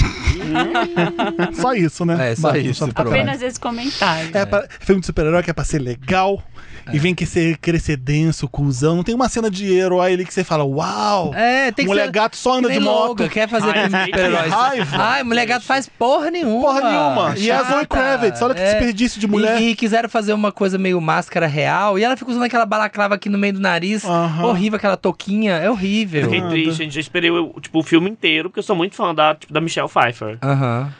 Speaker 1: Só isso, né?
Speaker 3: É, só
Speaker 1: Batman,
Speaker 3: isso,
Speaker 1: pra-
Speaker 3: pronto.
Speaker 2: Apenas esse comentário.
Speaker 1: É, pra, filme de super-herói que é pra ser legal
Speaker 3: É.
Speaker 1: e vem que ser crescer denso, cuzão. Não tem uma cena de herói ali que você fala, uau!
Speaker 3: É, tem que
Speaker 1: mulher
Speaker 3: ser.
Speaker 1: gato só anda
Speaker 3: que nem
Speaker 1: de moto.
Speaker 3: louca, quer fazer
Speaker 4: Ai,
Speaker 3: filme de
Speaker 4: que
Speaker 3: super-herói.
Speaker 1: raiva.
Speaker 3: Ai, mulher gato faz porra nenhuma.
Speaker 1: Porra nenhuma. E é a
Speaker 3: Chata.
Speaker 1: Zoe Kravitz, olha que
Speaker 3: É.
Speaker 1: desperdício de mulher.
Speaker 3: E, e quiseram fazer uma coisa meio máscara real. E ela fica usando aquela balaclava aqui no meio do nariz.
Speaker 1: Aham.
Speaker 3: Horrível aquela touquinha. É horrível.
Speaker 4: Fiquei triste, gente. Eu esperei o, tipo, o filme inteiro, porque eu sou muito fã da, tipo, da Michelle Pfeiffer.
Speaker 3: Aham.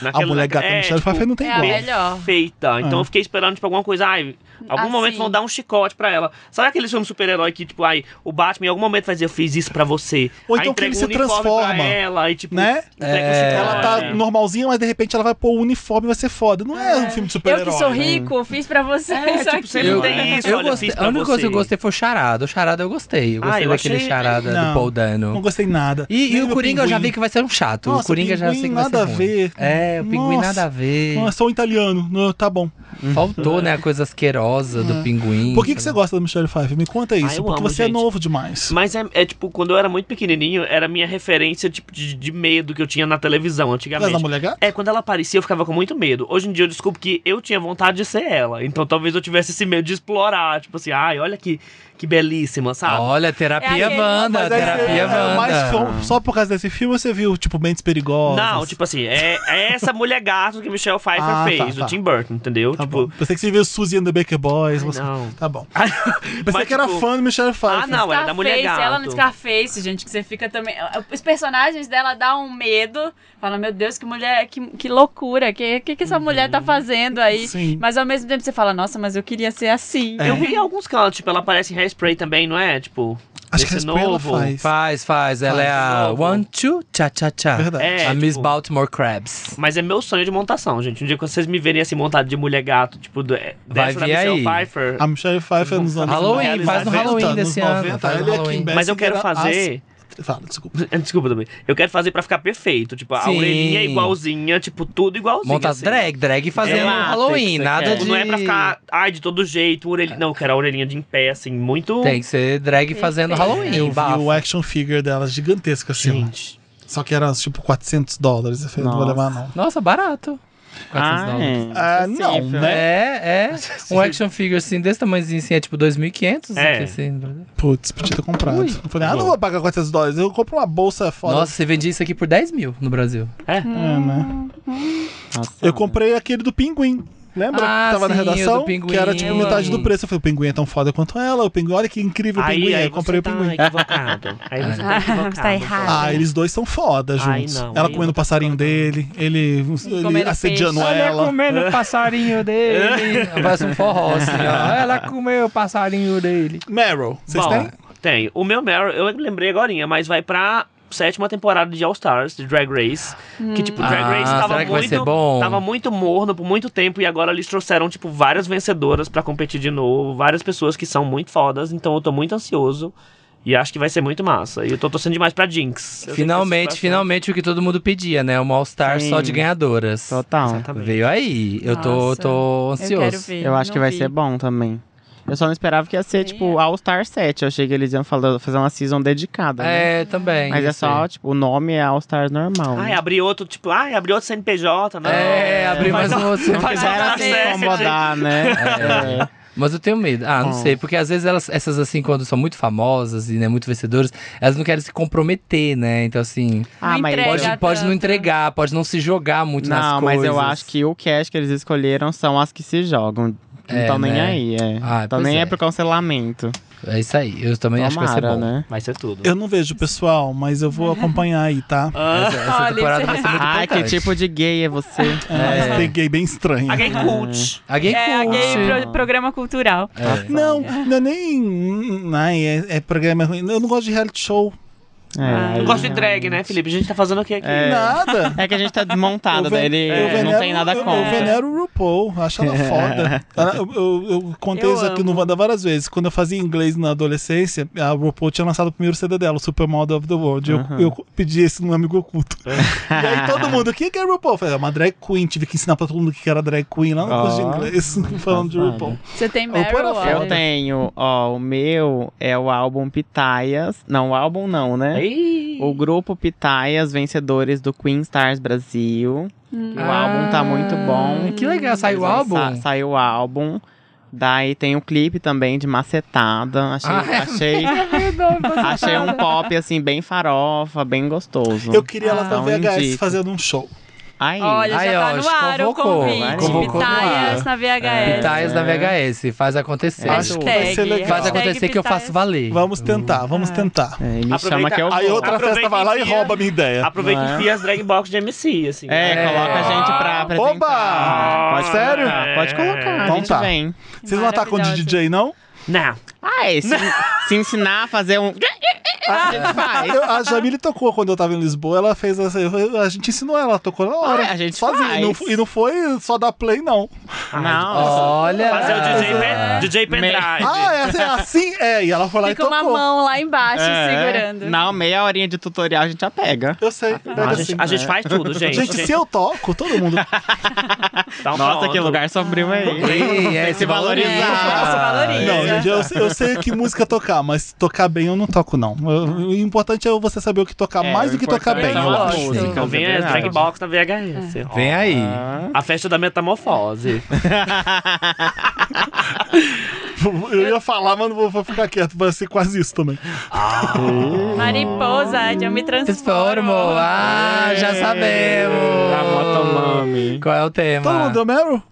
Speaker 1: A
Speaker 4: Naquela-
Speaker 1: mulher gata
Speaker 4: é,
Speaker 1: é, Michelle
Speaker 4: tipo,
Speaker 1: Pfeiffer não tem
Speaker 2: É a
Speaker 1: igual.
Speaker 2: melhor.
Speaker 4: Perfeita. Então
Speaker 1: Ah.
Speaker 4: eu fiquei esperando, tipo, alguma coisa. Ai, algum
Speaker 2: Assim.
Speaker 4: momento vão dar um chicote pra ela. Sabe aquele filme super-herói que, tipo, ai, o Batman em algum momento vai dizer, eu fiz isso pra você.
Speaker 1: Ou
Speaker 4: Aí
Speaker 1: então que
Speaker 4: entrega
Speaker 1: ele
Speaker 4: um
Speaker 1: se
Speaker 4: uniforme
Speaker 1: transforma,
Speaker 4: Pra ela, e, tipo,
Speaker 1: né?
Speaker 4: entrega um
Speaker 3: É.
Speaker 4: chicote.
Speaker 1: Ela tá normalzinha, mas de repente ela vai pôr o uniforme e vai ser foda. Não é, um filme de
Speaker 2: Eu que
Speaker 1: super-herói.
Speaker 4: né?
Speaker 2: sou rico, fiz pra você
Speaker 4: É,
Speaker 2: isso
Speaker 4: tipo,
Speaker 2: aqui.
Speaker 4: sempre tem isso.
Speaker 3: Eu
Speaker 4: olha,
Speaker 3: gostei,
Speaker 4: fiz
Speaker 3: a
Speaker 4: pra
Speaker 3: única coisa que eu
Speaker 4: você.
Speaker 3: gostei foi o charada. O charada eu gostei. Eu
Speaker 4: Ah,
Speaker 3: gostei
Speaker 4: eu
Speaker 3: daquele
Speaker 4: achei-
Speaker 3: charada
Speaker 1: Não.
Speaker 3: do Paul
Speaker 1: Não
Speaker 3: Dano.
Speaker 1: gostei nada.
Speaker 3: E, e
Speaker 1: Nem
Speaker 3: o
Speaker 1: do
Speaker 3: Coringa eu já
Speaker 1: Pinguim.
Speaker 3: vi que vai ser um chato.
Speaker 1: Nossa,
Speaker 3: o Coringa já
Speaker 1: Pinguim
Speaker 3: sei que vai
Speaker 1: nada
Speaker 3: ser
Speaker 1: a
Speaker 3: ruim.
Speaker 1: ver.
Speaker 3: É, o pinguim
Speaker 1: Nossa.
Speaker 3: nada a ver.
Speaker 1: Ah, sou italiano. Não, tá bom.
Speaker 3: Faltou, né, a coisa asquerosa do pinguim.
Speaker 1: Por que, que você gosta da Michelle Pfeiffer? Me conta isso.
Speaker 4: Ah, eu
Speaker 1: porque
Speaker 4: amo,
Speaker 1: você é
Speaker 4: gente.
Speaker 1: novo demais.
Speaker 4: Mas é, é, tipo, quando eu era muito pequenininho, era a minha referência tipo, de, de medo que eu tinha na televisão
Speaker 1: Mas da
Speaker 4: antigamente.
Speaker 1: mulher gata?
Speaker 4: É, quando ela aparecia, eu ficava com muito medo. Hoje em dia eu descubro que eu tinha vontade de ser ela. Então talvez eu tivesse esse medo de explorar. Tipo assim, ai, olha que, que belíssima, sabe?
Speaker 3: Ah, Olha,
Speaker 2: É
Speaker 3: terapia
Speaker 2: aquele-
Speaker 3: Wanda,
Speaker 1: Mas aí você-
Speaker 3: terapia
Speaker 1: é,
Speaker 3: Wanda.
Speaker 1: mas só- só por causa desse filme você viu, tipo, Mentes Perigosas.
Speaker 4: Não, tipo assim, é, é essa mulher gato que Michelle Pfeiffer
Speaker 1: Ah, tá,
Speaker 4: fez,
Speaker 1: tá.
Speaker 4: o Tim Burton, entendeu?
Speaker 1: Tá
Speaker 4: tipo.
Speaker 1: bom. Pensei que você viu Suzy and the Baker Boys. você-
Speaker 4: não.
Speaker 1: Tá bom.
Speaker 4: Ai,
Speaker 1: Pensei
Speaker 4: mas,
Speaker 1: que era
Speaker 4: tipo,
Speaker 1: fã do Michelle Pfeiffer.
Speaker 4: Ah, não, era da mulher
Speaker 2: Scarface,
Speaker 4: gato.
Speaker 2: Ela no Scarface, gente, que você fica também. Os personagens dela dá um medo. Fala, meu Deus, que mulher, que, que loucura, que, que que essa mulher
Speaker 3: Uhum.
Speaker 2: tá fazendo aí?
Speaker 1: Sim.
Speaker 2: Mas ao mesmo tempo você fala, nossa, mas eu queria ser assim.
Speaker 4: Eu vi alguns cantos, tipo, ela aparece em Hairspray também, não é? Tipo,
Speaker 1: Acho que a
Speaker 4: Desse
Speaker 1: Espanha ela
Speaker 4: novo.
Speaker 1: faz.
Speaker 3: Faz, faz. Ela é a
Speaker 4: Logo.
Speaker 3: One, Two, Cha Cha Cha.
Speaker 1: Verdade.
Speaker 4: É,
Speaker 3: a Miss
Speaker 4: tipo-
Speaker 3: Baltimore Crabs.
Speaker 4: Mas é meu sonho de montação, gente. Um dia quando vocês me verem assim montado de mulher gato, tipo, do- é,
Speaker 3: Vai
Speaker 4: dessa da
Speaker 3: vir
Speaker 4: Michelle
Speaker 3: aí.
Speaker 4: Pfeiffer.
Speaker 1: A Ah, Michelle Pfeiffer nos anos
Speaker 3: Halloween, faz no
Speaker 1: 90,
Speaker 3: Halloween
Speaker 1: nos
Speaker 3: desse ano,
Speaker 1: 90,
Speaker 3: faz no
Speaker 1: ela e a
Speaker 3: Halloween.
Speaker 1: Tá, é Kim
Speaker 4: Mas eu
Speaker 1: Basinger
Speaker 4: quero
Speaker 1: era
Speaker 4: fazer.
Speaker 1: as- Fala, Tá, desculpa.
Speaker 4: Desculpa também. Eu quero fazer pra ficar perfeito. Tipo, a
Speaker 3: Sim.
Speaker 4: orelhinha igualzinha, tipo, tudo igualzinho.
Speaker 3: Monta as
Speaker 4: assim.
Speaker 3: drag, drag fazendo
Speaker 4: É látex,
Speaker 3: Halloween,
Speaker 5: você
Speaker 3: nada
Speaker 5: quer.
Speaker 3: de...
Speaker 4: Não é pra ficar, ai, de todo jeito, orelhinha. Não, eu quero a orelhinha de em pé, assim, muito.
Speaker 3: Tem que ser drag fazendo Halloween,
Speaker 1: Eu vi
Speaker 3: bafo.
Speaker 1: o action figure dela gigantesca assim.
Speaker 4: Gente.
Speaker 1: Só que era tipo 400 dólares. Eu falei, não vou
Speaker 5: Nossa.
Speaker 1: levar, não.
Speaker 3: Nossa, barato. 400
Speaker 5: Ah,
Speaker 3: dólares.
Speaker 1: Ah, não,
Speaker 5: possível.
Speaker 1: né?
Speaker 3: É, é. Um action figure assim, desse tamanhozinho assim, é tipo 2.500.
Speaker 4: É.
Speaker 3: aqui, assim, no Brasil.
Speaker 1: Putz, podia ter comprado. eu falei, ah, não vou pagar 400 dólares. Eu compro uma bolsa foda.
Speaker 3: Nossa, você vendia isso aqui por 10 mil no Brasil.
Speaker 1: É, né?
Speaker 5: Nossa,
Speaker 1: Eu comprei aquele do pinguim. Lembra?
Speaker 3: Ah,
Speaker 1: que tava
Speaker 3: sim,
Speaker 1: na
Speaker 3: o do
Speaker 1: redação.
Speaker 3: pinguim.
Speaker 1: Que era tipo metade do preço. Eu falei, o pinguim é tão foda quanto ela. O pinguim, olha que incrível o
Speaker 4: Aí,
Speaker 1: pinguim. Aí,
Speaker 4: aí
Speaker 1: eu comprei o
Speaker 4: você
Speaker 1: pinguim.
Speaker 4: Tá equivocado. Aí você tá equivocado.
Speaker 2: Tá errado.
Speaker 1: Ah, eles dois são foda
Speaker 4: né? Ai,
Speaker 1: juntos.
Speaker 4: não,
Speaker 1: ela
Speaker 4: aí
Speaker 1: comendo
Speaker 4: eu
Speaker 1: o passarinho dele, ele, ele
Speaker 2: Comendo
Speaker 1: assediando
Speaker 2: peixe.
Speaker 1: ela.
Speaker 3: comendo o passarinho dele. Parece um forró, assim, ó. Ela comeu o passarinho dele.
Speaker 1: Meryl, vocês
Speaker 4: Bom,
Speaker 1: têm?
Speaker 4: Tem. O meu Meryl, eu lembrei agorinha, mas vai pra sétima temporada de All Stars, de Drag Race.
Speaker 2: Hum,
Speaker 4: Que, tipo, Drag
Speaker 3: Ah,
Speaker 4: Race tava
Speaker 3: será que vai
Speaker 4: muito.
Speaker 3: ser bom?
Speaker 4: Tava muito morno por muito tempo e agora eles trouxeram, tipo, várias vencedoras pra competir de novo, várias pessoas que são muito fodas, então eu tô muito ansioso. E acho que vai ser muito massa. E eu tô torcendo demais pra Jinx. Eu sei que
Speaker 3: Finalmente,
Speaker 4: vocês gostam.
Speaker 3: finalmente o que todo mundo pedia, né? Uma All-Star
Speaker 5: Sim.
Speaker 3: só de ganhadoras.
Speaker 5: Total.
Speaker 4: Exatamente.
Speaker 3: Veio aí. Eu tô,
Speaker 2: Nossa,
Speaker 3: tô ansioso.
Speaker 2: Eu quero ver.
Speaker 5: Eu acho
Speaker 2: não
Speaker 5: que vai
Speaker 2: vi.
Speaker 5: ser bom também. Eu só não esperava que ia ser,
Speaker 2: Sim,
Speaker 5: tipo,
Speaker 2: é.
Speaker 5: All Star 7. Eu achei que eles iam falar- fazer uma season dedicada, né?
Speaker 3: É, também.
Speaker 5: Mas é só, tipo, o nome é All Stars normal.
Speaker 4: Ai,
Speaker 5: né?
Speaker 4: abri outro, tipo, ai, abri outro CNPJ, não.
Speaker 3: É, abri mais um outro.
Speaker 5: Não
Speaker 4: Mas All
Speaker 5: quiseram
Speaker 4: Star
Speaker 5: se
Speaker 4: 7,
Speaker 5: incomodar, né? É.
Speaker 3: Mas eu tenho medo. Ah, não
Speaker 5: Ah.
Speaker 3: sei, porque às vezes elas, essas assim, quando são muito famosas e né, muito vencedoras, elas não querem se comprometer, né? Então, assim,
Speaker 5: Ah, mas
Speaker 2: entrega.
Speaker 3: pode,
Speaker 2: Pegar
Speaker 3: pode não
Speaker 2: É, tanto.
Speaker 3: entregar, pode não se jogar muito nas
Speaker 5: Não,
Speaker 3: coisas.
Speaker 5: mas eu acho que o cast que eles escolheram são as que se jogam. Não
Speaker 3: É,
Speaker 5: tão nem
Speaker 3: né?
Speaker 5: aí, é.
Speaker 3: Ah,
Speaker 5: Tão
Speaker 3: pois
Speaker 5: nem
Speaker 3: é.
Speaker 5: é pro cancelamento.
Speaker 3: É isso aí. Eu também acho que vai ser
Speaker 5: Tomara,
Speaker 3: bom.
Speaker 5: né?
Speaker 4: Vai ser tudo.
Speaker 1: Eu não vejo, pessoal, mas eu vou acompanhar aí, tá?
Speaker 4: Ah,
Speaker 3: Essa, essa
Speaker 2: Olha,
Speaker 3: temporada
Speaker 2: isso-
Speaker 3: vai ser é muito
Speaker 5: Ai, que
Speaker 3: importante.
Speaker 5: tipo de gay é você?
Speaker 1: É. Tem gay bem estranho.
Speaker 4: a gay cult.
Speaker 3: A gay
Speaker 2: É, a
Speaker 3: curte.
Speaker 2: gay pro- programa cultural.
Speaker 3: É.
Speaker 1: Não, não é nem. Ai, é, é programa ruim. Eu não gosto de reality show.
Speaker 5: É,
Speaker 4: Não gosto de
Speaker 5: drag.
Speaker 4: drag, né, Felipe? A gente tá fazendo o que aqui?
Speaker 1: Nada.
Speaker 5: É que a gente tá desmontado,
Speaker 1: Eu ven-
Speaker 5: daí ele
Speaker 1: eu
Speaker 5: não tem nada
Speaker 1: eu-
Speaker 5: contra. É.
Speaker 1: Eu venero o RuPaul, acho ela foda. Ela- Eu, eu- eu contei
Speaker 2: Eu
Speaker 1: isso aqui
Speaker 2: amo.
Speaker 1: no Wanda várias vezes. Quando eu fazia inglês na adolescência, a RuPaul tinha lançado o primeiro CD dela, o Supermodel of the World. Eu,
Speaker 5: Aham.
Speaker 1: eu pedi esse num amigo oculto. e aí todo mundo, o que que é RuPaul? Eu falei, é uma drag queen. Tive que ensinar pra todo mundo o que que era drag queen lá no curso de
Speaker 5: Ó,
Speaker 1: inglês, falando de
Speaker 5: safada.
Speaker 1: RuPaul.
Speaker 2: Você tem
Speaker 1: vou pôr
Speaker 2: Meryl?
Speaker 1: na
Speaker 2: olha.
Speaker 5: Eu tenho, ó, o meu é o álbum Pitaias. Não, o álbum não, né?
Speaker 4: Ih.
Speaker 5: O grupo Pitaias, vencedores do Queen Stars Brasil. O álbum tá muito bom.
Speaker 3: Que legal, saiu o
Speaker 5: Eles vão-
Speaker 3: álbum?
Speaker 5: sa- saiu o álbum. Daí tem o clipe também de Macetada. Achei,
Speaker 3: Ah, é?
Speaker 5: achei,
Speaker 2: Ah,
Speaker 5: achei um pop, assim, bem farofa, bem gostoso.
Speaker 1: Eu queria ela com
Speaker 5: Então,
Speaker 1: VHS
Speaker 5: indico.
Speaker 1: fazendo um show.
Speaker 5: Aí,
Speaker 2: Olha, já
Speaker 3: Aí,
Speaker 2: tá
Speaker 3: ó,
Speaker 2: no ar o
Speaker 3: convocou,
Speaker 5: vai,
Speaker 2: convite.
Speaker 5: convocou
Speaker 3: no
Speaker 2: Pitaias
Speaker 3: ar.
Speaker 2: na VHS.
Speaker 3: Pitaias da VHS, faz acontecer.
Speaker 5: Acho que
Speaker 1: vai ser
Speaker 2: Hashtag.
Speaker 1: legal.
Speaker 3: Faz
Speaker 1: Hashtag
Speaker 3: acontecer que eu faço valer.
Speaker 1: Vamos tentar, vamos tentar.
Speaker 5: é, me chama
Speaker 4: Aproveita-
Speaker 5: que eu
Speaker 1: Aí
Speaker 5: vou.
Speaker 1: outra
Speaker 4: Aproveita
Speaker 1: festa vai lá e
Speaker 4: e
Speaker 1: rouba a minha ideia.
Speaker 4: Aproveita
Speaker 5: Não é?
Speaker 4: e enfia as drag box de MC, assim.
Speaker 5: É,
Speaker 3: É.
Speaker 5: coloca a gente pra apresentar.
Speaker 1: Oba!
Speaker 5: Pode
Speaker 1: Sério?
Speaker 5: Colocar, pode colocar,
Speaker 1: Então
Speaker 5: a gente
Speaker 1: tá.
Speaker 5: vem.
Speaker 1: Vocês não atacam de
Speaker 2: Maravilhosa.
Speaker 1: DJ, não?
Speaker 4: Não.
Speaker 5: Ah, é, se, se ensinar a fazer um... A gente faz.
Speaker 1: Ah. Eu- a Jamile tocou quando eu tava em Lisboa, ela fez essa. eu- A gente ensinou ela, tocou na hora.
Speaker 5: Ah, a gente
Speaker 1: sozinha.
Speaker 5: faz.
Speaker 1: E não, e não foi só dar play, não.
Speaker 5: Não,
Speaker 3: Olha.
Speaker 4: Fazer o DJ, pen-
Speaker 3: Ah.
Speaker 4: DJ pendrive.
Speaker 1: Ah, é assim, é assim? É, e ela foi lá
Speaker 2: Fica
Speaker 1: e
Speaker 2: uma
Speaker 1: tocou.
Speaker 2: mão lá embaixo Tá
Speaker 3: É.
Speaker 2: segurando.
Speaker 5: É. Não, meia horinha de tutorial a gente já pega.
Speaker 1: Eu sei.
Speaker 4: A
Speaker 1: pega
Speaker 4: gente,
Speaker 1: assim.
Speaker 4: a gente faz tudo, gente.
Speaker 1: Gente, se eu toco, todo mundo.
Speaker 4: tá um
Speaker 5: Nossa,
Speaker 4: pronto.
Speaker 5: que lugar sombrio aí.
Speaker 3: Ei, é,
Speaker 5: Tem que
Speaker 3: se valoriza.
Speaker 5: valorizar.
Speaker 2: É, se valoriza.
Speaker 1: Não,
Speaker 2: É.
Speaker 1: gente, eu, sei- eu sei que música tocar, mas tocar bem eu não toco, não. Eu- O importante é você saber o que tocar
Speaker 5: É,
Speaker 1: mais do
Speaker 5: o
Speaker 1: que tocar
Speaker 5: importante
Speaker 1: bem,
Speaker 5: são
Speaker 1: eu
Speaker 5: as
Speaker 1: acho.
Speaker 5: músicas,
Speaker 4: Então vem
Speaker 5: é
Speaker 4: as drag
Speaker 5: verdade.
Speaker 4: box na VHS. ó.
Speaker 3: Vem aí.
Speaker 5: Ah.
Speaker 4: A festa da metamorfose.
Speaker 1: Eu ia falar, mas não vou vou ficar quieto. Vai ser quase isso também.
Speaker 2: Mariposa, é, eu me transformo.
Speaker 3: Transformou. Ah, já sabemos.
Speaker 5: A motomami.
Speaker 3: Qual é o tema?
Speaker 1: Todo mundo deu Meryl?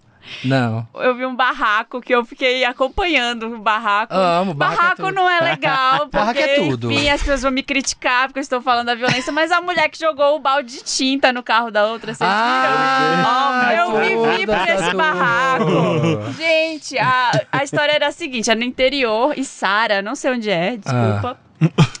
Speaker 3: Não.
Speaker 2: Eu vi um barraco que eu fiquei acompanhando o barraco.
Speaker 3: Amo, barraco é tudo.
Speaker 2: não é legal, porque
Speaker 3: Barraco é tudo.
Speaker 2: enfim, as pessoas vão me criticar porque eu estou falando da violência, mas a mulher que jogou o balde de tinta no carro da outra, vocês
Speaker 3: Ah,
Speaker 2: viram? Ó, eu vivi
Speaker 3: tudo,
Speaker 2: por esse
Speaker 3: tudo.
Speaker 2: barraco.
Speaker 3: Ah.
Speaker 2: Gente, a, a história era a seguinte, era no interior, e Sara, não sei onde é, desculpa.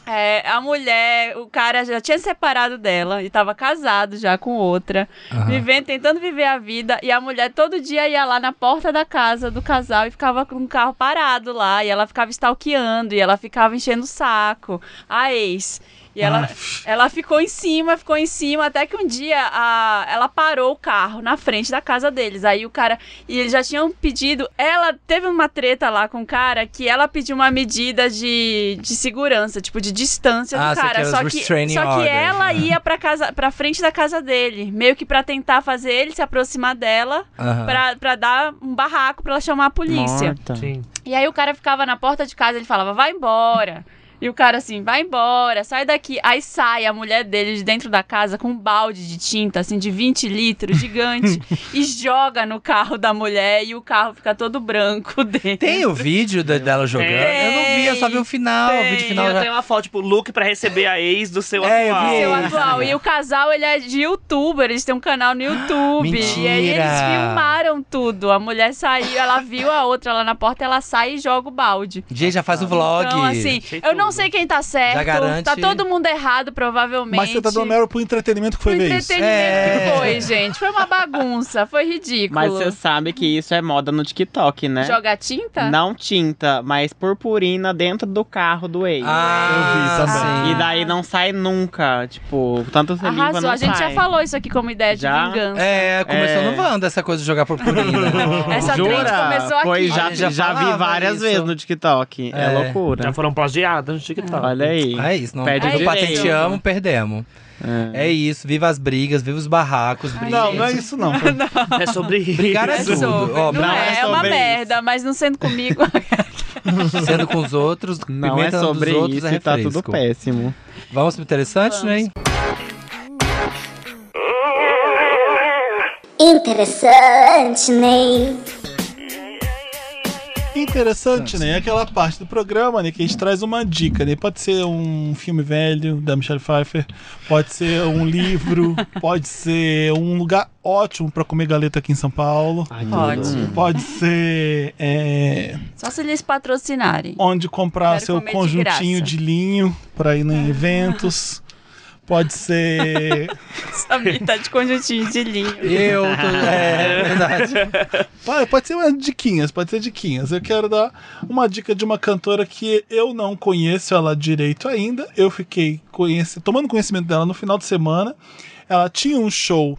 Speaker 2: É, a mulher, o cara já tinha se separado dela e tava casado já com outra, vivendo, tentando viver a vida. E a mulher todo dia ia lá na porta da casa do casal e ficava com o carro parado lá. E ela ficava stalkeando e ela ficava enchendo o saco. A ex. E ela, ela ficou em cima, ficou em cima, até que um dia a, ela parou o carro na frente da casa deles. Aí o cara. E eles já tinham pedido. Ela teve uma treta lá com o cara que ela pediu uma medida de, de segurança, tipo, de distância
Speaker 3: Ah,
Speaker 2: do
Speaker 3: sei
Speaker 2: cara.
Speaker 3: que é os
Speaker 2: Só que,
Speaker 3: restraining
Speaker 2: só que
Speaker 3: orders,
Speaker 2: ela
Speaker 3: né?
Speaker 2: ia pra, casa, pra frente da casa dele, meio que pra tentar fazer ele se aproximar dela,
Speaker 3: Aham.
Speaker 2: pra, pra dar um barraco pra ela chamar a polícia.
Speaker 5: Morta.
Speaker 4: Sim.
Speaker 2: E aí o cara ficava na porta de casa, ele falava, vai embora. E o cara assim, vai embora, sai daqui. Aí sai a mulher dele de dentro da casa com um balde de tinta, assim, de 20 litros, gigante, e joga no carro da mulher e o carro fica todo branco dentro.
Speaker 3: Tem o vídeo da- dela jogando? Eu não vi, eu só vi o final. o vídeo
Speaker 2: tem,
Speaker 3: final
Speaker 4: eu
Speaker 3: já...
Speaker 4: tenho uma foto, tipo, look pra receber a ex do seu
Speaker 3: É, eu
Speaker 4: atual.
Speaker 3: vi.
Speaker 2: Seu
Speaker 3: Eita.
Speaker 2: atual. E o casal, ele é de youtuber, eles têm um canal no YouTube. E aí eles
Speaker 3: Mentira.
Speaker 2: filmaram tudo. A mulher saiu, ela viu a outra lá na porta, ela sai e joga o balde.
Speaker 3: Gente, já faz o vlog.
Speaker 2: Então, assim,
Speaker 4: Achei
Speaker 2: eu não
Speaker 4: tudo.
Speaker 2: sei quem tá certo.
Speaker 3: Já garante-
Speaker 2: Tá todo mundo errado, provavelmente.
Speaker 1: Mas você tá dando Meryl pro entretenimento que
Speaker 2: Foi
Speaker 1: foi ver isso.
Speaker 2: entretenimento
Speaker 3: É.
Speaker 2: que foi, gente. Foi uma bagunça, foi ridículo.
Speaker 5: Mas você sabe que isso é moda no TikTok, né?
Speaker 2: Joga tinta?
Speaker 5: Não tinta, mas purpurina dentro do carro do ex.
Speaker 3: ah,
Speaker 1: Eu vi também.
Speaker 3: sim.
Speaker 5: E daí não sai nunca. Tipo, tanto saliva
Speaker 2: Arrasou.
Speaker 5: não
Speaker 2: A gente
Speaker 5: sai.
Speaker 2: já falou isso aqui como ideia de
Speaker 5: Já?
Speaker 2: vingança.
Speaker 3: É, começou
Speaker 5: É.
Speaker 3: no Wanda essa coisa de jogar purpurina. né?
Speaker 2: Essa trend
Speaker 5: Jura?
Speaker 2: começou
Speaker 5: Pois
Speaker 2: aqui.
Speaker 5: já,
Speaker 3: A gente já
Speaker 5: já, vi
Speaker 3: falava
Speaker 5: várias
Speaker 3: isso.
Speaker 5: vezes no TikTok. É,
Speaker 3: É.
Speaker 5: loucura.
Speaker 4: Já foram plagiadas no TikTok.
Speaker 5: Ah. Olha aí.
Speaker 3: é isso, não,
Speaker 5: Perde
Speaker 2: o
Speaker 3: não
Speaker 2: direito.
Speaker 3: patenteamos, perdemos.
Speaker 5: É.
Speaker 3: É isso, viva as brigas, viva os barracos, briga.
Speaker 1: Não, não é isso não.
Speaker 4: É sobre isso.
Speaker 3: Brigar é
Speaker 2: É sobre.
Speaker 3: tudo. Ó,
Speaker 2: não,
Speaker 5: não
Speaker 2: é,
Speaker 5: é
Speaker 2: é uma
Speaker 5: sobre isso.
Speaker 2: merda, mas não sendo comigo. é
Speaker 3: sendo com os outros,
Speaker 5: Não é
Speaker 3: pimenta
Speaker 5: sobre
Speaker 3: dos outros
Speaker 5: isso,
Speaker 3: é
Speaker 5: e tá
Speaker 3: refresco.
Speaker 5: tudo péssimo.
Speaker 3: Vamos pro interessante, né?
Speaker 7: Interessante, Ney.
Speaker 1: Interessante, né? Aquela parte do programa, né? Que a gente traz uma dica, né? Pode ser um filme velho da Michelle Pfeiffer, pode ser um livro, pode ser um lugar ótimo pra comer galeta aqui em São Paulo,
Speaker 2: Pode.
Speaker 1: pode ser é,
Speaker 2: Só se eles patrocinarem.
Speaker 1: onde comprar
Speaker 2: Quero
Speaker 1: seu
Speaker 2: comer de
Speaker 1: conjuntinho
Speaker 2: graça.
Speaker 1: de, linho pra ir em eventos, pode ser.
Speaker 2: Samir tá de conjuntinho de linho.
Speaker 3: Eu tô... É, é verdade.
Speaker 1: Pode, pode ser umas diquinhas, pode ser diquinhas. Eu quero dar uma dica de uma cantora que eu não conheço ela direito ainda. Eu fiquei conhece- tomando conhecimento dela no final de semana. Ela tinha um show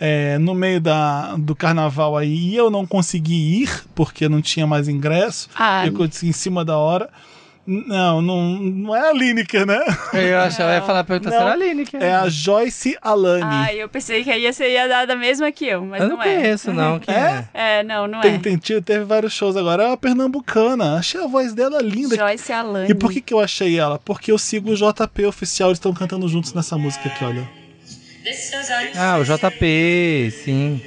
Speaker 1: é, no meio da, do carnaval aí e eu não consegui ir porque não tinha mais ingresso.
Speaker 2: Ah,
Speaker 1: Eu consegui em cima da hora. Não, não, não é a Lineker, né?
Speaker 3: Eu achava, eu ia falar, perguntar,
Speaker 1: Não.
Speaker 3: será a Aline que
Speaker 1: É a Joyce Alane.
Speaker 2: ah, eu pensei que aí você ia dar da mesma que eu, mas
Speaker 3: Eu não,
Speaker 2: não, é.
Speaker 3: conheço, não. Quem é?
Speaker 2: É, não, não
Speaker 1: Ah, tem,
Speaker 2: é.
Speaker 1: tem, teve- teve vários shows agora. É uma pernambucana. Achei a voz dela linda.
Speaker 2: Joyce Alane.
Speaker 1: E por que, que eu achei ela? Porque eu sigo o JP oficial, eles estão cantando juntos nessa música aqui, olha.
Speaker 3: Ah, o JP, sim.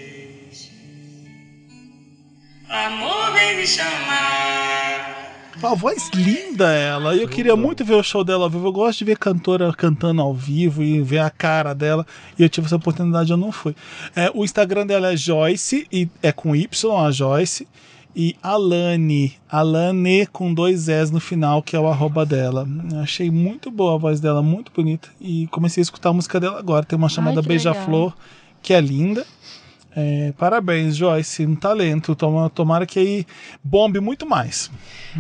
Speaker 1: Uma voz linda ela. E eu queria muito ver o show dela ao vivo. Eu gosto de ver cantora cantando ao vivo e ver a cara dela. E eu tive essa oportunidade, eu não fui. É, o Instagram dela é Joyce, e é com Y, a Joyce. E Alane, Alane com dois S no final, que é o arroba dela. Eu achei muito boa a voz dela, muito bonita. E comecei a escutar a música dela agora. Tem uma chamada
Speaker 2: que
Speaker 1: Beija-Flor, que é linda. É, parabéns, Joyce, um talento. Toma- Tomara que aí bombe muito mais.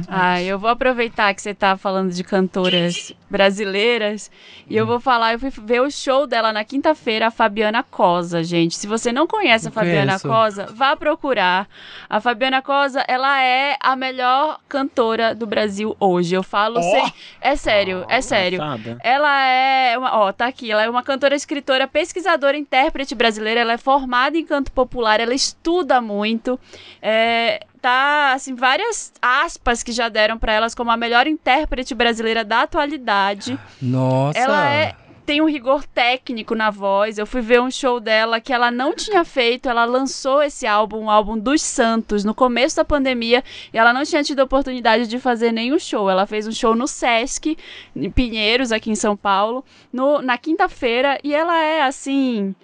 Speaker 2: Ah, eu vou aproveitar que você tá falando de cantoras brasileiras e eu vou falar, eu fui ver o show dela na quinta-feira, a Fabiana Cosa, gente. Se você não conhece a
Speaker 3: Não
Speaker 2: Fabiana
Speaker 3: conheço.
Speaker 2: Cosa, vá procurar. A Fabiana Cosa, ela é a melhor cantora do Brasil hoje. Eu falo
Speaker 1: Ó!
Speaker 2: sem... É sério, é sério.
Speaker 5: Engraçada.
Speaker 2: Ela é, uma, ó, tá aqui, ela é uma cantora, escritora, pesquisadora, intérprete brasileira, ela é formada em canto popular, ela estuda muito, é, tá, assim, várias aspas que já deram pra elas como a melhor intérprete brasileira da atualidade.
Speaker 3: Nossa.
Speaker 2: Ela é tem um rigor técnico na voz. Eu fui ver um show dela que ela não tinha feito. Ela lançou esse álbum, o álbum dos Santos, no começo da pandemia. E ela não tinha tido a oportunidade de fazer nenhum show. Ela fez um show no Sesc, em Pinheiros, aqui em São Paulo, no- na quinta-feira. E ela é assim.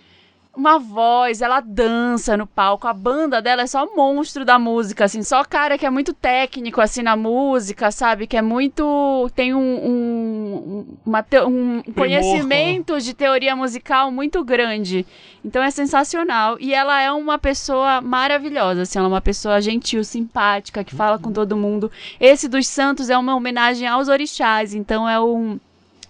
Speaker 2: uma voz, ela dança no palco. A banda dela é só monstro da música, assim, só cara que é muito técnico, assim, na música, sabe? Que é muito. tem um, um, uma te- um conhecimento de teoria musical muito grande. Então é sensacional. E ela é uma pessoa maravilhosa, assim, ela é uma pessoa gentil, simpática, que fala com todo mundo. Esse dos Santos é uma homenagem aos orixás, então é um.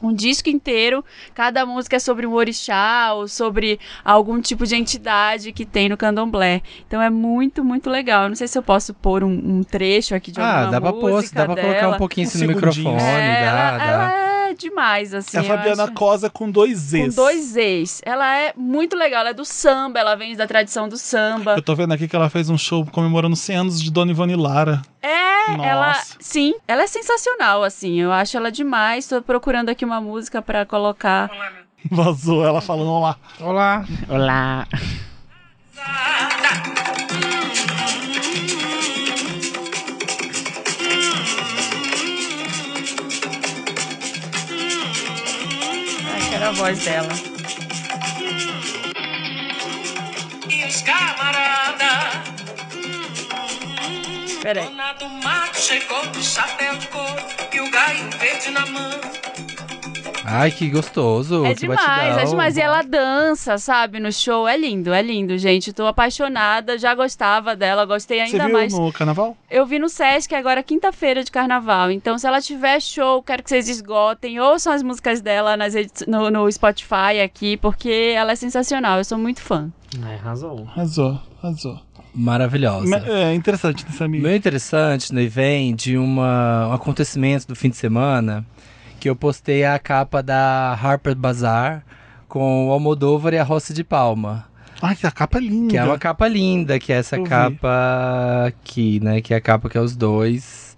Speaker 2: Um disco inteiro, cada música é sobre um orixá ou sobre algum tipo de entidade que tem no candomblé. Então é muito, muito legal. Eu não sei se eu posso pôr um, um trecho aqui de
Speaker 3: Ah,
Speaker 2: alguma
Speaker 3: dá pra pôr,
Speaker 2: música
Speaker 3: dá pra colocar um
Speaker 2: dela.
Speaker 3: pouquinho
Speaker 1: Um
Speaker 3: assim no
Speaker 1: segundinho.
Speaker 3: microfone,
Speaker 2: É,
Speaker 3: dá,
Speaker 2: ela,
Speaker 3: dá.
Speaker 2: ela é demais, assim.
Speaker 1: É a
Speaker 2: eu
Speaker 1: Fabiana
Speaker 2: acho.
Speaker 1: Cosa com dois
Speaker 2: Com
Speaker 1: Zs.
Speaker 2: dois ex. Ela é muito legal. Ela é do samba, ela vem da tradição do samba.
Speaker 1: Eu tô vendo aqui que ela fez um show comemorando 100 anos de Dona Ivone Lara.
Speaker 2: É,
Speaker 1: Nossa.
Speaker 2: ela. Sim, ela é sensacional, assim. Eu acho ela demais. Tô procurando aqui uma música pra colocar.
Speaker 1: Vazou ela falando lá.
Speaker 3: Olá.
Speaker 5: Olá.
Speaker 2: Ai, quero a voz dela.
Speaker 8: E os camarada,
Speaker 2: Peraí.
Speaker 8: dona do mato chegou de chapéu de couro e o gaio verde na mão.
Speaker 3: Ai, que gostoso.
Speaker 2: É
Speaker 3: que
Speaker 2: demais,
Speaker 3: batidão.
Speaker 2: é demais. E ela dança, sabe, no show. É lindo, é lindo, gente. Tô apaixonada, já gostava dela, gostei
Speaker 1: Você
Speaker 2: ainda
Speaker 1: viu
Speaker 2: mais.
Speaker 1: no carnaval?
Speaker 2: Eu vi no Sesc agora quinta-feira de carnaval. Então, se ela tiver show, quero que vocês esgotem. Ouçam as músicas dela nas redes- no, no Spotify aqui, porque ela é sensacional. Eu sou muito fã.
Speaker 4: É, arrasou.
Speaker 1: Arrasou, arrasou.
Speaker 3: Maravilhosa.
Speaker 1: Me- É interessante essa amiga.
Speaker 3: Meio interessante, né, vem de uma, um acontecimento do fim de semana que eu postei a capa da Harper Bazaar com o Almodóvar e a Rossi de Palma.
Speaker 1: Ai, que a capa é linda.
Speaker 3: Que é uma capa linda, que é essa
Speaker 1: Eu vi.
Speaker 3: capa aqui, né? Que é a capa que é os dois.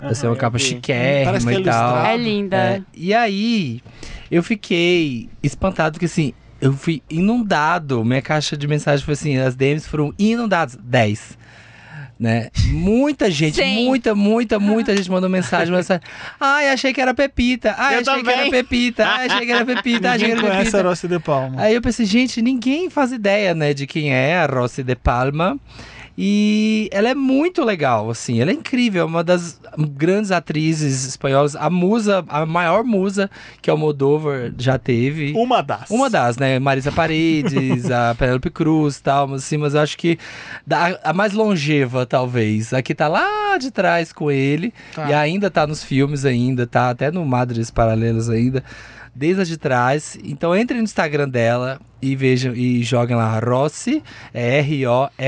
Speaker 3: Vai ser uma
Speaker 5: eu
Speaker 3: capa
Speaker 5: vi.
Speaker 1: Parece
Speaker 3: chiquérrima
Speaker 1: que é
Speaker 3: e tal.
Speaker 1: ilustrado.
Speaker 2: É linda.
Speaker 3: É, e aí, eu fiquei espantado que assim, eu fui inundado. Minha caixa de mensagem foi assim, as DMs foram inundadas. 10. Né? Muita gente,
Speaker 2: Sim.
Speaker 3: muita, muita, muita gente mandou mensagem, mensagem. Ai, achei que era Pepita. Ai,
Speaker 4: Eu
Speaker 3: achei que era
Speaker 4: também.
Speaker 3: Pepita. Ai, achei que era Pepita. Ai, achei que era
Speaker 1: Ninguém conhece
Speaker 3: Pepita.
Speaker 1: a Rossi de Palma.
Speaker 3: Aí eu pensei, gente, ninguém faz ideia, né, de quem é a Rossi de Palma. E ela é muito legal, assim, ela é incrível, é uma das grandes atrizes espanholas, a musa, a maior musa que o Moldover já teve.
Speaker 1: Uma das.
Speaker 3: Uma das, né? Marisa Paredes, a Penélope Cruz e tal, mas assim, mas eu acho que da- a mais longeva, talvez. A que tá lá de trás com ele
Speaker 1: Tá.
Speaker 3: e ainda tá nos filmes ainda, tá até no Madres Paralelas ainda, desde a de trás. Então entrem no Instagram dela e vejam e joguem lá Rossi, é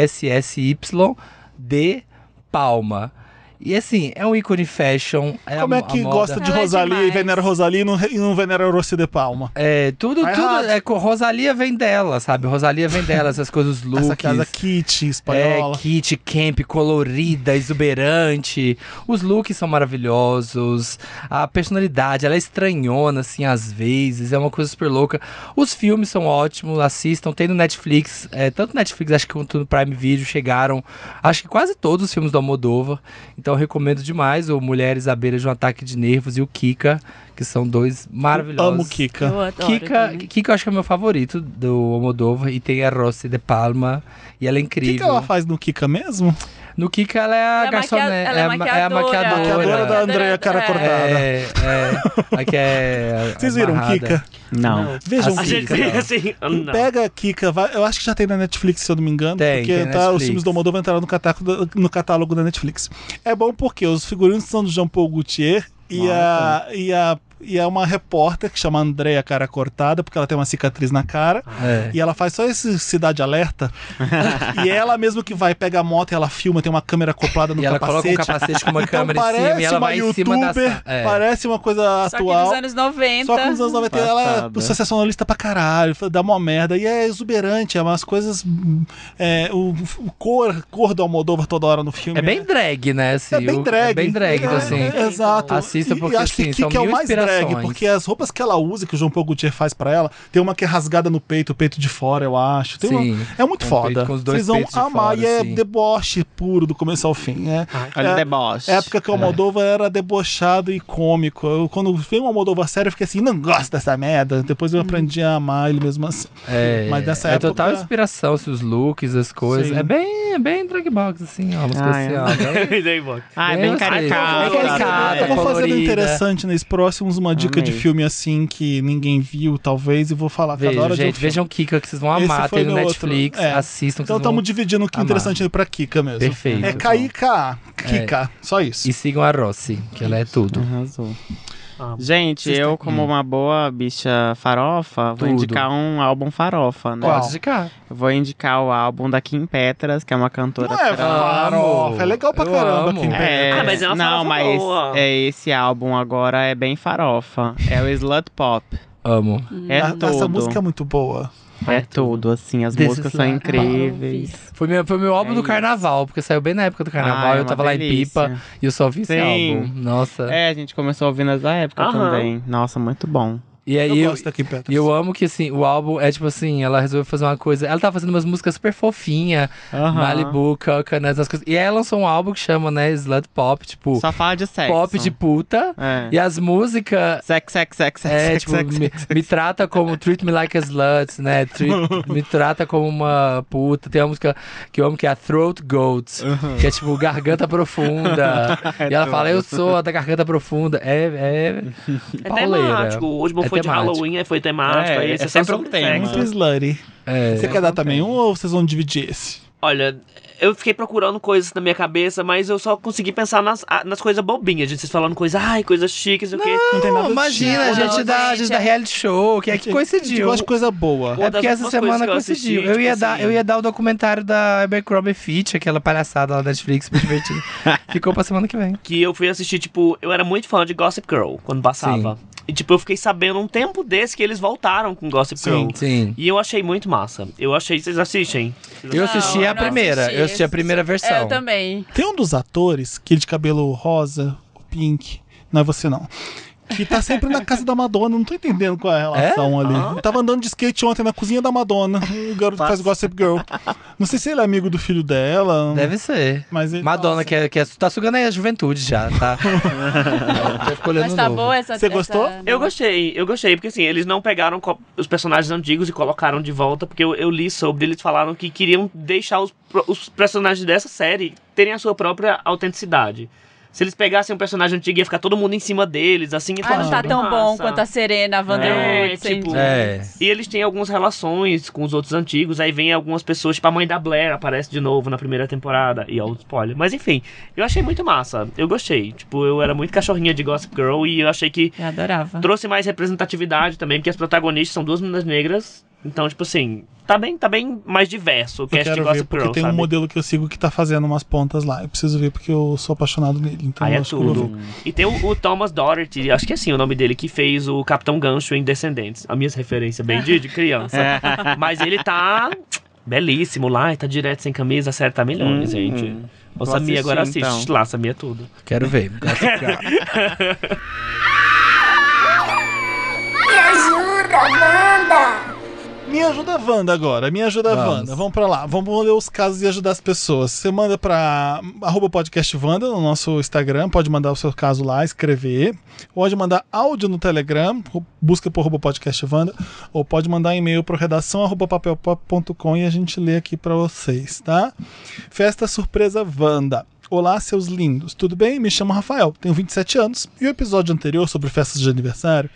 Speaker 3: R-O-S-S-Y de Palma. E assim, é um ícone fashion. É
Speaker 1: Como
Speaker 3: a,
Speaker 1: é
Speaker 3: a
Speaker 1: que
Speaker 3: moda.
Speaker 1: gosta de
Speaker 2: Ela é
Speaker 1: Rosalia e
Speaker 2: demais.
Speaker 1: venera Rosalia e não, e não venera Rossi de Palma?
Speaker 3: É, tudo,
Speaker 1: Tá
Speaker 3: tudo.
Speaker 1: errado.
Speaker 3: É, co- Rosalia vem dela, sabe? Rosalia vem dela, essas coisas, os looks.
Speaker 1: Essa casa kit
Speaker 3: é,
Speaker 1: espanhola.
Speaker 3: kit camp colorida, exuberante. Os looks são maravilhosos. A personalidade, ela é estranhona, assim, às vezes. É uma coisa super louca. Os filmes são ótimos, assistam. Tem no Netflix, é, tanto Netflix, acho que quanto no Prime Video chegaram. Acho que quase todos os filmes do Almodóvar. Então eu recomendo demais o Mulheres à Beira de um Ataque de Nervos e o Kika, que são dois maravilhosos.
Speaker 1: Amo Kika.
Speaker 2: Eu adoro
Speaker 3: Kika,
Speaker 2: também.
Speaker 3: Kika eu acho que é o meu favorito do Almodóvar e tem a Rossi de Palma e ela é
Speaker 1: O que,
Speaker 3: incrível.
Speaker 1: que ela faz no Kika mesmo?
Speaker 3: No Kika ela é a
Speaker 2: Ela é
Speaker 3: garçonete,
Speaker 2: maquia- ela é
Speaker 3: ma-
Speaker 2: maquiadora.
Speaker 1: Maquiadora da Andrea
Speaker 2: É.
Speaker 1: Cara Cortada.
Speaker 3: É, é, a que é
Speaker 1: Vocês viram
Speaker 3: amarrada.
Speaker 1: Kika?
Speaker 5: Não.
Speaker 1: Vejam
Speaker 4: A
Speaker 3: Assim,
Speaker 4: gente
Speaker 1: Kika.
Speaker 4: fica assim. ah, Não.
Speaker 1: Pega a Kika, vai- eu acho que já tem na Netflix, se eu não me engano,
Speaker 3: Tem,
Speaker 1: porque
Speaker 3: tem
Speaker 1: tá-
Speaker 3: Netflix.
Speaker 1: os filmes do Almodóvar entraram no catálogo, da, no catálogo da Netflix. É bom porque os figurinos são do Jean-Paul Gaultier e a, e, a, e é uma repórter que chama Andréia Cara Cortada, porque ela tem uma cicatriz na cara.
Speaker 3: É.
Speaker 1: E ela faz só esse Cidade Alerta. e ela mesmo que vai, pega a moto e ela filma, tem uma câmera acoplada no
Speaker 3: E ela coloca
Speaker 1: capacete.
Speaker 3: um capacete com uma
Speaker 1: então
Speaker 3: câmera em cima e
Speaker 1: parece
Speaker 3: ela
Speaker 1: uma
Speaker 3: vai em cima da
Speaker 1: youtuber,
Speaker 3: sa- é.
Speaker 1: parece uma coisa
Speaker 2: Só que
Speaker 1: atual.
Speaker 2: nos anos 90.
Speaker 1: Só que nos anos 90 ela é
Speaker 5: Passada.
Speaker 1: sensacionalista pra caralho, dá uma merda. E é exuberante, é umas coisas. hum, é, o, o cor, cor do Almodóvar toda hora no filme.
Speaker 3: É bem
Speaker 1: né?
Speaker 3: drag, né? Assim,
Speaker 1: É bem
Speaker 3: o-
Speaker 1: drag.
Speaker 3: É bem drag, então, assim.
Speaker 1: É, exato.
Speaker 3: Assista
Speaker 1: E- e
Speaker 3: porque
Speaker 1: acho que
Speaker 3: assim, são
Speaker 1: Kika é o
Speaker 3: mil
Speaker 1: mais drag,
Speaker 3: variações.
Speaker 1: porque as roupas que ela usa, que o João Paul Gaultier faz pra ela, tem uma que é rasgada no peito, o peito de fora, eu acho. Tem uma-
Speaker 3: Sim.
Speaker 1: É muito
Speaker 3: Com o
Speaker 1: foda.
Speaker 3: peito- com os dois
Speaker 1: Vocês vão
Speaker 3: peitos de
Speaker 1: amar
Speaker 3: fora,
Speaker 1: e é
Speaker 3: assim.
Speaker 1: deboche puro do começo ao fim. É,
Speaker 5: Olha
Speaker 1: É-
Speaker 5: o deboche.
Speaker 1: é a época que o Almodóvar era debochado e cômico. Eu, quando veio o Almodóvar sério, eu fiquei assim, não gosto dessa merda. Depois
Speaker 3: Hum.
Speaker 1: eu aprendi a amar ele mesmo assim.
Speaker 3: É,
Speaker 1: Mas nessa
Speaker 3: é
Speaker 1: época-
Speaker 3: total inspiração, assim, os looks, as coisas.
Speaker 1: Sim.
Speaker 3: É bem, é bem drag box, assim, ó, umas coisas
Speaker 5: Ah, é.
Speaker 3: assim, ó, bem-
Speaker 4: Daí, bom.
Speaker 5: Ai, bem
Speaker 3: Eu sei.
Speaker 5: caricata.
Speaker 3: É caricata,
Speaker 1: eu vou fazer
Speaker 3: colorida.
Speaker 1: um interessante nesse próximo, uma dica
Speaker 5: Amei.
Speaker 1: de filme assim que ninguém viu, talvez, e vou falar cada hora
Speaker 3: Vejam,
Speaker 1: de um
Speaker 3: gente,
Speaker 1: filme.
Speaker 3: vejam Kika, que vocês vão amar.
Speaker 1: Esse foi
Speaker 3: Tem no
Speaker 1: meu
Speaker 3: Netflix,
Speaker 1: outro. É.
Speaker 3: assistam. que
Speaker 1: Então
Speaker 3: vocês vão-
Speaker 1: estamos dividindo o que é
Speaker 3: amar.
Speaker 1: interessante pra Kika mesmo.
Speaker 3: Perfeito. É.
Speaker 1: É K-I-K-A, Kika, só isso.
Speaker 3: E sigam a Rossi, que ela é tudo.
Speaker 5: Arrasou.
Speaker 4: Ah,
Speaker 5: Gente,
Speaker 3: vocês
Speaker 5: eu,
Speaker 3: tão-
Speaker 5: como uma boa bicha farofa, vou
Speaker 3: Tudo.
Speaker 5: indicar um álbum farofa, né?
Speaker 1: Qual?
Speaker 3: indicar.
Speaker 5: Eu Vou indicar o álbum da Kim Petras, que é uma cantora.
Speaker 1: Não é
Speaker 5: fra-
Speaker 1: farofa,
Speaker 3: Amo.
Speaker 1: é legal pra
Speaker 3: Eu
Speaker 1: caramba
Speaker 3: amo.
Speaker 1: aqui.
Speaker 5: É,
Speaker 4: Ah, mas é uma
Speaker 5: não,
Speaker 4: farofa
Speaker 5: mas
Speaker 4: boa.
Speaker 5: é esse álbum agora é bem farofa. É o Slut Pop.
Speaker 3: Amo.
Speaker 5: É
Speaker 1: Ah,
Speaker 5: tudo.
Speaker 1: Essa música é muito boa.
Speaker 5: É tudo, assim. As
Speaker 3: This
Speaker 5: músicas
Speaker 3: is
Speaker 5: são
Speaker 3: love.
Speaker 5: incríveis.
Speaker 3: Foi meu, foi meu álbum
Speaker 5: É
Speaker 3: do
Speaker 5: isso.
Speaker 3: carnaval, porque saiu bem na época do carnaval.
Speaker 5: Ai, é
Speaker 3: eu
Speaker 5: uma
Speaker 3: tava lá em
Speaker 5: delícia.
Speaker 3: Pipa e eu só vi esse
Speaker 5: Sim.
Speaker 3: álbum. Nossa.
Speaker 5: É, a gente começou a ouvir nessa época
Speaker 4: Aham.
Speaker 5: também. Nossa, muito bom.
Speaker 3: É, E aí
Speaker 1: Eu,
Speaker 3: eu,
Speaker 1: gosto daqui, Petras.
Speaker 3: E eu amo que, assim, o álbum é tipo assim, ela resolveu fazer uma coisa. Ela tava fazendo umas músicas super fofinha,
Speaker 5: Aham.
Speaker 3: Malibu, Coconuts, essas coisas. E aí ela lançou um álbum que chama, né, Slut Pop, tipo,
Speaker 5: Só fala de sexo.
Speaker 3: pop de puta.
Speaker 5: É.
Speaker 3: E as músicas.
Speaker 5: Sex, sex, sex, sex,
Speaker 3: É,
Speaker 5: sex,
Speaker 3: tipo,
Speaker 5: sex,
Speaker 3: me,
Speaker 5: sex.
Speaker 3: me trata como treat me like a slut, né? Treat- me trata como uma puta. Tem uma música que eu amo que é a Throat Goat, que é tipo garganta profunda.
Speaker 5: É
Speaker 3: e ela fala, eu sou a da garganta profunda. É,
Speaker 4: É
Speaker 3: Pauleira.
Speaker 4: temático. O último
Speaker 3: É
Speaker 4: foi de
Speaker 3: temático.
Speaker 4: Halloween, aí foi temático.
Speaker 5: É,
Speaker 4: aí
Speaker 5: é
Speaker 4: esse só
Speaker 5: sempre um
Speaker 4: sobre
Speaker 5: tema.
Speaker 4: sexo.
Speaker 1: Muito slutty.
Speaker 3: é. é.
Speaker 1: Você quer dar também um ou vocês vão dividir esse?
Speaker 4: Olha, eu fiquei procurando coisas na minha cabeça, mas eu só consegui pensar nas, a- nas coisas bobinhas. gente. Vocês falando coisa, ai, coisas chiques, não sei o quê.
Speaker 1: Não tem nada
Speaker 3: Não, imagina,
Speaker 2: Não,
Speaker 3: a gente
Speaker 2: não,
Speaker 3: da, a
Speaker 2: gente,
Speaker 3: gente da
Speaker 2: é.
Speaker 3: reality show, que é que
Speaker 1: Eu
Speaker 3: coincidiu.
Speaker 1: gosto de coisa boa.
Speaker 4: Uma
Speaker 3: É
Speaker 4: das
Speaker 3: porque essa
Speaker 4: últimas coisas
Speaker 3: semana
Speaker 4: que eu assisti,
Speaker 3: coincidiu.
Speaker 4: tipo
Speaker 3: eu, ia dar,
Speaker 4: assim.
Speaker 3: eu ia dar o documentário da Abercrombie Fitch, aquela palhaçada lá da Netflix, me divertindo. Ficou pra semana que vem.
Speaker 4: Que eu fui assistir, tipo, eu era muito fã de Gossip Girl quando passava. E, tipo, eu fiquei sabendo um tempo desse que eles voltaram com Gossip
Speaker 1: Sim.
Speaker 4: Girl.
Speaker 3: Sim.
Speaker 4: E eu achei muito massa. Eu achei, vocês assistem. Vocês
Speaker 3: Eu
Speaker 4: assistem?
Speaker 3: assisti
Speaker 2: Não,
Speaker 3: a
Speaker 2: eu não
Speaker 3: primeira.
Speaker 2: assisti
Speaker 3: eu assisti a
Speaker 2: esse.
Speaker 3: primeira versão.
Speaker 2: É, eu também.
Speaker 1: Tem um dos atores, que ele de cabelo rosa, o pink, não é você não. Que tá sempre na casa da Madonna, não tô entendendo qual é a relação ali.
Speaker 4: Ah.
Speaker 1: Eu tava andando de skate ontem na cozinha da Madonna, o garoto que faz Gossip Girl. Não sei se ele é amigo do filho dela,
Speaker 3: Deve ser.
Speaker 1: mas ele.
Speaker 3: Madonna, que, é, que é, tá sugando aí a juventude já, tá? Tô ficando olhando
Speaker 2: Mas tá
Speaker 3: novo.
Speaker 2: boa essa
Speaker 1: Você gostou?
Speaker 2: essa-
Speaker 4: Eu gostei, eu gostei, porque assim, eles não pegaram co- os personagens antigos e colocaram de volta, porque eu, eu li sobre, eles falaram que queriam deixar os, pro- os personagens dessa série terem a sua própria autenticidade. Se eles pegassem um personagem antigo, ia ficar todo mundo em cima deles, assim, ia
Speaker 2: Ah,
Speaker 4: ficar
Speaker 2: não tá
Speaker 4: super
Speaker 2: tão bom
Speaker 4: massa.
Speaker 2: quanto a Serena, a
Speaker 4: É,
Speaker 2: Vanderwood. sem-
Speaker 4: tipo,
Speaker 3: É.
Speaker 4: E eles têm algumas relações com os outros antigos, aí vem algumas pessoas, tipo a mãe da Blair aparece de novo na primeira temporada, e é um spoiler. Mas enfim, eu achei muito massa, eu gostei. Tipo, eu era muito cachorrinha de Gossip Girl e eu achei que
Speaker 2: Eu adorava.
Speaker 4: trouxe mais representatividade também, porque as protagonistas são duas meninas negras. Então, tipo assim, tá bem, tá bem mais diverso o
Speaker 1: Eu
Speaker 4: cast de
Speaker 1: quero ver,
Speaker 4: Gossip
Speaker 1: porque
Speaker 4: Girl,
Speaker 1: tem um
Speaker 4: sabe?
Speaker 1: modelo que eu sigo que tá fazendo umas pontas lá. Eu preciso ver porque eu sou apaixonado nele. Então
Speaker 4: Aí
Speaker 1: eu
Speaker 4: é
Speaker 1: acho que eu vou ver.
Speaker 4: tudo. E tem o, o Thomas Doherty, acho que é assim o nome dele, que fez o Capitão Gancho em Descendentes. As minhas referências bem de, de criança.
Speaker 5: É.
Speaker 4: Mas ele tá belíssimo lá, e tá direto sem camisa, acerta milhões,
Speaker 5: Hum,
Speaker 4: gente.
Speaker 5: hum.
Speaker 4: O
Speaker 5: Vou
Speaker 4: Samir agora
Speaker 5: assistir,
Speaker 4: assiste
Speaker 5: então.
Speaker 4: lá, Samir é tudo.
Speaker 3: Quero ver.
Speaker 7: Me ajuda, Wanda!
Speaker 1: Me ajuda Wanda agora, me ajuda
Speaker 3: Vamos.
Speaker 1: Wanda. Vamos pra lá, vamos ler os casos e ajudar as pessoas. Você manda pra arroba podcast Wanda no nosso Instagram, pode mandar o seu caso lá, escrever. Pode mandar áudio no Telegram, busca por arroba podcast Wanda, ou pode mandar e-mail pro redação arroba papelpop.com e a gente lê aqui pra vocês, tá? Festa Surpresa Wanda. Olá, seus lindos, tudo bem? Me chamo Rafael, tenho 27 anos e o episódio anterior sobre festas de aniversário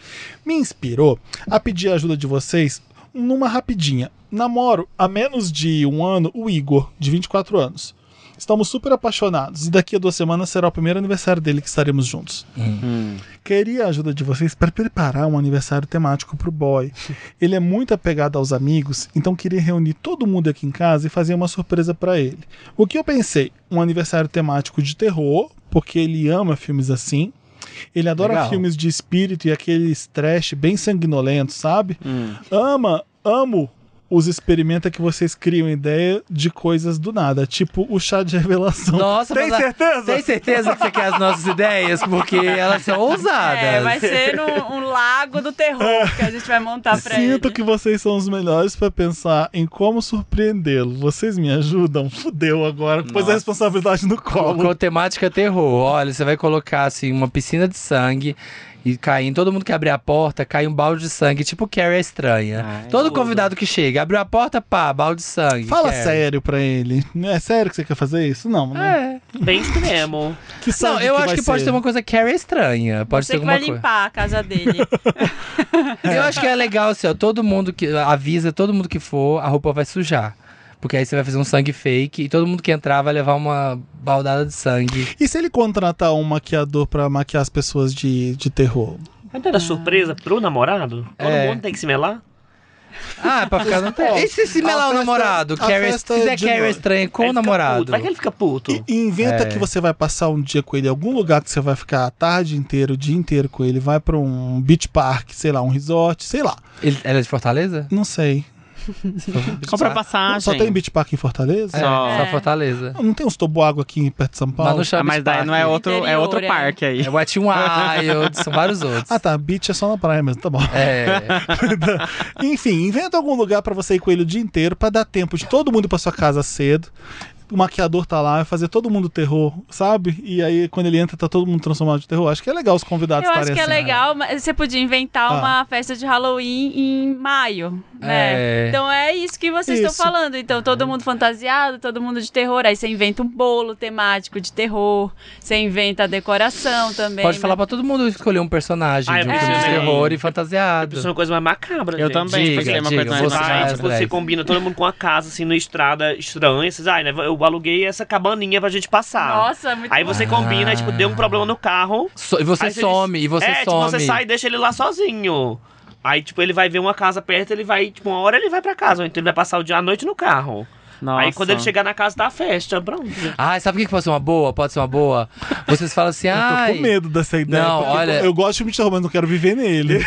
Speaker 1: me inspirou a pedir a ajuda de vocês numa rapidinha. Namoro há menos de um ano o Igor, de 24 anos. Estamos super apaixonados e daqui a duas semanas será o primeiro aniversário dele que estaremos juntos. Queria a ajuda de vocês para preparar um aniversário temático pro boy. Ele é muito apegado aos amigos, então queria reunir todo mundo aqui em casa e fazer uma surpresa para ele. O que eu pensei? Um aniversário temático de terror, porque ele ama filmes assim. Ele adora
Speaker 3: Legal.
Speaker 1: filmes de espírito e aqueles trash bem sanguinolentos, sabe? Ama, amo os experimenta que vocês criam ideia de coisas do nada, tipo o chá de revelação.
Speaker 3: Nossa,
Speaker 1: Tem
Speaker 3: mas a-
Speaker 1: certeza?
Speaker 3: Tem certeza que você quer as nossas ideias? Porque elas são ousadas.
Speaker 2: É, vai ser num- um lago do terror que a gente vai montar pra ele.
Speaker 1: Sinto que vocês são os melhores pra pensar em como surpreendê-lo. Vocês me ajudam? Fudeu agora. Pôs a responsabilidade no colo.
Speaker 3: Colocou temática terror. Olha, você vai colocar assim uma piscina de sangue e cair em todo mundo que abrir a porta, cai um balde de sangue, tipo Carrie é estranha.
Speaker 5: Ai,
Speaker 3: todo
Speaker 4: tudo.
Speaker 3: convidado que chega, abriu a porta, pá, balde de sangue.
Speaker 1: Fala
Speaker 3: Carrie.
Speaker 1: sério pra ele. É sério que você quer fazer isso? Não, né?
Speaker 4: Bem extremo.
Speaker 1: Que
Speaker 3: É. Não,
Speaker 1: sangue
Speaker 3: eu
Speaker 1: que
Speaker 3: acho
Speaker 1: vai
Speaker 3: que pode
Speaker 1: ser?
Speaker 3: ter uma coisa Carrie estranha. Pode
Speaker 2: Você
Speaker 3: ter
Speaker 2: que
Speaker 3: alguma
Speaker 2: vai
Speaker 3: coisa.
Speaker 2: limpar a casa dele.
Speaker 3: Eu acho que é legal, assim, ó, todo mundo que avisa, todo mundo que for, a roupa vai sujar. Porque aí você vai fazer um sangue fake e todo mundo que entrar vai levar uma baldada de sangue.
Speaker 1: E se ele contratar um maquiador pra maquiar as pessoas de, de terror?
Speaker 4: Vai
Speaker 5: Ah.
Speaker 4: dar surpresa pro namorado? Todo
Speaker 3: É.
Speaker 4: mundo tem que se melar?
Speaker 3: Ah, é pra ficar no pé. E se se melar o
Speaker 1: A festa-
Speaker 3: namorado?
Speaker 1: a
Speaker 3: Carrie, se
Speaker 1: festa
Speaker 3: fizer
Speaker 1: de
Speaker 3: Carrie
Speaker 1: noite.
Speaker 3: estranha com
Speaker 4: Ele
Speaker 3: o
Speaker 4: fica
Speaker 3: namorado.
Speaker 4: puto. Vai que ele fica puto.
Speaker 1: E inventa
Speaker 3: É.
Speaker 1: que você vai passar um dia com ele em algum lugar que você vai ficar a tarde inteira, o dia inteiro com ele. Vai pra um beach park, sei lá, um resort, sei lá.
Speaker 3: Ele- ela é de Fortaleza?
Speaker 1: Não sei.
Speaker 5: Compra passagem.
Speaker 1: Só tem beach park em Fortaleza? Ah,
Speaker 3: É, só.
Speaker 5: Só.
Speaker 3: Fortaleza.
Speaker 1: Não tem uns toboágua aqui perto de São
Speaker 3: Mas
Speaker 1: Paulo?
Speaker 3: não
Speaker 5: Ah,
Speaker 3: chama
Speaker 5: mas
Speaker 3: de
Speaker 5: daí
Speaker 3: parque.
Speaker 5: não é outro, é
Speaker 2: Interior,
Speaker 5: outro
Speaker 2: é.
Speaker 5: parque aí.
Speaker 3: É Wet n Wild, são vários outros.
Speaker 1: Ah tá, beach é só na praia mesmo, tá bom.
Speaker 3: É.
Speaker 1: Enfim, inventa algum lugar pra você ir com ele o dia inteiro pra dar tempo de todo mundo ir pra sua casa cedo. O maquiador tá lá, vai fazer todo mundo terror, sabe? E aí, quando ele entra, tá todo mundo transformado de terror. Acho que é legal os convidados
Speaker 2: Eu acho
Speaker 1: estarem
Speaker 2: que é
Speaker 1: assim.
Speaker 2: legal, mas você podia inventar
Speaker 1: Ah.
Speaker 2: uma festa de Halloween em maio,
Speaker 3: É.
Speaker 2: né? Então é isso que vocês estão
Speaker 1: Isso.
Speaker 2: falando. Então todo mundo fantasiado, todo mundo de terror. Aí você inventa um bolo temático de terror, você inventa a decoração também.
Speaker 3: Pode
Speaker 2: né?
Speaker 3: falar pra todo mundo escolher um personagem
Speaker 4: Ah, eu
Speaker 3: de um filme de
Speaker 2: preciso-
Speaker 3: terror e
Speaker 4: Eu
Speaker 3: fantasiado.
Speaker 4: preciso de é uma coisa mais macabra,
Speaker 5: Eu
Speaker 4: gente.
Speaker 5: também,
Speaker 3: Diga,
Speaker 5: pensei é uma
Speaker 3: diga,
Speaker 5: coisa mais
Speaker 3: você
Speaker 4: Vai,
Speaker 5: mais-
Speaker 3: faz-
Speaker 4: tipo, você
Speaker 3: Black.
Speaker 4: combina todo mundo com a casa, assim, numa estrada estranha. Vocês, ai, né, eu aluguei essa cabaninha pra gente
Speaker 5: Ah.
Speaker 4: passar.
Speaker 2: Nossa, é muito
Speaker 4: Aí você combina,
Speaker 3: Ah.
Speaker 4: tipo, deu um problema no carro.
Speaker 3: So- e você
Speaker 4: aí
Speaker 3: some, e você
Speaker 4: é, tipo,
Speaker 3: some.
Speaker 4: você sai e deixa ele lá sozinho. Aí, tipo, ele vai ver uma casa perto, ele vai, tipo, uma hora ele vai pra casa, ou então ele vai passar o dia à noite no carro.
Speaker 5: Nossa.
Speaker 4: Aí quando ele chegar na casa, tá a festa, pronto.
Speaker 3: Ah, sabe o que que pode ser uma boa? Pode ser uma boa. Vocês falam assim,
Speaker 1: Tô
Speaker 3: ah,
Speaker 1: com medo dessa ideia.
Speaker 3: Não,
Speaker 1: porque
Speaker 3: olha-
Speaker 1: Eu gosto de me terror, mas não quero viver nele.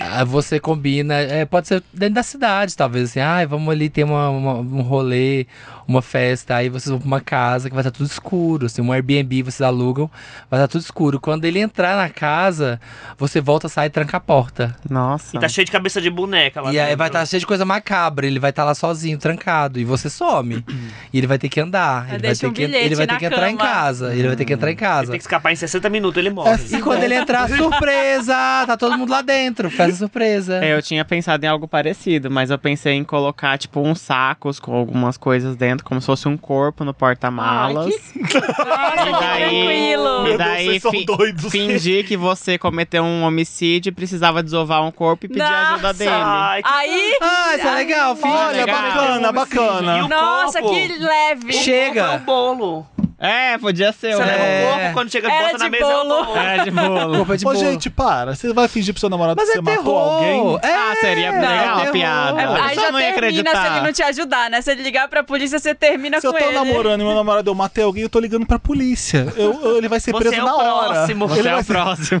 Speaker 3: ah, você combina. É, pode ser dentro da cidade, talvez assim, ah, vamos ali ter uma, uma- um rolê, uma festa. Aí vocês vão pra uma casa que vai estar tudo escuro, assim, um Airbnb vocês alugam, vai estar tudo escuro. Quando ele entrar na casa, você volta, sai e tranca a porta.
Speaker 5: Nossa.
Speaker 4: E tá cheio de cabeça de boneca lá
Speaker 3: e aí
Speaker 4: dentro.
Speaker 3: vai tá estar cheio de coisa macabra. Ele vai estar lá sozinho, trancado. E você some. e ele vai ter que andar. Ele
Speaker 2: Mas
Speaker 3: vai
Speaker 2: deixa
Speaker 3: ter
Speaker 2: um
Speaker 3: que, ele
Speaker 2: bilhete
Speaker 3: vai ter
Speaker 2: na
Speaker 3: que entrar em
Speaker 2: cama.
Speaker 3: casa. Ele vai ter que entrar em
Speaker 4: Ele
Speaker 3: casa.
Speaker 4: tem que escapar em 60 minutos, ele morre.
Speaker 1: Essa-
Speaker 3: E É assim, quando ele entrar, surpresa! Tá todo mundo lá dentro. Festa surpresa.
Speaker 5: É, eu tinha pensado em algo parecido, mas eu pensei em colocar, tipo, uns sacos com algumas coisas dentro, como se fosse um corpo no porta-malas.
Speaker 2: Nossa, que
Speaker 5: E daí-
Speaker 2: tranquilo.
Speaker 5: E
Speaker 1: Meu Deus,
Speaker 5: daí
Speaker 1: vocês são
Speaker 5: fi-
Speaker 1: doidos.
Speaker 5: fingir que você cometeu um homicídio e precisava desovar um corpo e pedir ajuda
Speaker 2: Nossa.
Speaker 5: dele.
Speaker 4: Ai, que
Speaker 2: Aí,
Speaker 3: Ah, isso é legal, filho.
Speaker 1: Olha,
Speaker 5: legal.
Speaker 1: bacana,
Speaker 4: E
Speaker 1: bacana.
Speaker 4: o
Speaker 2: nossa,
Speaker 4: copo?
Speaker 2: que leve.
Speaker 4: Chega. É um
Speaker 3: Chega!
Speaker 4: bolo.
Speaker 5: É, podia ser.
Speaker 4: Você
Speaker 5: né?
Speaker 4: leva
Speaker 3: É.
Speaker 4: um corpo, quando chega,
Speaker 2: Era
Speaker 4: bota na
Speaker 2: de
Speaker 4: mesa, é
Speaker 2: bolo.
Speaker 4: um bolo.
Speaker 5: É, de bolo.
Speaker 3: Roupa de
Speaker 1: Ô,
Speaker 3: boa.
Speaker 1: gente, para. Você vai fingir pro seu namorado
Speaker 3: Mas
Speaker 1: que você
Speaker 3: é
Speaker 1: matou alguém?
Speaker 3: terror! É,
Speaker 5: Ah, seria
Speaker 3: é
Speaker 5: legal uma
Speaker 3: terror.
Speaker 5: piada.
Speaker 3: É,
Speaker 5: A
Speaker 2: Aí
Speaker 5: pessoa
Speaker 2: já
Speaker 5: não ia
Speaker 2: termina se ele
Speaker 5: acreditar.
Speaker 2: não te ajudar, né? Se ele ligar pra polícia, você termina
Speaker 1: Se eu
Speaker 2: Tá com
Speaker 1: tô
Speaker 2: ele.
Speaker 1: namorando e meu namorado eu matei alguém, eu tô ligando pra polícia. Eu- eu- ele vai ser
Speaker 4: Você
Speaker 1: preso
Speaker 4: é o
Speaker 1: na hora.
Speaker 4: próximo.
Speaker 1: Ele,
Speaker 5: Você é
Speaker 1: vai
Speaker 5: o
Speaker 1: ser,
Speaker 5: próximo.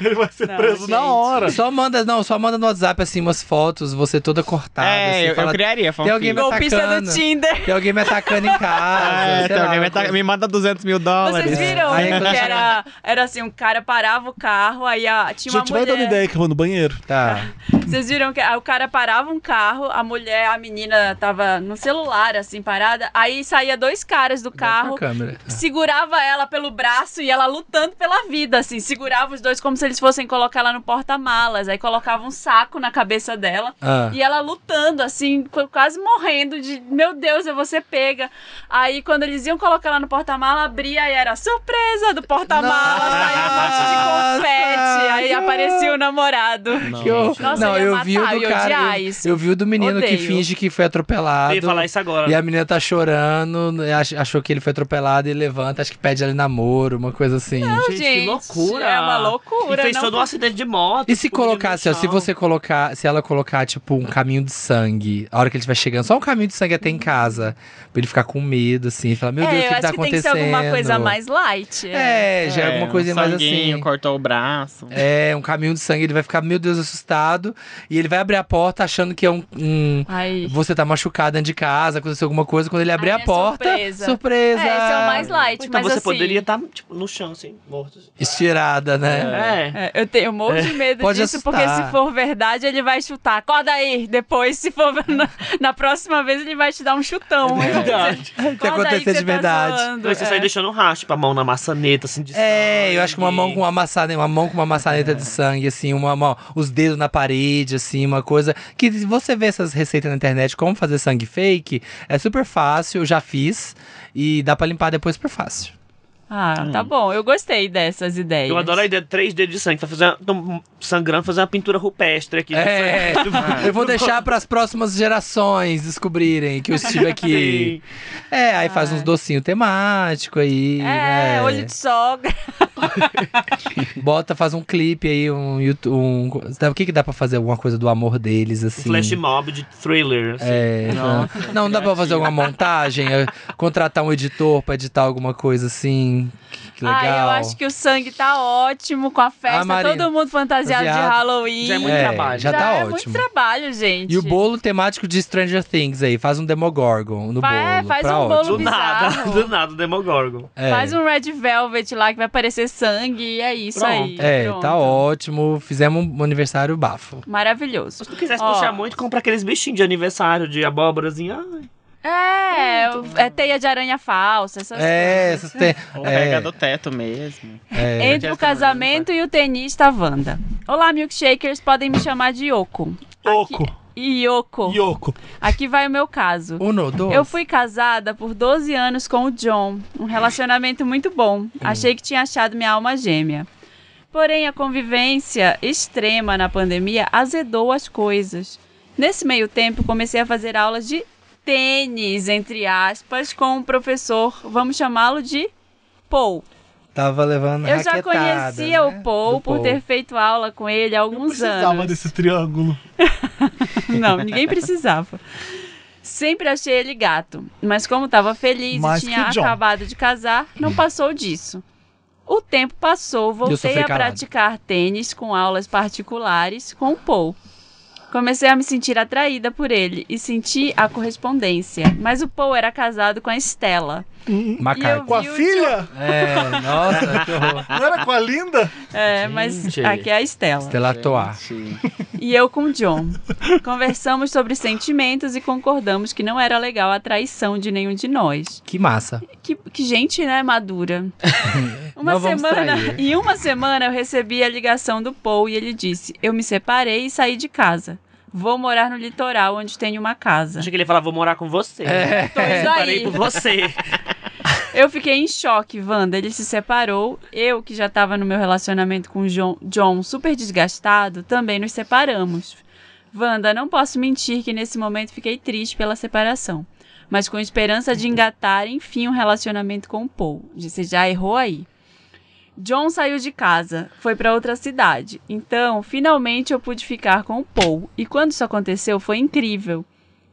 Speaker 1: ele vai ser
Speaker 2: Não,
Speaker 1: preso na
Speaker 2: gente.
Speaker 1: hora.
Speaker 3: Só manda, não, só manda no WhatsApp assim umas fotos, você toda cortada. assim,
Speaker 5: É, eu, eu
Speaker 3: fala,
Speaker 5: criaria,
Speaker 3: Tem alguém
Speaker 5: fanfic.
Speaker 3: me
Speaker 2: Golpista
Speaker 3: atacando.
Speaker 2: do Tinder.
Speaker 3: Tem alguém me atacando em casa.
Speaker 5: É,
Speaker 3: sei
Speaker 5: tem
Speaker 3: lá,
Speaker 5: alguém me,
Speaker 3: uma
Speaker 5: ataca-
Speaker 3: coisa-
Speaker 5: me manda 200 mil dólares.
Speaker 2: Vocês viram
Speaker 3: Aí quando
Speaker 2: que
Speaker 3: chega-
Speaker 2: era, era assim, um cara parava o carro, aí a, tinha uma
Speaker 1: Gente, vai
Speaker 2: mulher...
Speaker 1: dando ideia que eu vou no banheiro.
Speaker 3: Tá.
Speaker 2: Vocês viram que aí o cara parava um carro, a mulher, a menina tava no celular, assim, parada, aí saía dois caras do
Speaker 3: Com
Speaker 2: carro...
Speaker 3: a câmera.
Speaker 2: Segurava ela pelo braço e ela lutando pela vida, assim. Segurava os dois como se eles fossem colocar ela no porta-malas. Aí colocava um saco na cabeça dela.
Speaker 3: Ah.
Speaker 2: E ela lutando, assim, qu- quase morrendo de meu Deus, eu vou ser pega. Aí quando eles iam colocar ela no porta-mala, abria e era surpresa do porta-mala,
Speaker 3: Nossa!
Speaker 2: saiu um monte de confete. Aí
Speaker 3: Que
Speaker 2: aparecia o namorado.
Speaker 3: Que horror.
Speaker 2: Nossa,
Speaker 3: não,
Speaker 2: eu ia
Speaker 3: eu vi o
Speaker 2: matar, eu
Speaker 3: do
Speaker 2: ia
Speaker 3: cara.
Speaker 2: odiar
Speaker 3: Eu,
Speaker 2: isso.
Speaker 3: eu vi o do menino que
Speaker 2: Odeio.
Speaker 3: finge que foi atropelado.
Speaker 4: Eu ia falar isso agora.
Speaker 3: E a menina tá chorando, ach- achou que ele foi atropelado e levanta, acho que pede ela em namoro, uma coisa assim.
Speaker 2: Não,
Speaker 4: Gente, que loucura.
Speaker 2: É uma
Speaker 4: E
Speaker 2: loucura.
Speaker 4: ele fez
Speaker 2: não-
Speaker 4: todo um acidente de moto.
Speaker 3: E se
Speaker 2: Tipo,
Speaker 4: explodiu no
Speaker 3: colocasse, ó, se
Speaker 4: chão.
Speaker 3: você colocar, se ela colocar, tipo, um caminho de sangue, a hora que ele estiver chegando, só um caminho de sangue até em casa, pra ele ficar com medo, assim, falar, meu
Speaker 2: é,
Speaker 3: Deus, o
Speaker 2: eu
Speaker 3: que, que
Speaker 2: acho
Speaker 3: tá
Speaker 2: que tem que
Speaker 3: acontecendo?
Speaker 2: ser alguma coisa mais light.
Speaker 3: É, já é, alguma coisa
Speaker 5: um
Speaker 3: mais
Speaker 5: sanguinho,
Speaker 3: assim.
Speaker 5: cortou o braço.
Speaker 3: É, um caminho de sangue, ele vai ficar, meu Deus, assustado, e ele vai abrir a porta achando que é um. um-
Speaker 2: Aí.
Speaker 3: você tá machucado dentro de casa, aconteceu alguma coisa, quando ele abrir
Speaker 2: Aí
Speaker 3: a
Speaker 2: é
Speaker 3: porta.
Speaker 2: surpresa. É,
Speaker 3: surpresa!
Speaker 2: esse é o mais light,
Speaker 4: Então
Speaker 2: mas
Speaker 4: você
Speaker 2: assim,
Speaker 4: poderia estar, tipo, no chão, assim, morto. assim.
Speaker 3: Estirada, né?
Speaker 4: É.
Speaker 2: é, eu tenho um monte de medo
Speaker 3: Pode
Speaker 2: disso,
Speaker 3: assustar.
Speaker 2: porque se for verdade, ele vai chutar. Acorda aí! Depois, se for na, na próxima vez, ele vai te dar um chutão. hein?
Speaker 4: Verdade.
Speaker 3: Se
Speaker 2: Acorda aí
Speaker 3: acontecer
Speaker 2: que
Speaker 3: de
Speaker 2: você tá
Speaker 3: verdade.
Speaker 2: zoando.
Speaker 4: Então você sai
Speaker 2: É.
Speaker 4: deixando um racho, tipo, a mão na maçaneta, assim, de
Speaker 3: É, eu acho que uma
Speaker 4: sangue.
Speaker 3: mão com uma maçaneta, uma mão com uma maçaneta de sangue, assim, uma mão, os dedos na parede, assim, uma coisa. Que se você vê essas receitas na internet, como fazer sangue fake, é super fácil, eu já fiz. E dá pra limpar depois super fácil.
Speaker 2: Ah, tá bom. Eu gostei dessas ideias. É,
Speaker 4: Eu adoro a ideia de três dedos de sangue. Tá fazendo, tão sangrando, fazer uma pintura rupestre aqui. né? Tipo,
Speaker 3: É, eu vou deixar pras próximas gerações descobrirem que eu estive aqui. É, aí faz uns docinhos temáticos aí.
Speaker 2: É,
Speaker 3: né?
Speaker 2: olho de sogra.
Speaker 3: Bota, faz um clipe aí, um YouTube. Um... O que, que dá pra fazer? Alguma coisa do amor deles,
Speaker 4: Um
Speaker 3: assim.
Speaker 4: flash mob de thriller. assim.
Speaker 3: É, não, não dá pra fazer alguma montagem, eh, contratar um editor pra editar alguma coisa assim. Que, que legal.
Speaker 2: Ah, eu acho que o sangue tá ótimo com a festa.
Speaker 3: Ah, Marina,
Speaker 2: todo mundo fantasiado de
Speaker 3: fantasiado.
Speaker 2: Halloween.
Speaker 4: Já é muito
Speaker 3: É,
Speaker 4: trabalho.
Speaker 3: já- tá
Speaker 2: é
Speaker 3: ótimo.
Speaker 2: muito trabalho, gente.
Speaker 3: E o bolo temático de Stranger Things aí, faz um Demogorgon no
Speaker 2: Vai,
Speaker 3: bolo.
Speaker 2: faz
Speaker 3: pra
Speaker 2: um
Speaker 3: ótimo.
Speaker 4: Do
Speaker 2: bolo
Speaker 4: nada,
Speaker 2: bizarro.
Speaker 4: do nada, o Demogorgon.
Speaker 3: É,
Speaker 2: Faz um red velvet lá que vai parecer sangue e é isso aí.
Speaker 3: É,
Speaker 2: Pronto.
Speaker 3: tá ótimo. Fizemos um aniversário bafo.
Speaker 2: Maravilhoso.
Speaker 4: Se tu quisesse
Speaker 2: Ó.
Speaker 4: puxar muito, compra aqueles bichinhos de aniversário, de abóborazinha. Ai,
Speaker 2: É, é teia de aranha falsa, essas
Speaker 3: É,
Speaker 2: coisas.
Speaker 3: essas tem-
Speaker 5: Ou
Speaker 3: é,
Speaker 5: pega do teto mesmo.
Speaker 3: é.
Speaker 2: Entre o casamento e o tenista Wanda. Olá, milkshakers, podem me chamar de Yoko.
Speaker 1: Yoko.
Speaker 2: Yoko.
Speaker 1: Yoko.
Speaker 2: Aqui vai o meu caso.
Speaker 3: Uno, Um dois.
Speaker 2: Eu fui casada por 12 anos com o John, um relacionamento muito bom.
Speaker 3: Hum.
Speaker 2: Achei que tinha achado minha alma gêmea. Porém, a convivência extrema na pandemia azedou as coisas. Nesse meio tempo, comecei a fazer aulas de tênis, entre aspas, com um professor, vamos chamá-lo de Paul.
Speaker 3: Tava levando
Speaker 2: Eu já
Speaker 3: raquetada,
Speaker 2: conhecia
Speaker 3: né,
Speaker 2: o Paul
Speaker 3: do
Speaker 2: por ter feito aula com ele há
Speaker 1: Eu
Speaker 2: alguns
Speaker 1: precisava
Speaker 2: anos.
Speaker 1: desse triângulo.
Speaker 2: Não, ninguém precisava. Sempre achei ele gato, mas como estava feliz
Speaker 1: Mais
Speaker 2: e
Speaker 1: que
Speaker 2: tinha
Speaker 1: o John.
Speaker 2: acabado de casar, não passou disso. O tempo passou, voltei
Speaker 3: sofri
Speaker 2: a
Speaker 3: calado.
Speaker 2: praticar tênis com aulas particulares com o Paul. Comecei a me sentir atraída por ele e senti a correspondência, mas o Paul era casado com a Estela.
Speaker 3: Macaco.
Speaker 2: E
Speaker 1: Com a
Speaker 2: E o
Speaker 1: filha?
Speaker 3: É, nossa, que horror.
Speaker 1: Não era com a linda?
Speaker 2: É, mas
Speaker 5: Gente.
Speaker 2: aqui é a Estela.
Speaker 3: Estela Toar.
Speaker 5: Gente.
Speaker 2: E eu com o John. Conversamos sobre sentimentos e concordamos que não era legal a traição de nenhum de nós.
Speaker 3: Que massa.
Speaker 2: Que, que gente, né, madura. uma
Speaker 3: Não vamos
Speaker 2: semana,
Speaker 3: trair.
Speaker 2: em uma semana eu recebi a ligação do Paul e ele disse: "Eu me separei e saí de casa. Vou morar no litoral onde tenho uma casa."
Speaker 4: Achei que ele ia falar, vou morar com você.
Speaker 3: É.
Speaker 2: Tô indo
Speaker 4: Parei
Speaker 2: aí.
Speaker 4: por você.
Speaker 2: Eu fiquei em choque, Wanda. Ele se separou. Eu, que já estava no meu relacionamento com o John, John super desgastado, também nos separamos. Wanda, não posso mentir que nesse momento fiquei triste pela separação. Mas com esperança de engatar, enfim, um relacionamento com o Paul. Você já errou aí. John saiu de casa, foi para outra cidade. Então, finalmente eu pude ficar com o Paul. E quando isso aconteceu, foi incrível.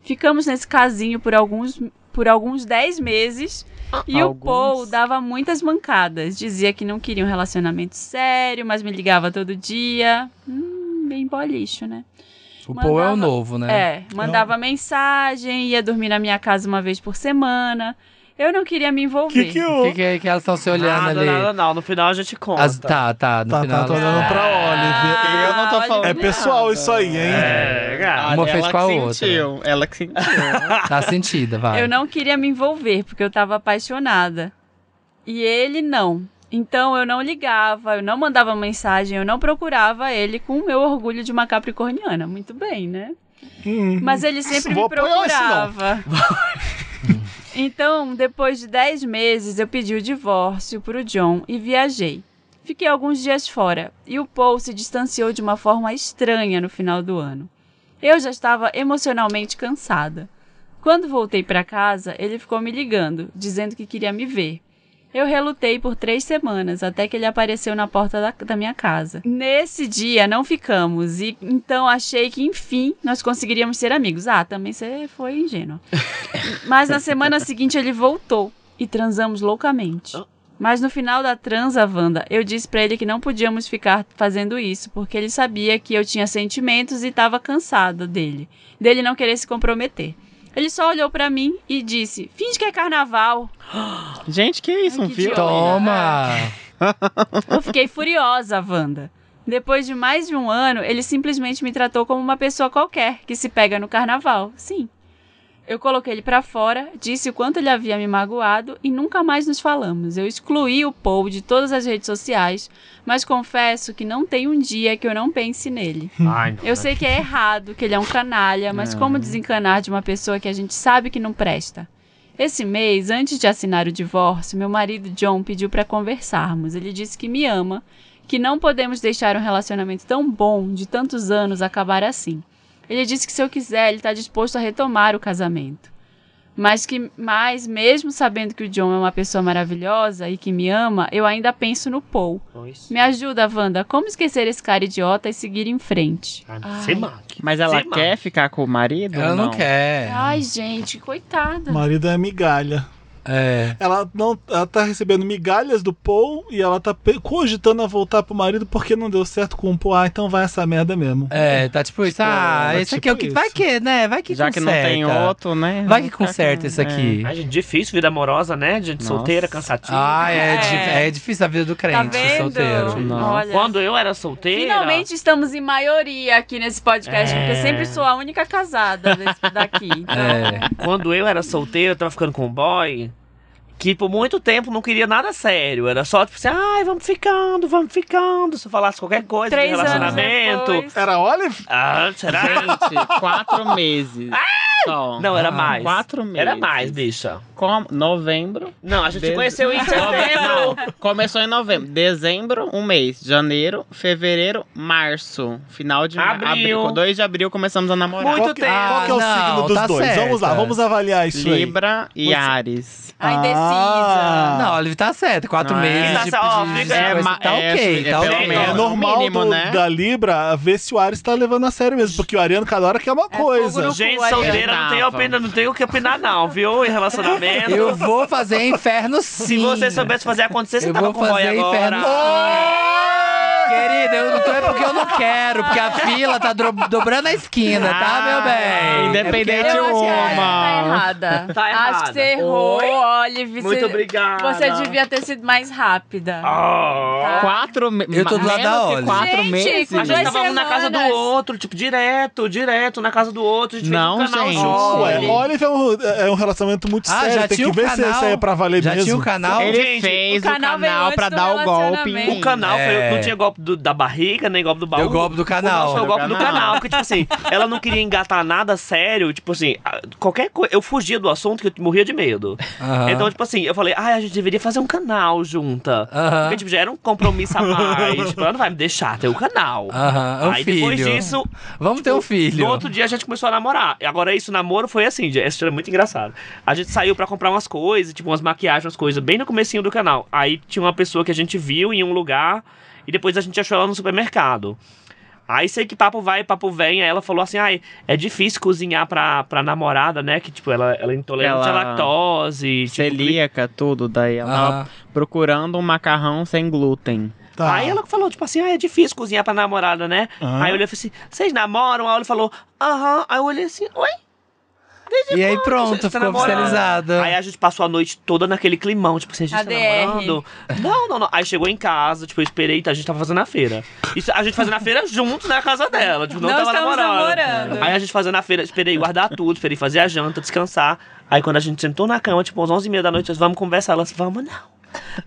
Speaker 2: Ficamos nesse casinho por alguns por alguns 10 meses e
Speaker 5: Alguns.
Speaker 2: o Paul dava muitas mancadas. Dizia que não queria um relacionamento sério, mas me ligava todo dia. Hum, bem bolicho, né?
Speaker 3: O Paul é o
Speaker 2: Mandava-
Speaker 3: novo, né?
Speaker 2: É, mandava mensagem, ia dormir na minha casa uma vez por semana. Eu não queria me
Speaker 1: O que
Speaker 2: envolver.
Speaker 1: que
Speaker 3: O que,
Speaker 1: o...
Speaker 3: que é que elas estão se olhando
Speaker 4: nada,
Speaker 3: ali?
Speaker 4: nada, não. No final a gente conta.
Speaker 3: As- tá, tá, no
Speaker 1: Tá,
Speaker 3: final.
Speaker 1: tá, tô olhando pra Oliver.
Speaker 5: Eu não tô
Speaker 2: olha
Speaker 5: falando
Speaker 1: É
Speaker 2: que
Speaker 1: pessoal
Speaker 5: nada.
Speaker 1: isso aí, hein?
Speaker 4: É, cara.
Speaker 3: Uma
Speaker 5: ela
Speaker 3: fez
Speaker 5: que
Speaker 3: com a outra.
Speaker 5: sentiu, Ela que sentiu.
Speaker 3: Tá sentida, vai.
Speaker 2: Eu não queria me envolver, porque eu tava apaixonada. E ele não. Então eu não ligava, eu não mandava mensagem, eu não procurava ele com o meu orgulho de uma capricorniana. Muito bem, né?
Speaker 1: Hum.
Speaker 2: Mas ele sempre
Speaker 1: Vou
Speaker 2: me
Speaker 1: apoiar isso, não.
Speaker 2: procurava. então, depois de 10 meses, eu pedi o divórcio pro John e viajei. Fiquei alguns dias fora e o Paul se distanciou de uma forma estranha no final do ano. Eu já estava emocionalmente cansada. Quando voltei para casa, ele ficou me ligando, dizendo que queria me ver. Eu relutei por três semanas, até que ele apareceu na porta da, da minha casa. Nesse dia, não ficamos, e então achei que, enfim, nós conseguiríamos ser amigos. Ah, também você foi ingênua. Mas na semana seguinte, ele voltou e transamos loucamente. Mas no final da transa, Wanda, eu disse pra ele que não podíamos ficar fazendo isso, porque ele sabia que eu tinha sentimentos e tava cansado dele, dele não querer se comprometer. Ele só olhou pra mim e disse: finge que é carnaval.
Speaker 5: Gente, que isso,
Speaker 2: Ai,
Speaker 5: um
Speaker 2: que
Speaker 5: filme?
Speaker 2: idiota.
Speaker 3: Toma!
Speaker 2: Eu fiquei furiosa, Wanda. Depois de mais de um ano, ele simplesmente me tratou como uma pessoa qualquer que se pega no carnaval. Sim. Eu coloquei ele pra fora, disse o quanto ele havia me magoado e nunca mais nos falamos. Eu excluí o Paul de todas as redes sociais, mas confesso que não tem um dia que eu não pense nele.
Speaker 4: Ai, não.
Speaker 2: Eu sei que é errado, que ele é um canalha, mas como desencanar de uma pessoa que a gente sabe que não presta? Esse mês, antes de assinar o divórcio, meu marido John pediu para conversarmos. Ele disse que me ama, que não podemos deixar um relacionamento tão bom de tantos anos acabar assim. Ele disse que se eu quiser, ele está disposto a retomar o casamento. Mas que mais, mesmo sabendo que o John é uma pessoa maravilhosa e que me ama, eu ainda penso no Paul.
Speaker 4: Pois.
Speaker 2: Me ajuda, Wanda. Como esquecer esse cara idiota e seguir em frente?
Speaker 4: Ai, Sei lá. que-
Speaker 5: Mas ela
Speaker 4: sei lá.
Speaker 5: quer ficar com o marido?
Speaker 3: Ela
Speaker 5: ou
Speaker 3: não quer.
Speaker 2: Ai, gente, coitada.
Speaker 1: O marido é migalha.
Speaker 3: É.
Speaker 1: Ela não, ela tá recebendo migalhas do Paul e ela tá pe- cogitando a voltar pro marido porque não deu certo com o Paul. Ah, então vai essa merda mesmo.
Speaker 3: É, tá tipo isso. Ah,
Speaker 1: é
Speaker 3: esse aqui
Speaker 1: tipo
Speaker 3: é o que.
Speaker 1: isso.
Speaker 3: Vai que, né? Vai que
Speaker 5: Já que não tem
Speaker 3: conserta.
Speaker 5: outro, né?
Speaker 3: Vai que
Speaker 5: Vou ficar
Speaker 3: conserta
Speaker 5: com-
Speaker 3: isso
Speaker 5: é.
Speaker 3: aqui.
Speaker 4: Ai, gente, difícil, vida amorosa, né? Gente
Speaker 5: Nossa.
Speaker 4: solteira, cansativa.
Speaker 3: Ah, é,
Speaker 2: É.
Speaker 3: di- é difícil a vida do crente
Speaker 2: Tá vendo?
Speaker 3: solteiro.
Speaker 5: Nossa.
Speaker 2: Olha.
Speaker 4: Quando eu era solteira.
Speaker 2: Finalmente estamos em maioria aqui nesse podcast,
Speaker 4: É.
Speaker 2: porque eu sempre sou a única casada desse- daqui. Então,
Speaker 3: É.
Speaker 4: Quando eu era solteira, eu tava ficando com um boy que por muito tempo não queria nada sério. Era só tipo assim, ai, vamos ficando, vamos ficando. Se eu falasse qualquer coisa de
Speaker 2: três
Speaker 4: relacionamento.
Speaker 2: anos depois.
Speaker 1: Era Olive?
Speaker 4: ah, será?
Speaker 5: É. Gente, quatro meses.
Speaker 3: Ah!
Speaker 5: Só.
Speaker 4: Não, era mais.
Speaker 5: Quatro meses.
Speaker 4: Era mais, bicha.
Speaker 5: Com... Novembro.
Speaker 4: Não, a gente se
Speaker 5: Desde-
Speaker 4: conheceu em
Speaker 5: Não,
Speaker 4: setembro.
Speaker 5: Começou em novembro. Dezembro, um mês. Janeiro, fevereiro, março. Final de ma-
Speaker 4: Abril.
Speaker 5: 2 de abril começamos a namorar.
Speaker 4: Muito
Speaker 1: qual que, Qual que é o
Speaker 3: tempo. Ah,
Speaker 1: signo
Speaker 3: não,
Speaker 1: dos
Speaker 3: tá
Speaker 1: dois?
Speaker 3: certa.
Speaker 1: Vamos lá, vamos avaliar isso aí.
Speaker 5: Libra e
Speaker 1: Muito-
Speaker 5: Ares.
Speaker 2: A indecisa.
Speaker 1: Ah.
Speaker 3: Não, ele tá certo. Quatro
Speaker 5: Não é?
Speaker 3: meses.
Speaker 4: Tá
Speaker 3: de-
Speaker 4: só, ó,
Speaker 3: de- de-
Speaker 4: fica-
Speaker 3: coisa,
Speaker 5: ma-
Speaker 3: tá
Speaker 5: é,
Speaker 3: ok,
Speaker 5: é
Speaker 3: tá
Speaker 5: pelo
Speaker 3: ok.
Speaker 1: É
Speaker 5: menos.
Speaker 1: normal
Speaker 5: no mínimo,
Speaker 1: do-
Speaker 5: né?
Speaker 1: da Libra ver se o Ares tá levando a sério mesmo, porque o Ariano cada hora quer uma
Speaker 3: É
Speaker 2: fogo
Speaker 1: coisa.
Speaker 2: no-
Speaker 4: Gente
Speaker 2: Ariana.
Speaker 4: solteira não tem, opina, não tem o que opinar, não, viu? Em relacionamento.
Speaker 3: Eu vou fazer inferno sim.
Speaker 4: Se você soubesse fazer acontecer, você
Speaker 3: Eu
Speaker 4: tava
Speaker 3: vou
Speaker 4: com o boy
Speaker 3: fazer
Speaker 4: agora.
Speaker 3: inferno. Querida, eu não tô é porque eu não quero, porque a fila tá dro- dobrando a esquina, tá, meu
Speaker 5: Ah,
Speaker 3: bem?
Speaker 5: independente
Speaker 3: É
Speaker 2: Eu acho que ela tá
Speaker 5: Uma.
Speaker 2: errada.
Speaker 4: Tá
Speaker 2: Acho
Speaker 4: errada.
Speaker 2: que você errou,
Speaker 4: Oi?
Speaker 2: Olive.
Speaker 4: Muito
Speaker 2: você-
Speaker 4: obrigada.
Speaker 2: Você devia ter sido mais rápida.
Speaker 4: Ah.
Speaker 2: Tá?
Speaker 5: Quatro meses.
Speaker 3: Eu tô do lado da Olive.
Speaker 5: Quatro
Speaker 2: Gente,
Speaker 5: meses.
Speaker 4: A gente
Speaker 2: Duas
Speaker 4: tava um na casa do
Speaker 2: semanas.
Speaker 4: outro, tipo, direto, direto, na casa do outro. A gente
Speaker 5: Não,
Speaker 4: fez um canal
Speaker 5: gente.
Speaker 4: junto.
Speaker 1: Ué, Olive é um, é um relacionamento muito
Speaker 3: Ah,
Speaker 1: sério,
Speaker 3: já
Speaker 1: tem
Speaker 3: tinha
Speaker 1: que
Speaker 3: o
Speaker 1: ver se
Speaker 3: canal.
Speaker 1: isso aí é pra valer
Speaker 3: Já
Speaker 1: mesmo.
Speaker 3: tinha o canal.
Speaker 5: Ele
Speaker 4: Gente,
Speaker 5: fez
Speaker 2: o
Speaker 5: o
Speaker 2: canal
Speaker 5: canal,
Speaker 2: veio antes
Speaker 5: pra
Speaker 2: do
Speaker 5: dar o golpe.
Speaker 2: relacionamento.
Speaker 5: em-
Speaker 4: O canal
Speaker 3: É.
Speaker 4: foi- não tinha golpe do- da barriga, nem golpe do baú.
Speaker 3: Deu golpe do canal. né?
Speaker 4: O nosso foi o
Speaker 5: Do
Speaker 4: golpe do
Speaker 5: canal.
Speaker 4: canal. Porque, tipo assim, ela não queria engatar nada sério. Tipo assim, a- qualquer coisa. Eu fugia do assunto que eu morria de medo.
Speaker 3: Aham.
Speaker 4: Então, tipo assim, eu falei, ah, a gente deveria fazer um canal junta.
Speaker 3: Aham.
Speaker 4: Porque, tipo, já era um compromisso a mais. tipo, ela não vai me deixar ter o canal.
Speaker 3: Aham, é um
Speaker 4: Aí depois
Speaker 3: filho.
Speaker 4: disso,
Speaker 3: Vamos ter um filho.
Speaker 4: Tipo, no outro dia a gente começou a namorar. E Agora, isso, namoro foi assim, gente, isso era muito engraçado. A gente saiu pra comprar umas coisas, tipo, umas maquiagens, umas coisas, bem no comecinho do canal. Aí tinha uma pessoa que a gente viu em um lugar e depois a gente achou ela no supermercado. Aí sei que papo vai, papo vem, aí ela falou assim, ai, é difícil cozinhar pra, pra namorada, né? Que, tipo, ela, ela é intolerante
Speaker 5: Ela-
Speaker 4: à lactose. Tipo,
Speaker 5: Celíaca, tudo. Daí ela
Speaker 3: Aham.
Speaker 5: tava procurando um macarrão sem glúten.
Speaker 1: Tá.
Speaker 4: Aí ela falou, tipo assim, ah, é difícil cozinhar pra namorada, né?
Speaker 1: Aham.
Speaker 4: Aí eu olhei e falei assim, vocês namoram? Aí ele falou, aham. Aí eu olhei assim, oi?
Speaker 3: E aí pronto,
Speaker 4: Você
Speaker 3: ficou
Speaker 4: namorou?
Speaker 3: oficializada.
Speaker 4: Aí a gente passou a noite toda naquele climão, tipo, vocês já estão
Speaker 2: ADR.
Speaker 4: namorando? Não, não, não. Aí chegou em casa, tipo, eu esperei, a gente tava fazendo a feira. Isso, a gente fazendo a feira junto na casa dela, tipo, não,
Speaker 2: Não
Speaker 4: tava
Speaker 2: estamos
Speaker 4: namorando.
Speaker 2: namorando.
Speaker 4: Aí a gente fazendo a feira, esperei guardar tudo, esperei fazer a janta, descansar. Aí quando a gente sentou na cama, tipo, às 11h30 da noite, nós vamos conversar. Ela disse, vamos não.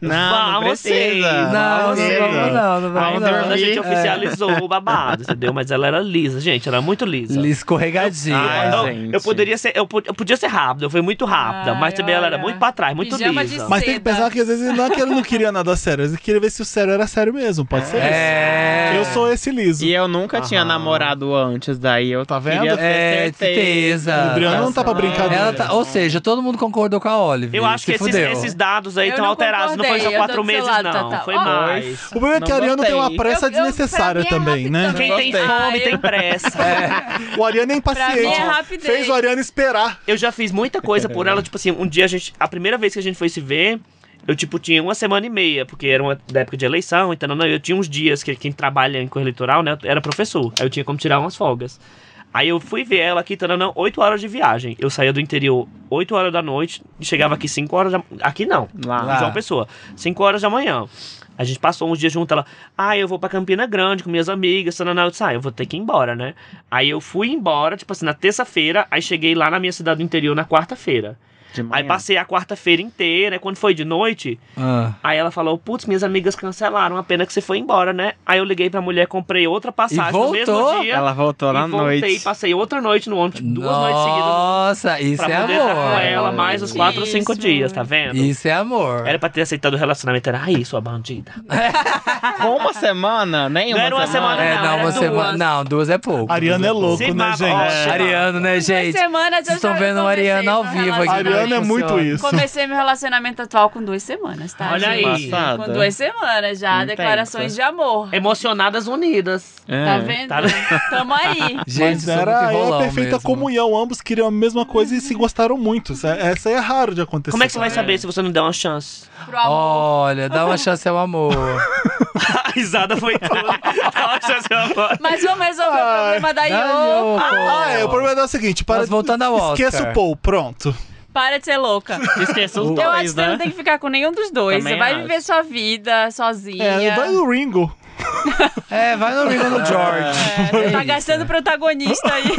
Speaker 5: Não, não
Speaker 4: Vamos
Speaker 5: precisa. É.
Speaker 4: sim.
Speaker 3: Não, não
Speaker 4: Nossa,
Speaker 3: vamos não, não
Speaker 4: Aí
Speaker 3: vamos
Speaker 5: Ainda
Speaker 4: a
Speaker 3: não.
Speaker 5: dormi.
Speaker 4: gente é oficializou o babado, entendeu? Mas ela era lisa, gente, era muito lisa.
Speaker 3: Escorregadia.
Speaker 4: Ah, então,
Speaker 5: gente.
Speaker 4: eu poderia ser, eu, po- eu podia ser rápida, eu fui muito rápida,
Speaker 2: Ai,
Speaker 4: mas também ela era
Speaker 2: olha.
Speaker 4: muito pra trás, muito
Speaker 2: Pijama de
Speaker 4: lisa.
Speaker 1: Mas tem que pensar que às vezes não é que ele não queria nada sério, ele queria ver se o sério era sério mesmo, pode ser
Speaker 3: É.
Speaker 1: isso. Eu sou esse liso.
Speaker 5: E eu nunca tinha
Speaker 4: Aham.
Speaker 5: namorado antes, daí eu
Speaker 1: Tá vendo?
Speaker 5: queria ter
Speaker 3: É, certeza.
Speaker 1: O Adriano não tá pra brincar
Speaker 3: Ela tá- ou seja, todo mundo concordou com a Olive.
Speaker 4: Eu acho que
Speaker 3: se
Speaker 4: esses,
Speaker 3: fudeu.
Speaker 4: esses dados aí
Speaker 2: Eu
Speaker 4: estão
Speaker 2: não
Speaker 4: alterados, não foi só
Speaker 2: concordei, eu
Speaker 4: quatro
Speaker 2: tô do seu
Speaker 4: meses,
Speaker 2: lado,
Speaker 4: não.
Speaker 2: Total.
Speaker 4: Foi
Speaker 2: Ó,
Speaker 4: mais.
Speaker 1: O problema é que a
Speaker 5: Não
Speaker 1: Ariana tem uma
Speaker 5: gostei.
Speaker 1: pressa
Speaker 2: Eu- eu-
Speaker 1: desnecessária
Speaker 2: pra mim é
Speaker 1: também, né?
Speaker 2: rapidão.
Speaker 4: Quem tem
Speaker 5: gostei.
Speaker 4: fome
Speaker 2: Ah, eu-
Speaker 4: tem pressa.
Speaker 1: O Ariana é
Speaker 2: Pra mim
Speaker 1: impaciente.
Speaker 2: é rapidez.
Speaker 1: Fez o Ariana esperar.
Speaker 4: Eu já fiz muita coisa por ela, tipo assim, um dia a gente. A primeira vez que a gente foi se ver, eu, tipo, tinha uma semana e meia, porque era uma da época de eleição, então não, eu tinha uns dias que quem trabalha em cor eleitoral, né, era professor. Aí eu tinha como tirar umas folgas. Aí eu fui ver ela aqui, tananã, 8 horas de viagem. Eu saía do interior 8 horas da noite e chegava aqui 5 horas da Aqui não,
Speaker 5: Lá.
Speaker 4: em João Pessoa. 5 horas da manhã. A gente passou uns dias junto, ela, ah, eu vou pra Campina Grande com minhas amigas, tananã. Eu disse, ah, eu vou ter que ir embora, né? Aí eu fui embora, tipo assim, na terça-feira, aí cheguei lá na minha cidade do interior na quarta-feira.
Speaker 5: de
Speaker 4: Aí
Speaker 5: manhã.
Speaker 4: passei a quarta-feira inteira, quando foi de noite,
Speaker 3: Ah.
Speaker 4: aí ela falou, putz, minhas amigas cancelaram, a pena que você foi embora, né? Aí eu liguei pra mulher, comprei outra passagem no mesmo
Speaker 3: voltou?
Speaker 4: dia.
Speaker 5: Ela voltou
Speaker 4: e
Speaker 5: na
Speaker 4: voltei,
Speaker 5: noite.
Speaker 4: passei outra noite no ônibus, tipo, duas noites seguidas.
Speaker 3: Nossa, isso é
Speaker 4: pra poder estar com ela
Speaker 3: amor.
Speaker 4: mais os quatro ou cinco
Speaker 2: Isso.
Speaker 4: dias, tá vendo?
Speaker 3: Isso é amor.
Speaker 4: Era pra ter aceitado o relacionamento, era aí, sua bandida.
Speaker 5: Com uma semana? Nem
Speaker 4: Não
Speaker 5: uma
Speaker 4: era uma semana,
Speaker 3: É,
Speaker 4: não,
Speaker 3: não,
Speaker 4: era
Speaker 3: você
Speaker 2: duas.
Speaker 3: ma- Não, duas é pouco.
Speaker 1: Ariana é louco,
Speaker 4: Sim,
Speaker 1: né,
Speaker 4: mas-
Speaker 1: gente?
Speaker 4: Ó,
Speaker 3: Ariano, né,
Speaker 2: Duas
Speaker 3: gente?
Speaker 2: semanas eu
Speaker 3: Vocês estão
Speaker 2: já
Speaker 3: vendo o
Speaker 2: comecei
Speaker 3: Ariana ao
Speaker 2: meu
Speaker 3: vivo aqui. né,
Speaker 2: relacionamento.
Speaker 1: Ariana é muito
Speaker 3: Funciona.
Speaker 1: isso.
Speaker 2: Comecei meu relacionamento atual com duas semanas, tá?
Speaker 4: Olha
Speaker 2: gente?
Speaker 4: aí.
Speaker 5: Passada.
Speaker 2: Com duas semanas já,
Speaker 5: Intensa.
Speaker 2: declarações de amor.
Speaker 4: Emocionadas unidas.
Speaker 5: É.
Speaker 2: Tá vendo?
Speaker 4: Tá-
Speaker 2: Tamo aí.
Speaker 3: Gente,
Speaker 1: Mas
Speaker 3: eu sou
Speaker 1: era
Speaker 3: muito
Speaker 1: a
Speaker 3: enrolão
Speaker 1: perfeita
Speaker 3: mesmo.
Speaker 1: comunhão, ambos queriam a mesma coisa e se gostaram muito. Essa- Essa é raro de acontecer.
Speaker 4: Como é que você vai saber se você não der uma chance?
Speaker 2: Pro amor.
Speaker 3: Olha, dá uma chance ao amor.
Speaker 4: A risada foi toda. Dá uma chance, meu amor.
Speaker 2: Mas vamos resolver o problema da Iô.
Speaker 3: Daniel, pô.
Speaker 1: Ah, é, o problema é o seguinte, para
Speaker 3: Mas voltando ao Oscar.
Speaker 1: Esqueça um o Paul, pronto.
Speaker 2: Para de ser louca.
Speaker 5: Esqueça os
Speaker 2: Eu acho
Speaker 5: dois,
Speaker 2: que você não
Speaker 5: né?
Speaker 2: tem que ficar com nenhum dos dois.
Speaker 5: Também
Speaker 2: você vai
Speaker 5: acho.
Speaker 2: viver sua vida sozinha.
Speaker 1: É, vai no Ringo.
Speaker 3: É, vai no Ringo no George.
Speaker 2: É,
Speaker 3: É
Speaker 2: tá
Speaker 3: isso.
Speaker 2: gastando protagonista aí.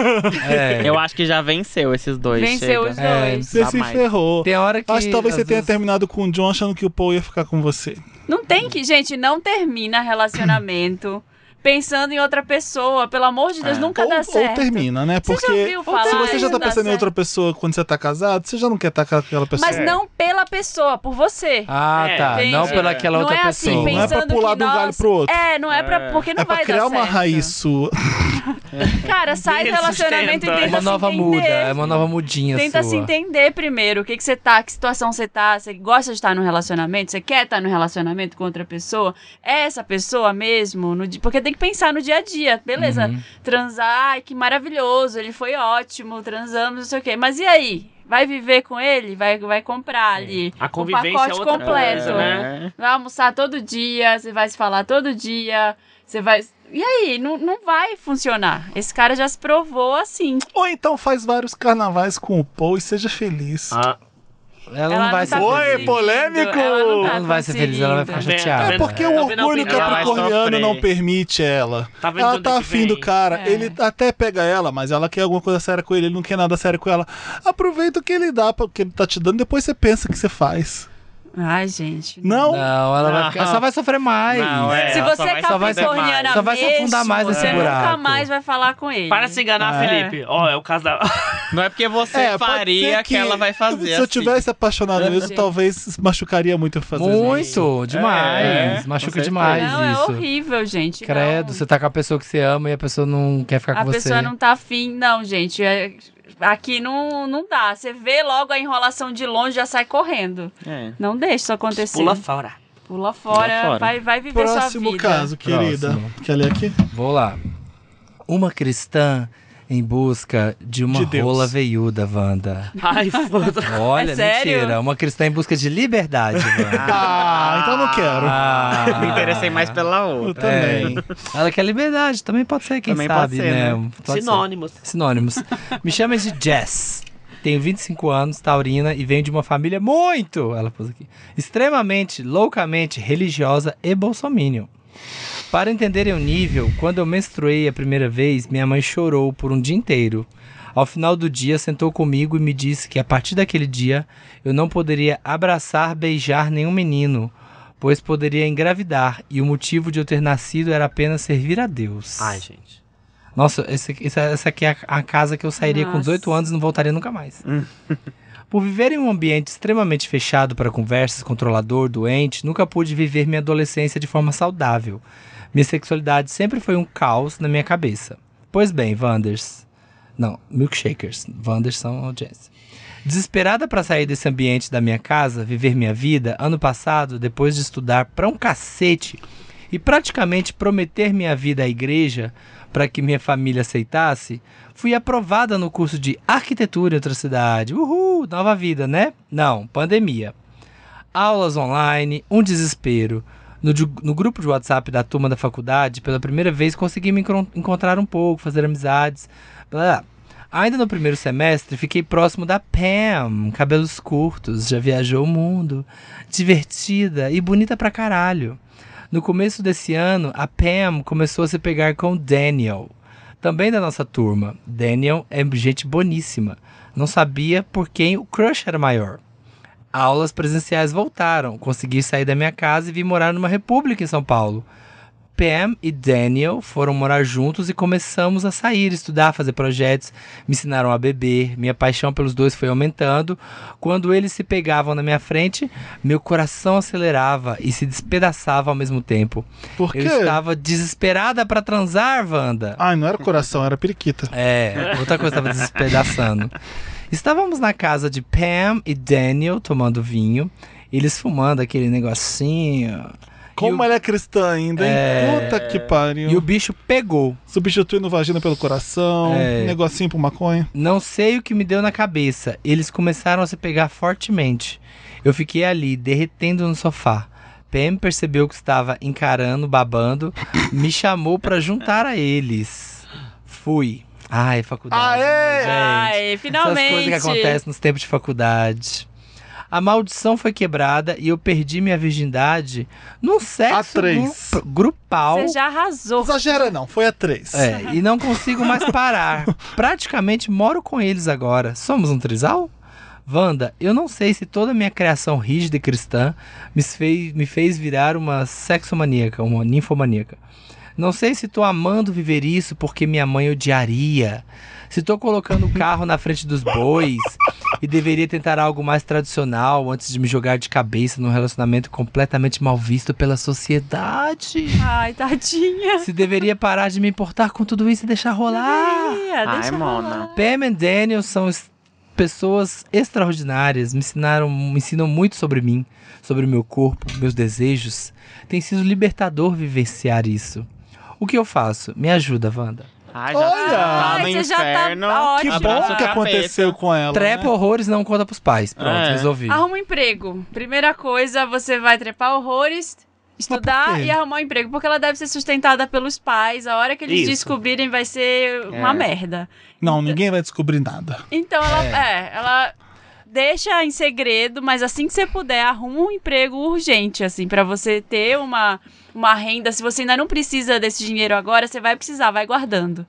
Speaker 3: É.
Speaker 5: Eu acho que já venceu esses dois.
Speaker 2: Venceu os
Speaker 5: chega.
Speaker 3: É.
Speaker 2: dois.
Speaker 1: Você
Speaker 5: Dá
Speaker 1: se
Speaker 5: mais.
Speaker 1: ferrou.
Speaker 3: Tem hora que.
Speaker 1: Acho que talvez
Speaker 3: às
Speaker 1: você tenha
Speaker 3: vezes-
Speaker 1: terminado com o John achando que o Paul ia ficar com você.
Speaker 2: Não tem que, gente, não termina relacionamento pensando em outra pessoa. Pelo amor de Deus, nunca
Speaker 1: ou,
Speaker 2: dá
Speaker 1: ou
Speaker 2: certo.
Speaker 1: termina, né?
Speaker 2: Você já
Speaker 1: Porque
Speaker 2: ouviu falar
Speaker 1: se você já
Speaker 2: isso?
Speaker 1: tá
Speaker 2: Dá
Speaker 1: pensando em
Speaker 2: certo.
Speaker 1: outra pessoa quando você tá casado, você já não quer estar com aquela pessoa.
Speaker 2: Mas não pela pessoa, por você.
Speaker 3: Tipo assim, é. Ah,
Speaker 4: É,
Speaker 3: tá. não
Speaker 2: entende?
Speaker 3: pela aquela
Speaker 2: não
Speaker 3: outra
Speaker 2: é assim,
Speaker 3: pessoa.
Speaker 1: Não é pra
Speaker 2: pensando
Speaker 1: pular
Speaker 2: que
Speaker 1: de um galho
Speaker 2: nossa-
Speaker 1: pro outro.
Speaker 2: É, não é pra.
Speaker 5: É.
Speaker 2: Porque não
Speaker 1: é pra
Speaker 2: vai
Speaker 1: criar
Speaker 2: dar
Speaker 1: uma
Speaker 2: certo.
Speaker 1: raiz sua.
Speaker 2: Cara, sai do
Speaker 4: Ninguém
Speaker 2: relacionamento
Speaker 4: sustenta.
Speaker 2: e tenta
Speaker 3: é uma
Speaker 2: se
Speaker 3: nova
Speaker 2: entender.
Speaker 3: muda, é uma nova mudinha
Speaker 2: Tenta assim,
Speaker 3: sua.
Speaker 2: se entender primeiro. O que, que você tá, que situação você tá. Você gosta de estar num relacionamento? Você quer estar num relacionamento com outra pessoa? É essa pessoa mesmo? No di- Porque tem que pensar no dia a dia. Beleza,
Speaker 3: Uhum.
Speaker 2: transar, ai, que maravilhoso, ele foi ótimo, transamos, não sei o quê. Mas e aí? Vai viver com ele? Vai, vai comprar ali
Speaker 4: A
Speaker 2: o
Speaker 4: convivência é
Speaker 2: pacote
Speaker 4: outra
Speaker 2: completo.
Speaker 4: coisa, né?
Speaker 2: Vai almoçar todo dia, você vai se falar todo dia, você vai... E aí? Não, não vai funcionar. Esse cara já se provou assim.
Speaker 1: Ou então faz vários carnavais com o Paul e seja feliz.
Speaker 4: Ah,
Speaker 3: Ela, não vai
Speaker 2: tá
Speaker 3: ser.
Speaker 1: Oi,
Speaker 2: conseguindo,
Speaker 1: polêmico!
Speaker 2: Ela não, tá
Speaker 3: Ela não vai ser feliz, ela vai ficar
Speaker 4: Tá vendo?
Speaker 3: chateada.
Speaker 4: Tá
Speaker 1: É
Speaker 4: vendo?
Speaker 1: porque
Speaker 4: É,
Speaker 1: o
Speaker 4: tá vendo a
Speaker 1: orgulho
Speaker 4: opinião?
Speaker 5: Ela
Speaker 1: capricorniano
Speaker 5: vai
Speaker 1: não
Speaker 5: sofrer.
Speaker 1: permite ela.
Speaker 4: tá vendo
Speaker 1: Ela
Speaker 4: quando
Speaker 1: tá
Speaker 4: que vem?
Speaker 1: afim do cara.
Speaker 2: É.
Speaker 1: Ele até pega ela, mas ela quer alguma coisa séria com ele. Ele não quer nada sério com ela. Aproveita o que ele dá, o que ele tá te dando. Depois você pensa o que você faz.
Speaker 2: Ai, gente.
Speaker 1: Não,
Speaker 3: Não, ela vai
Speaker 5: Não.
Speaker 3: ficar. Só vai sofrer mais.
Speaker 5: Ah. Não, é,
Speaker 2: Se
Speaker 5: ela
Speaker 2: você
Speaker 5: só
Speaker 2: é
Speaker 5: vai sofrer
Speaker 2: capricorniana
Speaker 5: mais.
Speaker 3: Só vai se afundar
Speaker 2: mesmo,
Speaker 3: mais nesse
Speaker 2: você nunca
Speaker 3: buraco.
Speaker 2: mais vai falar com ele.
Speaker 4: Para de se enganar,
Speaker 1: Ah,
Speaker 2: é.
Speaker 4: Felipe. Ó, é o caso da.
Speaker 5: Não é porque você
Speaker 1: É, pode
Speaker 5: faria
Speaker 1: ser
Speaker 5: que... ela vai fazer
Speaker 1: Se eu
Speaker 5: assim.
Speaker 1: tivesse apaixonado mesmo,
Speaker 2: Gente.
Speaker 1: talvez machucaria muito eu fazer isso.
Speaker 3: assim. Muito, demais.
Speaker 5: É, com
Speaker 3: Machuca
Speaker 5: certeza.
Speaker 3: demais
Speaker 2: Não, é
Speaker 3: isso.
Speaker 2: horrível, gente.
Speaker 3: Credo,
Speaker 2: não.
Speaker 3: você tá com a pessoa que você ama e a pessoa não quer ficar
Speaker 2: a
Speaker 3: com você.
Speaker 2: pessoa não tá afim, não, gente. É- Aqui não, não dá. Você vê logo a enrolação de longe já sai correndo.
Speaker 5: É.
Speaker 2: Não deixa isso acontecer.
Speaker 4: Pula fora.
Speaker 2: Pula fora,
Speaker 5: Pula fora.
Speaker 2: Vai, vai viver sua
Speaker 1: Próximo
Speaker 2: vida.
Speaker 1: caso, querida.
Speaker 3: Próximo.
Speaker 1: Quer ler aqui?
Speaker 3: Vou lá. Uma cristã em busca de uma
Speaker 1: De Deus.
Speaker 3: rola veiuda, Wanda.
Speaker 4: Ai, foda.
Speaker 3: Olha,
Speaker 2: É sério?
Speaker 3: mentira. Uma cristã em busca de liberdade, Wanda.
Speaker 1: Ah, então não quero.
Speaker 3: Ah.
Speaker 5: Me interessei mais pela
Speaker 3: É,
Speaker 1: Eu
Speaker 5: outra.
Speaker 1: também.
Speaker 3: Ela quer liberdade, também pode ser, quem
Speaker 5: Também pode
Speaker 3: sabe,
Speaker 5: ser,
Speaker 3: né?
Speaker 5: né?
Speaker 3: Pode ser.
Speaker 4: Sinônimos.
Speaker 3: Sinônimos. Me chama de Jess. Tenho 25 anos, taurina e venho de uma família muito, ela pôs aqui, extremamente, loucamente religiosa e bolsominion. Para entenderem o nível, quando eu menstruei a primeira vez, minha mãe chorou por um dia inteiro. Ao final do dia, sentou comigo e me disse que a partir daquele dia eu não poderia abraçar, beijar nenhum menino, pois poderia engravidar e o motivo de eu ter nascido era apenas servir a Deus.
Speaker 4: Ai, gente.
Speaker 3: Nossa, esse- essa, essa aqui é a, a casa que eu sairia com
Speaker 2: Nossa.
Speaker 3: 18 anos e não voltaria nunca mais. Por viver em um ambiente extremamente fechado para conversas, controlador, doente, nunca pude viver minha adolescência de forma saudável. Minha sexualidade sempre foi um caos na minha cabeça. Pois bem, Wanders. Não, milkshakers. Wanders são audiência. Desesperada para sair desse ambiente da minha casa, viver minha vida, ano passado, depois de estudar pra um cacete e praticamente prometer minha vida à igreja para que minha família aceitasse, fui aprovada no curso de arquitetura em outra cidade. Uhul, nova vida, né? Não, pandemia. Aulas online, um desespero. No, de- no grupo de WhatsApp da turma da faculdade, pela primeira vez consegui me encron- encontrar um pouco, fazer amizades. Blá, blá. Ainda no primeiro semestre, fiquei próximo da Pam, cabelos curtos, já viajou o mundo, divertida e bonita pra caralho. No começo desse ano, a Pam começou a se pegar com o Daniel, também da nossa turma. Daniel é gente boníssima. Não sabia por quem o crush era maior. Aulas presenciais voltaram. Consegui sair da minha casa e vim morar numa república em São Paulo. Pam e Daniel foram morar juntos e começamos a sair, estudar, fazer projetos, me ensinaram a beber. Minha paixão pelos dois foi aumentando. Quando eles se pegavam na minha frente, meu coração acelerava e se despedaçava ao mesmo tempo.
Speaker 1: Por quê?
Speaker 3: Eu estava desesperada para transar, Wanda.
Speaker 1: Ai, não era coração, era periquita.
Speaker 3: É, outra coisa tava despedaçando. Estávamos na casa de Pam e Daniel tomando vinho, eles fumando aquele negocinho.
Speaker 1: Como
Speaker 3: e o,
Speaker 1: ela é cristã ainda, hein?
Speaker 3: É.
Speaker 1: Puta que pariu.
Speaker 3: e o bicho pegou.
Speaker 1: Substituindo vagina pelo coração,
Speaker 3: É.
Speaker 1: um negocinho pro maconha.
Speaker 3: Não sei o que me deu na cabeça. Eles começaram a se pegar fortemente. Eu fiquei ali, derretendo no sofá. Pam percebeu que estava encarando, babando, me chamou para juntar a eles. Fui. Ai, faculdade. né,
Speaker 1: Aê!
Speaker 3: gente.
Speaker 2: Ai,
Speaker 3: Essas coisas
Speaker 2: finalmente.
Speaker 3: que acontecem nos tempos de faculdade. A maldição foi quebrada e eu perdi minha virgindade num sexo
Speaker 1: A três.
Speaker 3: grup- grupal.
Speaker 2: Você já arrasou.
Speaker 1: Exagera não, foi a três.
Speaker 3: É, e não consigo mais parar. Praticamente moro com eles agora. Somos um trisal? Wanda, eu não sei se toda a minha criação rígida e cristã me fez, me fez virar uma sexomaníaca, uma ninfomaníaca. Não sei se tô amando viver isso porque minha mãe odiaria. Se tô colocando o carro na frente dos bois e deveria tentar algo mais tradicional antes de me jogar de cabeça num relacionamento completamente mal visto pela sociedade.
Speaker 2: Ai, tadinha.
Speaker 3: Se deveria parar de me importar com tudo isso e deixar rolar.
Speaker 2: Maria,
Speaker 5: Ai,
Speaker 2: Ah, deixa
Speaker 5: Mona.
Speaker 3: Pam e Daniel são es- pessoas extraordinárias, me ensinaram, me ensinam muito sobre mim, sobre o meu corpo, meus desejos. Tem sido libertador vivenciar isso. O que eu faço? Me ajuda, Wanda.
Speaker 5: Ai, já
Speaker 1: Olha!
Speaker 5: tá no
Speaker 2: Ai, você já tá
Speaker 5: inferno.
Speaker 1: Que
Speaker 2: ótimo.
Speaker 1: bom
Speaker 5: Abraço
Speaker 1: que
Speaker 5: capeta.
Speaker 1: aconteceu com ela.
Speaker 3: Trepa
Speaker 1: né?
Speaker 3: horrores não conta pros pais. Pronto,
Speaker 5: É.
Speaker 3: resolvi.
Speaker 2: Arruma um emprego. Primeira coisa, você vai trepar horrores,
Speaker 1: por
Speaker 2: estudar
Speaker 1: quê?
Speaker 2: e arrumar um emprego. Porque ela deve ser sustentada pelos pais. A hora que eles
Speaker 4: Isso.
Speaker 2: descobrirem vai ser uma
Speaker 5: É.
Speaker 2: merda.
Speaker 1: Não, ninguém vai descobrir nada.
Speaker 2: Então ela, é. ela deixa em segredo, mas assim que você puder, arruma um emprego urgente, assim, pra você ter uma, uma renda. Se você ainda não precisa desse dinheiro agora, você vai precisar, vai guardando.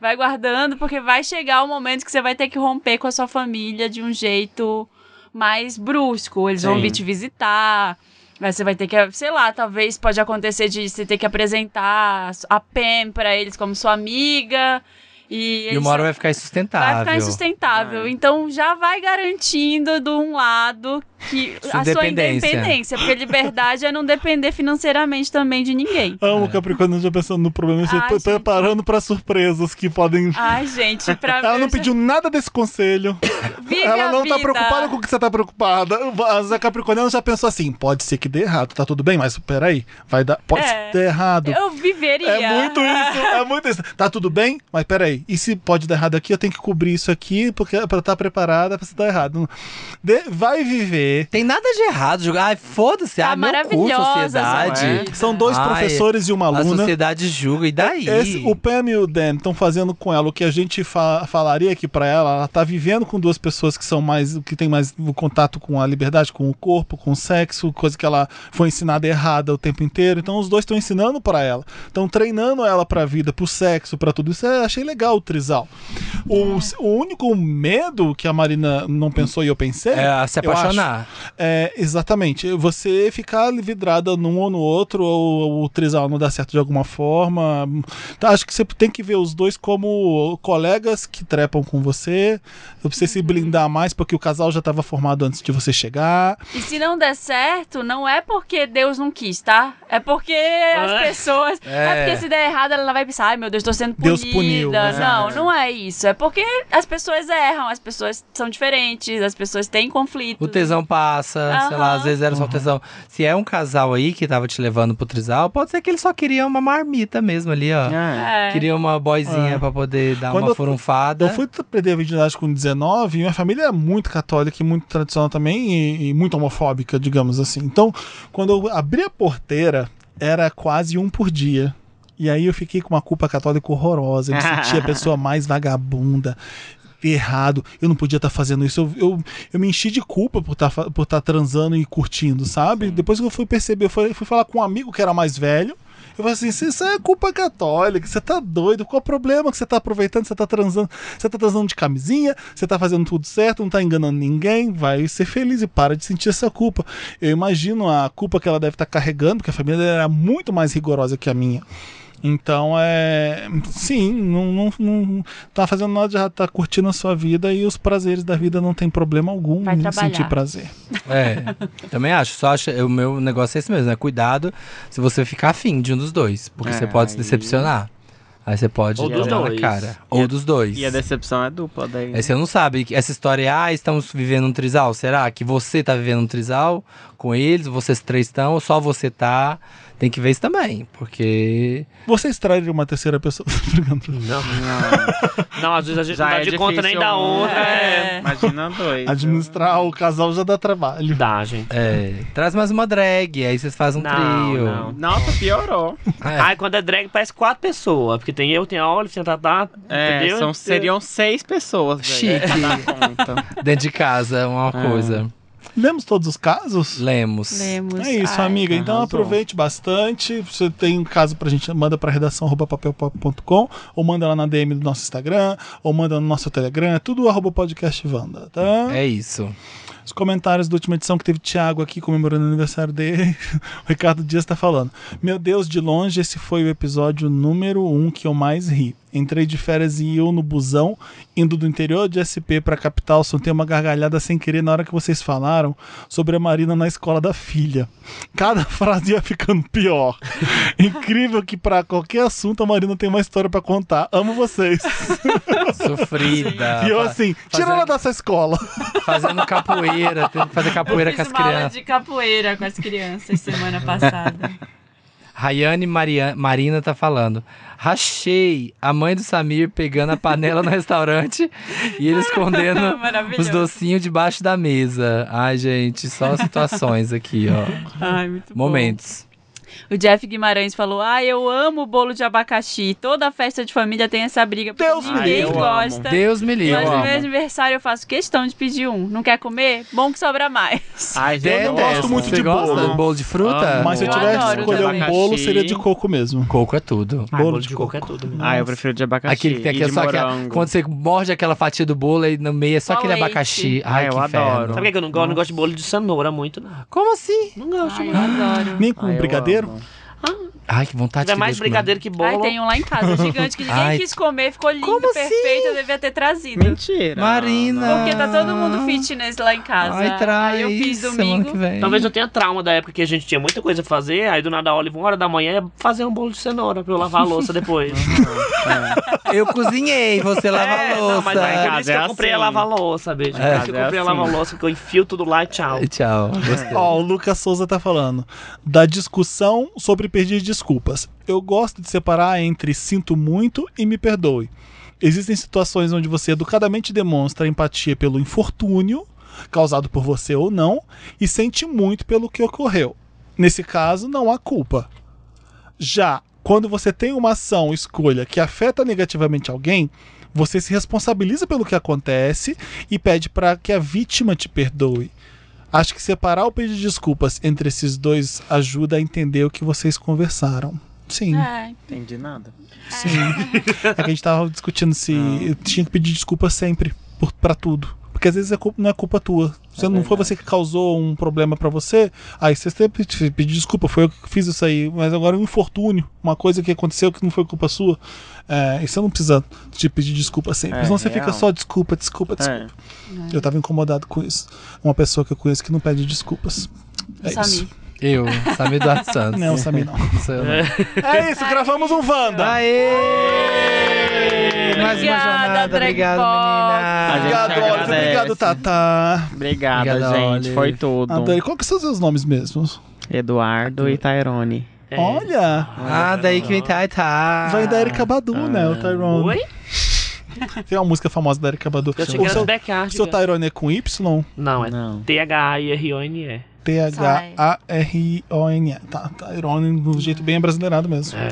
Speaker 2: Vai guardando, porque vai chegar o momento que você vai ter que romper com a sua família de um jeito mais brusco. Eles vão
Speaker 5: Sim.
Speaker 2: vir te visitar. Mas você vai ter que, sei lá, talvez pode acontecer de você ter que apresentar a Pam pra eles como sua amiga. E,
Speaker 3: E
Speaker 2: eles
Speaker 3: uma hora vai ficar
Speaker 2: Vai
Speaker 3: insustentável.
Speaker 2: ficar insustentável.
Speaker 5: Vai.
Speaker 2: Então já vai garantindo de um lado que
Speaker 3: Sua
Speaker 2: a sua
Speaker 3: independência.
Speaker 2: independência. Porque liberdade é não depender financeiramente também de ninguém.
Speaker 3: É.
Speaker 1: Amo o Capricórnio já pensando no problema, e se
Speaker 2: Ai,
Speaker 1: pre-
Speaker 2: gente.
Speaker 1: preparando pra surpresas que podem.
Speaker 2: Ai, gente, pra
Speaker 1: Ela
Speaker 2: mim,
Speaker 1: não
Speaker 2: já-
Speaker 1: pediu nada desse conselho.
Speaker 2: Vive
Speaker 1: Ela
Speaker 2: a
Speaker 1: não tá
Speaker 2: vida.
Speaker 1: preocupada com o que você tá preocupada. As Capricorniano já pensou assim: pode ser que dê errado, tá tudo bem, mas peraí, vai dar. Pode
Speaker 2: É.
Speaker 1: dar errado.
Speaker 2: Eu viveria.
Speaker 1: É muito isso, é muito isso. Tá tudo bem? Mas peraí, e se pode tá dar errado aqui, eu tenho que cobrir isso aqui porque, pra estar preparada pra se dar errado. Dê- vai viver ler.
Speaker 3: Tem nada de errado julgar. Ai, foda-se.
Speaker 2: Tá
Speaker 3: ah, meu cu,
Speaker 2: maravilhosa essa
Speaker 3: sociedade.
Speaker 2: mulher.
Speaker 1: São dois
Speaker 3: Ai,
Speaker 1: professores e uma
Speaker 3: A
Speaker 1: É. aluna.
Speaker 3: sociedade julga. E daí?
Speaker 1: Esse- o Pam e o Dan estão fazendo com ela o que a gente fa- falaria aqui pra ela. Ela tá vivendo com duas pessoas que são mais, que tem mais o contato com a liberdade, com o corpo, com o sexo, coisa que ela foi ensinada errada o tempo inteiro. Então os dois estão ensinando pra ela, estão treinando ela pra vida, pro sexo, pra tudo isso. Eu achei legal o trisal. O, o único medo que a Marina não pensou e eu pensei
Speaker 3: É, se
Speaker 1: eu acho,
Speaker 3: apaixonar.
Speaker 1: é, exatamente. Você ficar vidrada num ou no outro, ou o trisal não dá certo de alguma forma. Tá, acho que você tem que ver os dois como colegas que trepam com você. Você se blindar mais, porque o casal já estava formado antes de você chegar.
Speaker 2: E se não der certo, não é porque Deus não quis, tá? É porque
Speaker 4: Ah.
Speaker 2: as pessoas. É.
Speaker 3: É.
Speaker 2: porque se der errado, ela vai pensar, ai meu Deus, tô sendo punida.
Speaker 1: Deus puniu, né?
Speaker 2: Não, não é isso. É porque as pessoas erram, as pessoas são diferentes, as pessoas têm conflitos.
Speaker 3: O tesão passa, sei lá,
Speaker 2: Aham.
Speaker 3: às vezes era só o tesão. Se é um casal aí que tava te levando pro trisal, pode ser que ele só queria uma marmita mesmo ali, ó.
Speaker 5: É.
Speaker 2: É.
Speaker 3: Queria uma boizinha
Speaker 1: É.
Speaker 3: pra poder dar
Speaker 1: Quando
Speaker 3: uma
Speaker 1: eu-
Speaker 3: furunfada.
Speaker 1: Eu fui t- perder a virgindade com 19 e minha família é muito católica e muito tradicional também e, e muito homofóbica, digamos assim. Então, quando eu abri a porteira, era quase um por dia. E aí eu fiquei com uma culpa católica horrorosa. Eu me sentia a pessoa mais vagabunda. Errado, eu não podia estar fazendo isso. Eu, eu, eu me enchi de culpa por estar por estar transando e curtindo, sabe? Depois que eu fui perceber, eu fui, fui falar com um amigo que era mais velho. Eu falei assim: "Cê- isso é culpa católica, você tá doido, qual é o problema que você tá aproveitando, você tá transando, você tá transando de camisinha, você tá fazendo tudo certo, não tá enganando ninguém, vai ser feliz e para de sentir essa culpa. Eu imagino a culpa que ela deve estar carregando, porque a família dela era muito mais rigorosa que a minha. Então é. Sim, não, não, não tá fazendo nada de errado, tá curtindo a sua vida e os prazeres da vida não tem problema algum
Speaker 2: Vai
Speaker 1: em
Speaker 2: trabalhar.
Speaker 1: sentir prazer.
Speaker 3: É, também acho. Só acho, o meu negócio é esse mesmo, né? Cuidado se você ficar afim de um dos dois, porque você
Speaker 5: É,
Speaker 3: pode se
Speaker 5: aí-
Speaker 3: decepcionar. Aí você pode
Speaker 4: Ou dos
Speaker 3: dar na
Speaker 4: dois.
Speaker 3: cara. Ou
Speaker 5: a-
Speaker 3: dos dois.
Speaker 5: E a decepção é dupla daí. né?
Speaker 3: Aí você não sabe, essa história é, ah, estamos vivendo um trisal, será que você tá vivendo um trisal com eles, vocês três estão, ou só você tá? Tem que ver isso também, porque...
Speaker 1: Vocês trariam uma terceira pessoa. Tô brincando.
Speaker 4: Não.
Speaker 5: Não,
Speaker 4: Não, às vezes a gente
Speaker 5: já
Speaker 4: não dá
Speaker 5: é
Speaker 4: de conta nem
Speaker 5: difícil
Speaker 4: da
Speaker 5: um,
Speaker 4: outra. É.
Speaker 5: é. Imagina dois.
Speaker 1: Administrar o casal já dá trabalho.
Speaker 4: Dá, gente.
Speaker 3: É, traz mais uma drag, aí vocês fazem um
Speaker 4: Não,
Speaker 3: trio.
Speaker 4: não.
Speaker 5: Nossa, piorou.
Speaker 3: É.
Speaker 4: Ai, quando é drag, parece quatro pessoas. Porque tem eu, tem a Olive, tem a Tatá.
Speaker 5: É,
Speaker 4: entendeu?
Speaker 5: são, seriam seis pessoas. velho.
Speaker 3: Chique.
Speaker 5: Conta.
Speaker 3: Dentro de casa, uma coisa.
Speaker 1: Lemos todos os casos?
Speaker 3: Lemos.
Speaker 2: Lemos.
Speaker 1: É isso,
Speaker 2: Ai.
Speaker 1: amiga. Então
Speaker 5: arrasou.
Speaker 1: aproveite bastante. Se Você tem um caso pra gente, manda pra redação arroba papelpop.com ou manda lá na DM do nosso Instagram ou manda no nosso Telegram. É tudo arroba podcast Wanda, tá?
Speaker 3: É isso.
Speaker 1: Os comentários da última edição que teve Thiago aqui comemorando o aniversário dele. o Ricardo Dias tá falando. Meu Deus, de longe, esse foi o episódio número um que eu mais ri. Entrei de férias e eu no busão, indo do interior de SP pra capital, soltei uma gargalhada sem querer na hora que vocês falaram sobre a Marina na escola da filha. Cada frase ia ficando pior. Incrível que pra qualquer assunto a Marina tem uma história pra contar. Amo vocês.
Speaker 3: Sofrida.
Speaker 2: Ah,
Speaker 1: e eu
Speaker 2: tá.
Speaker 3: fa-
Speaker 1: assim, tira ela dessa escola.
Speaker 3: Fazendo capoeira, tendo que fazer capoeira
Speaker 2: Eu
Speaker 3: com as
Speaker 2: fiz uma aula
Speaker 3: crianças.
Speaker 2: de capoeira com as crianças semana passada.
Speaker 3: Rayane Marian- Marina tá falando. Rachei a mãe do Samir pegando a panela no restaurante e ele escondendo
Speaker 2: Maravilhoso.
Speaker 3: os docinhos debaixo da mesa. Ai, gente, só situações aqui, ó.
Speaker 2: Ai, muito bom.
Speaker 3: Momentos.
Speaker 2: O Jeff Guimarães falou: Ah, eu amo o bolo de abacaxi. Toda festa de família tem essa briga. porque
Speaker 1: Deus me
Speaker 2: ninguém
Speaker 5: livre.
Speaker 2: gosta.
Speaker 3: Deus me livre.
Speaker 2: Mas no meu
Speaker 5: amo.
Speaker 2: aniversário Tá. eu faço questão de pedir um. Não quer comer? Bom que sobra mais.
Speaker 5: Ai, gente,
Speaker 1: Eu não gosto
Speaker 3: Detesto.
Speaker 1: muito
Speaker 3: Você
Speaker 1: de
Speaker 3: gosta
Speaker 1: bolo.
Speaker 3: de bolo de fruta?
Speaker 5: Amo.
Speaker 1: Mas se eu
Speaker 2: Eu
Speaker 1: tivesse que
Speaker 2: adoro
Speaker 1: escolher um
Speaker 2: também.
Speaker 1: bolo, seria de coco mesmo.
Speaker 3: Coco é tudo.
Speaker 4: Ai, bolo
Speaker 1: Bolo
Speaker 4: de,
Speaker 1: de
Speaker 4: coco, é tudo. mesmo.
Speaker 5: Ah, eu prefiro de abacaxi.
Speaker 3: Aquele que tem
Speaker 5: e
Speaker 3: aquele,
Speaker 5: de
Speaker 3: só aquela,
Speaker 5: morango.
Speaker 3: quando você morde aquela fatia do bolo aí no meio é só
Speaker 2: Só
Speaker 3: aquele
Speaker 2: leite.
Speaker 3: abacaxi. Ai,
Speaker 5: Ah, eu
Speaker 3: que
Speaker 5: adoro.
Speaker 4: Sabe o
Speaker 3: inferno.
Speaker 4: que que eu não gosto? Eu não gosto de bolo de cenoura muito, não.
Speaker 3: Como assim?
Speaker 4: Não gosto
Speaker 2: Ai, eu
Speaker 4: muito.
Speaker 2: adoro.
Speaker 1: Nem com
Speaker 3: um
Speaker 5: Ai, Ah, eu
Speaker 1: brigadeiro?
Speaker 5: amo.
Speaker 3: Ai, que vontade
Speaker 4: É
Speaker 3: que deu
Speaker 4: mais
Speaker 3: de comer.
Speaker 4: brigadeiro que bolo.
Speaker 2: Ai, tem um lá em casa, gigante, que ninguém
Speaker 3: Ai.
Speaker 2: quis comer. Ficou lindo,
Speaker 3: Como assim?
Speaker 2: perfeito. Eu devia ter trazido.
Speaker 5: Mentira.
Speaker 3: Marina.
Speaker 2: Porque tá todo mundo fitness lá em casa.
Speaker 3: Ai, traz.
Speaker 2: Aí eu fiz
Speaker 3: Semana que
Speaker 2: domingo.
Speaker 3: vem.
Speaker 4: Talvez eu tenha trauma da época que a gente tinha muita coisa a fazer, aí do nada a Olive, uma hora da manhã, é fazer um bolo de cenoura pra eu lavar a louça depois.
Speaker 3: Eu cozinhei, você lava
Speaker 4: é,
Speaker 3: a louça.
Speaker 4: não, mas aí por
Speaker 5: Casa
Speaker 4: isso que
Speaker 5: é
Speaker 4: eu comprei
Speaker 5: assim.
Speaker 4: a lavar a louça, beijo.
Speaker 3: É.
Speaker 4: Por isso que eu
Speaker 5: Casa é
Speaker 4: comprei a lavar a
Speaker 5: assim.
Speaker 4: louça, que eu enfio tudo lá e tchau.
Speaker 3: Tchau. Gostei.
Speaker 1: Ó, o Lucas Souza tá falando. Da discussão sobre pedir desculpas. Eu gosto de separar entre sinto muito e me perdoe. Existem situações onde você educadamente demonstra empatia pelo infortúnio causado por você ou não, e sente muito pelo que ocorreu. Nesse caso, não há culpa. Já quando você tem uma ação, escolha que afeta negativamente alguém, você se responsabiliza pelo que acontece e pede para que a vítima te perdoe. Acho que separar o pedido de desculpas entre esses dois ajuda a entender o que vocês conversaram. Sim.
Speaker 2: É,
Speaker 5: Entendi nada.
Speaker 1: Sim. É que a gente tava discutindo se tinha que pedir desculpa sempre por, pra tudo. Porque às vezes é culpa- não é culpa tua. Se não foi você que causou um problema pra você, aí você sempre te pedir desculpa, foi eu que fiz isso aí. Mas agora é um infortúnio, uma coisa que aconteceu que não foi culpa sua. É, e você não precisa te pedir desculpa sempre.
Speaker 5: É,
Speaker 1: senão você
Speaker 5: real.
Speaker 1: fica só desculpa, desculpa, desculpa.
Speaker 5: É.
Speaker 1: Eu tava incomodado com isso. Uma pessoa que eu conheço que não pede desculpas. É
Speaker 2: Samir.
Speaker 1: isso.
Speaker 3: Eu, Samir Eduardo Santos.
Speaker 1: Não, Samir, não.
Speaker 3: Isso eu não.
Speaker 1: É isso, gravamos um Wanda.
Speaker 3: Aê! Mais uma
Speaker 2: Obrigada,
Speaker 3: jornada.
Speaker 2: Drag
Speaker 3: Obrigado,
Speaker 2: Ball.
Speaker 5: A gente
Speaker 1: Obrigado,
Speaker 5: te
Speaker 1: Oliver.
Speaker 5: agradece.
Speaker 1: Obrigado, Tata.
Speaker 5: Obrigada,
Speaker 3: Obrigada,
Speaker 5: gente.
Speaker 3: Oli.
Speaker 5: Foi tudo.
Speaker 1: Adorei. Qual que são os seus nomes mesmos?
Speaker 5: Eduardo e Tyrone.
Speaker 4: É.
Speaker 1: Olha!
Speaker 3: Ah, daí que vem tá, tá.
Speaker 1: Vai da Erika Badu, né? O Tyrone.
Speaker 4: Ah. Oi?
Speaker 1: Tem uma música famosa da Erika Badu.
Speaker 4: Eu achei que
Speaker 1: O
Speaker 4: era né?
Speaker 1: seu,
Speaker 4: Black Art.
Speaker 1: seu Tyrone é com Y?
Speaker 4: Não, é
Speaker 5: Não.
Speaker 4: T-H-I-R-O-N-E.
Speaker 1: T-H-A-R-I-O-N-E. Tá, Tyrone, de um jeito bem brasileirado mesmo.
Speaker 4: É,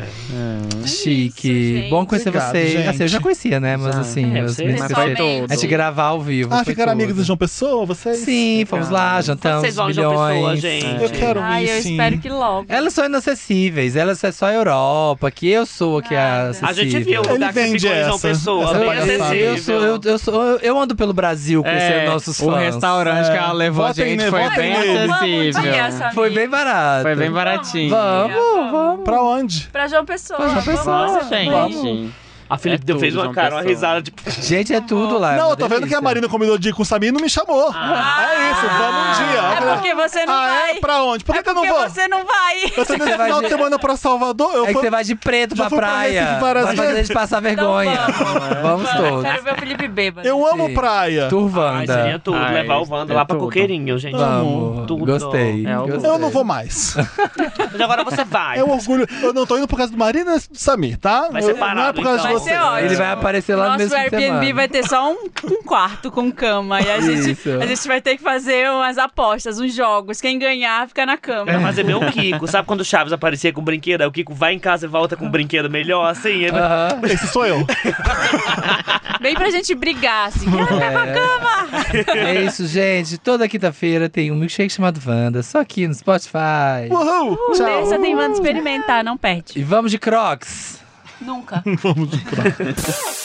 Speaker 3: Tá Chique.
Speaker 2: É Isso, gente.
Speaker 3: Bom conhecer
Speaker 1: Obrigado,
Speaker 3: vocês.
Speaker 1: gente.
Speaker 3: Assim, eu já conhecia, né? Mas
Speaker 5: Já.
Speaker 3: assim,
Speaker 4: É,
Speaker 3: as
Speaker 4: você-
Speaker 3: minhas
Speaker 5: Mas
Speaker 3: pessoas.
Speaker 5: foi
Speaker 2: Pessoalmente.
Speaker 3: A gente
Speaker 5: tudo.
Speaker 3: gravar ao vivo.
Speaker 1: Ah,
Speaker 3: foi
Speaker 1: ficaram
Speaker 3: tudo.
Speaker 1: amigos do João Pessoa, vocês?
Speaker 3: Sim, fomos lá, jantamos
Speaker 4: Vocês vão de uma pessoa,
Speaker 3: Então, milhões. é.
Speaker 4: gente.
Speaker 1: Eu quero
Speaker 2: Ai,
Speaker 1: ir,
Speaker 2: eu
Speaker 1: sim.
Speaker 2: espero que logo.
Speaker 3: Elas são inacessíveis, elas é só a Europa, que eu sou a que é
Speaker 2: Nada.
Speaker 4: A
Speaker 3: acessível.
Speaker 4: gente viu o lugar que
Speaker 1: vende
Speaker 4: ficou em João
Speaker 1: essa.
Speaker 4: Pessoa,
Speaker 1: Essa
Speaker 4: bem
Speaker 1: é palhaçada.
Speaker 4: acessível.
Speaker 3: Eu, sou, eu, eu, sou, eu- eu ando pelo Brasil conhecendo
Speaker 5: É,
Speaker 3: nossos
Speaker 5: o
Speaker 3: fãs. É.
Speaker 5: restaurante que ela levou a
Speaker 1: Votem
Speaker 5: gente
Speaker 1: nele,
Speaker 5: foi
Speaker 1: votem
Speaker 5: bem
Speaker 1: nele.
Speaker 2: Vamos um
Speaker 5: acessível.
Speaker 2: dia, Samir.
Speaker 3: Foi bem barato.
Speaker 5: Foi bem baratinho.
Speaker 4: É,
Speaker 3: Vamos, vamos.
Speaker 1: Pra onde?
Speaker 2: Pra João Pessoa.
Speaker 3: Pra João Pessoa,
Speaker 2: Vamos,
Speaker 5: Gente,
Speaker 2: vamos.
Speaker 4: A Felipe
Speaker 5: É
Speaker 4: deu
Speaker 5: tudo,
Speaker 4: fez uma
Speaker 5: João
Speaker 4: cara, uma
Speaker 5: Pessoa.
Speaker 4: risada, tipo...
Speaker 3: Gente, é tudo lá. é
Speaker 1: não,
Speaker 3: uma
Speaker 1: eu tô vendo que
Speaker 3: delícia.
Speaker 1: a Marina combinou de ir com o Samir e não me chamou.
Speaker 4: Ah.
Speaker 1: é isso, vamos um dia.
Speaker 2: É porque você não
Speaker 1: ah,
Speaker 2: vai.
Speaker 1: é? Pra onde? Por que,
Speaker 2: É
Speaker 1: que eu não
Speaker 2: porque
Speaker 1: vou?
Speaker 2: você não vai.
Speaker 1: Eu tô indo
Speaker 3: Você vai
Speaker 1: final
Speaker 3: de-
Speaker 1: de semana pra Salvador. Eu
Speaker 3: É que
Speaker 1: fui-
Speaker 3: você vai de preto
Speaker 1: Já
Speaker 3: pra
Speaker 1: fui pra
Speaker 3: praia.
Speaker 1: Recife várias
Speaker 3: Vai fazer a
Speaker 1: vezes.
Speaker 3: gente passar
Speaker 2: Então
Speaker 3: vergonha. vamos todos.
Speaker 2: Quero ver o Felipe bêbado.
Speaker 1: Eu amo
Speaker 3: Sim.
Speaker 1: praia.
Speaker 4: Ai, seria
Speaker 2: Ah,
Speaker 3: Turvanda.
Speaker 4: tudo,
Speaker 5: Ai,
Speaker 4: levar o Wanda
Speaker 5: é
Speaker 4: lá pra
Speaker 5: tudo.
Speaker 4: Coqueirinho, gente.
Speaker 3: Vamos.
Speaker 4: Tudo.
Speaker 3: Gostei.
Speaker 5: É o-
Speaker 3: gostei.
Speaker 1: Eu não vou mais.
Speaker 4: Mas agora você vai.
Speaker 1: É um orgulho. Eu não tô indo por causa do Marina e do Samir, tá?
Speaker 4: Vai ser
Speaker 1: Eu- não é
Speaker 4: parado,
Speaker 1: por causa de
Speaker 4: então.
Speaker 2: Vai
Speaker 1: você.
Speaker 2: ser ótimo.
Speaker 3: Ele vai aparecer lá no
Speaker 2: Nosso
Speaker 3: mesmo
Speaker 2: Airbnb vai ter só um, um quarto com cama. E a gente,
Speaker 3: Isso.
Speaker 2: a gente vai ter que fazer umas apostas, uns jogos. Quem ganhar fica na cama.
Speaker 3: É.
Speaker 4: Vai fazer meu Kiko. Sabe quando o Chaves aparecia com o brinquedo? Aí o Kiko vai em casa e volta com um brinquedo melhor, assim. Ele...
Speaker 3: Aham.
Speaker 1: Esse sou eu.
Speaker 2: Bem pra gente brigar, assim. Quero ficar com a cama.
Speaker 3: É isso, gente. Toda quinta-feira tem um milkshake chamado Wanda, só aqui no Spotify.
Speaker 1: Uhul. Tchau.
Speaker 2: Terça tem Wanda experimentar, não perde.
Speaker 3: E vamos de Crocs.
Speaker 2: Nunca.
Speaker 1: Vamos de praia.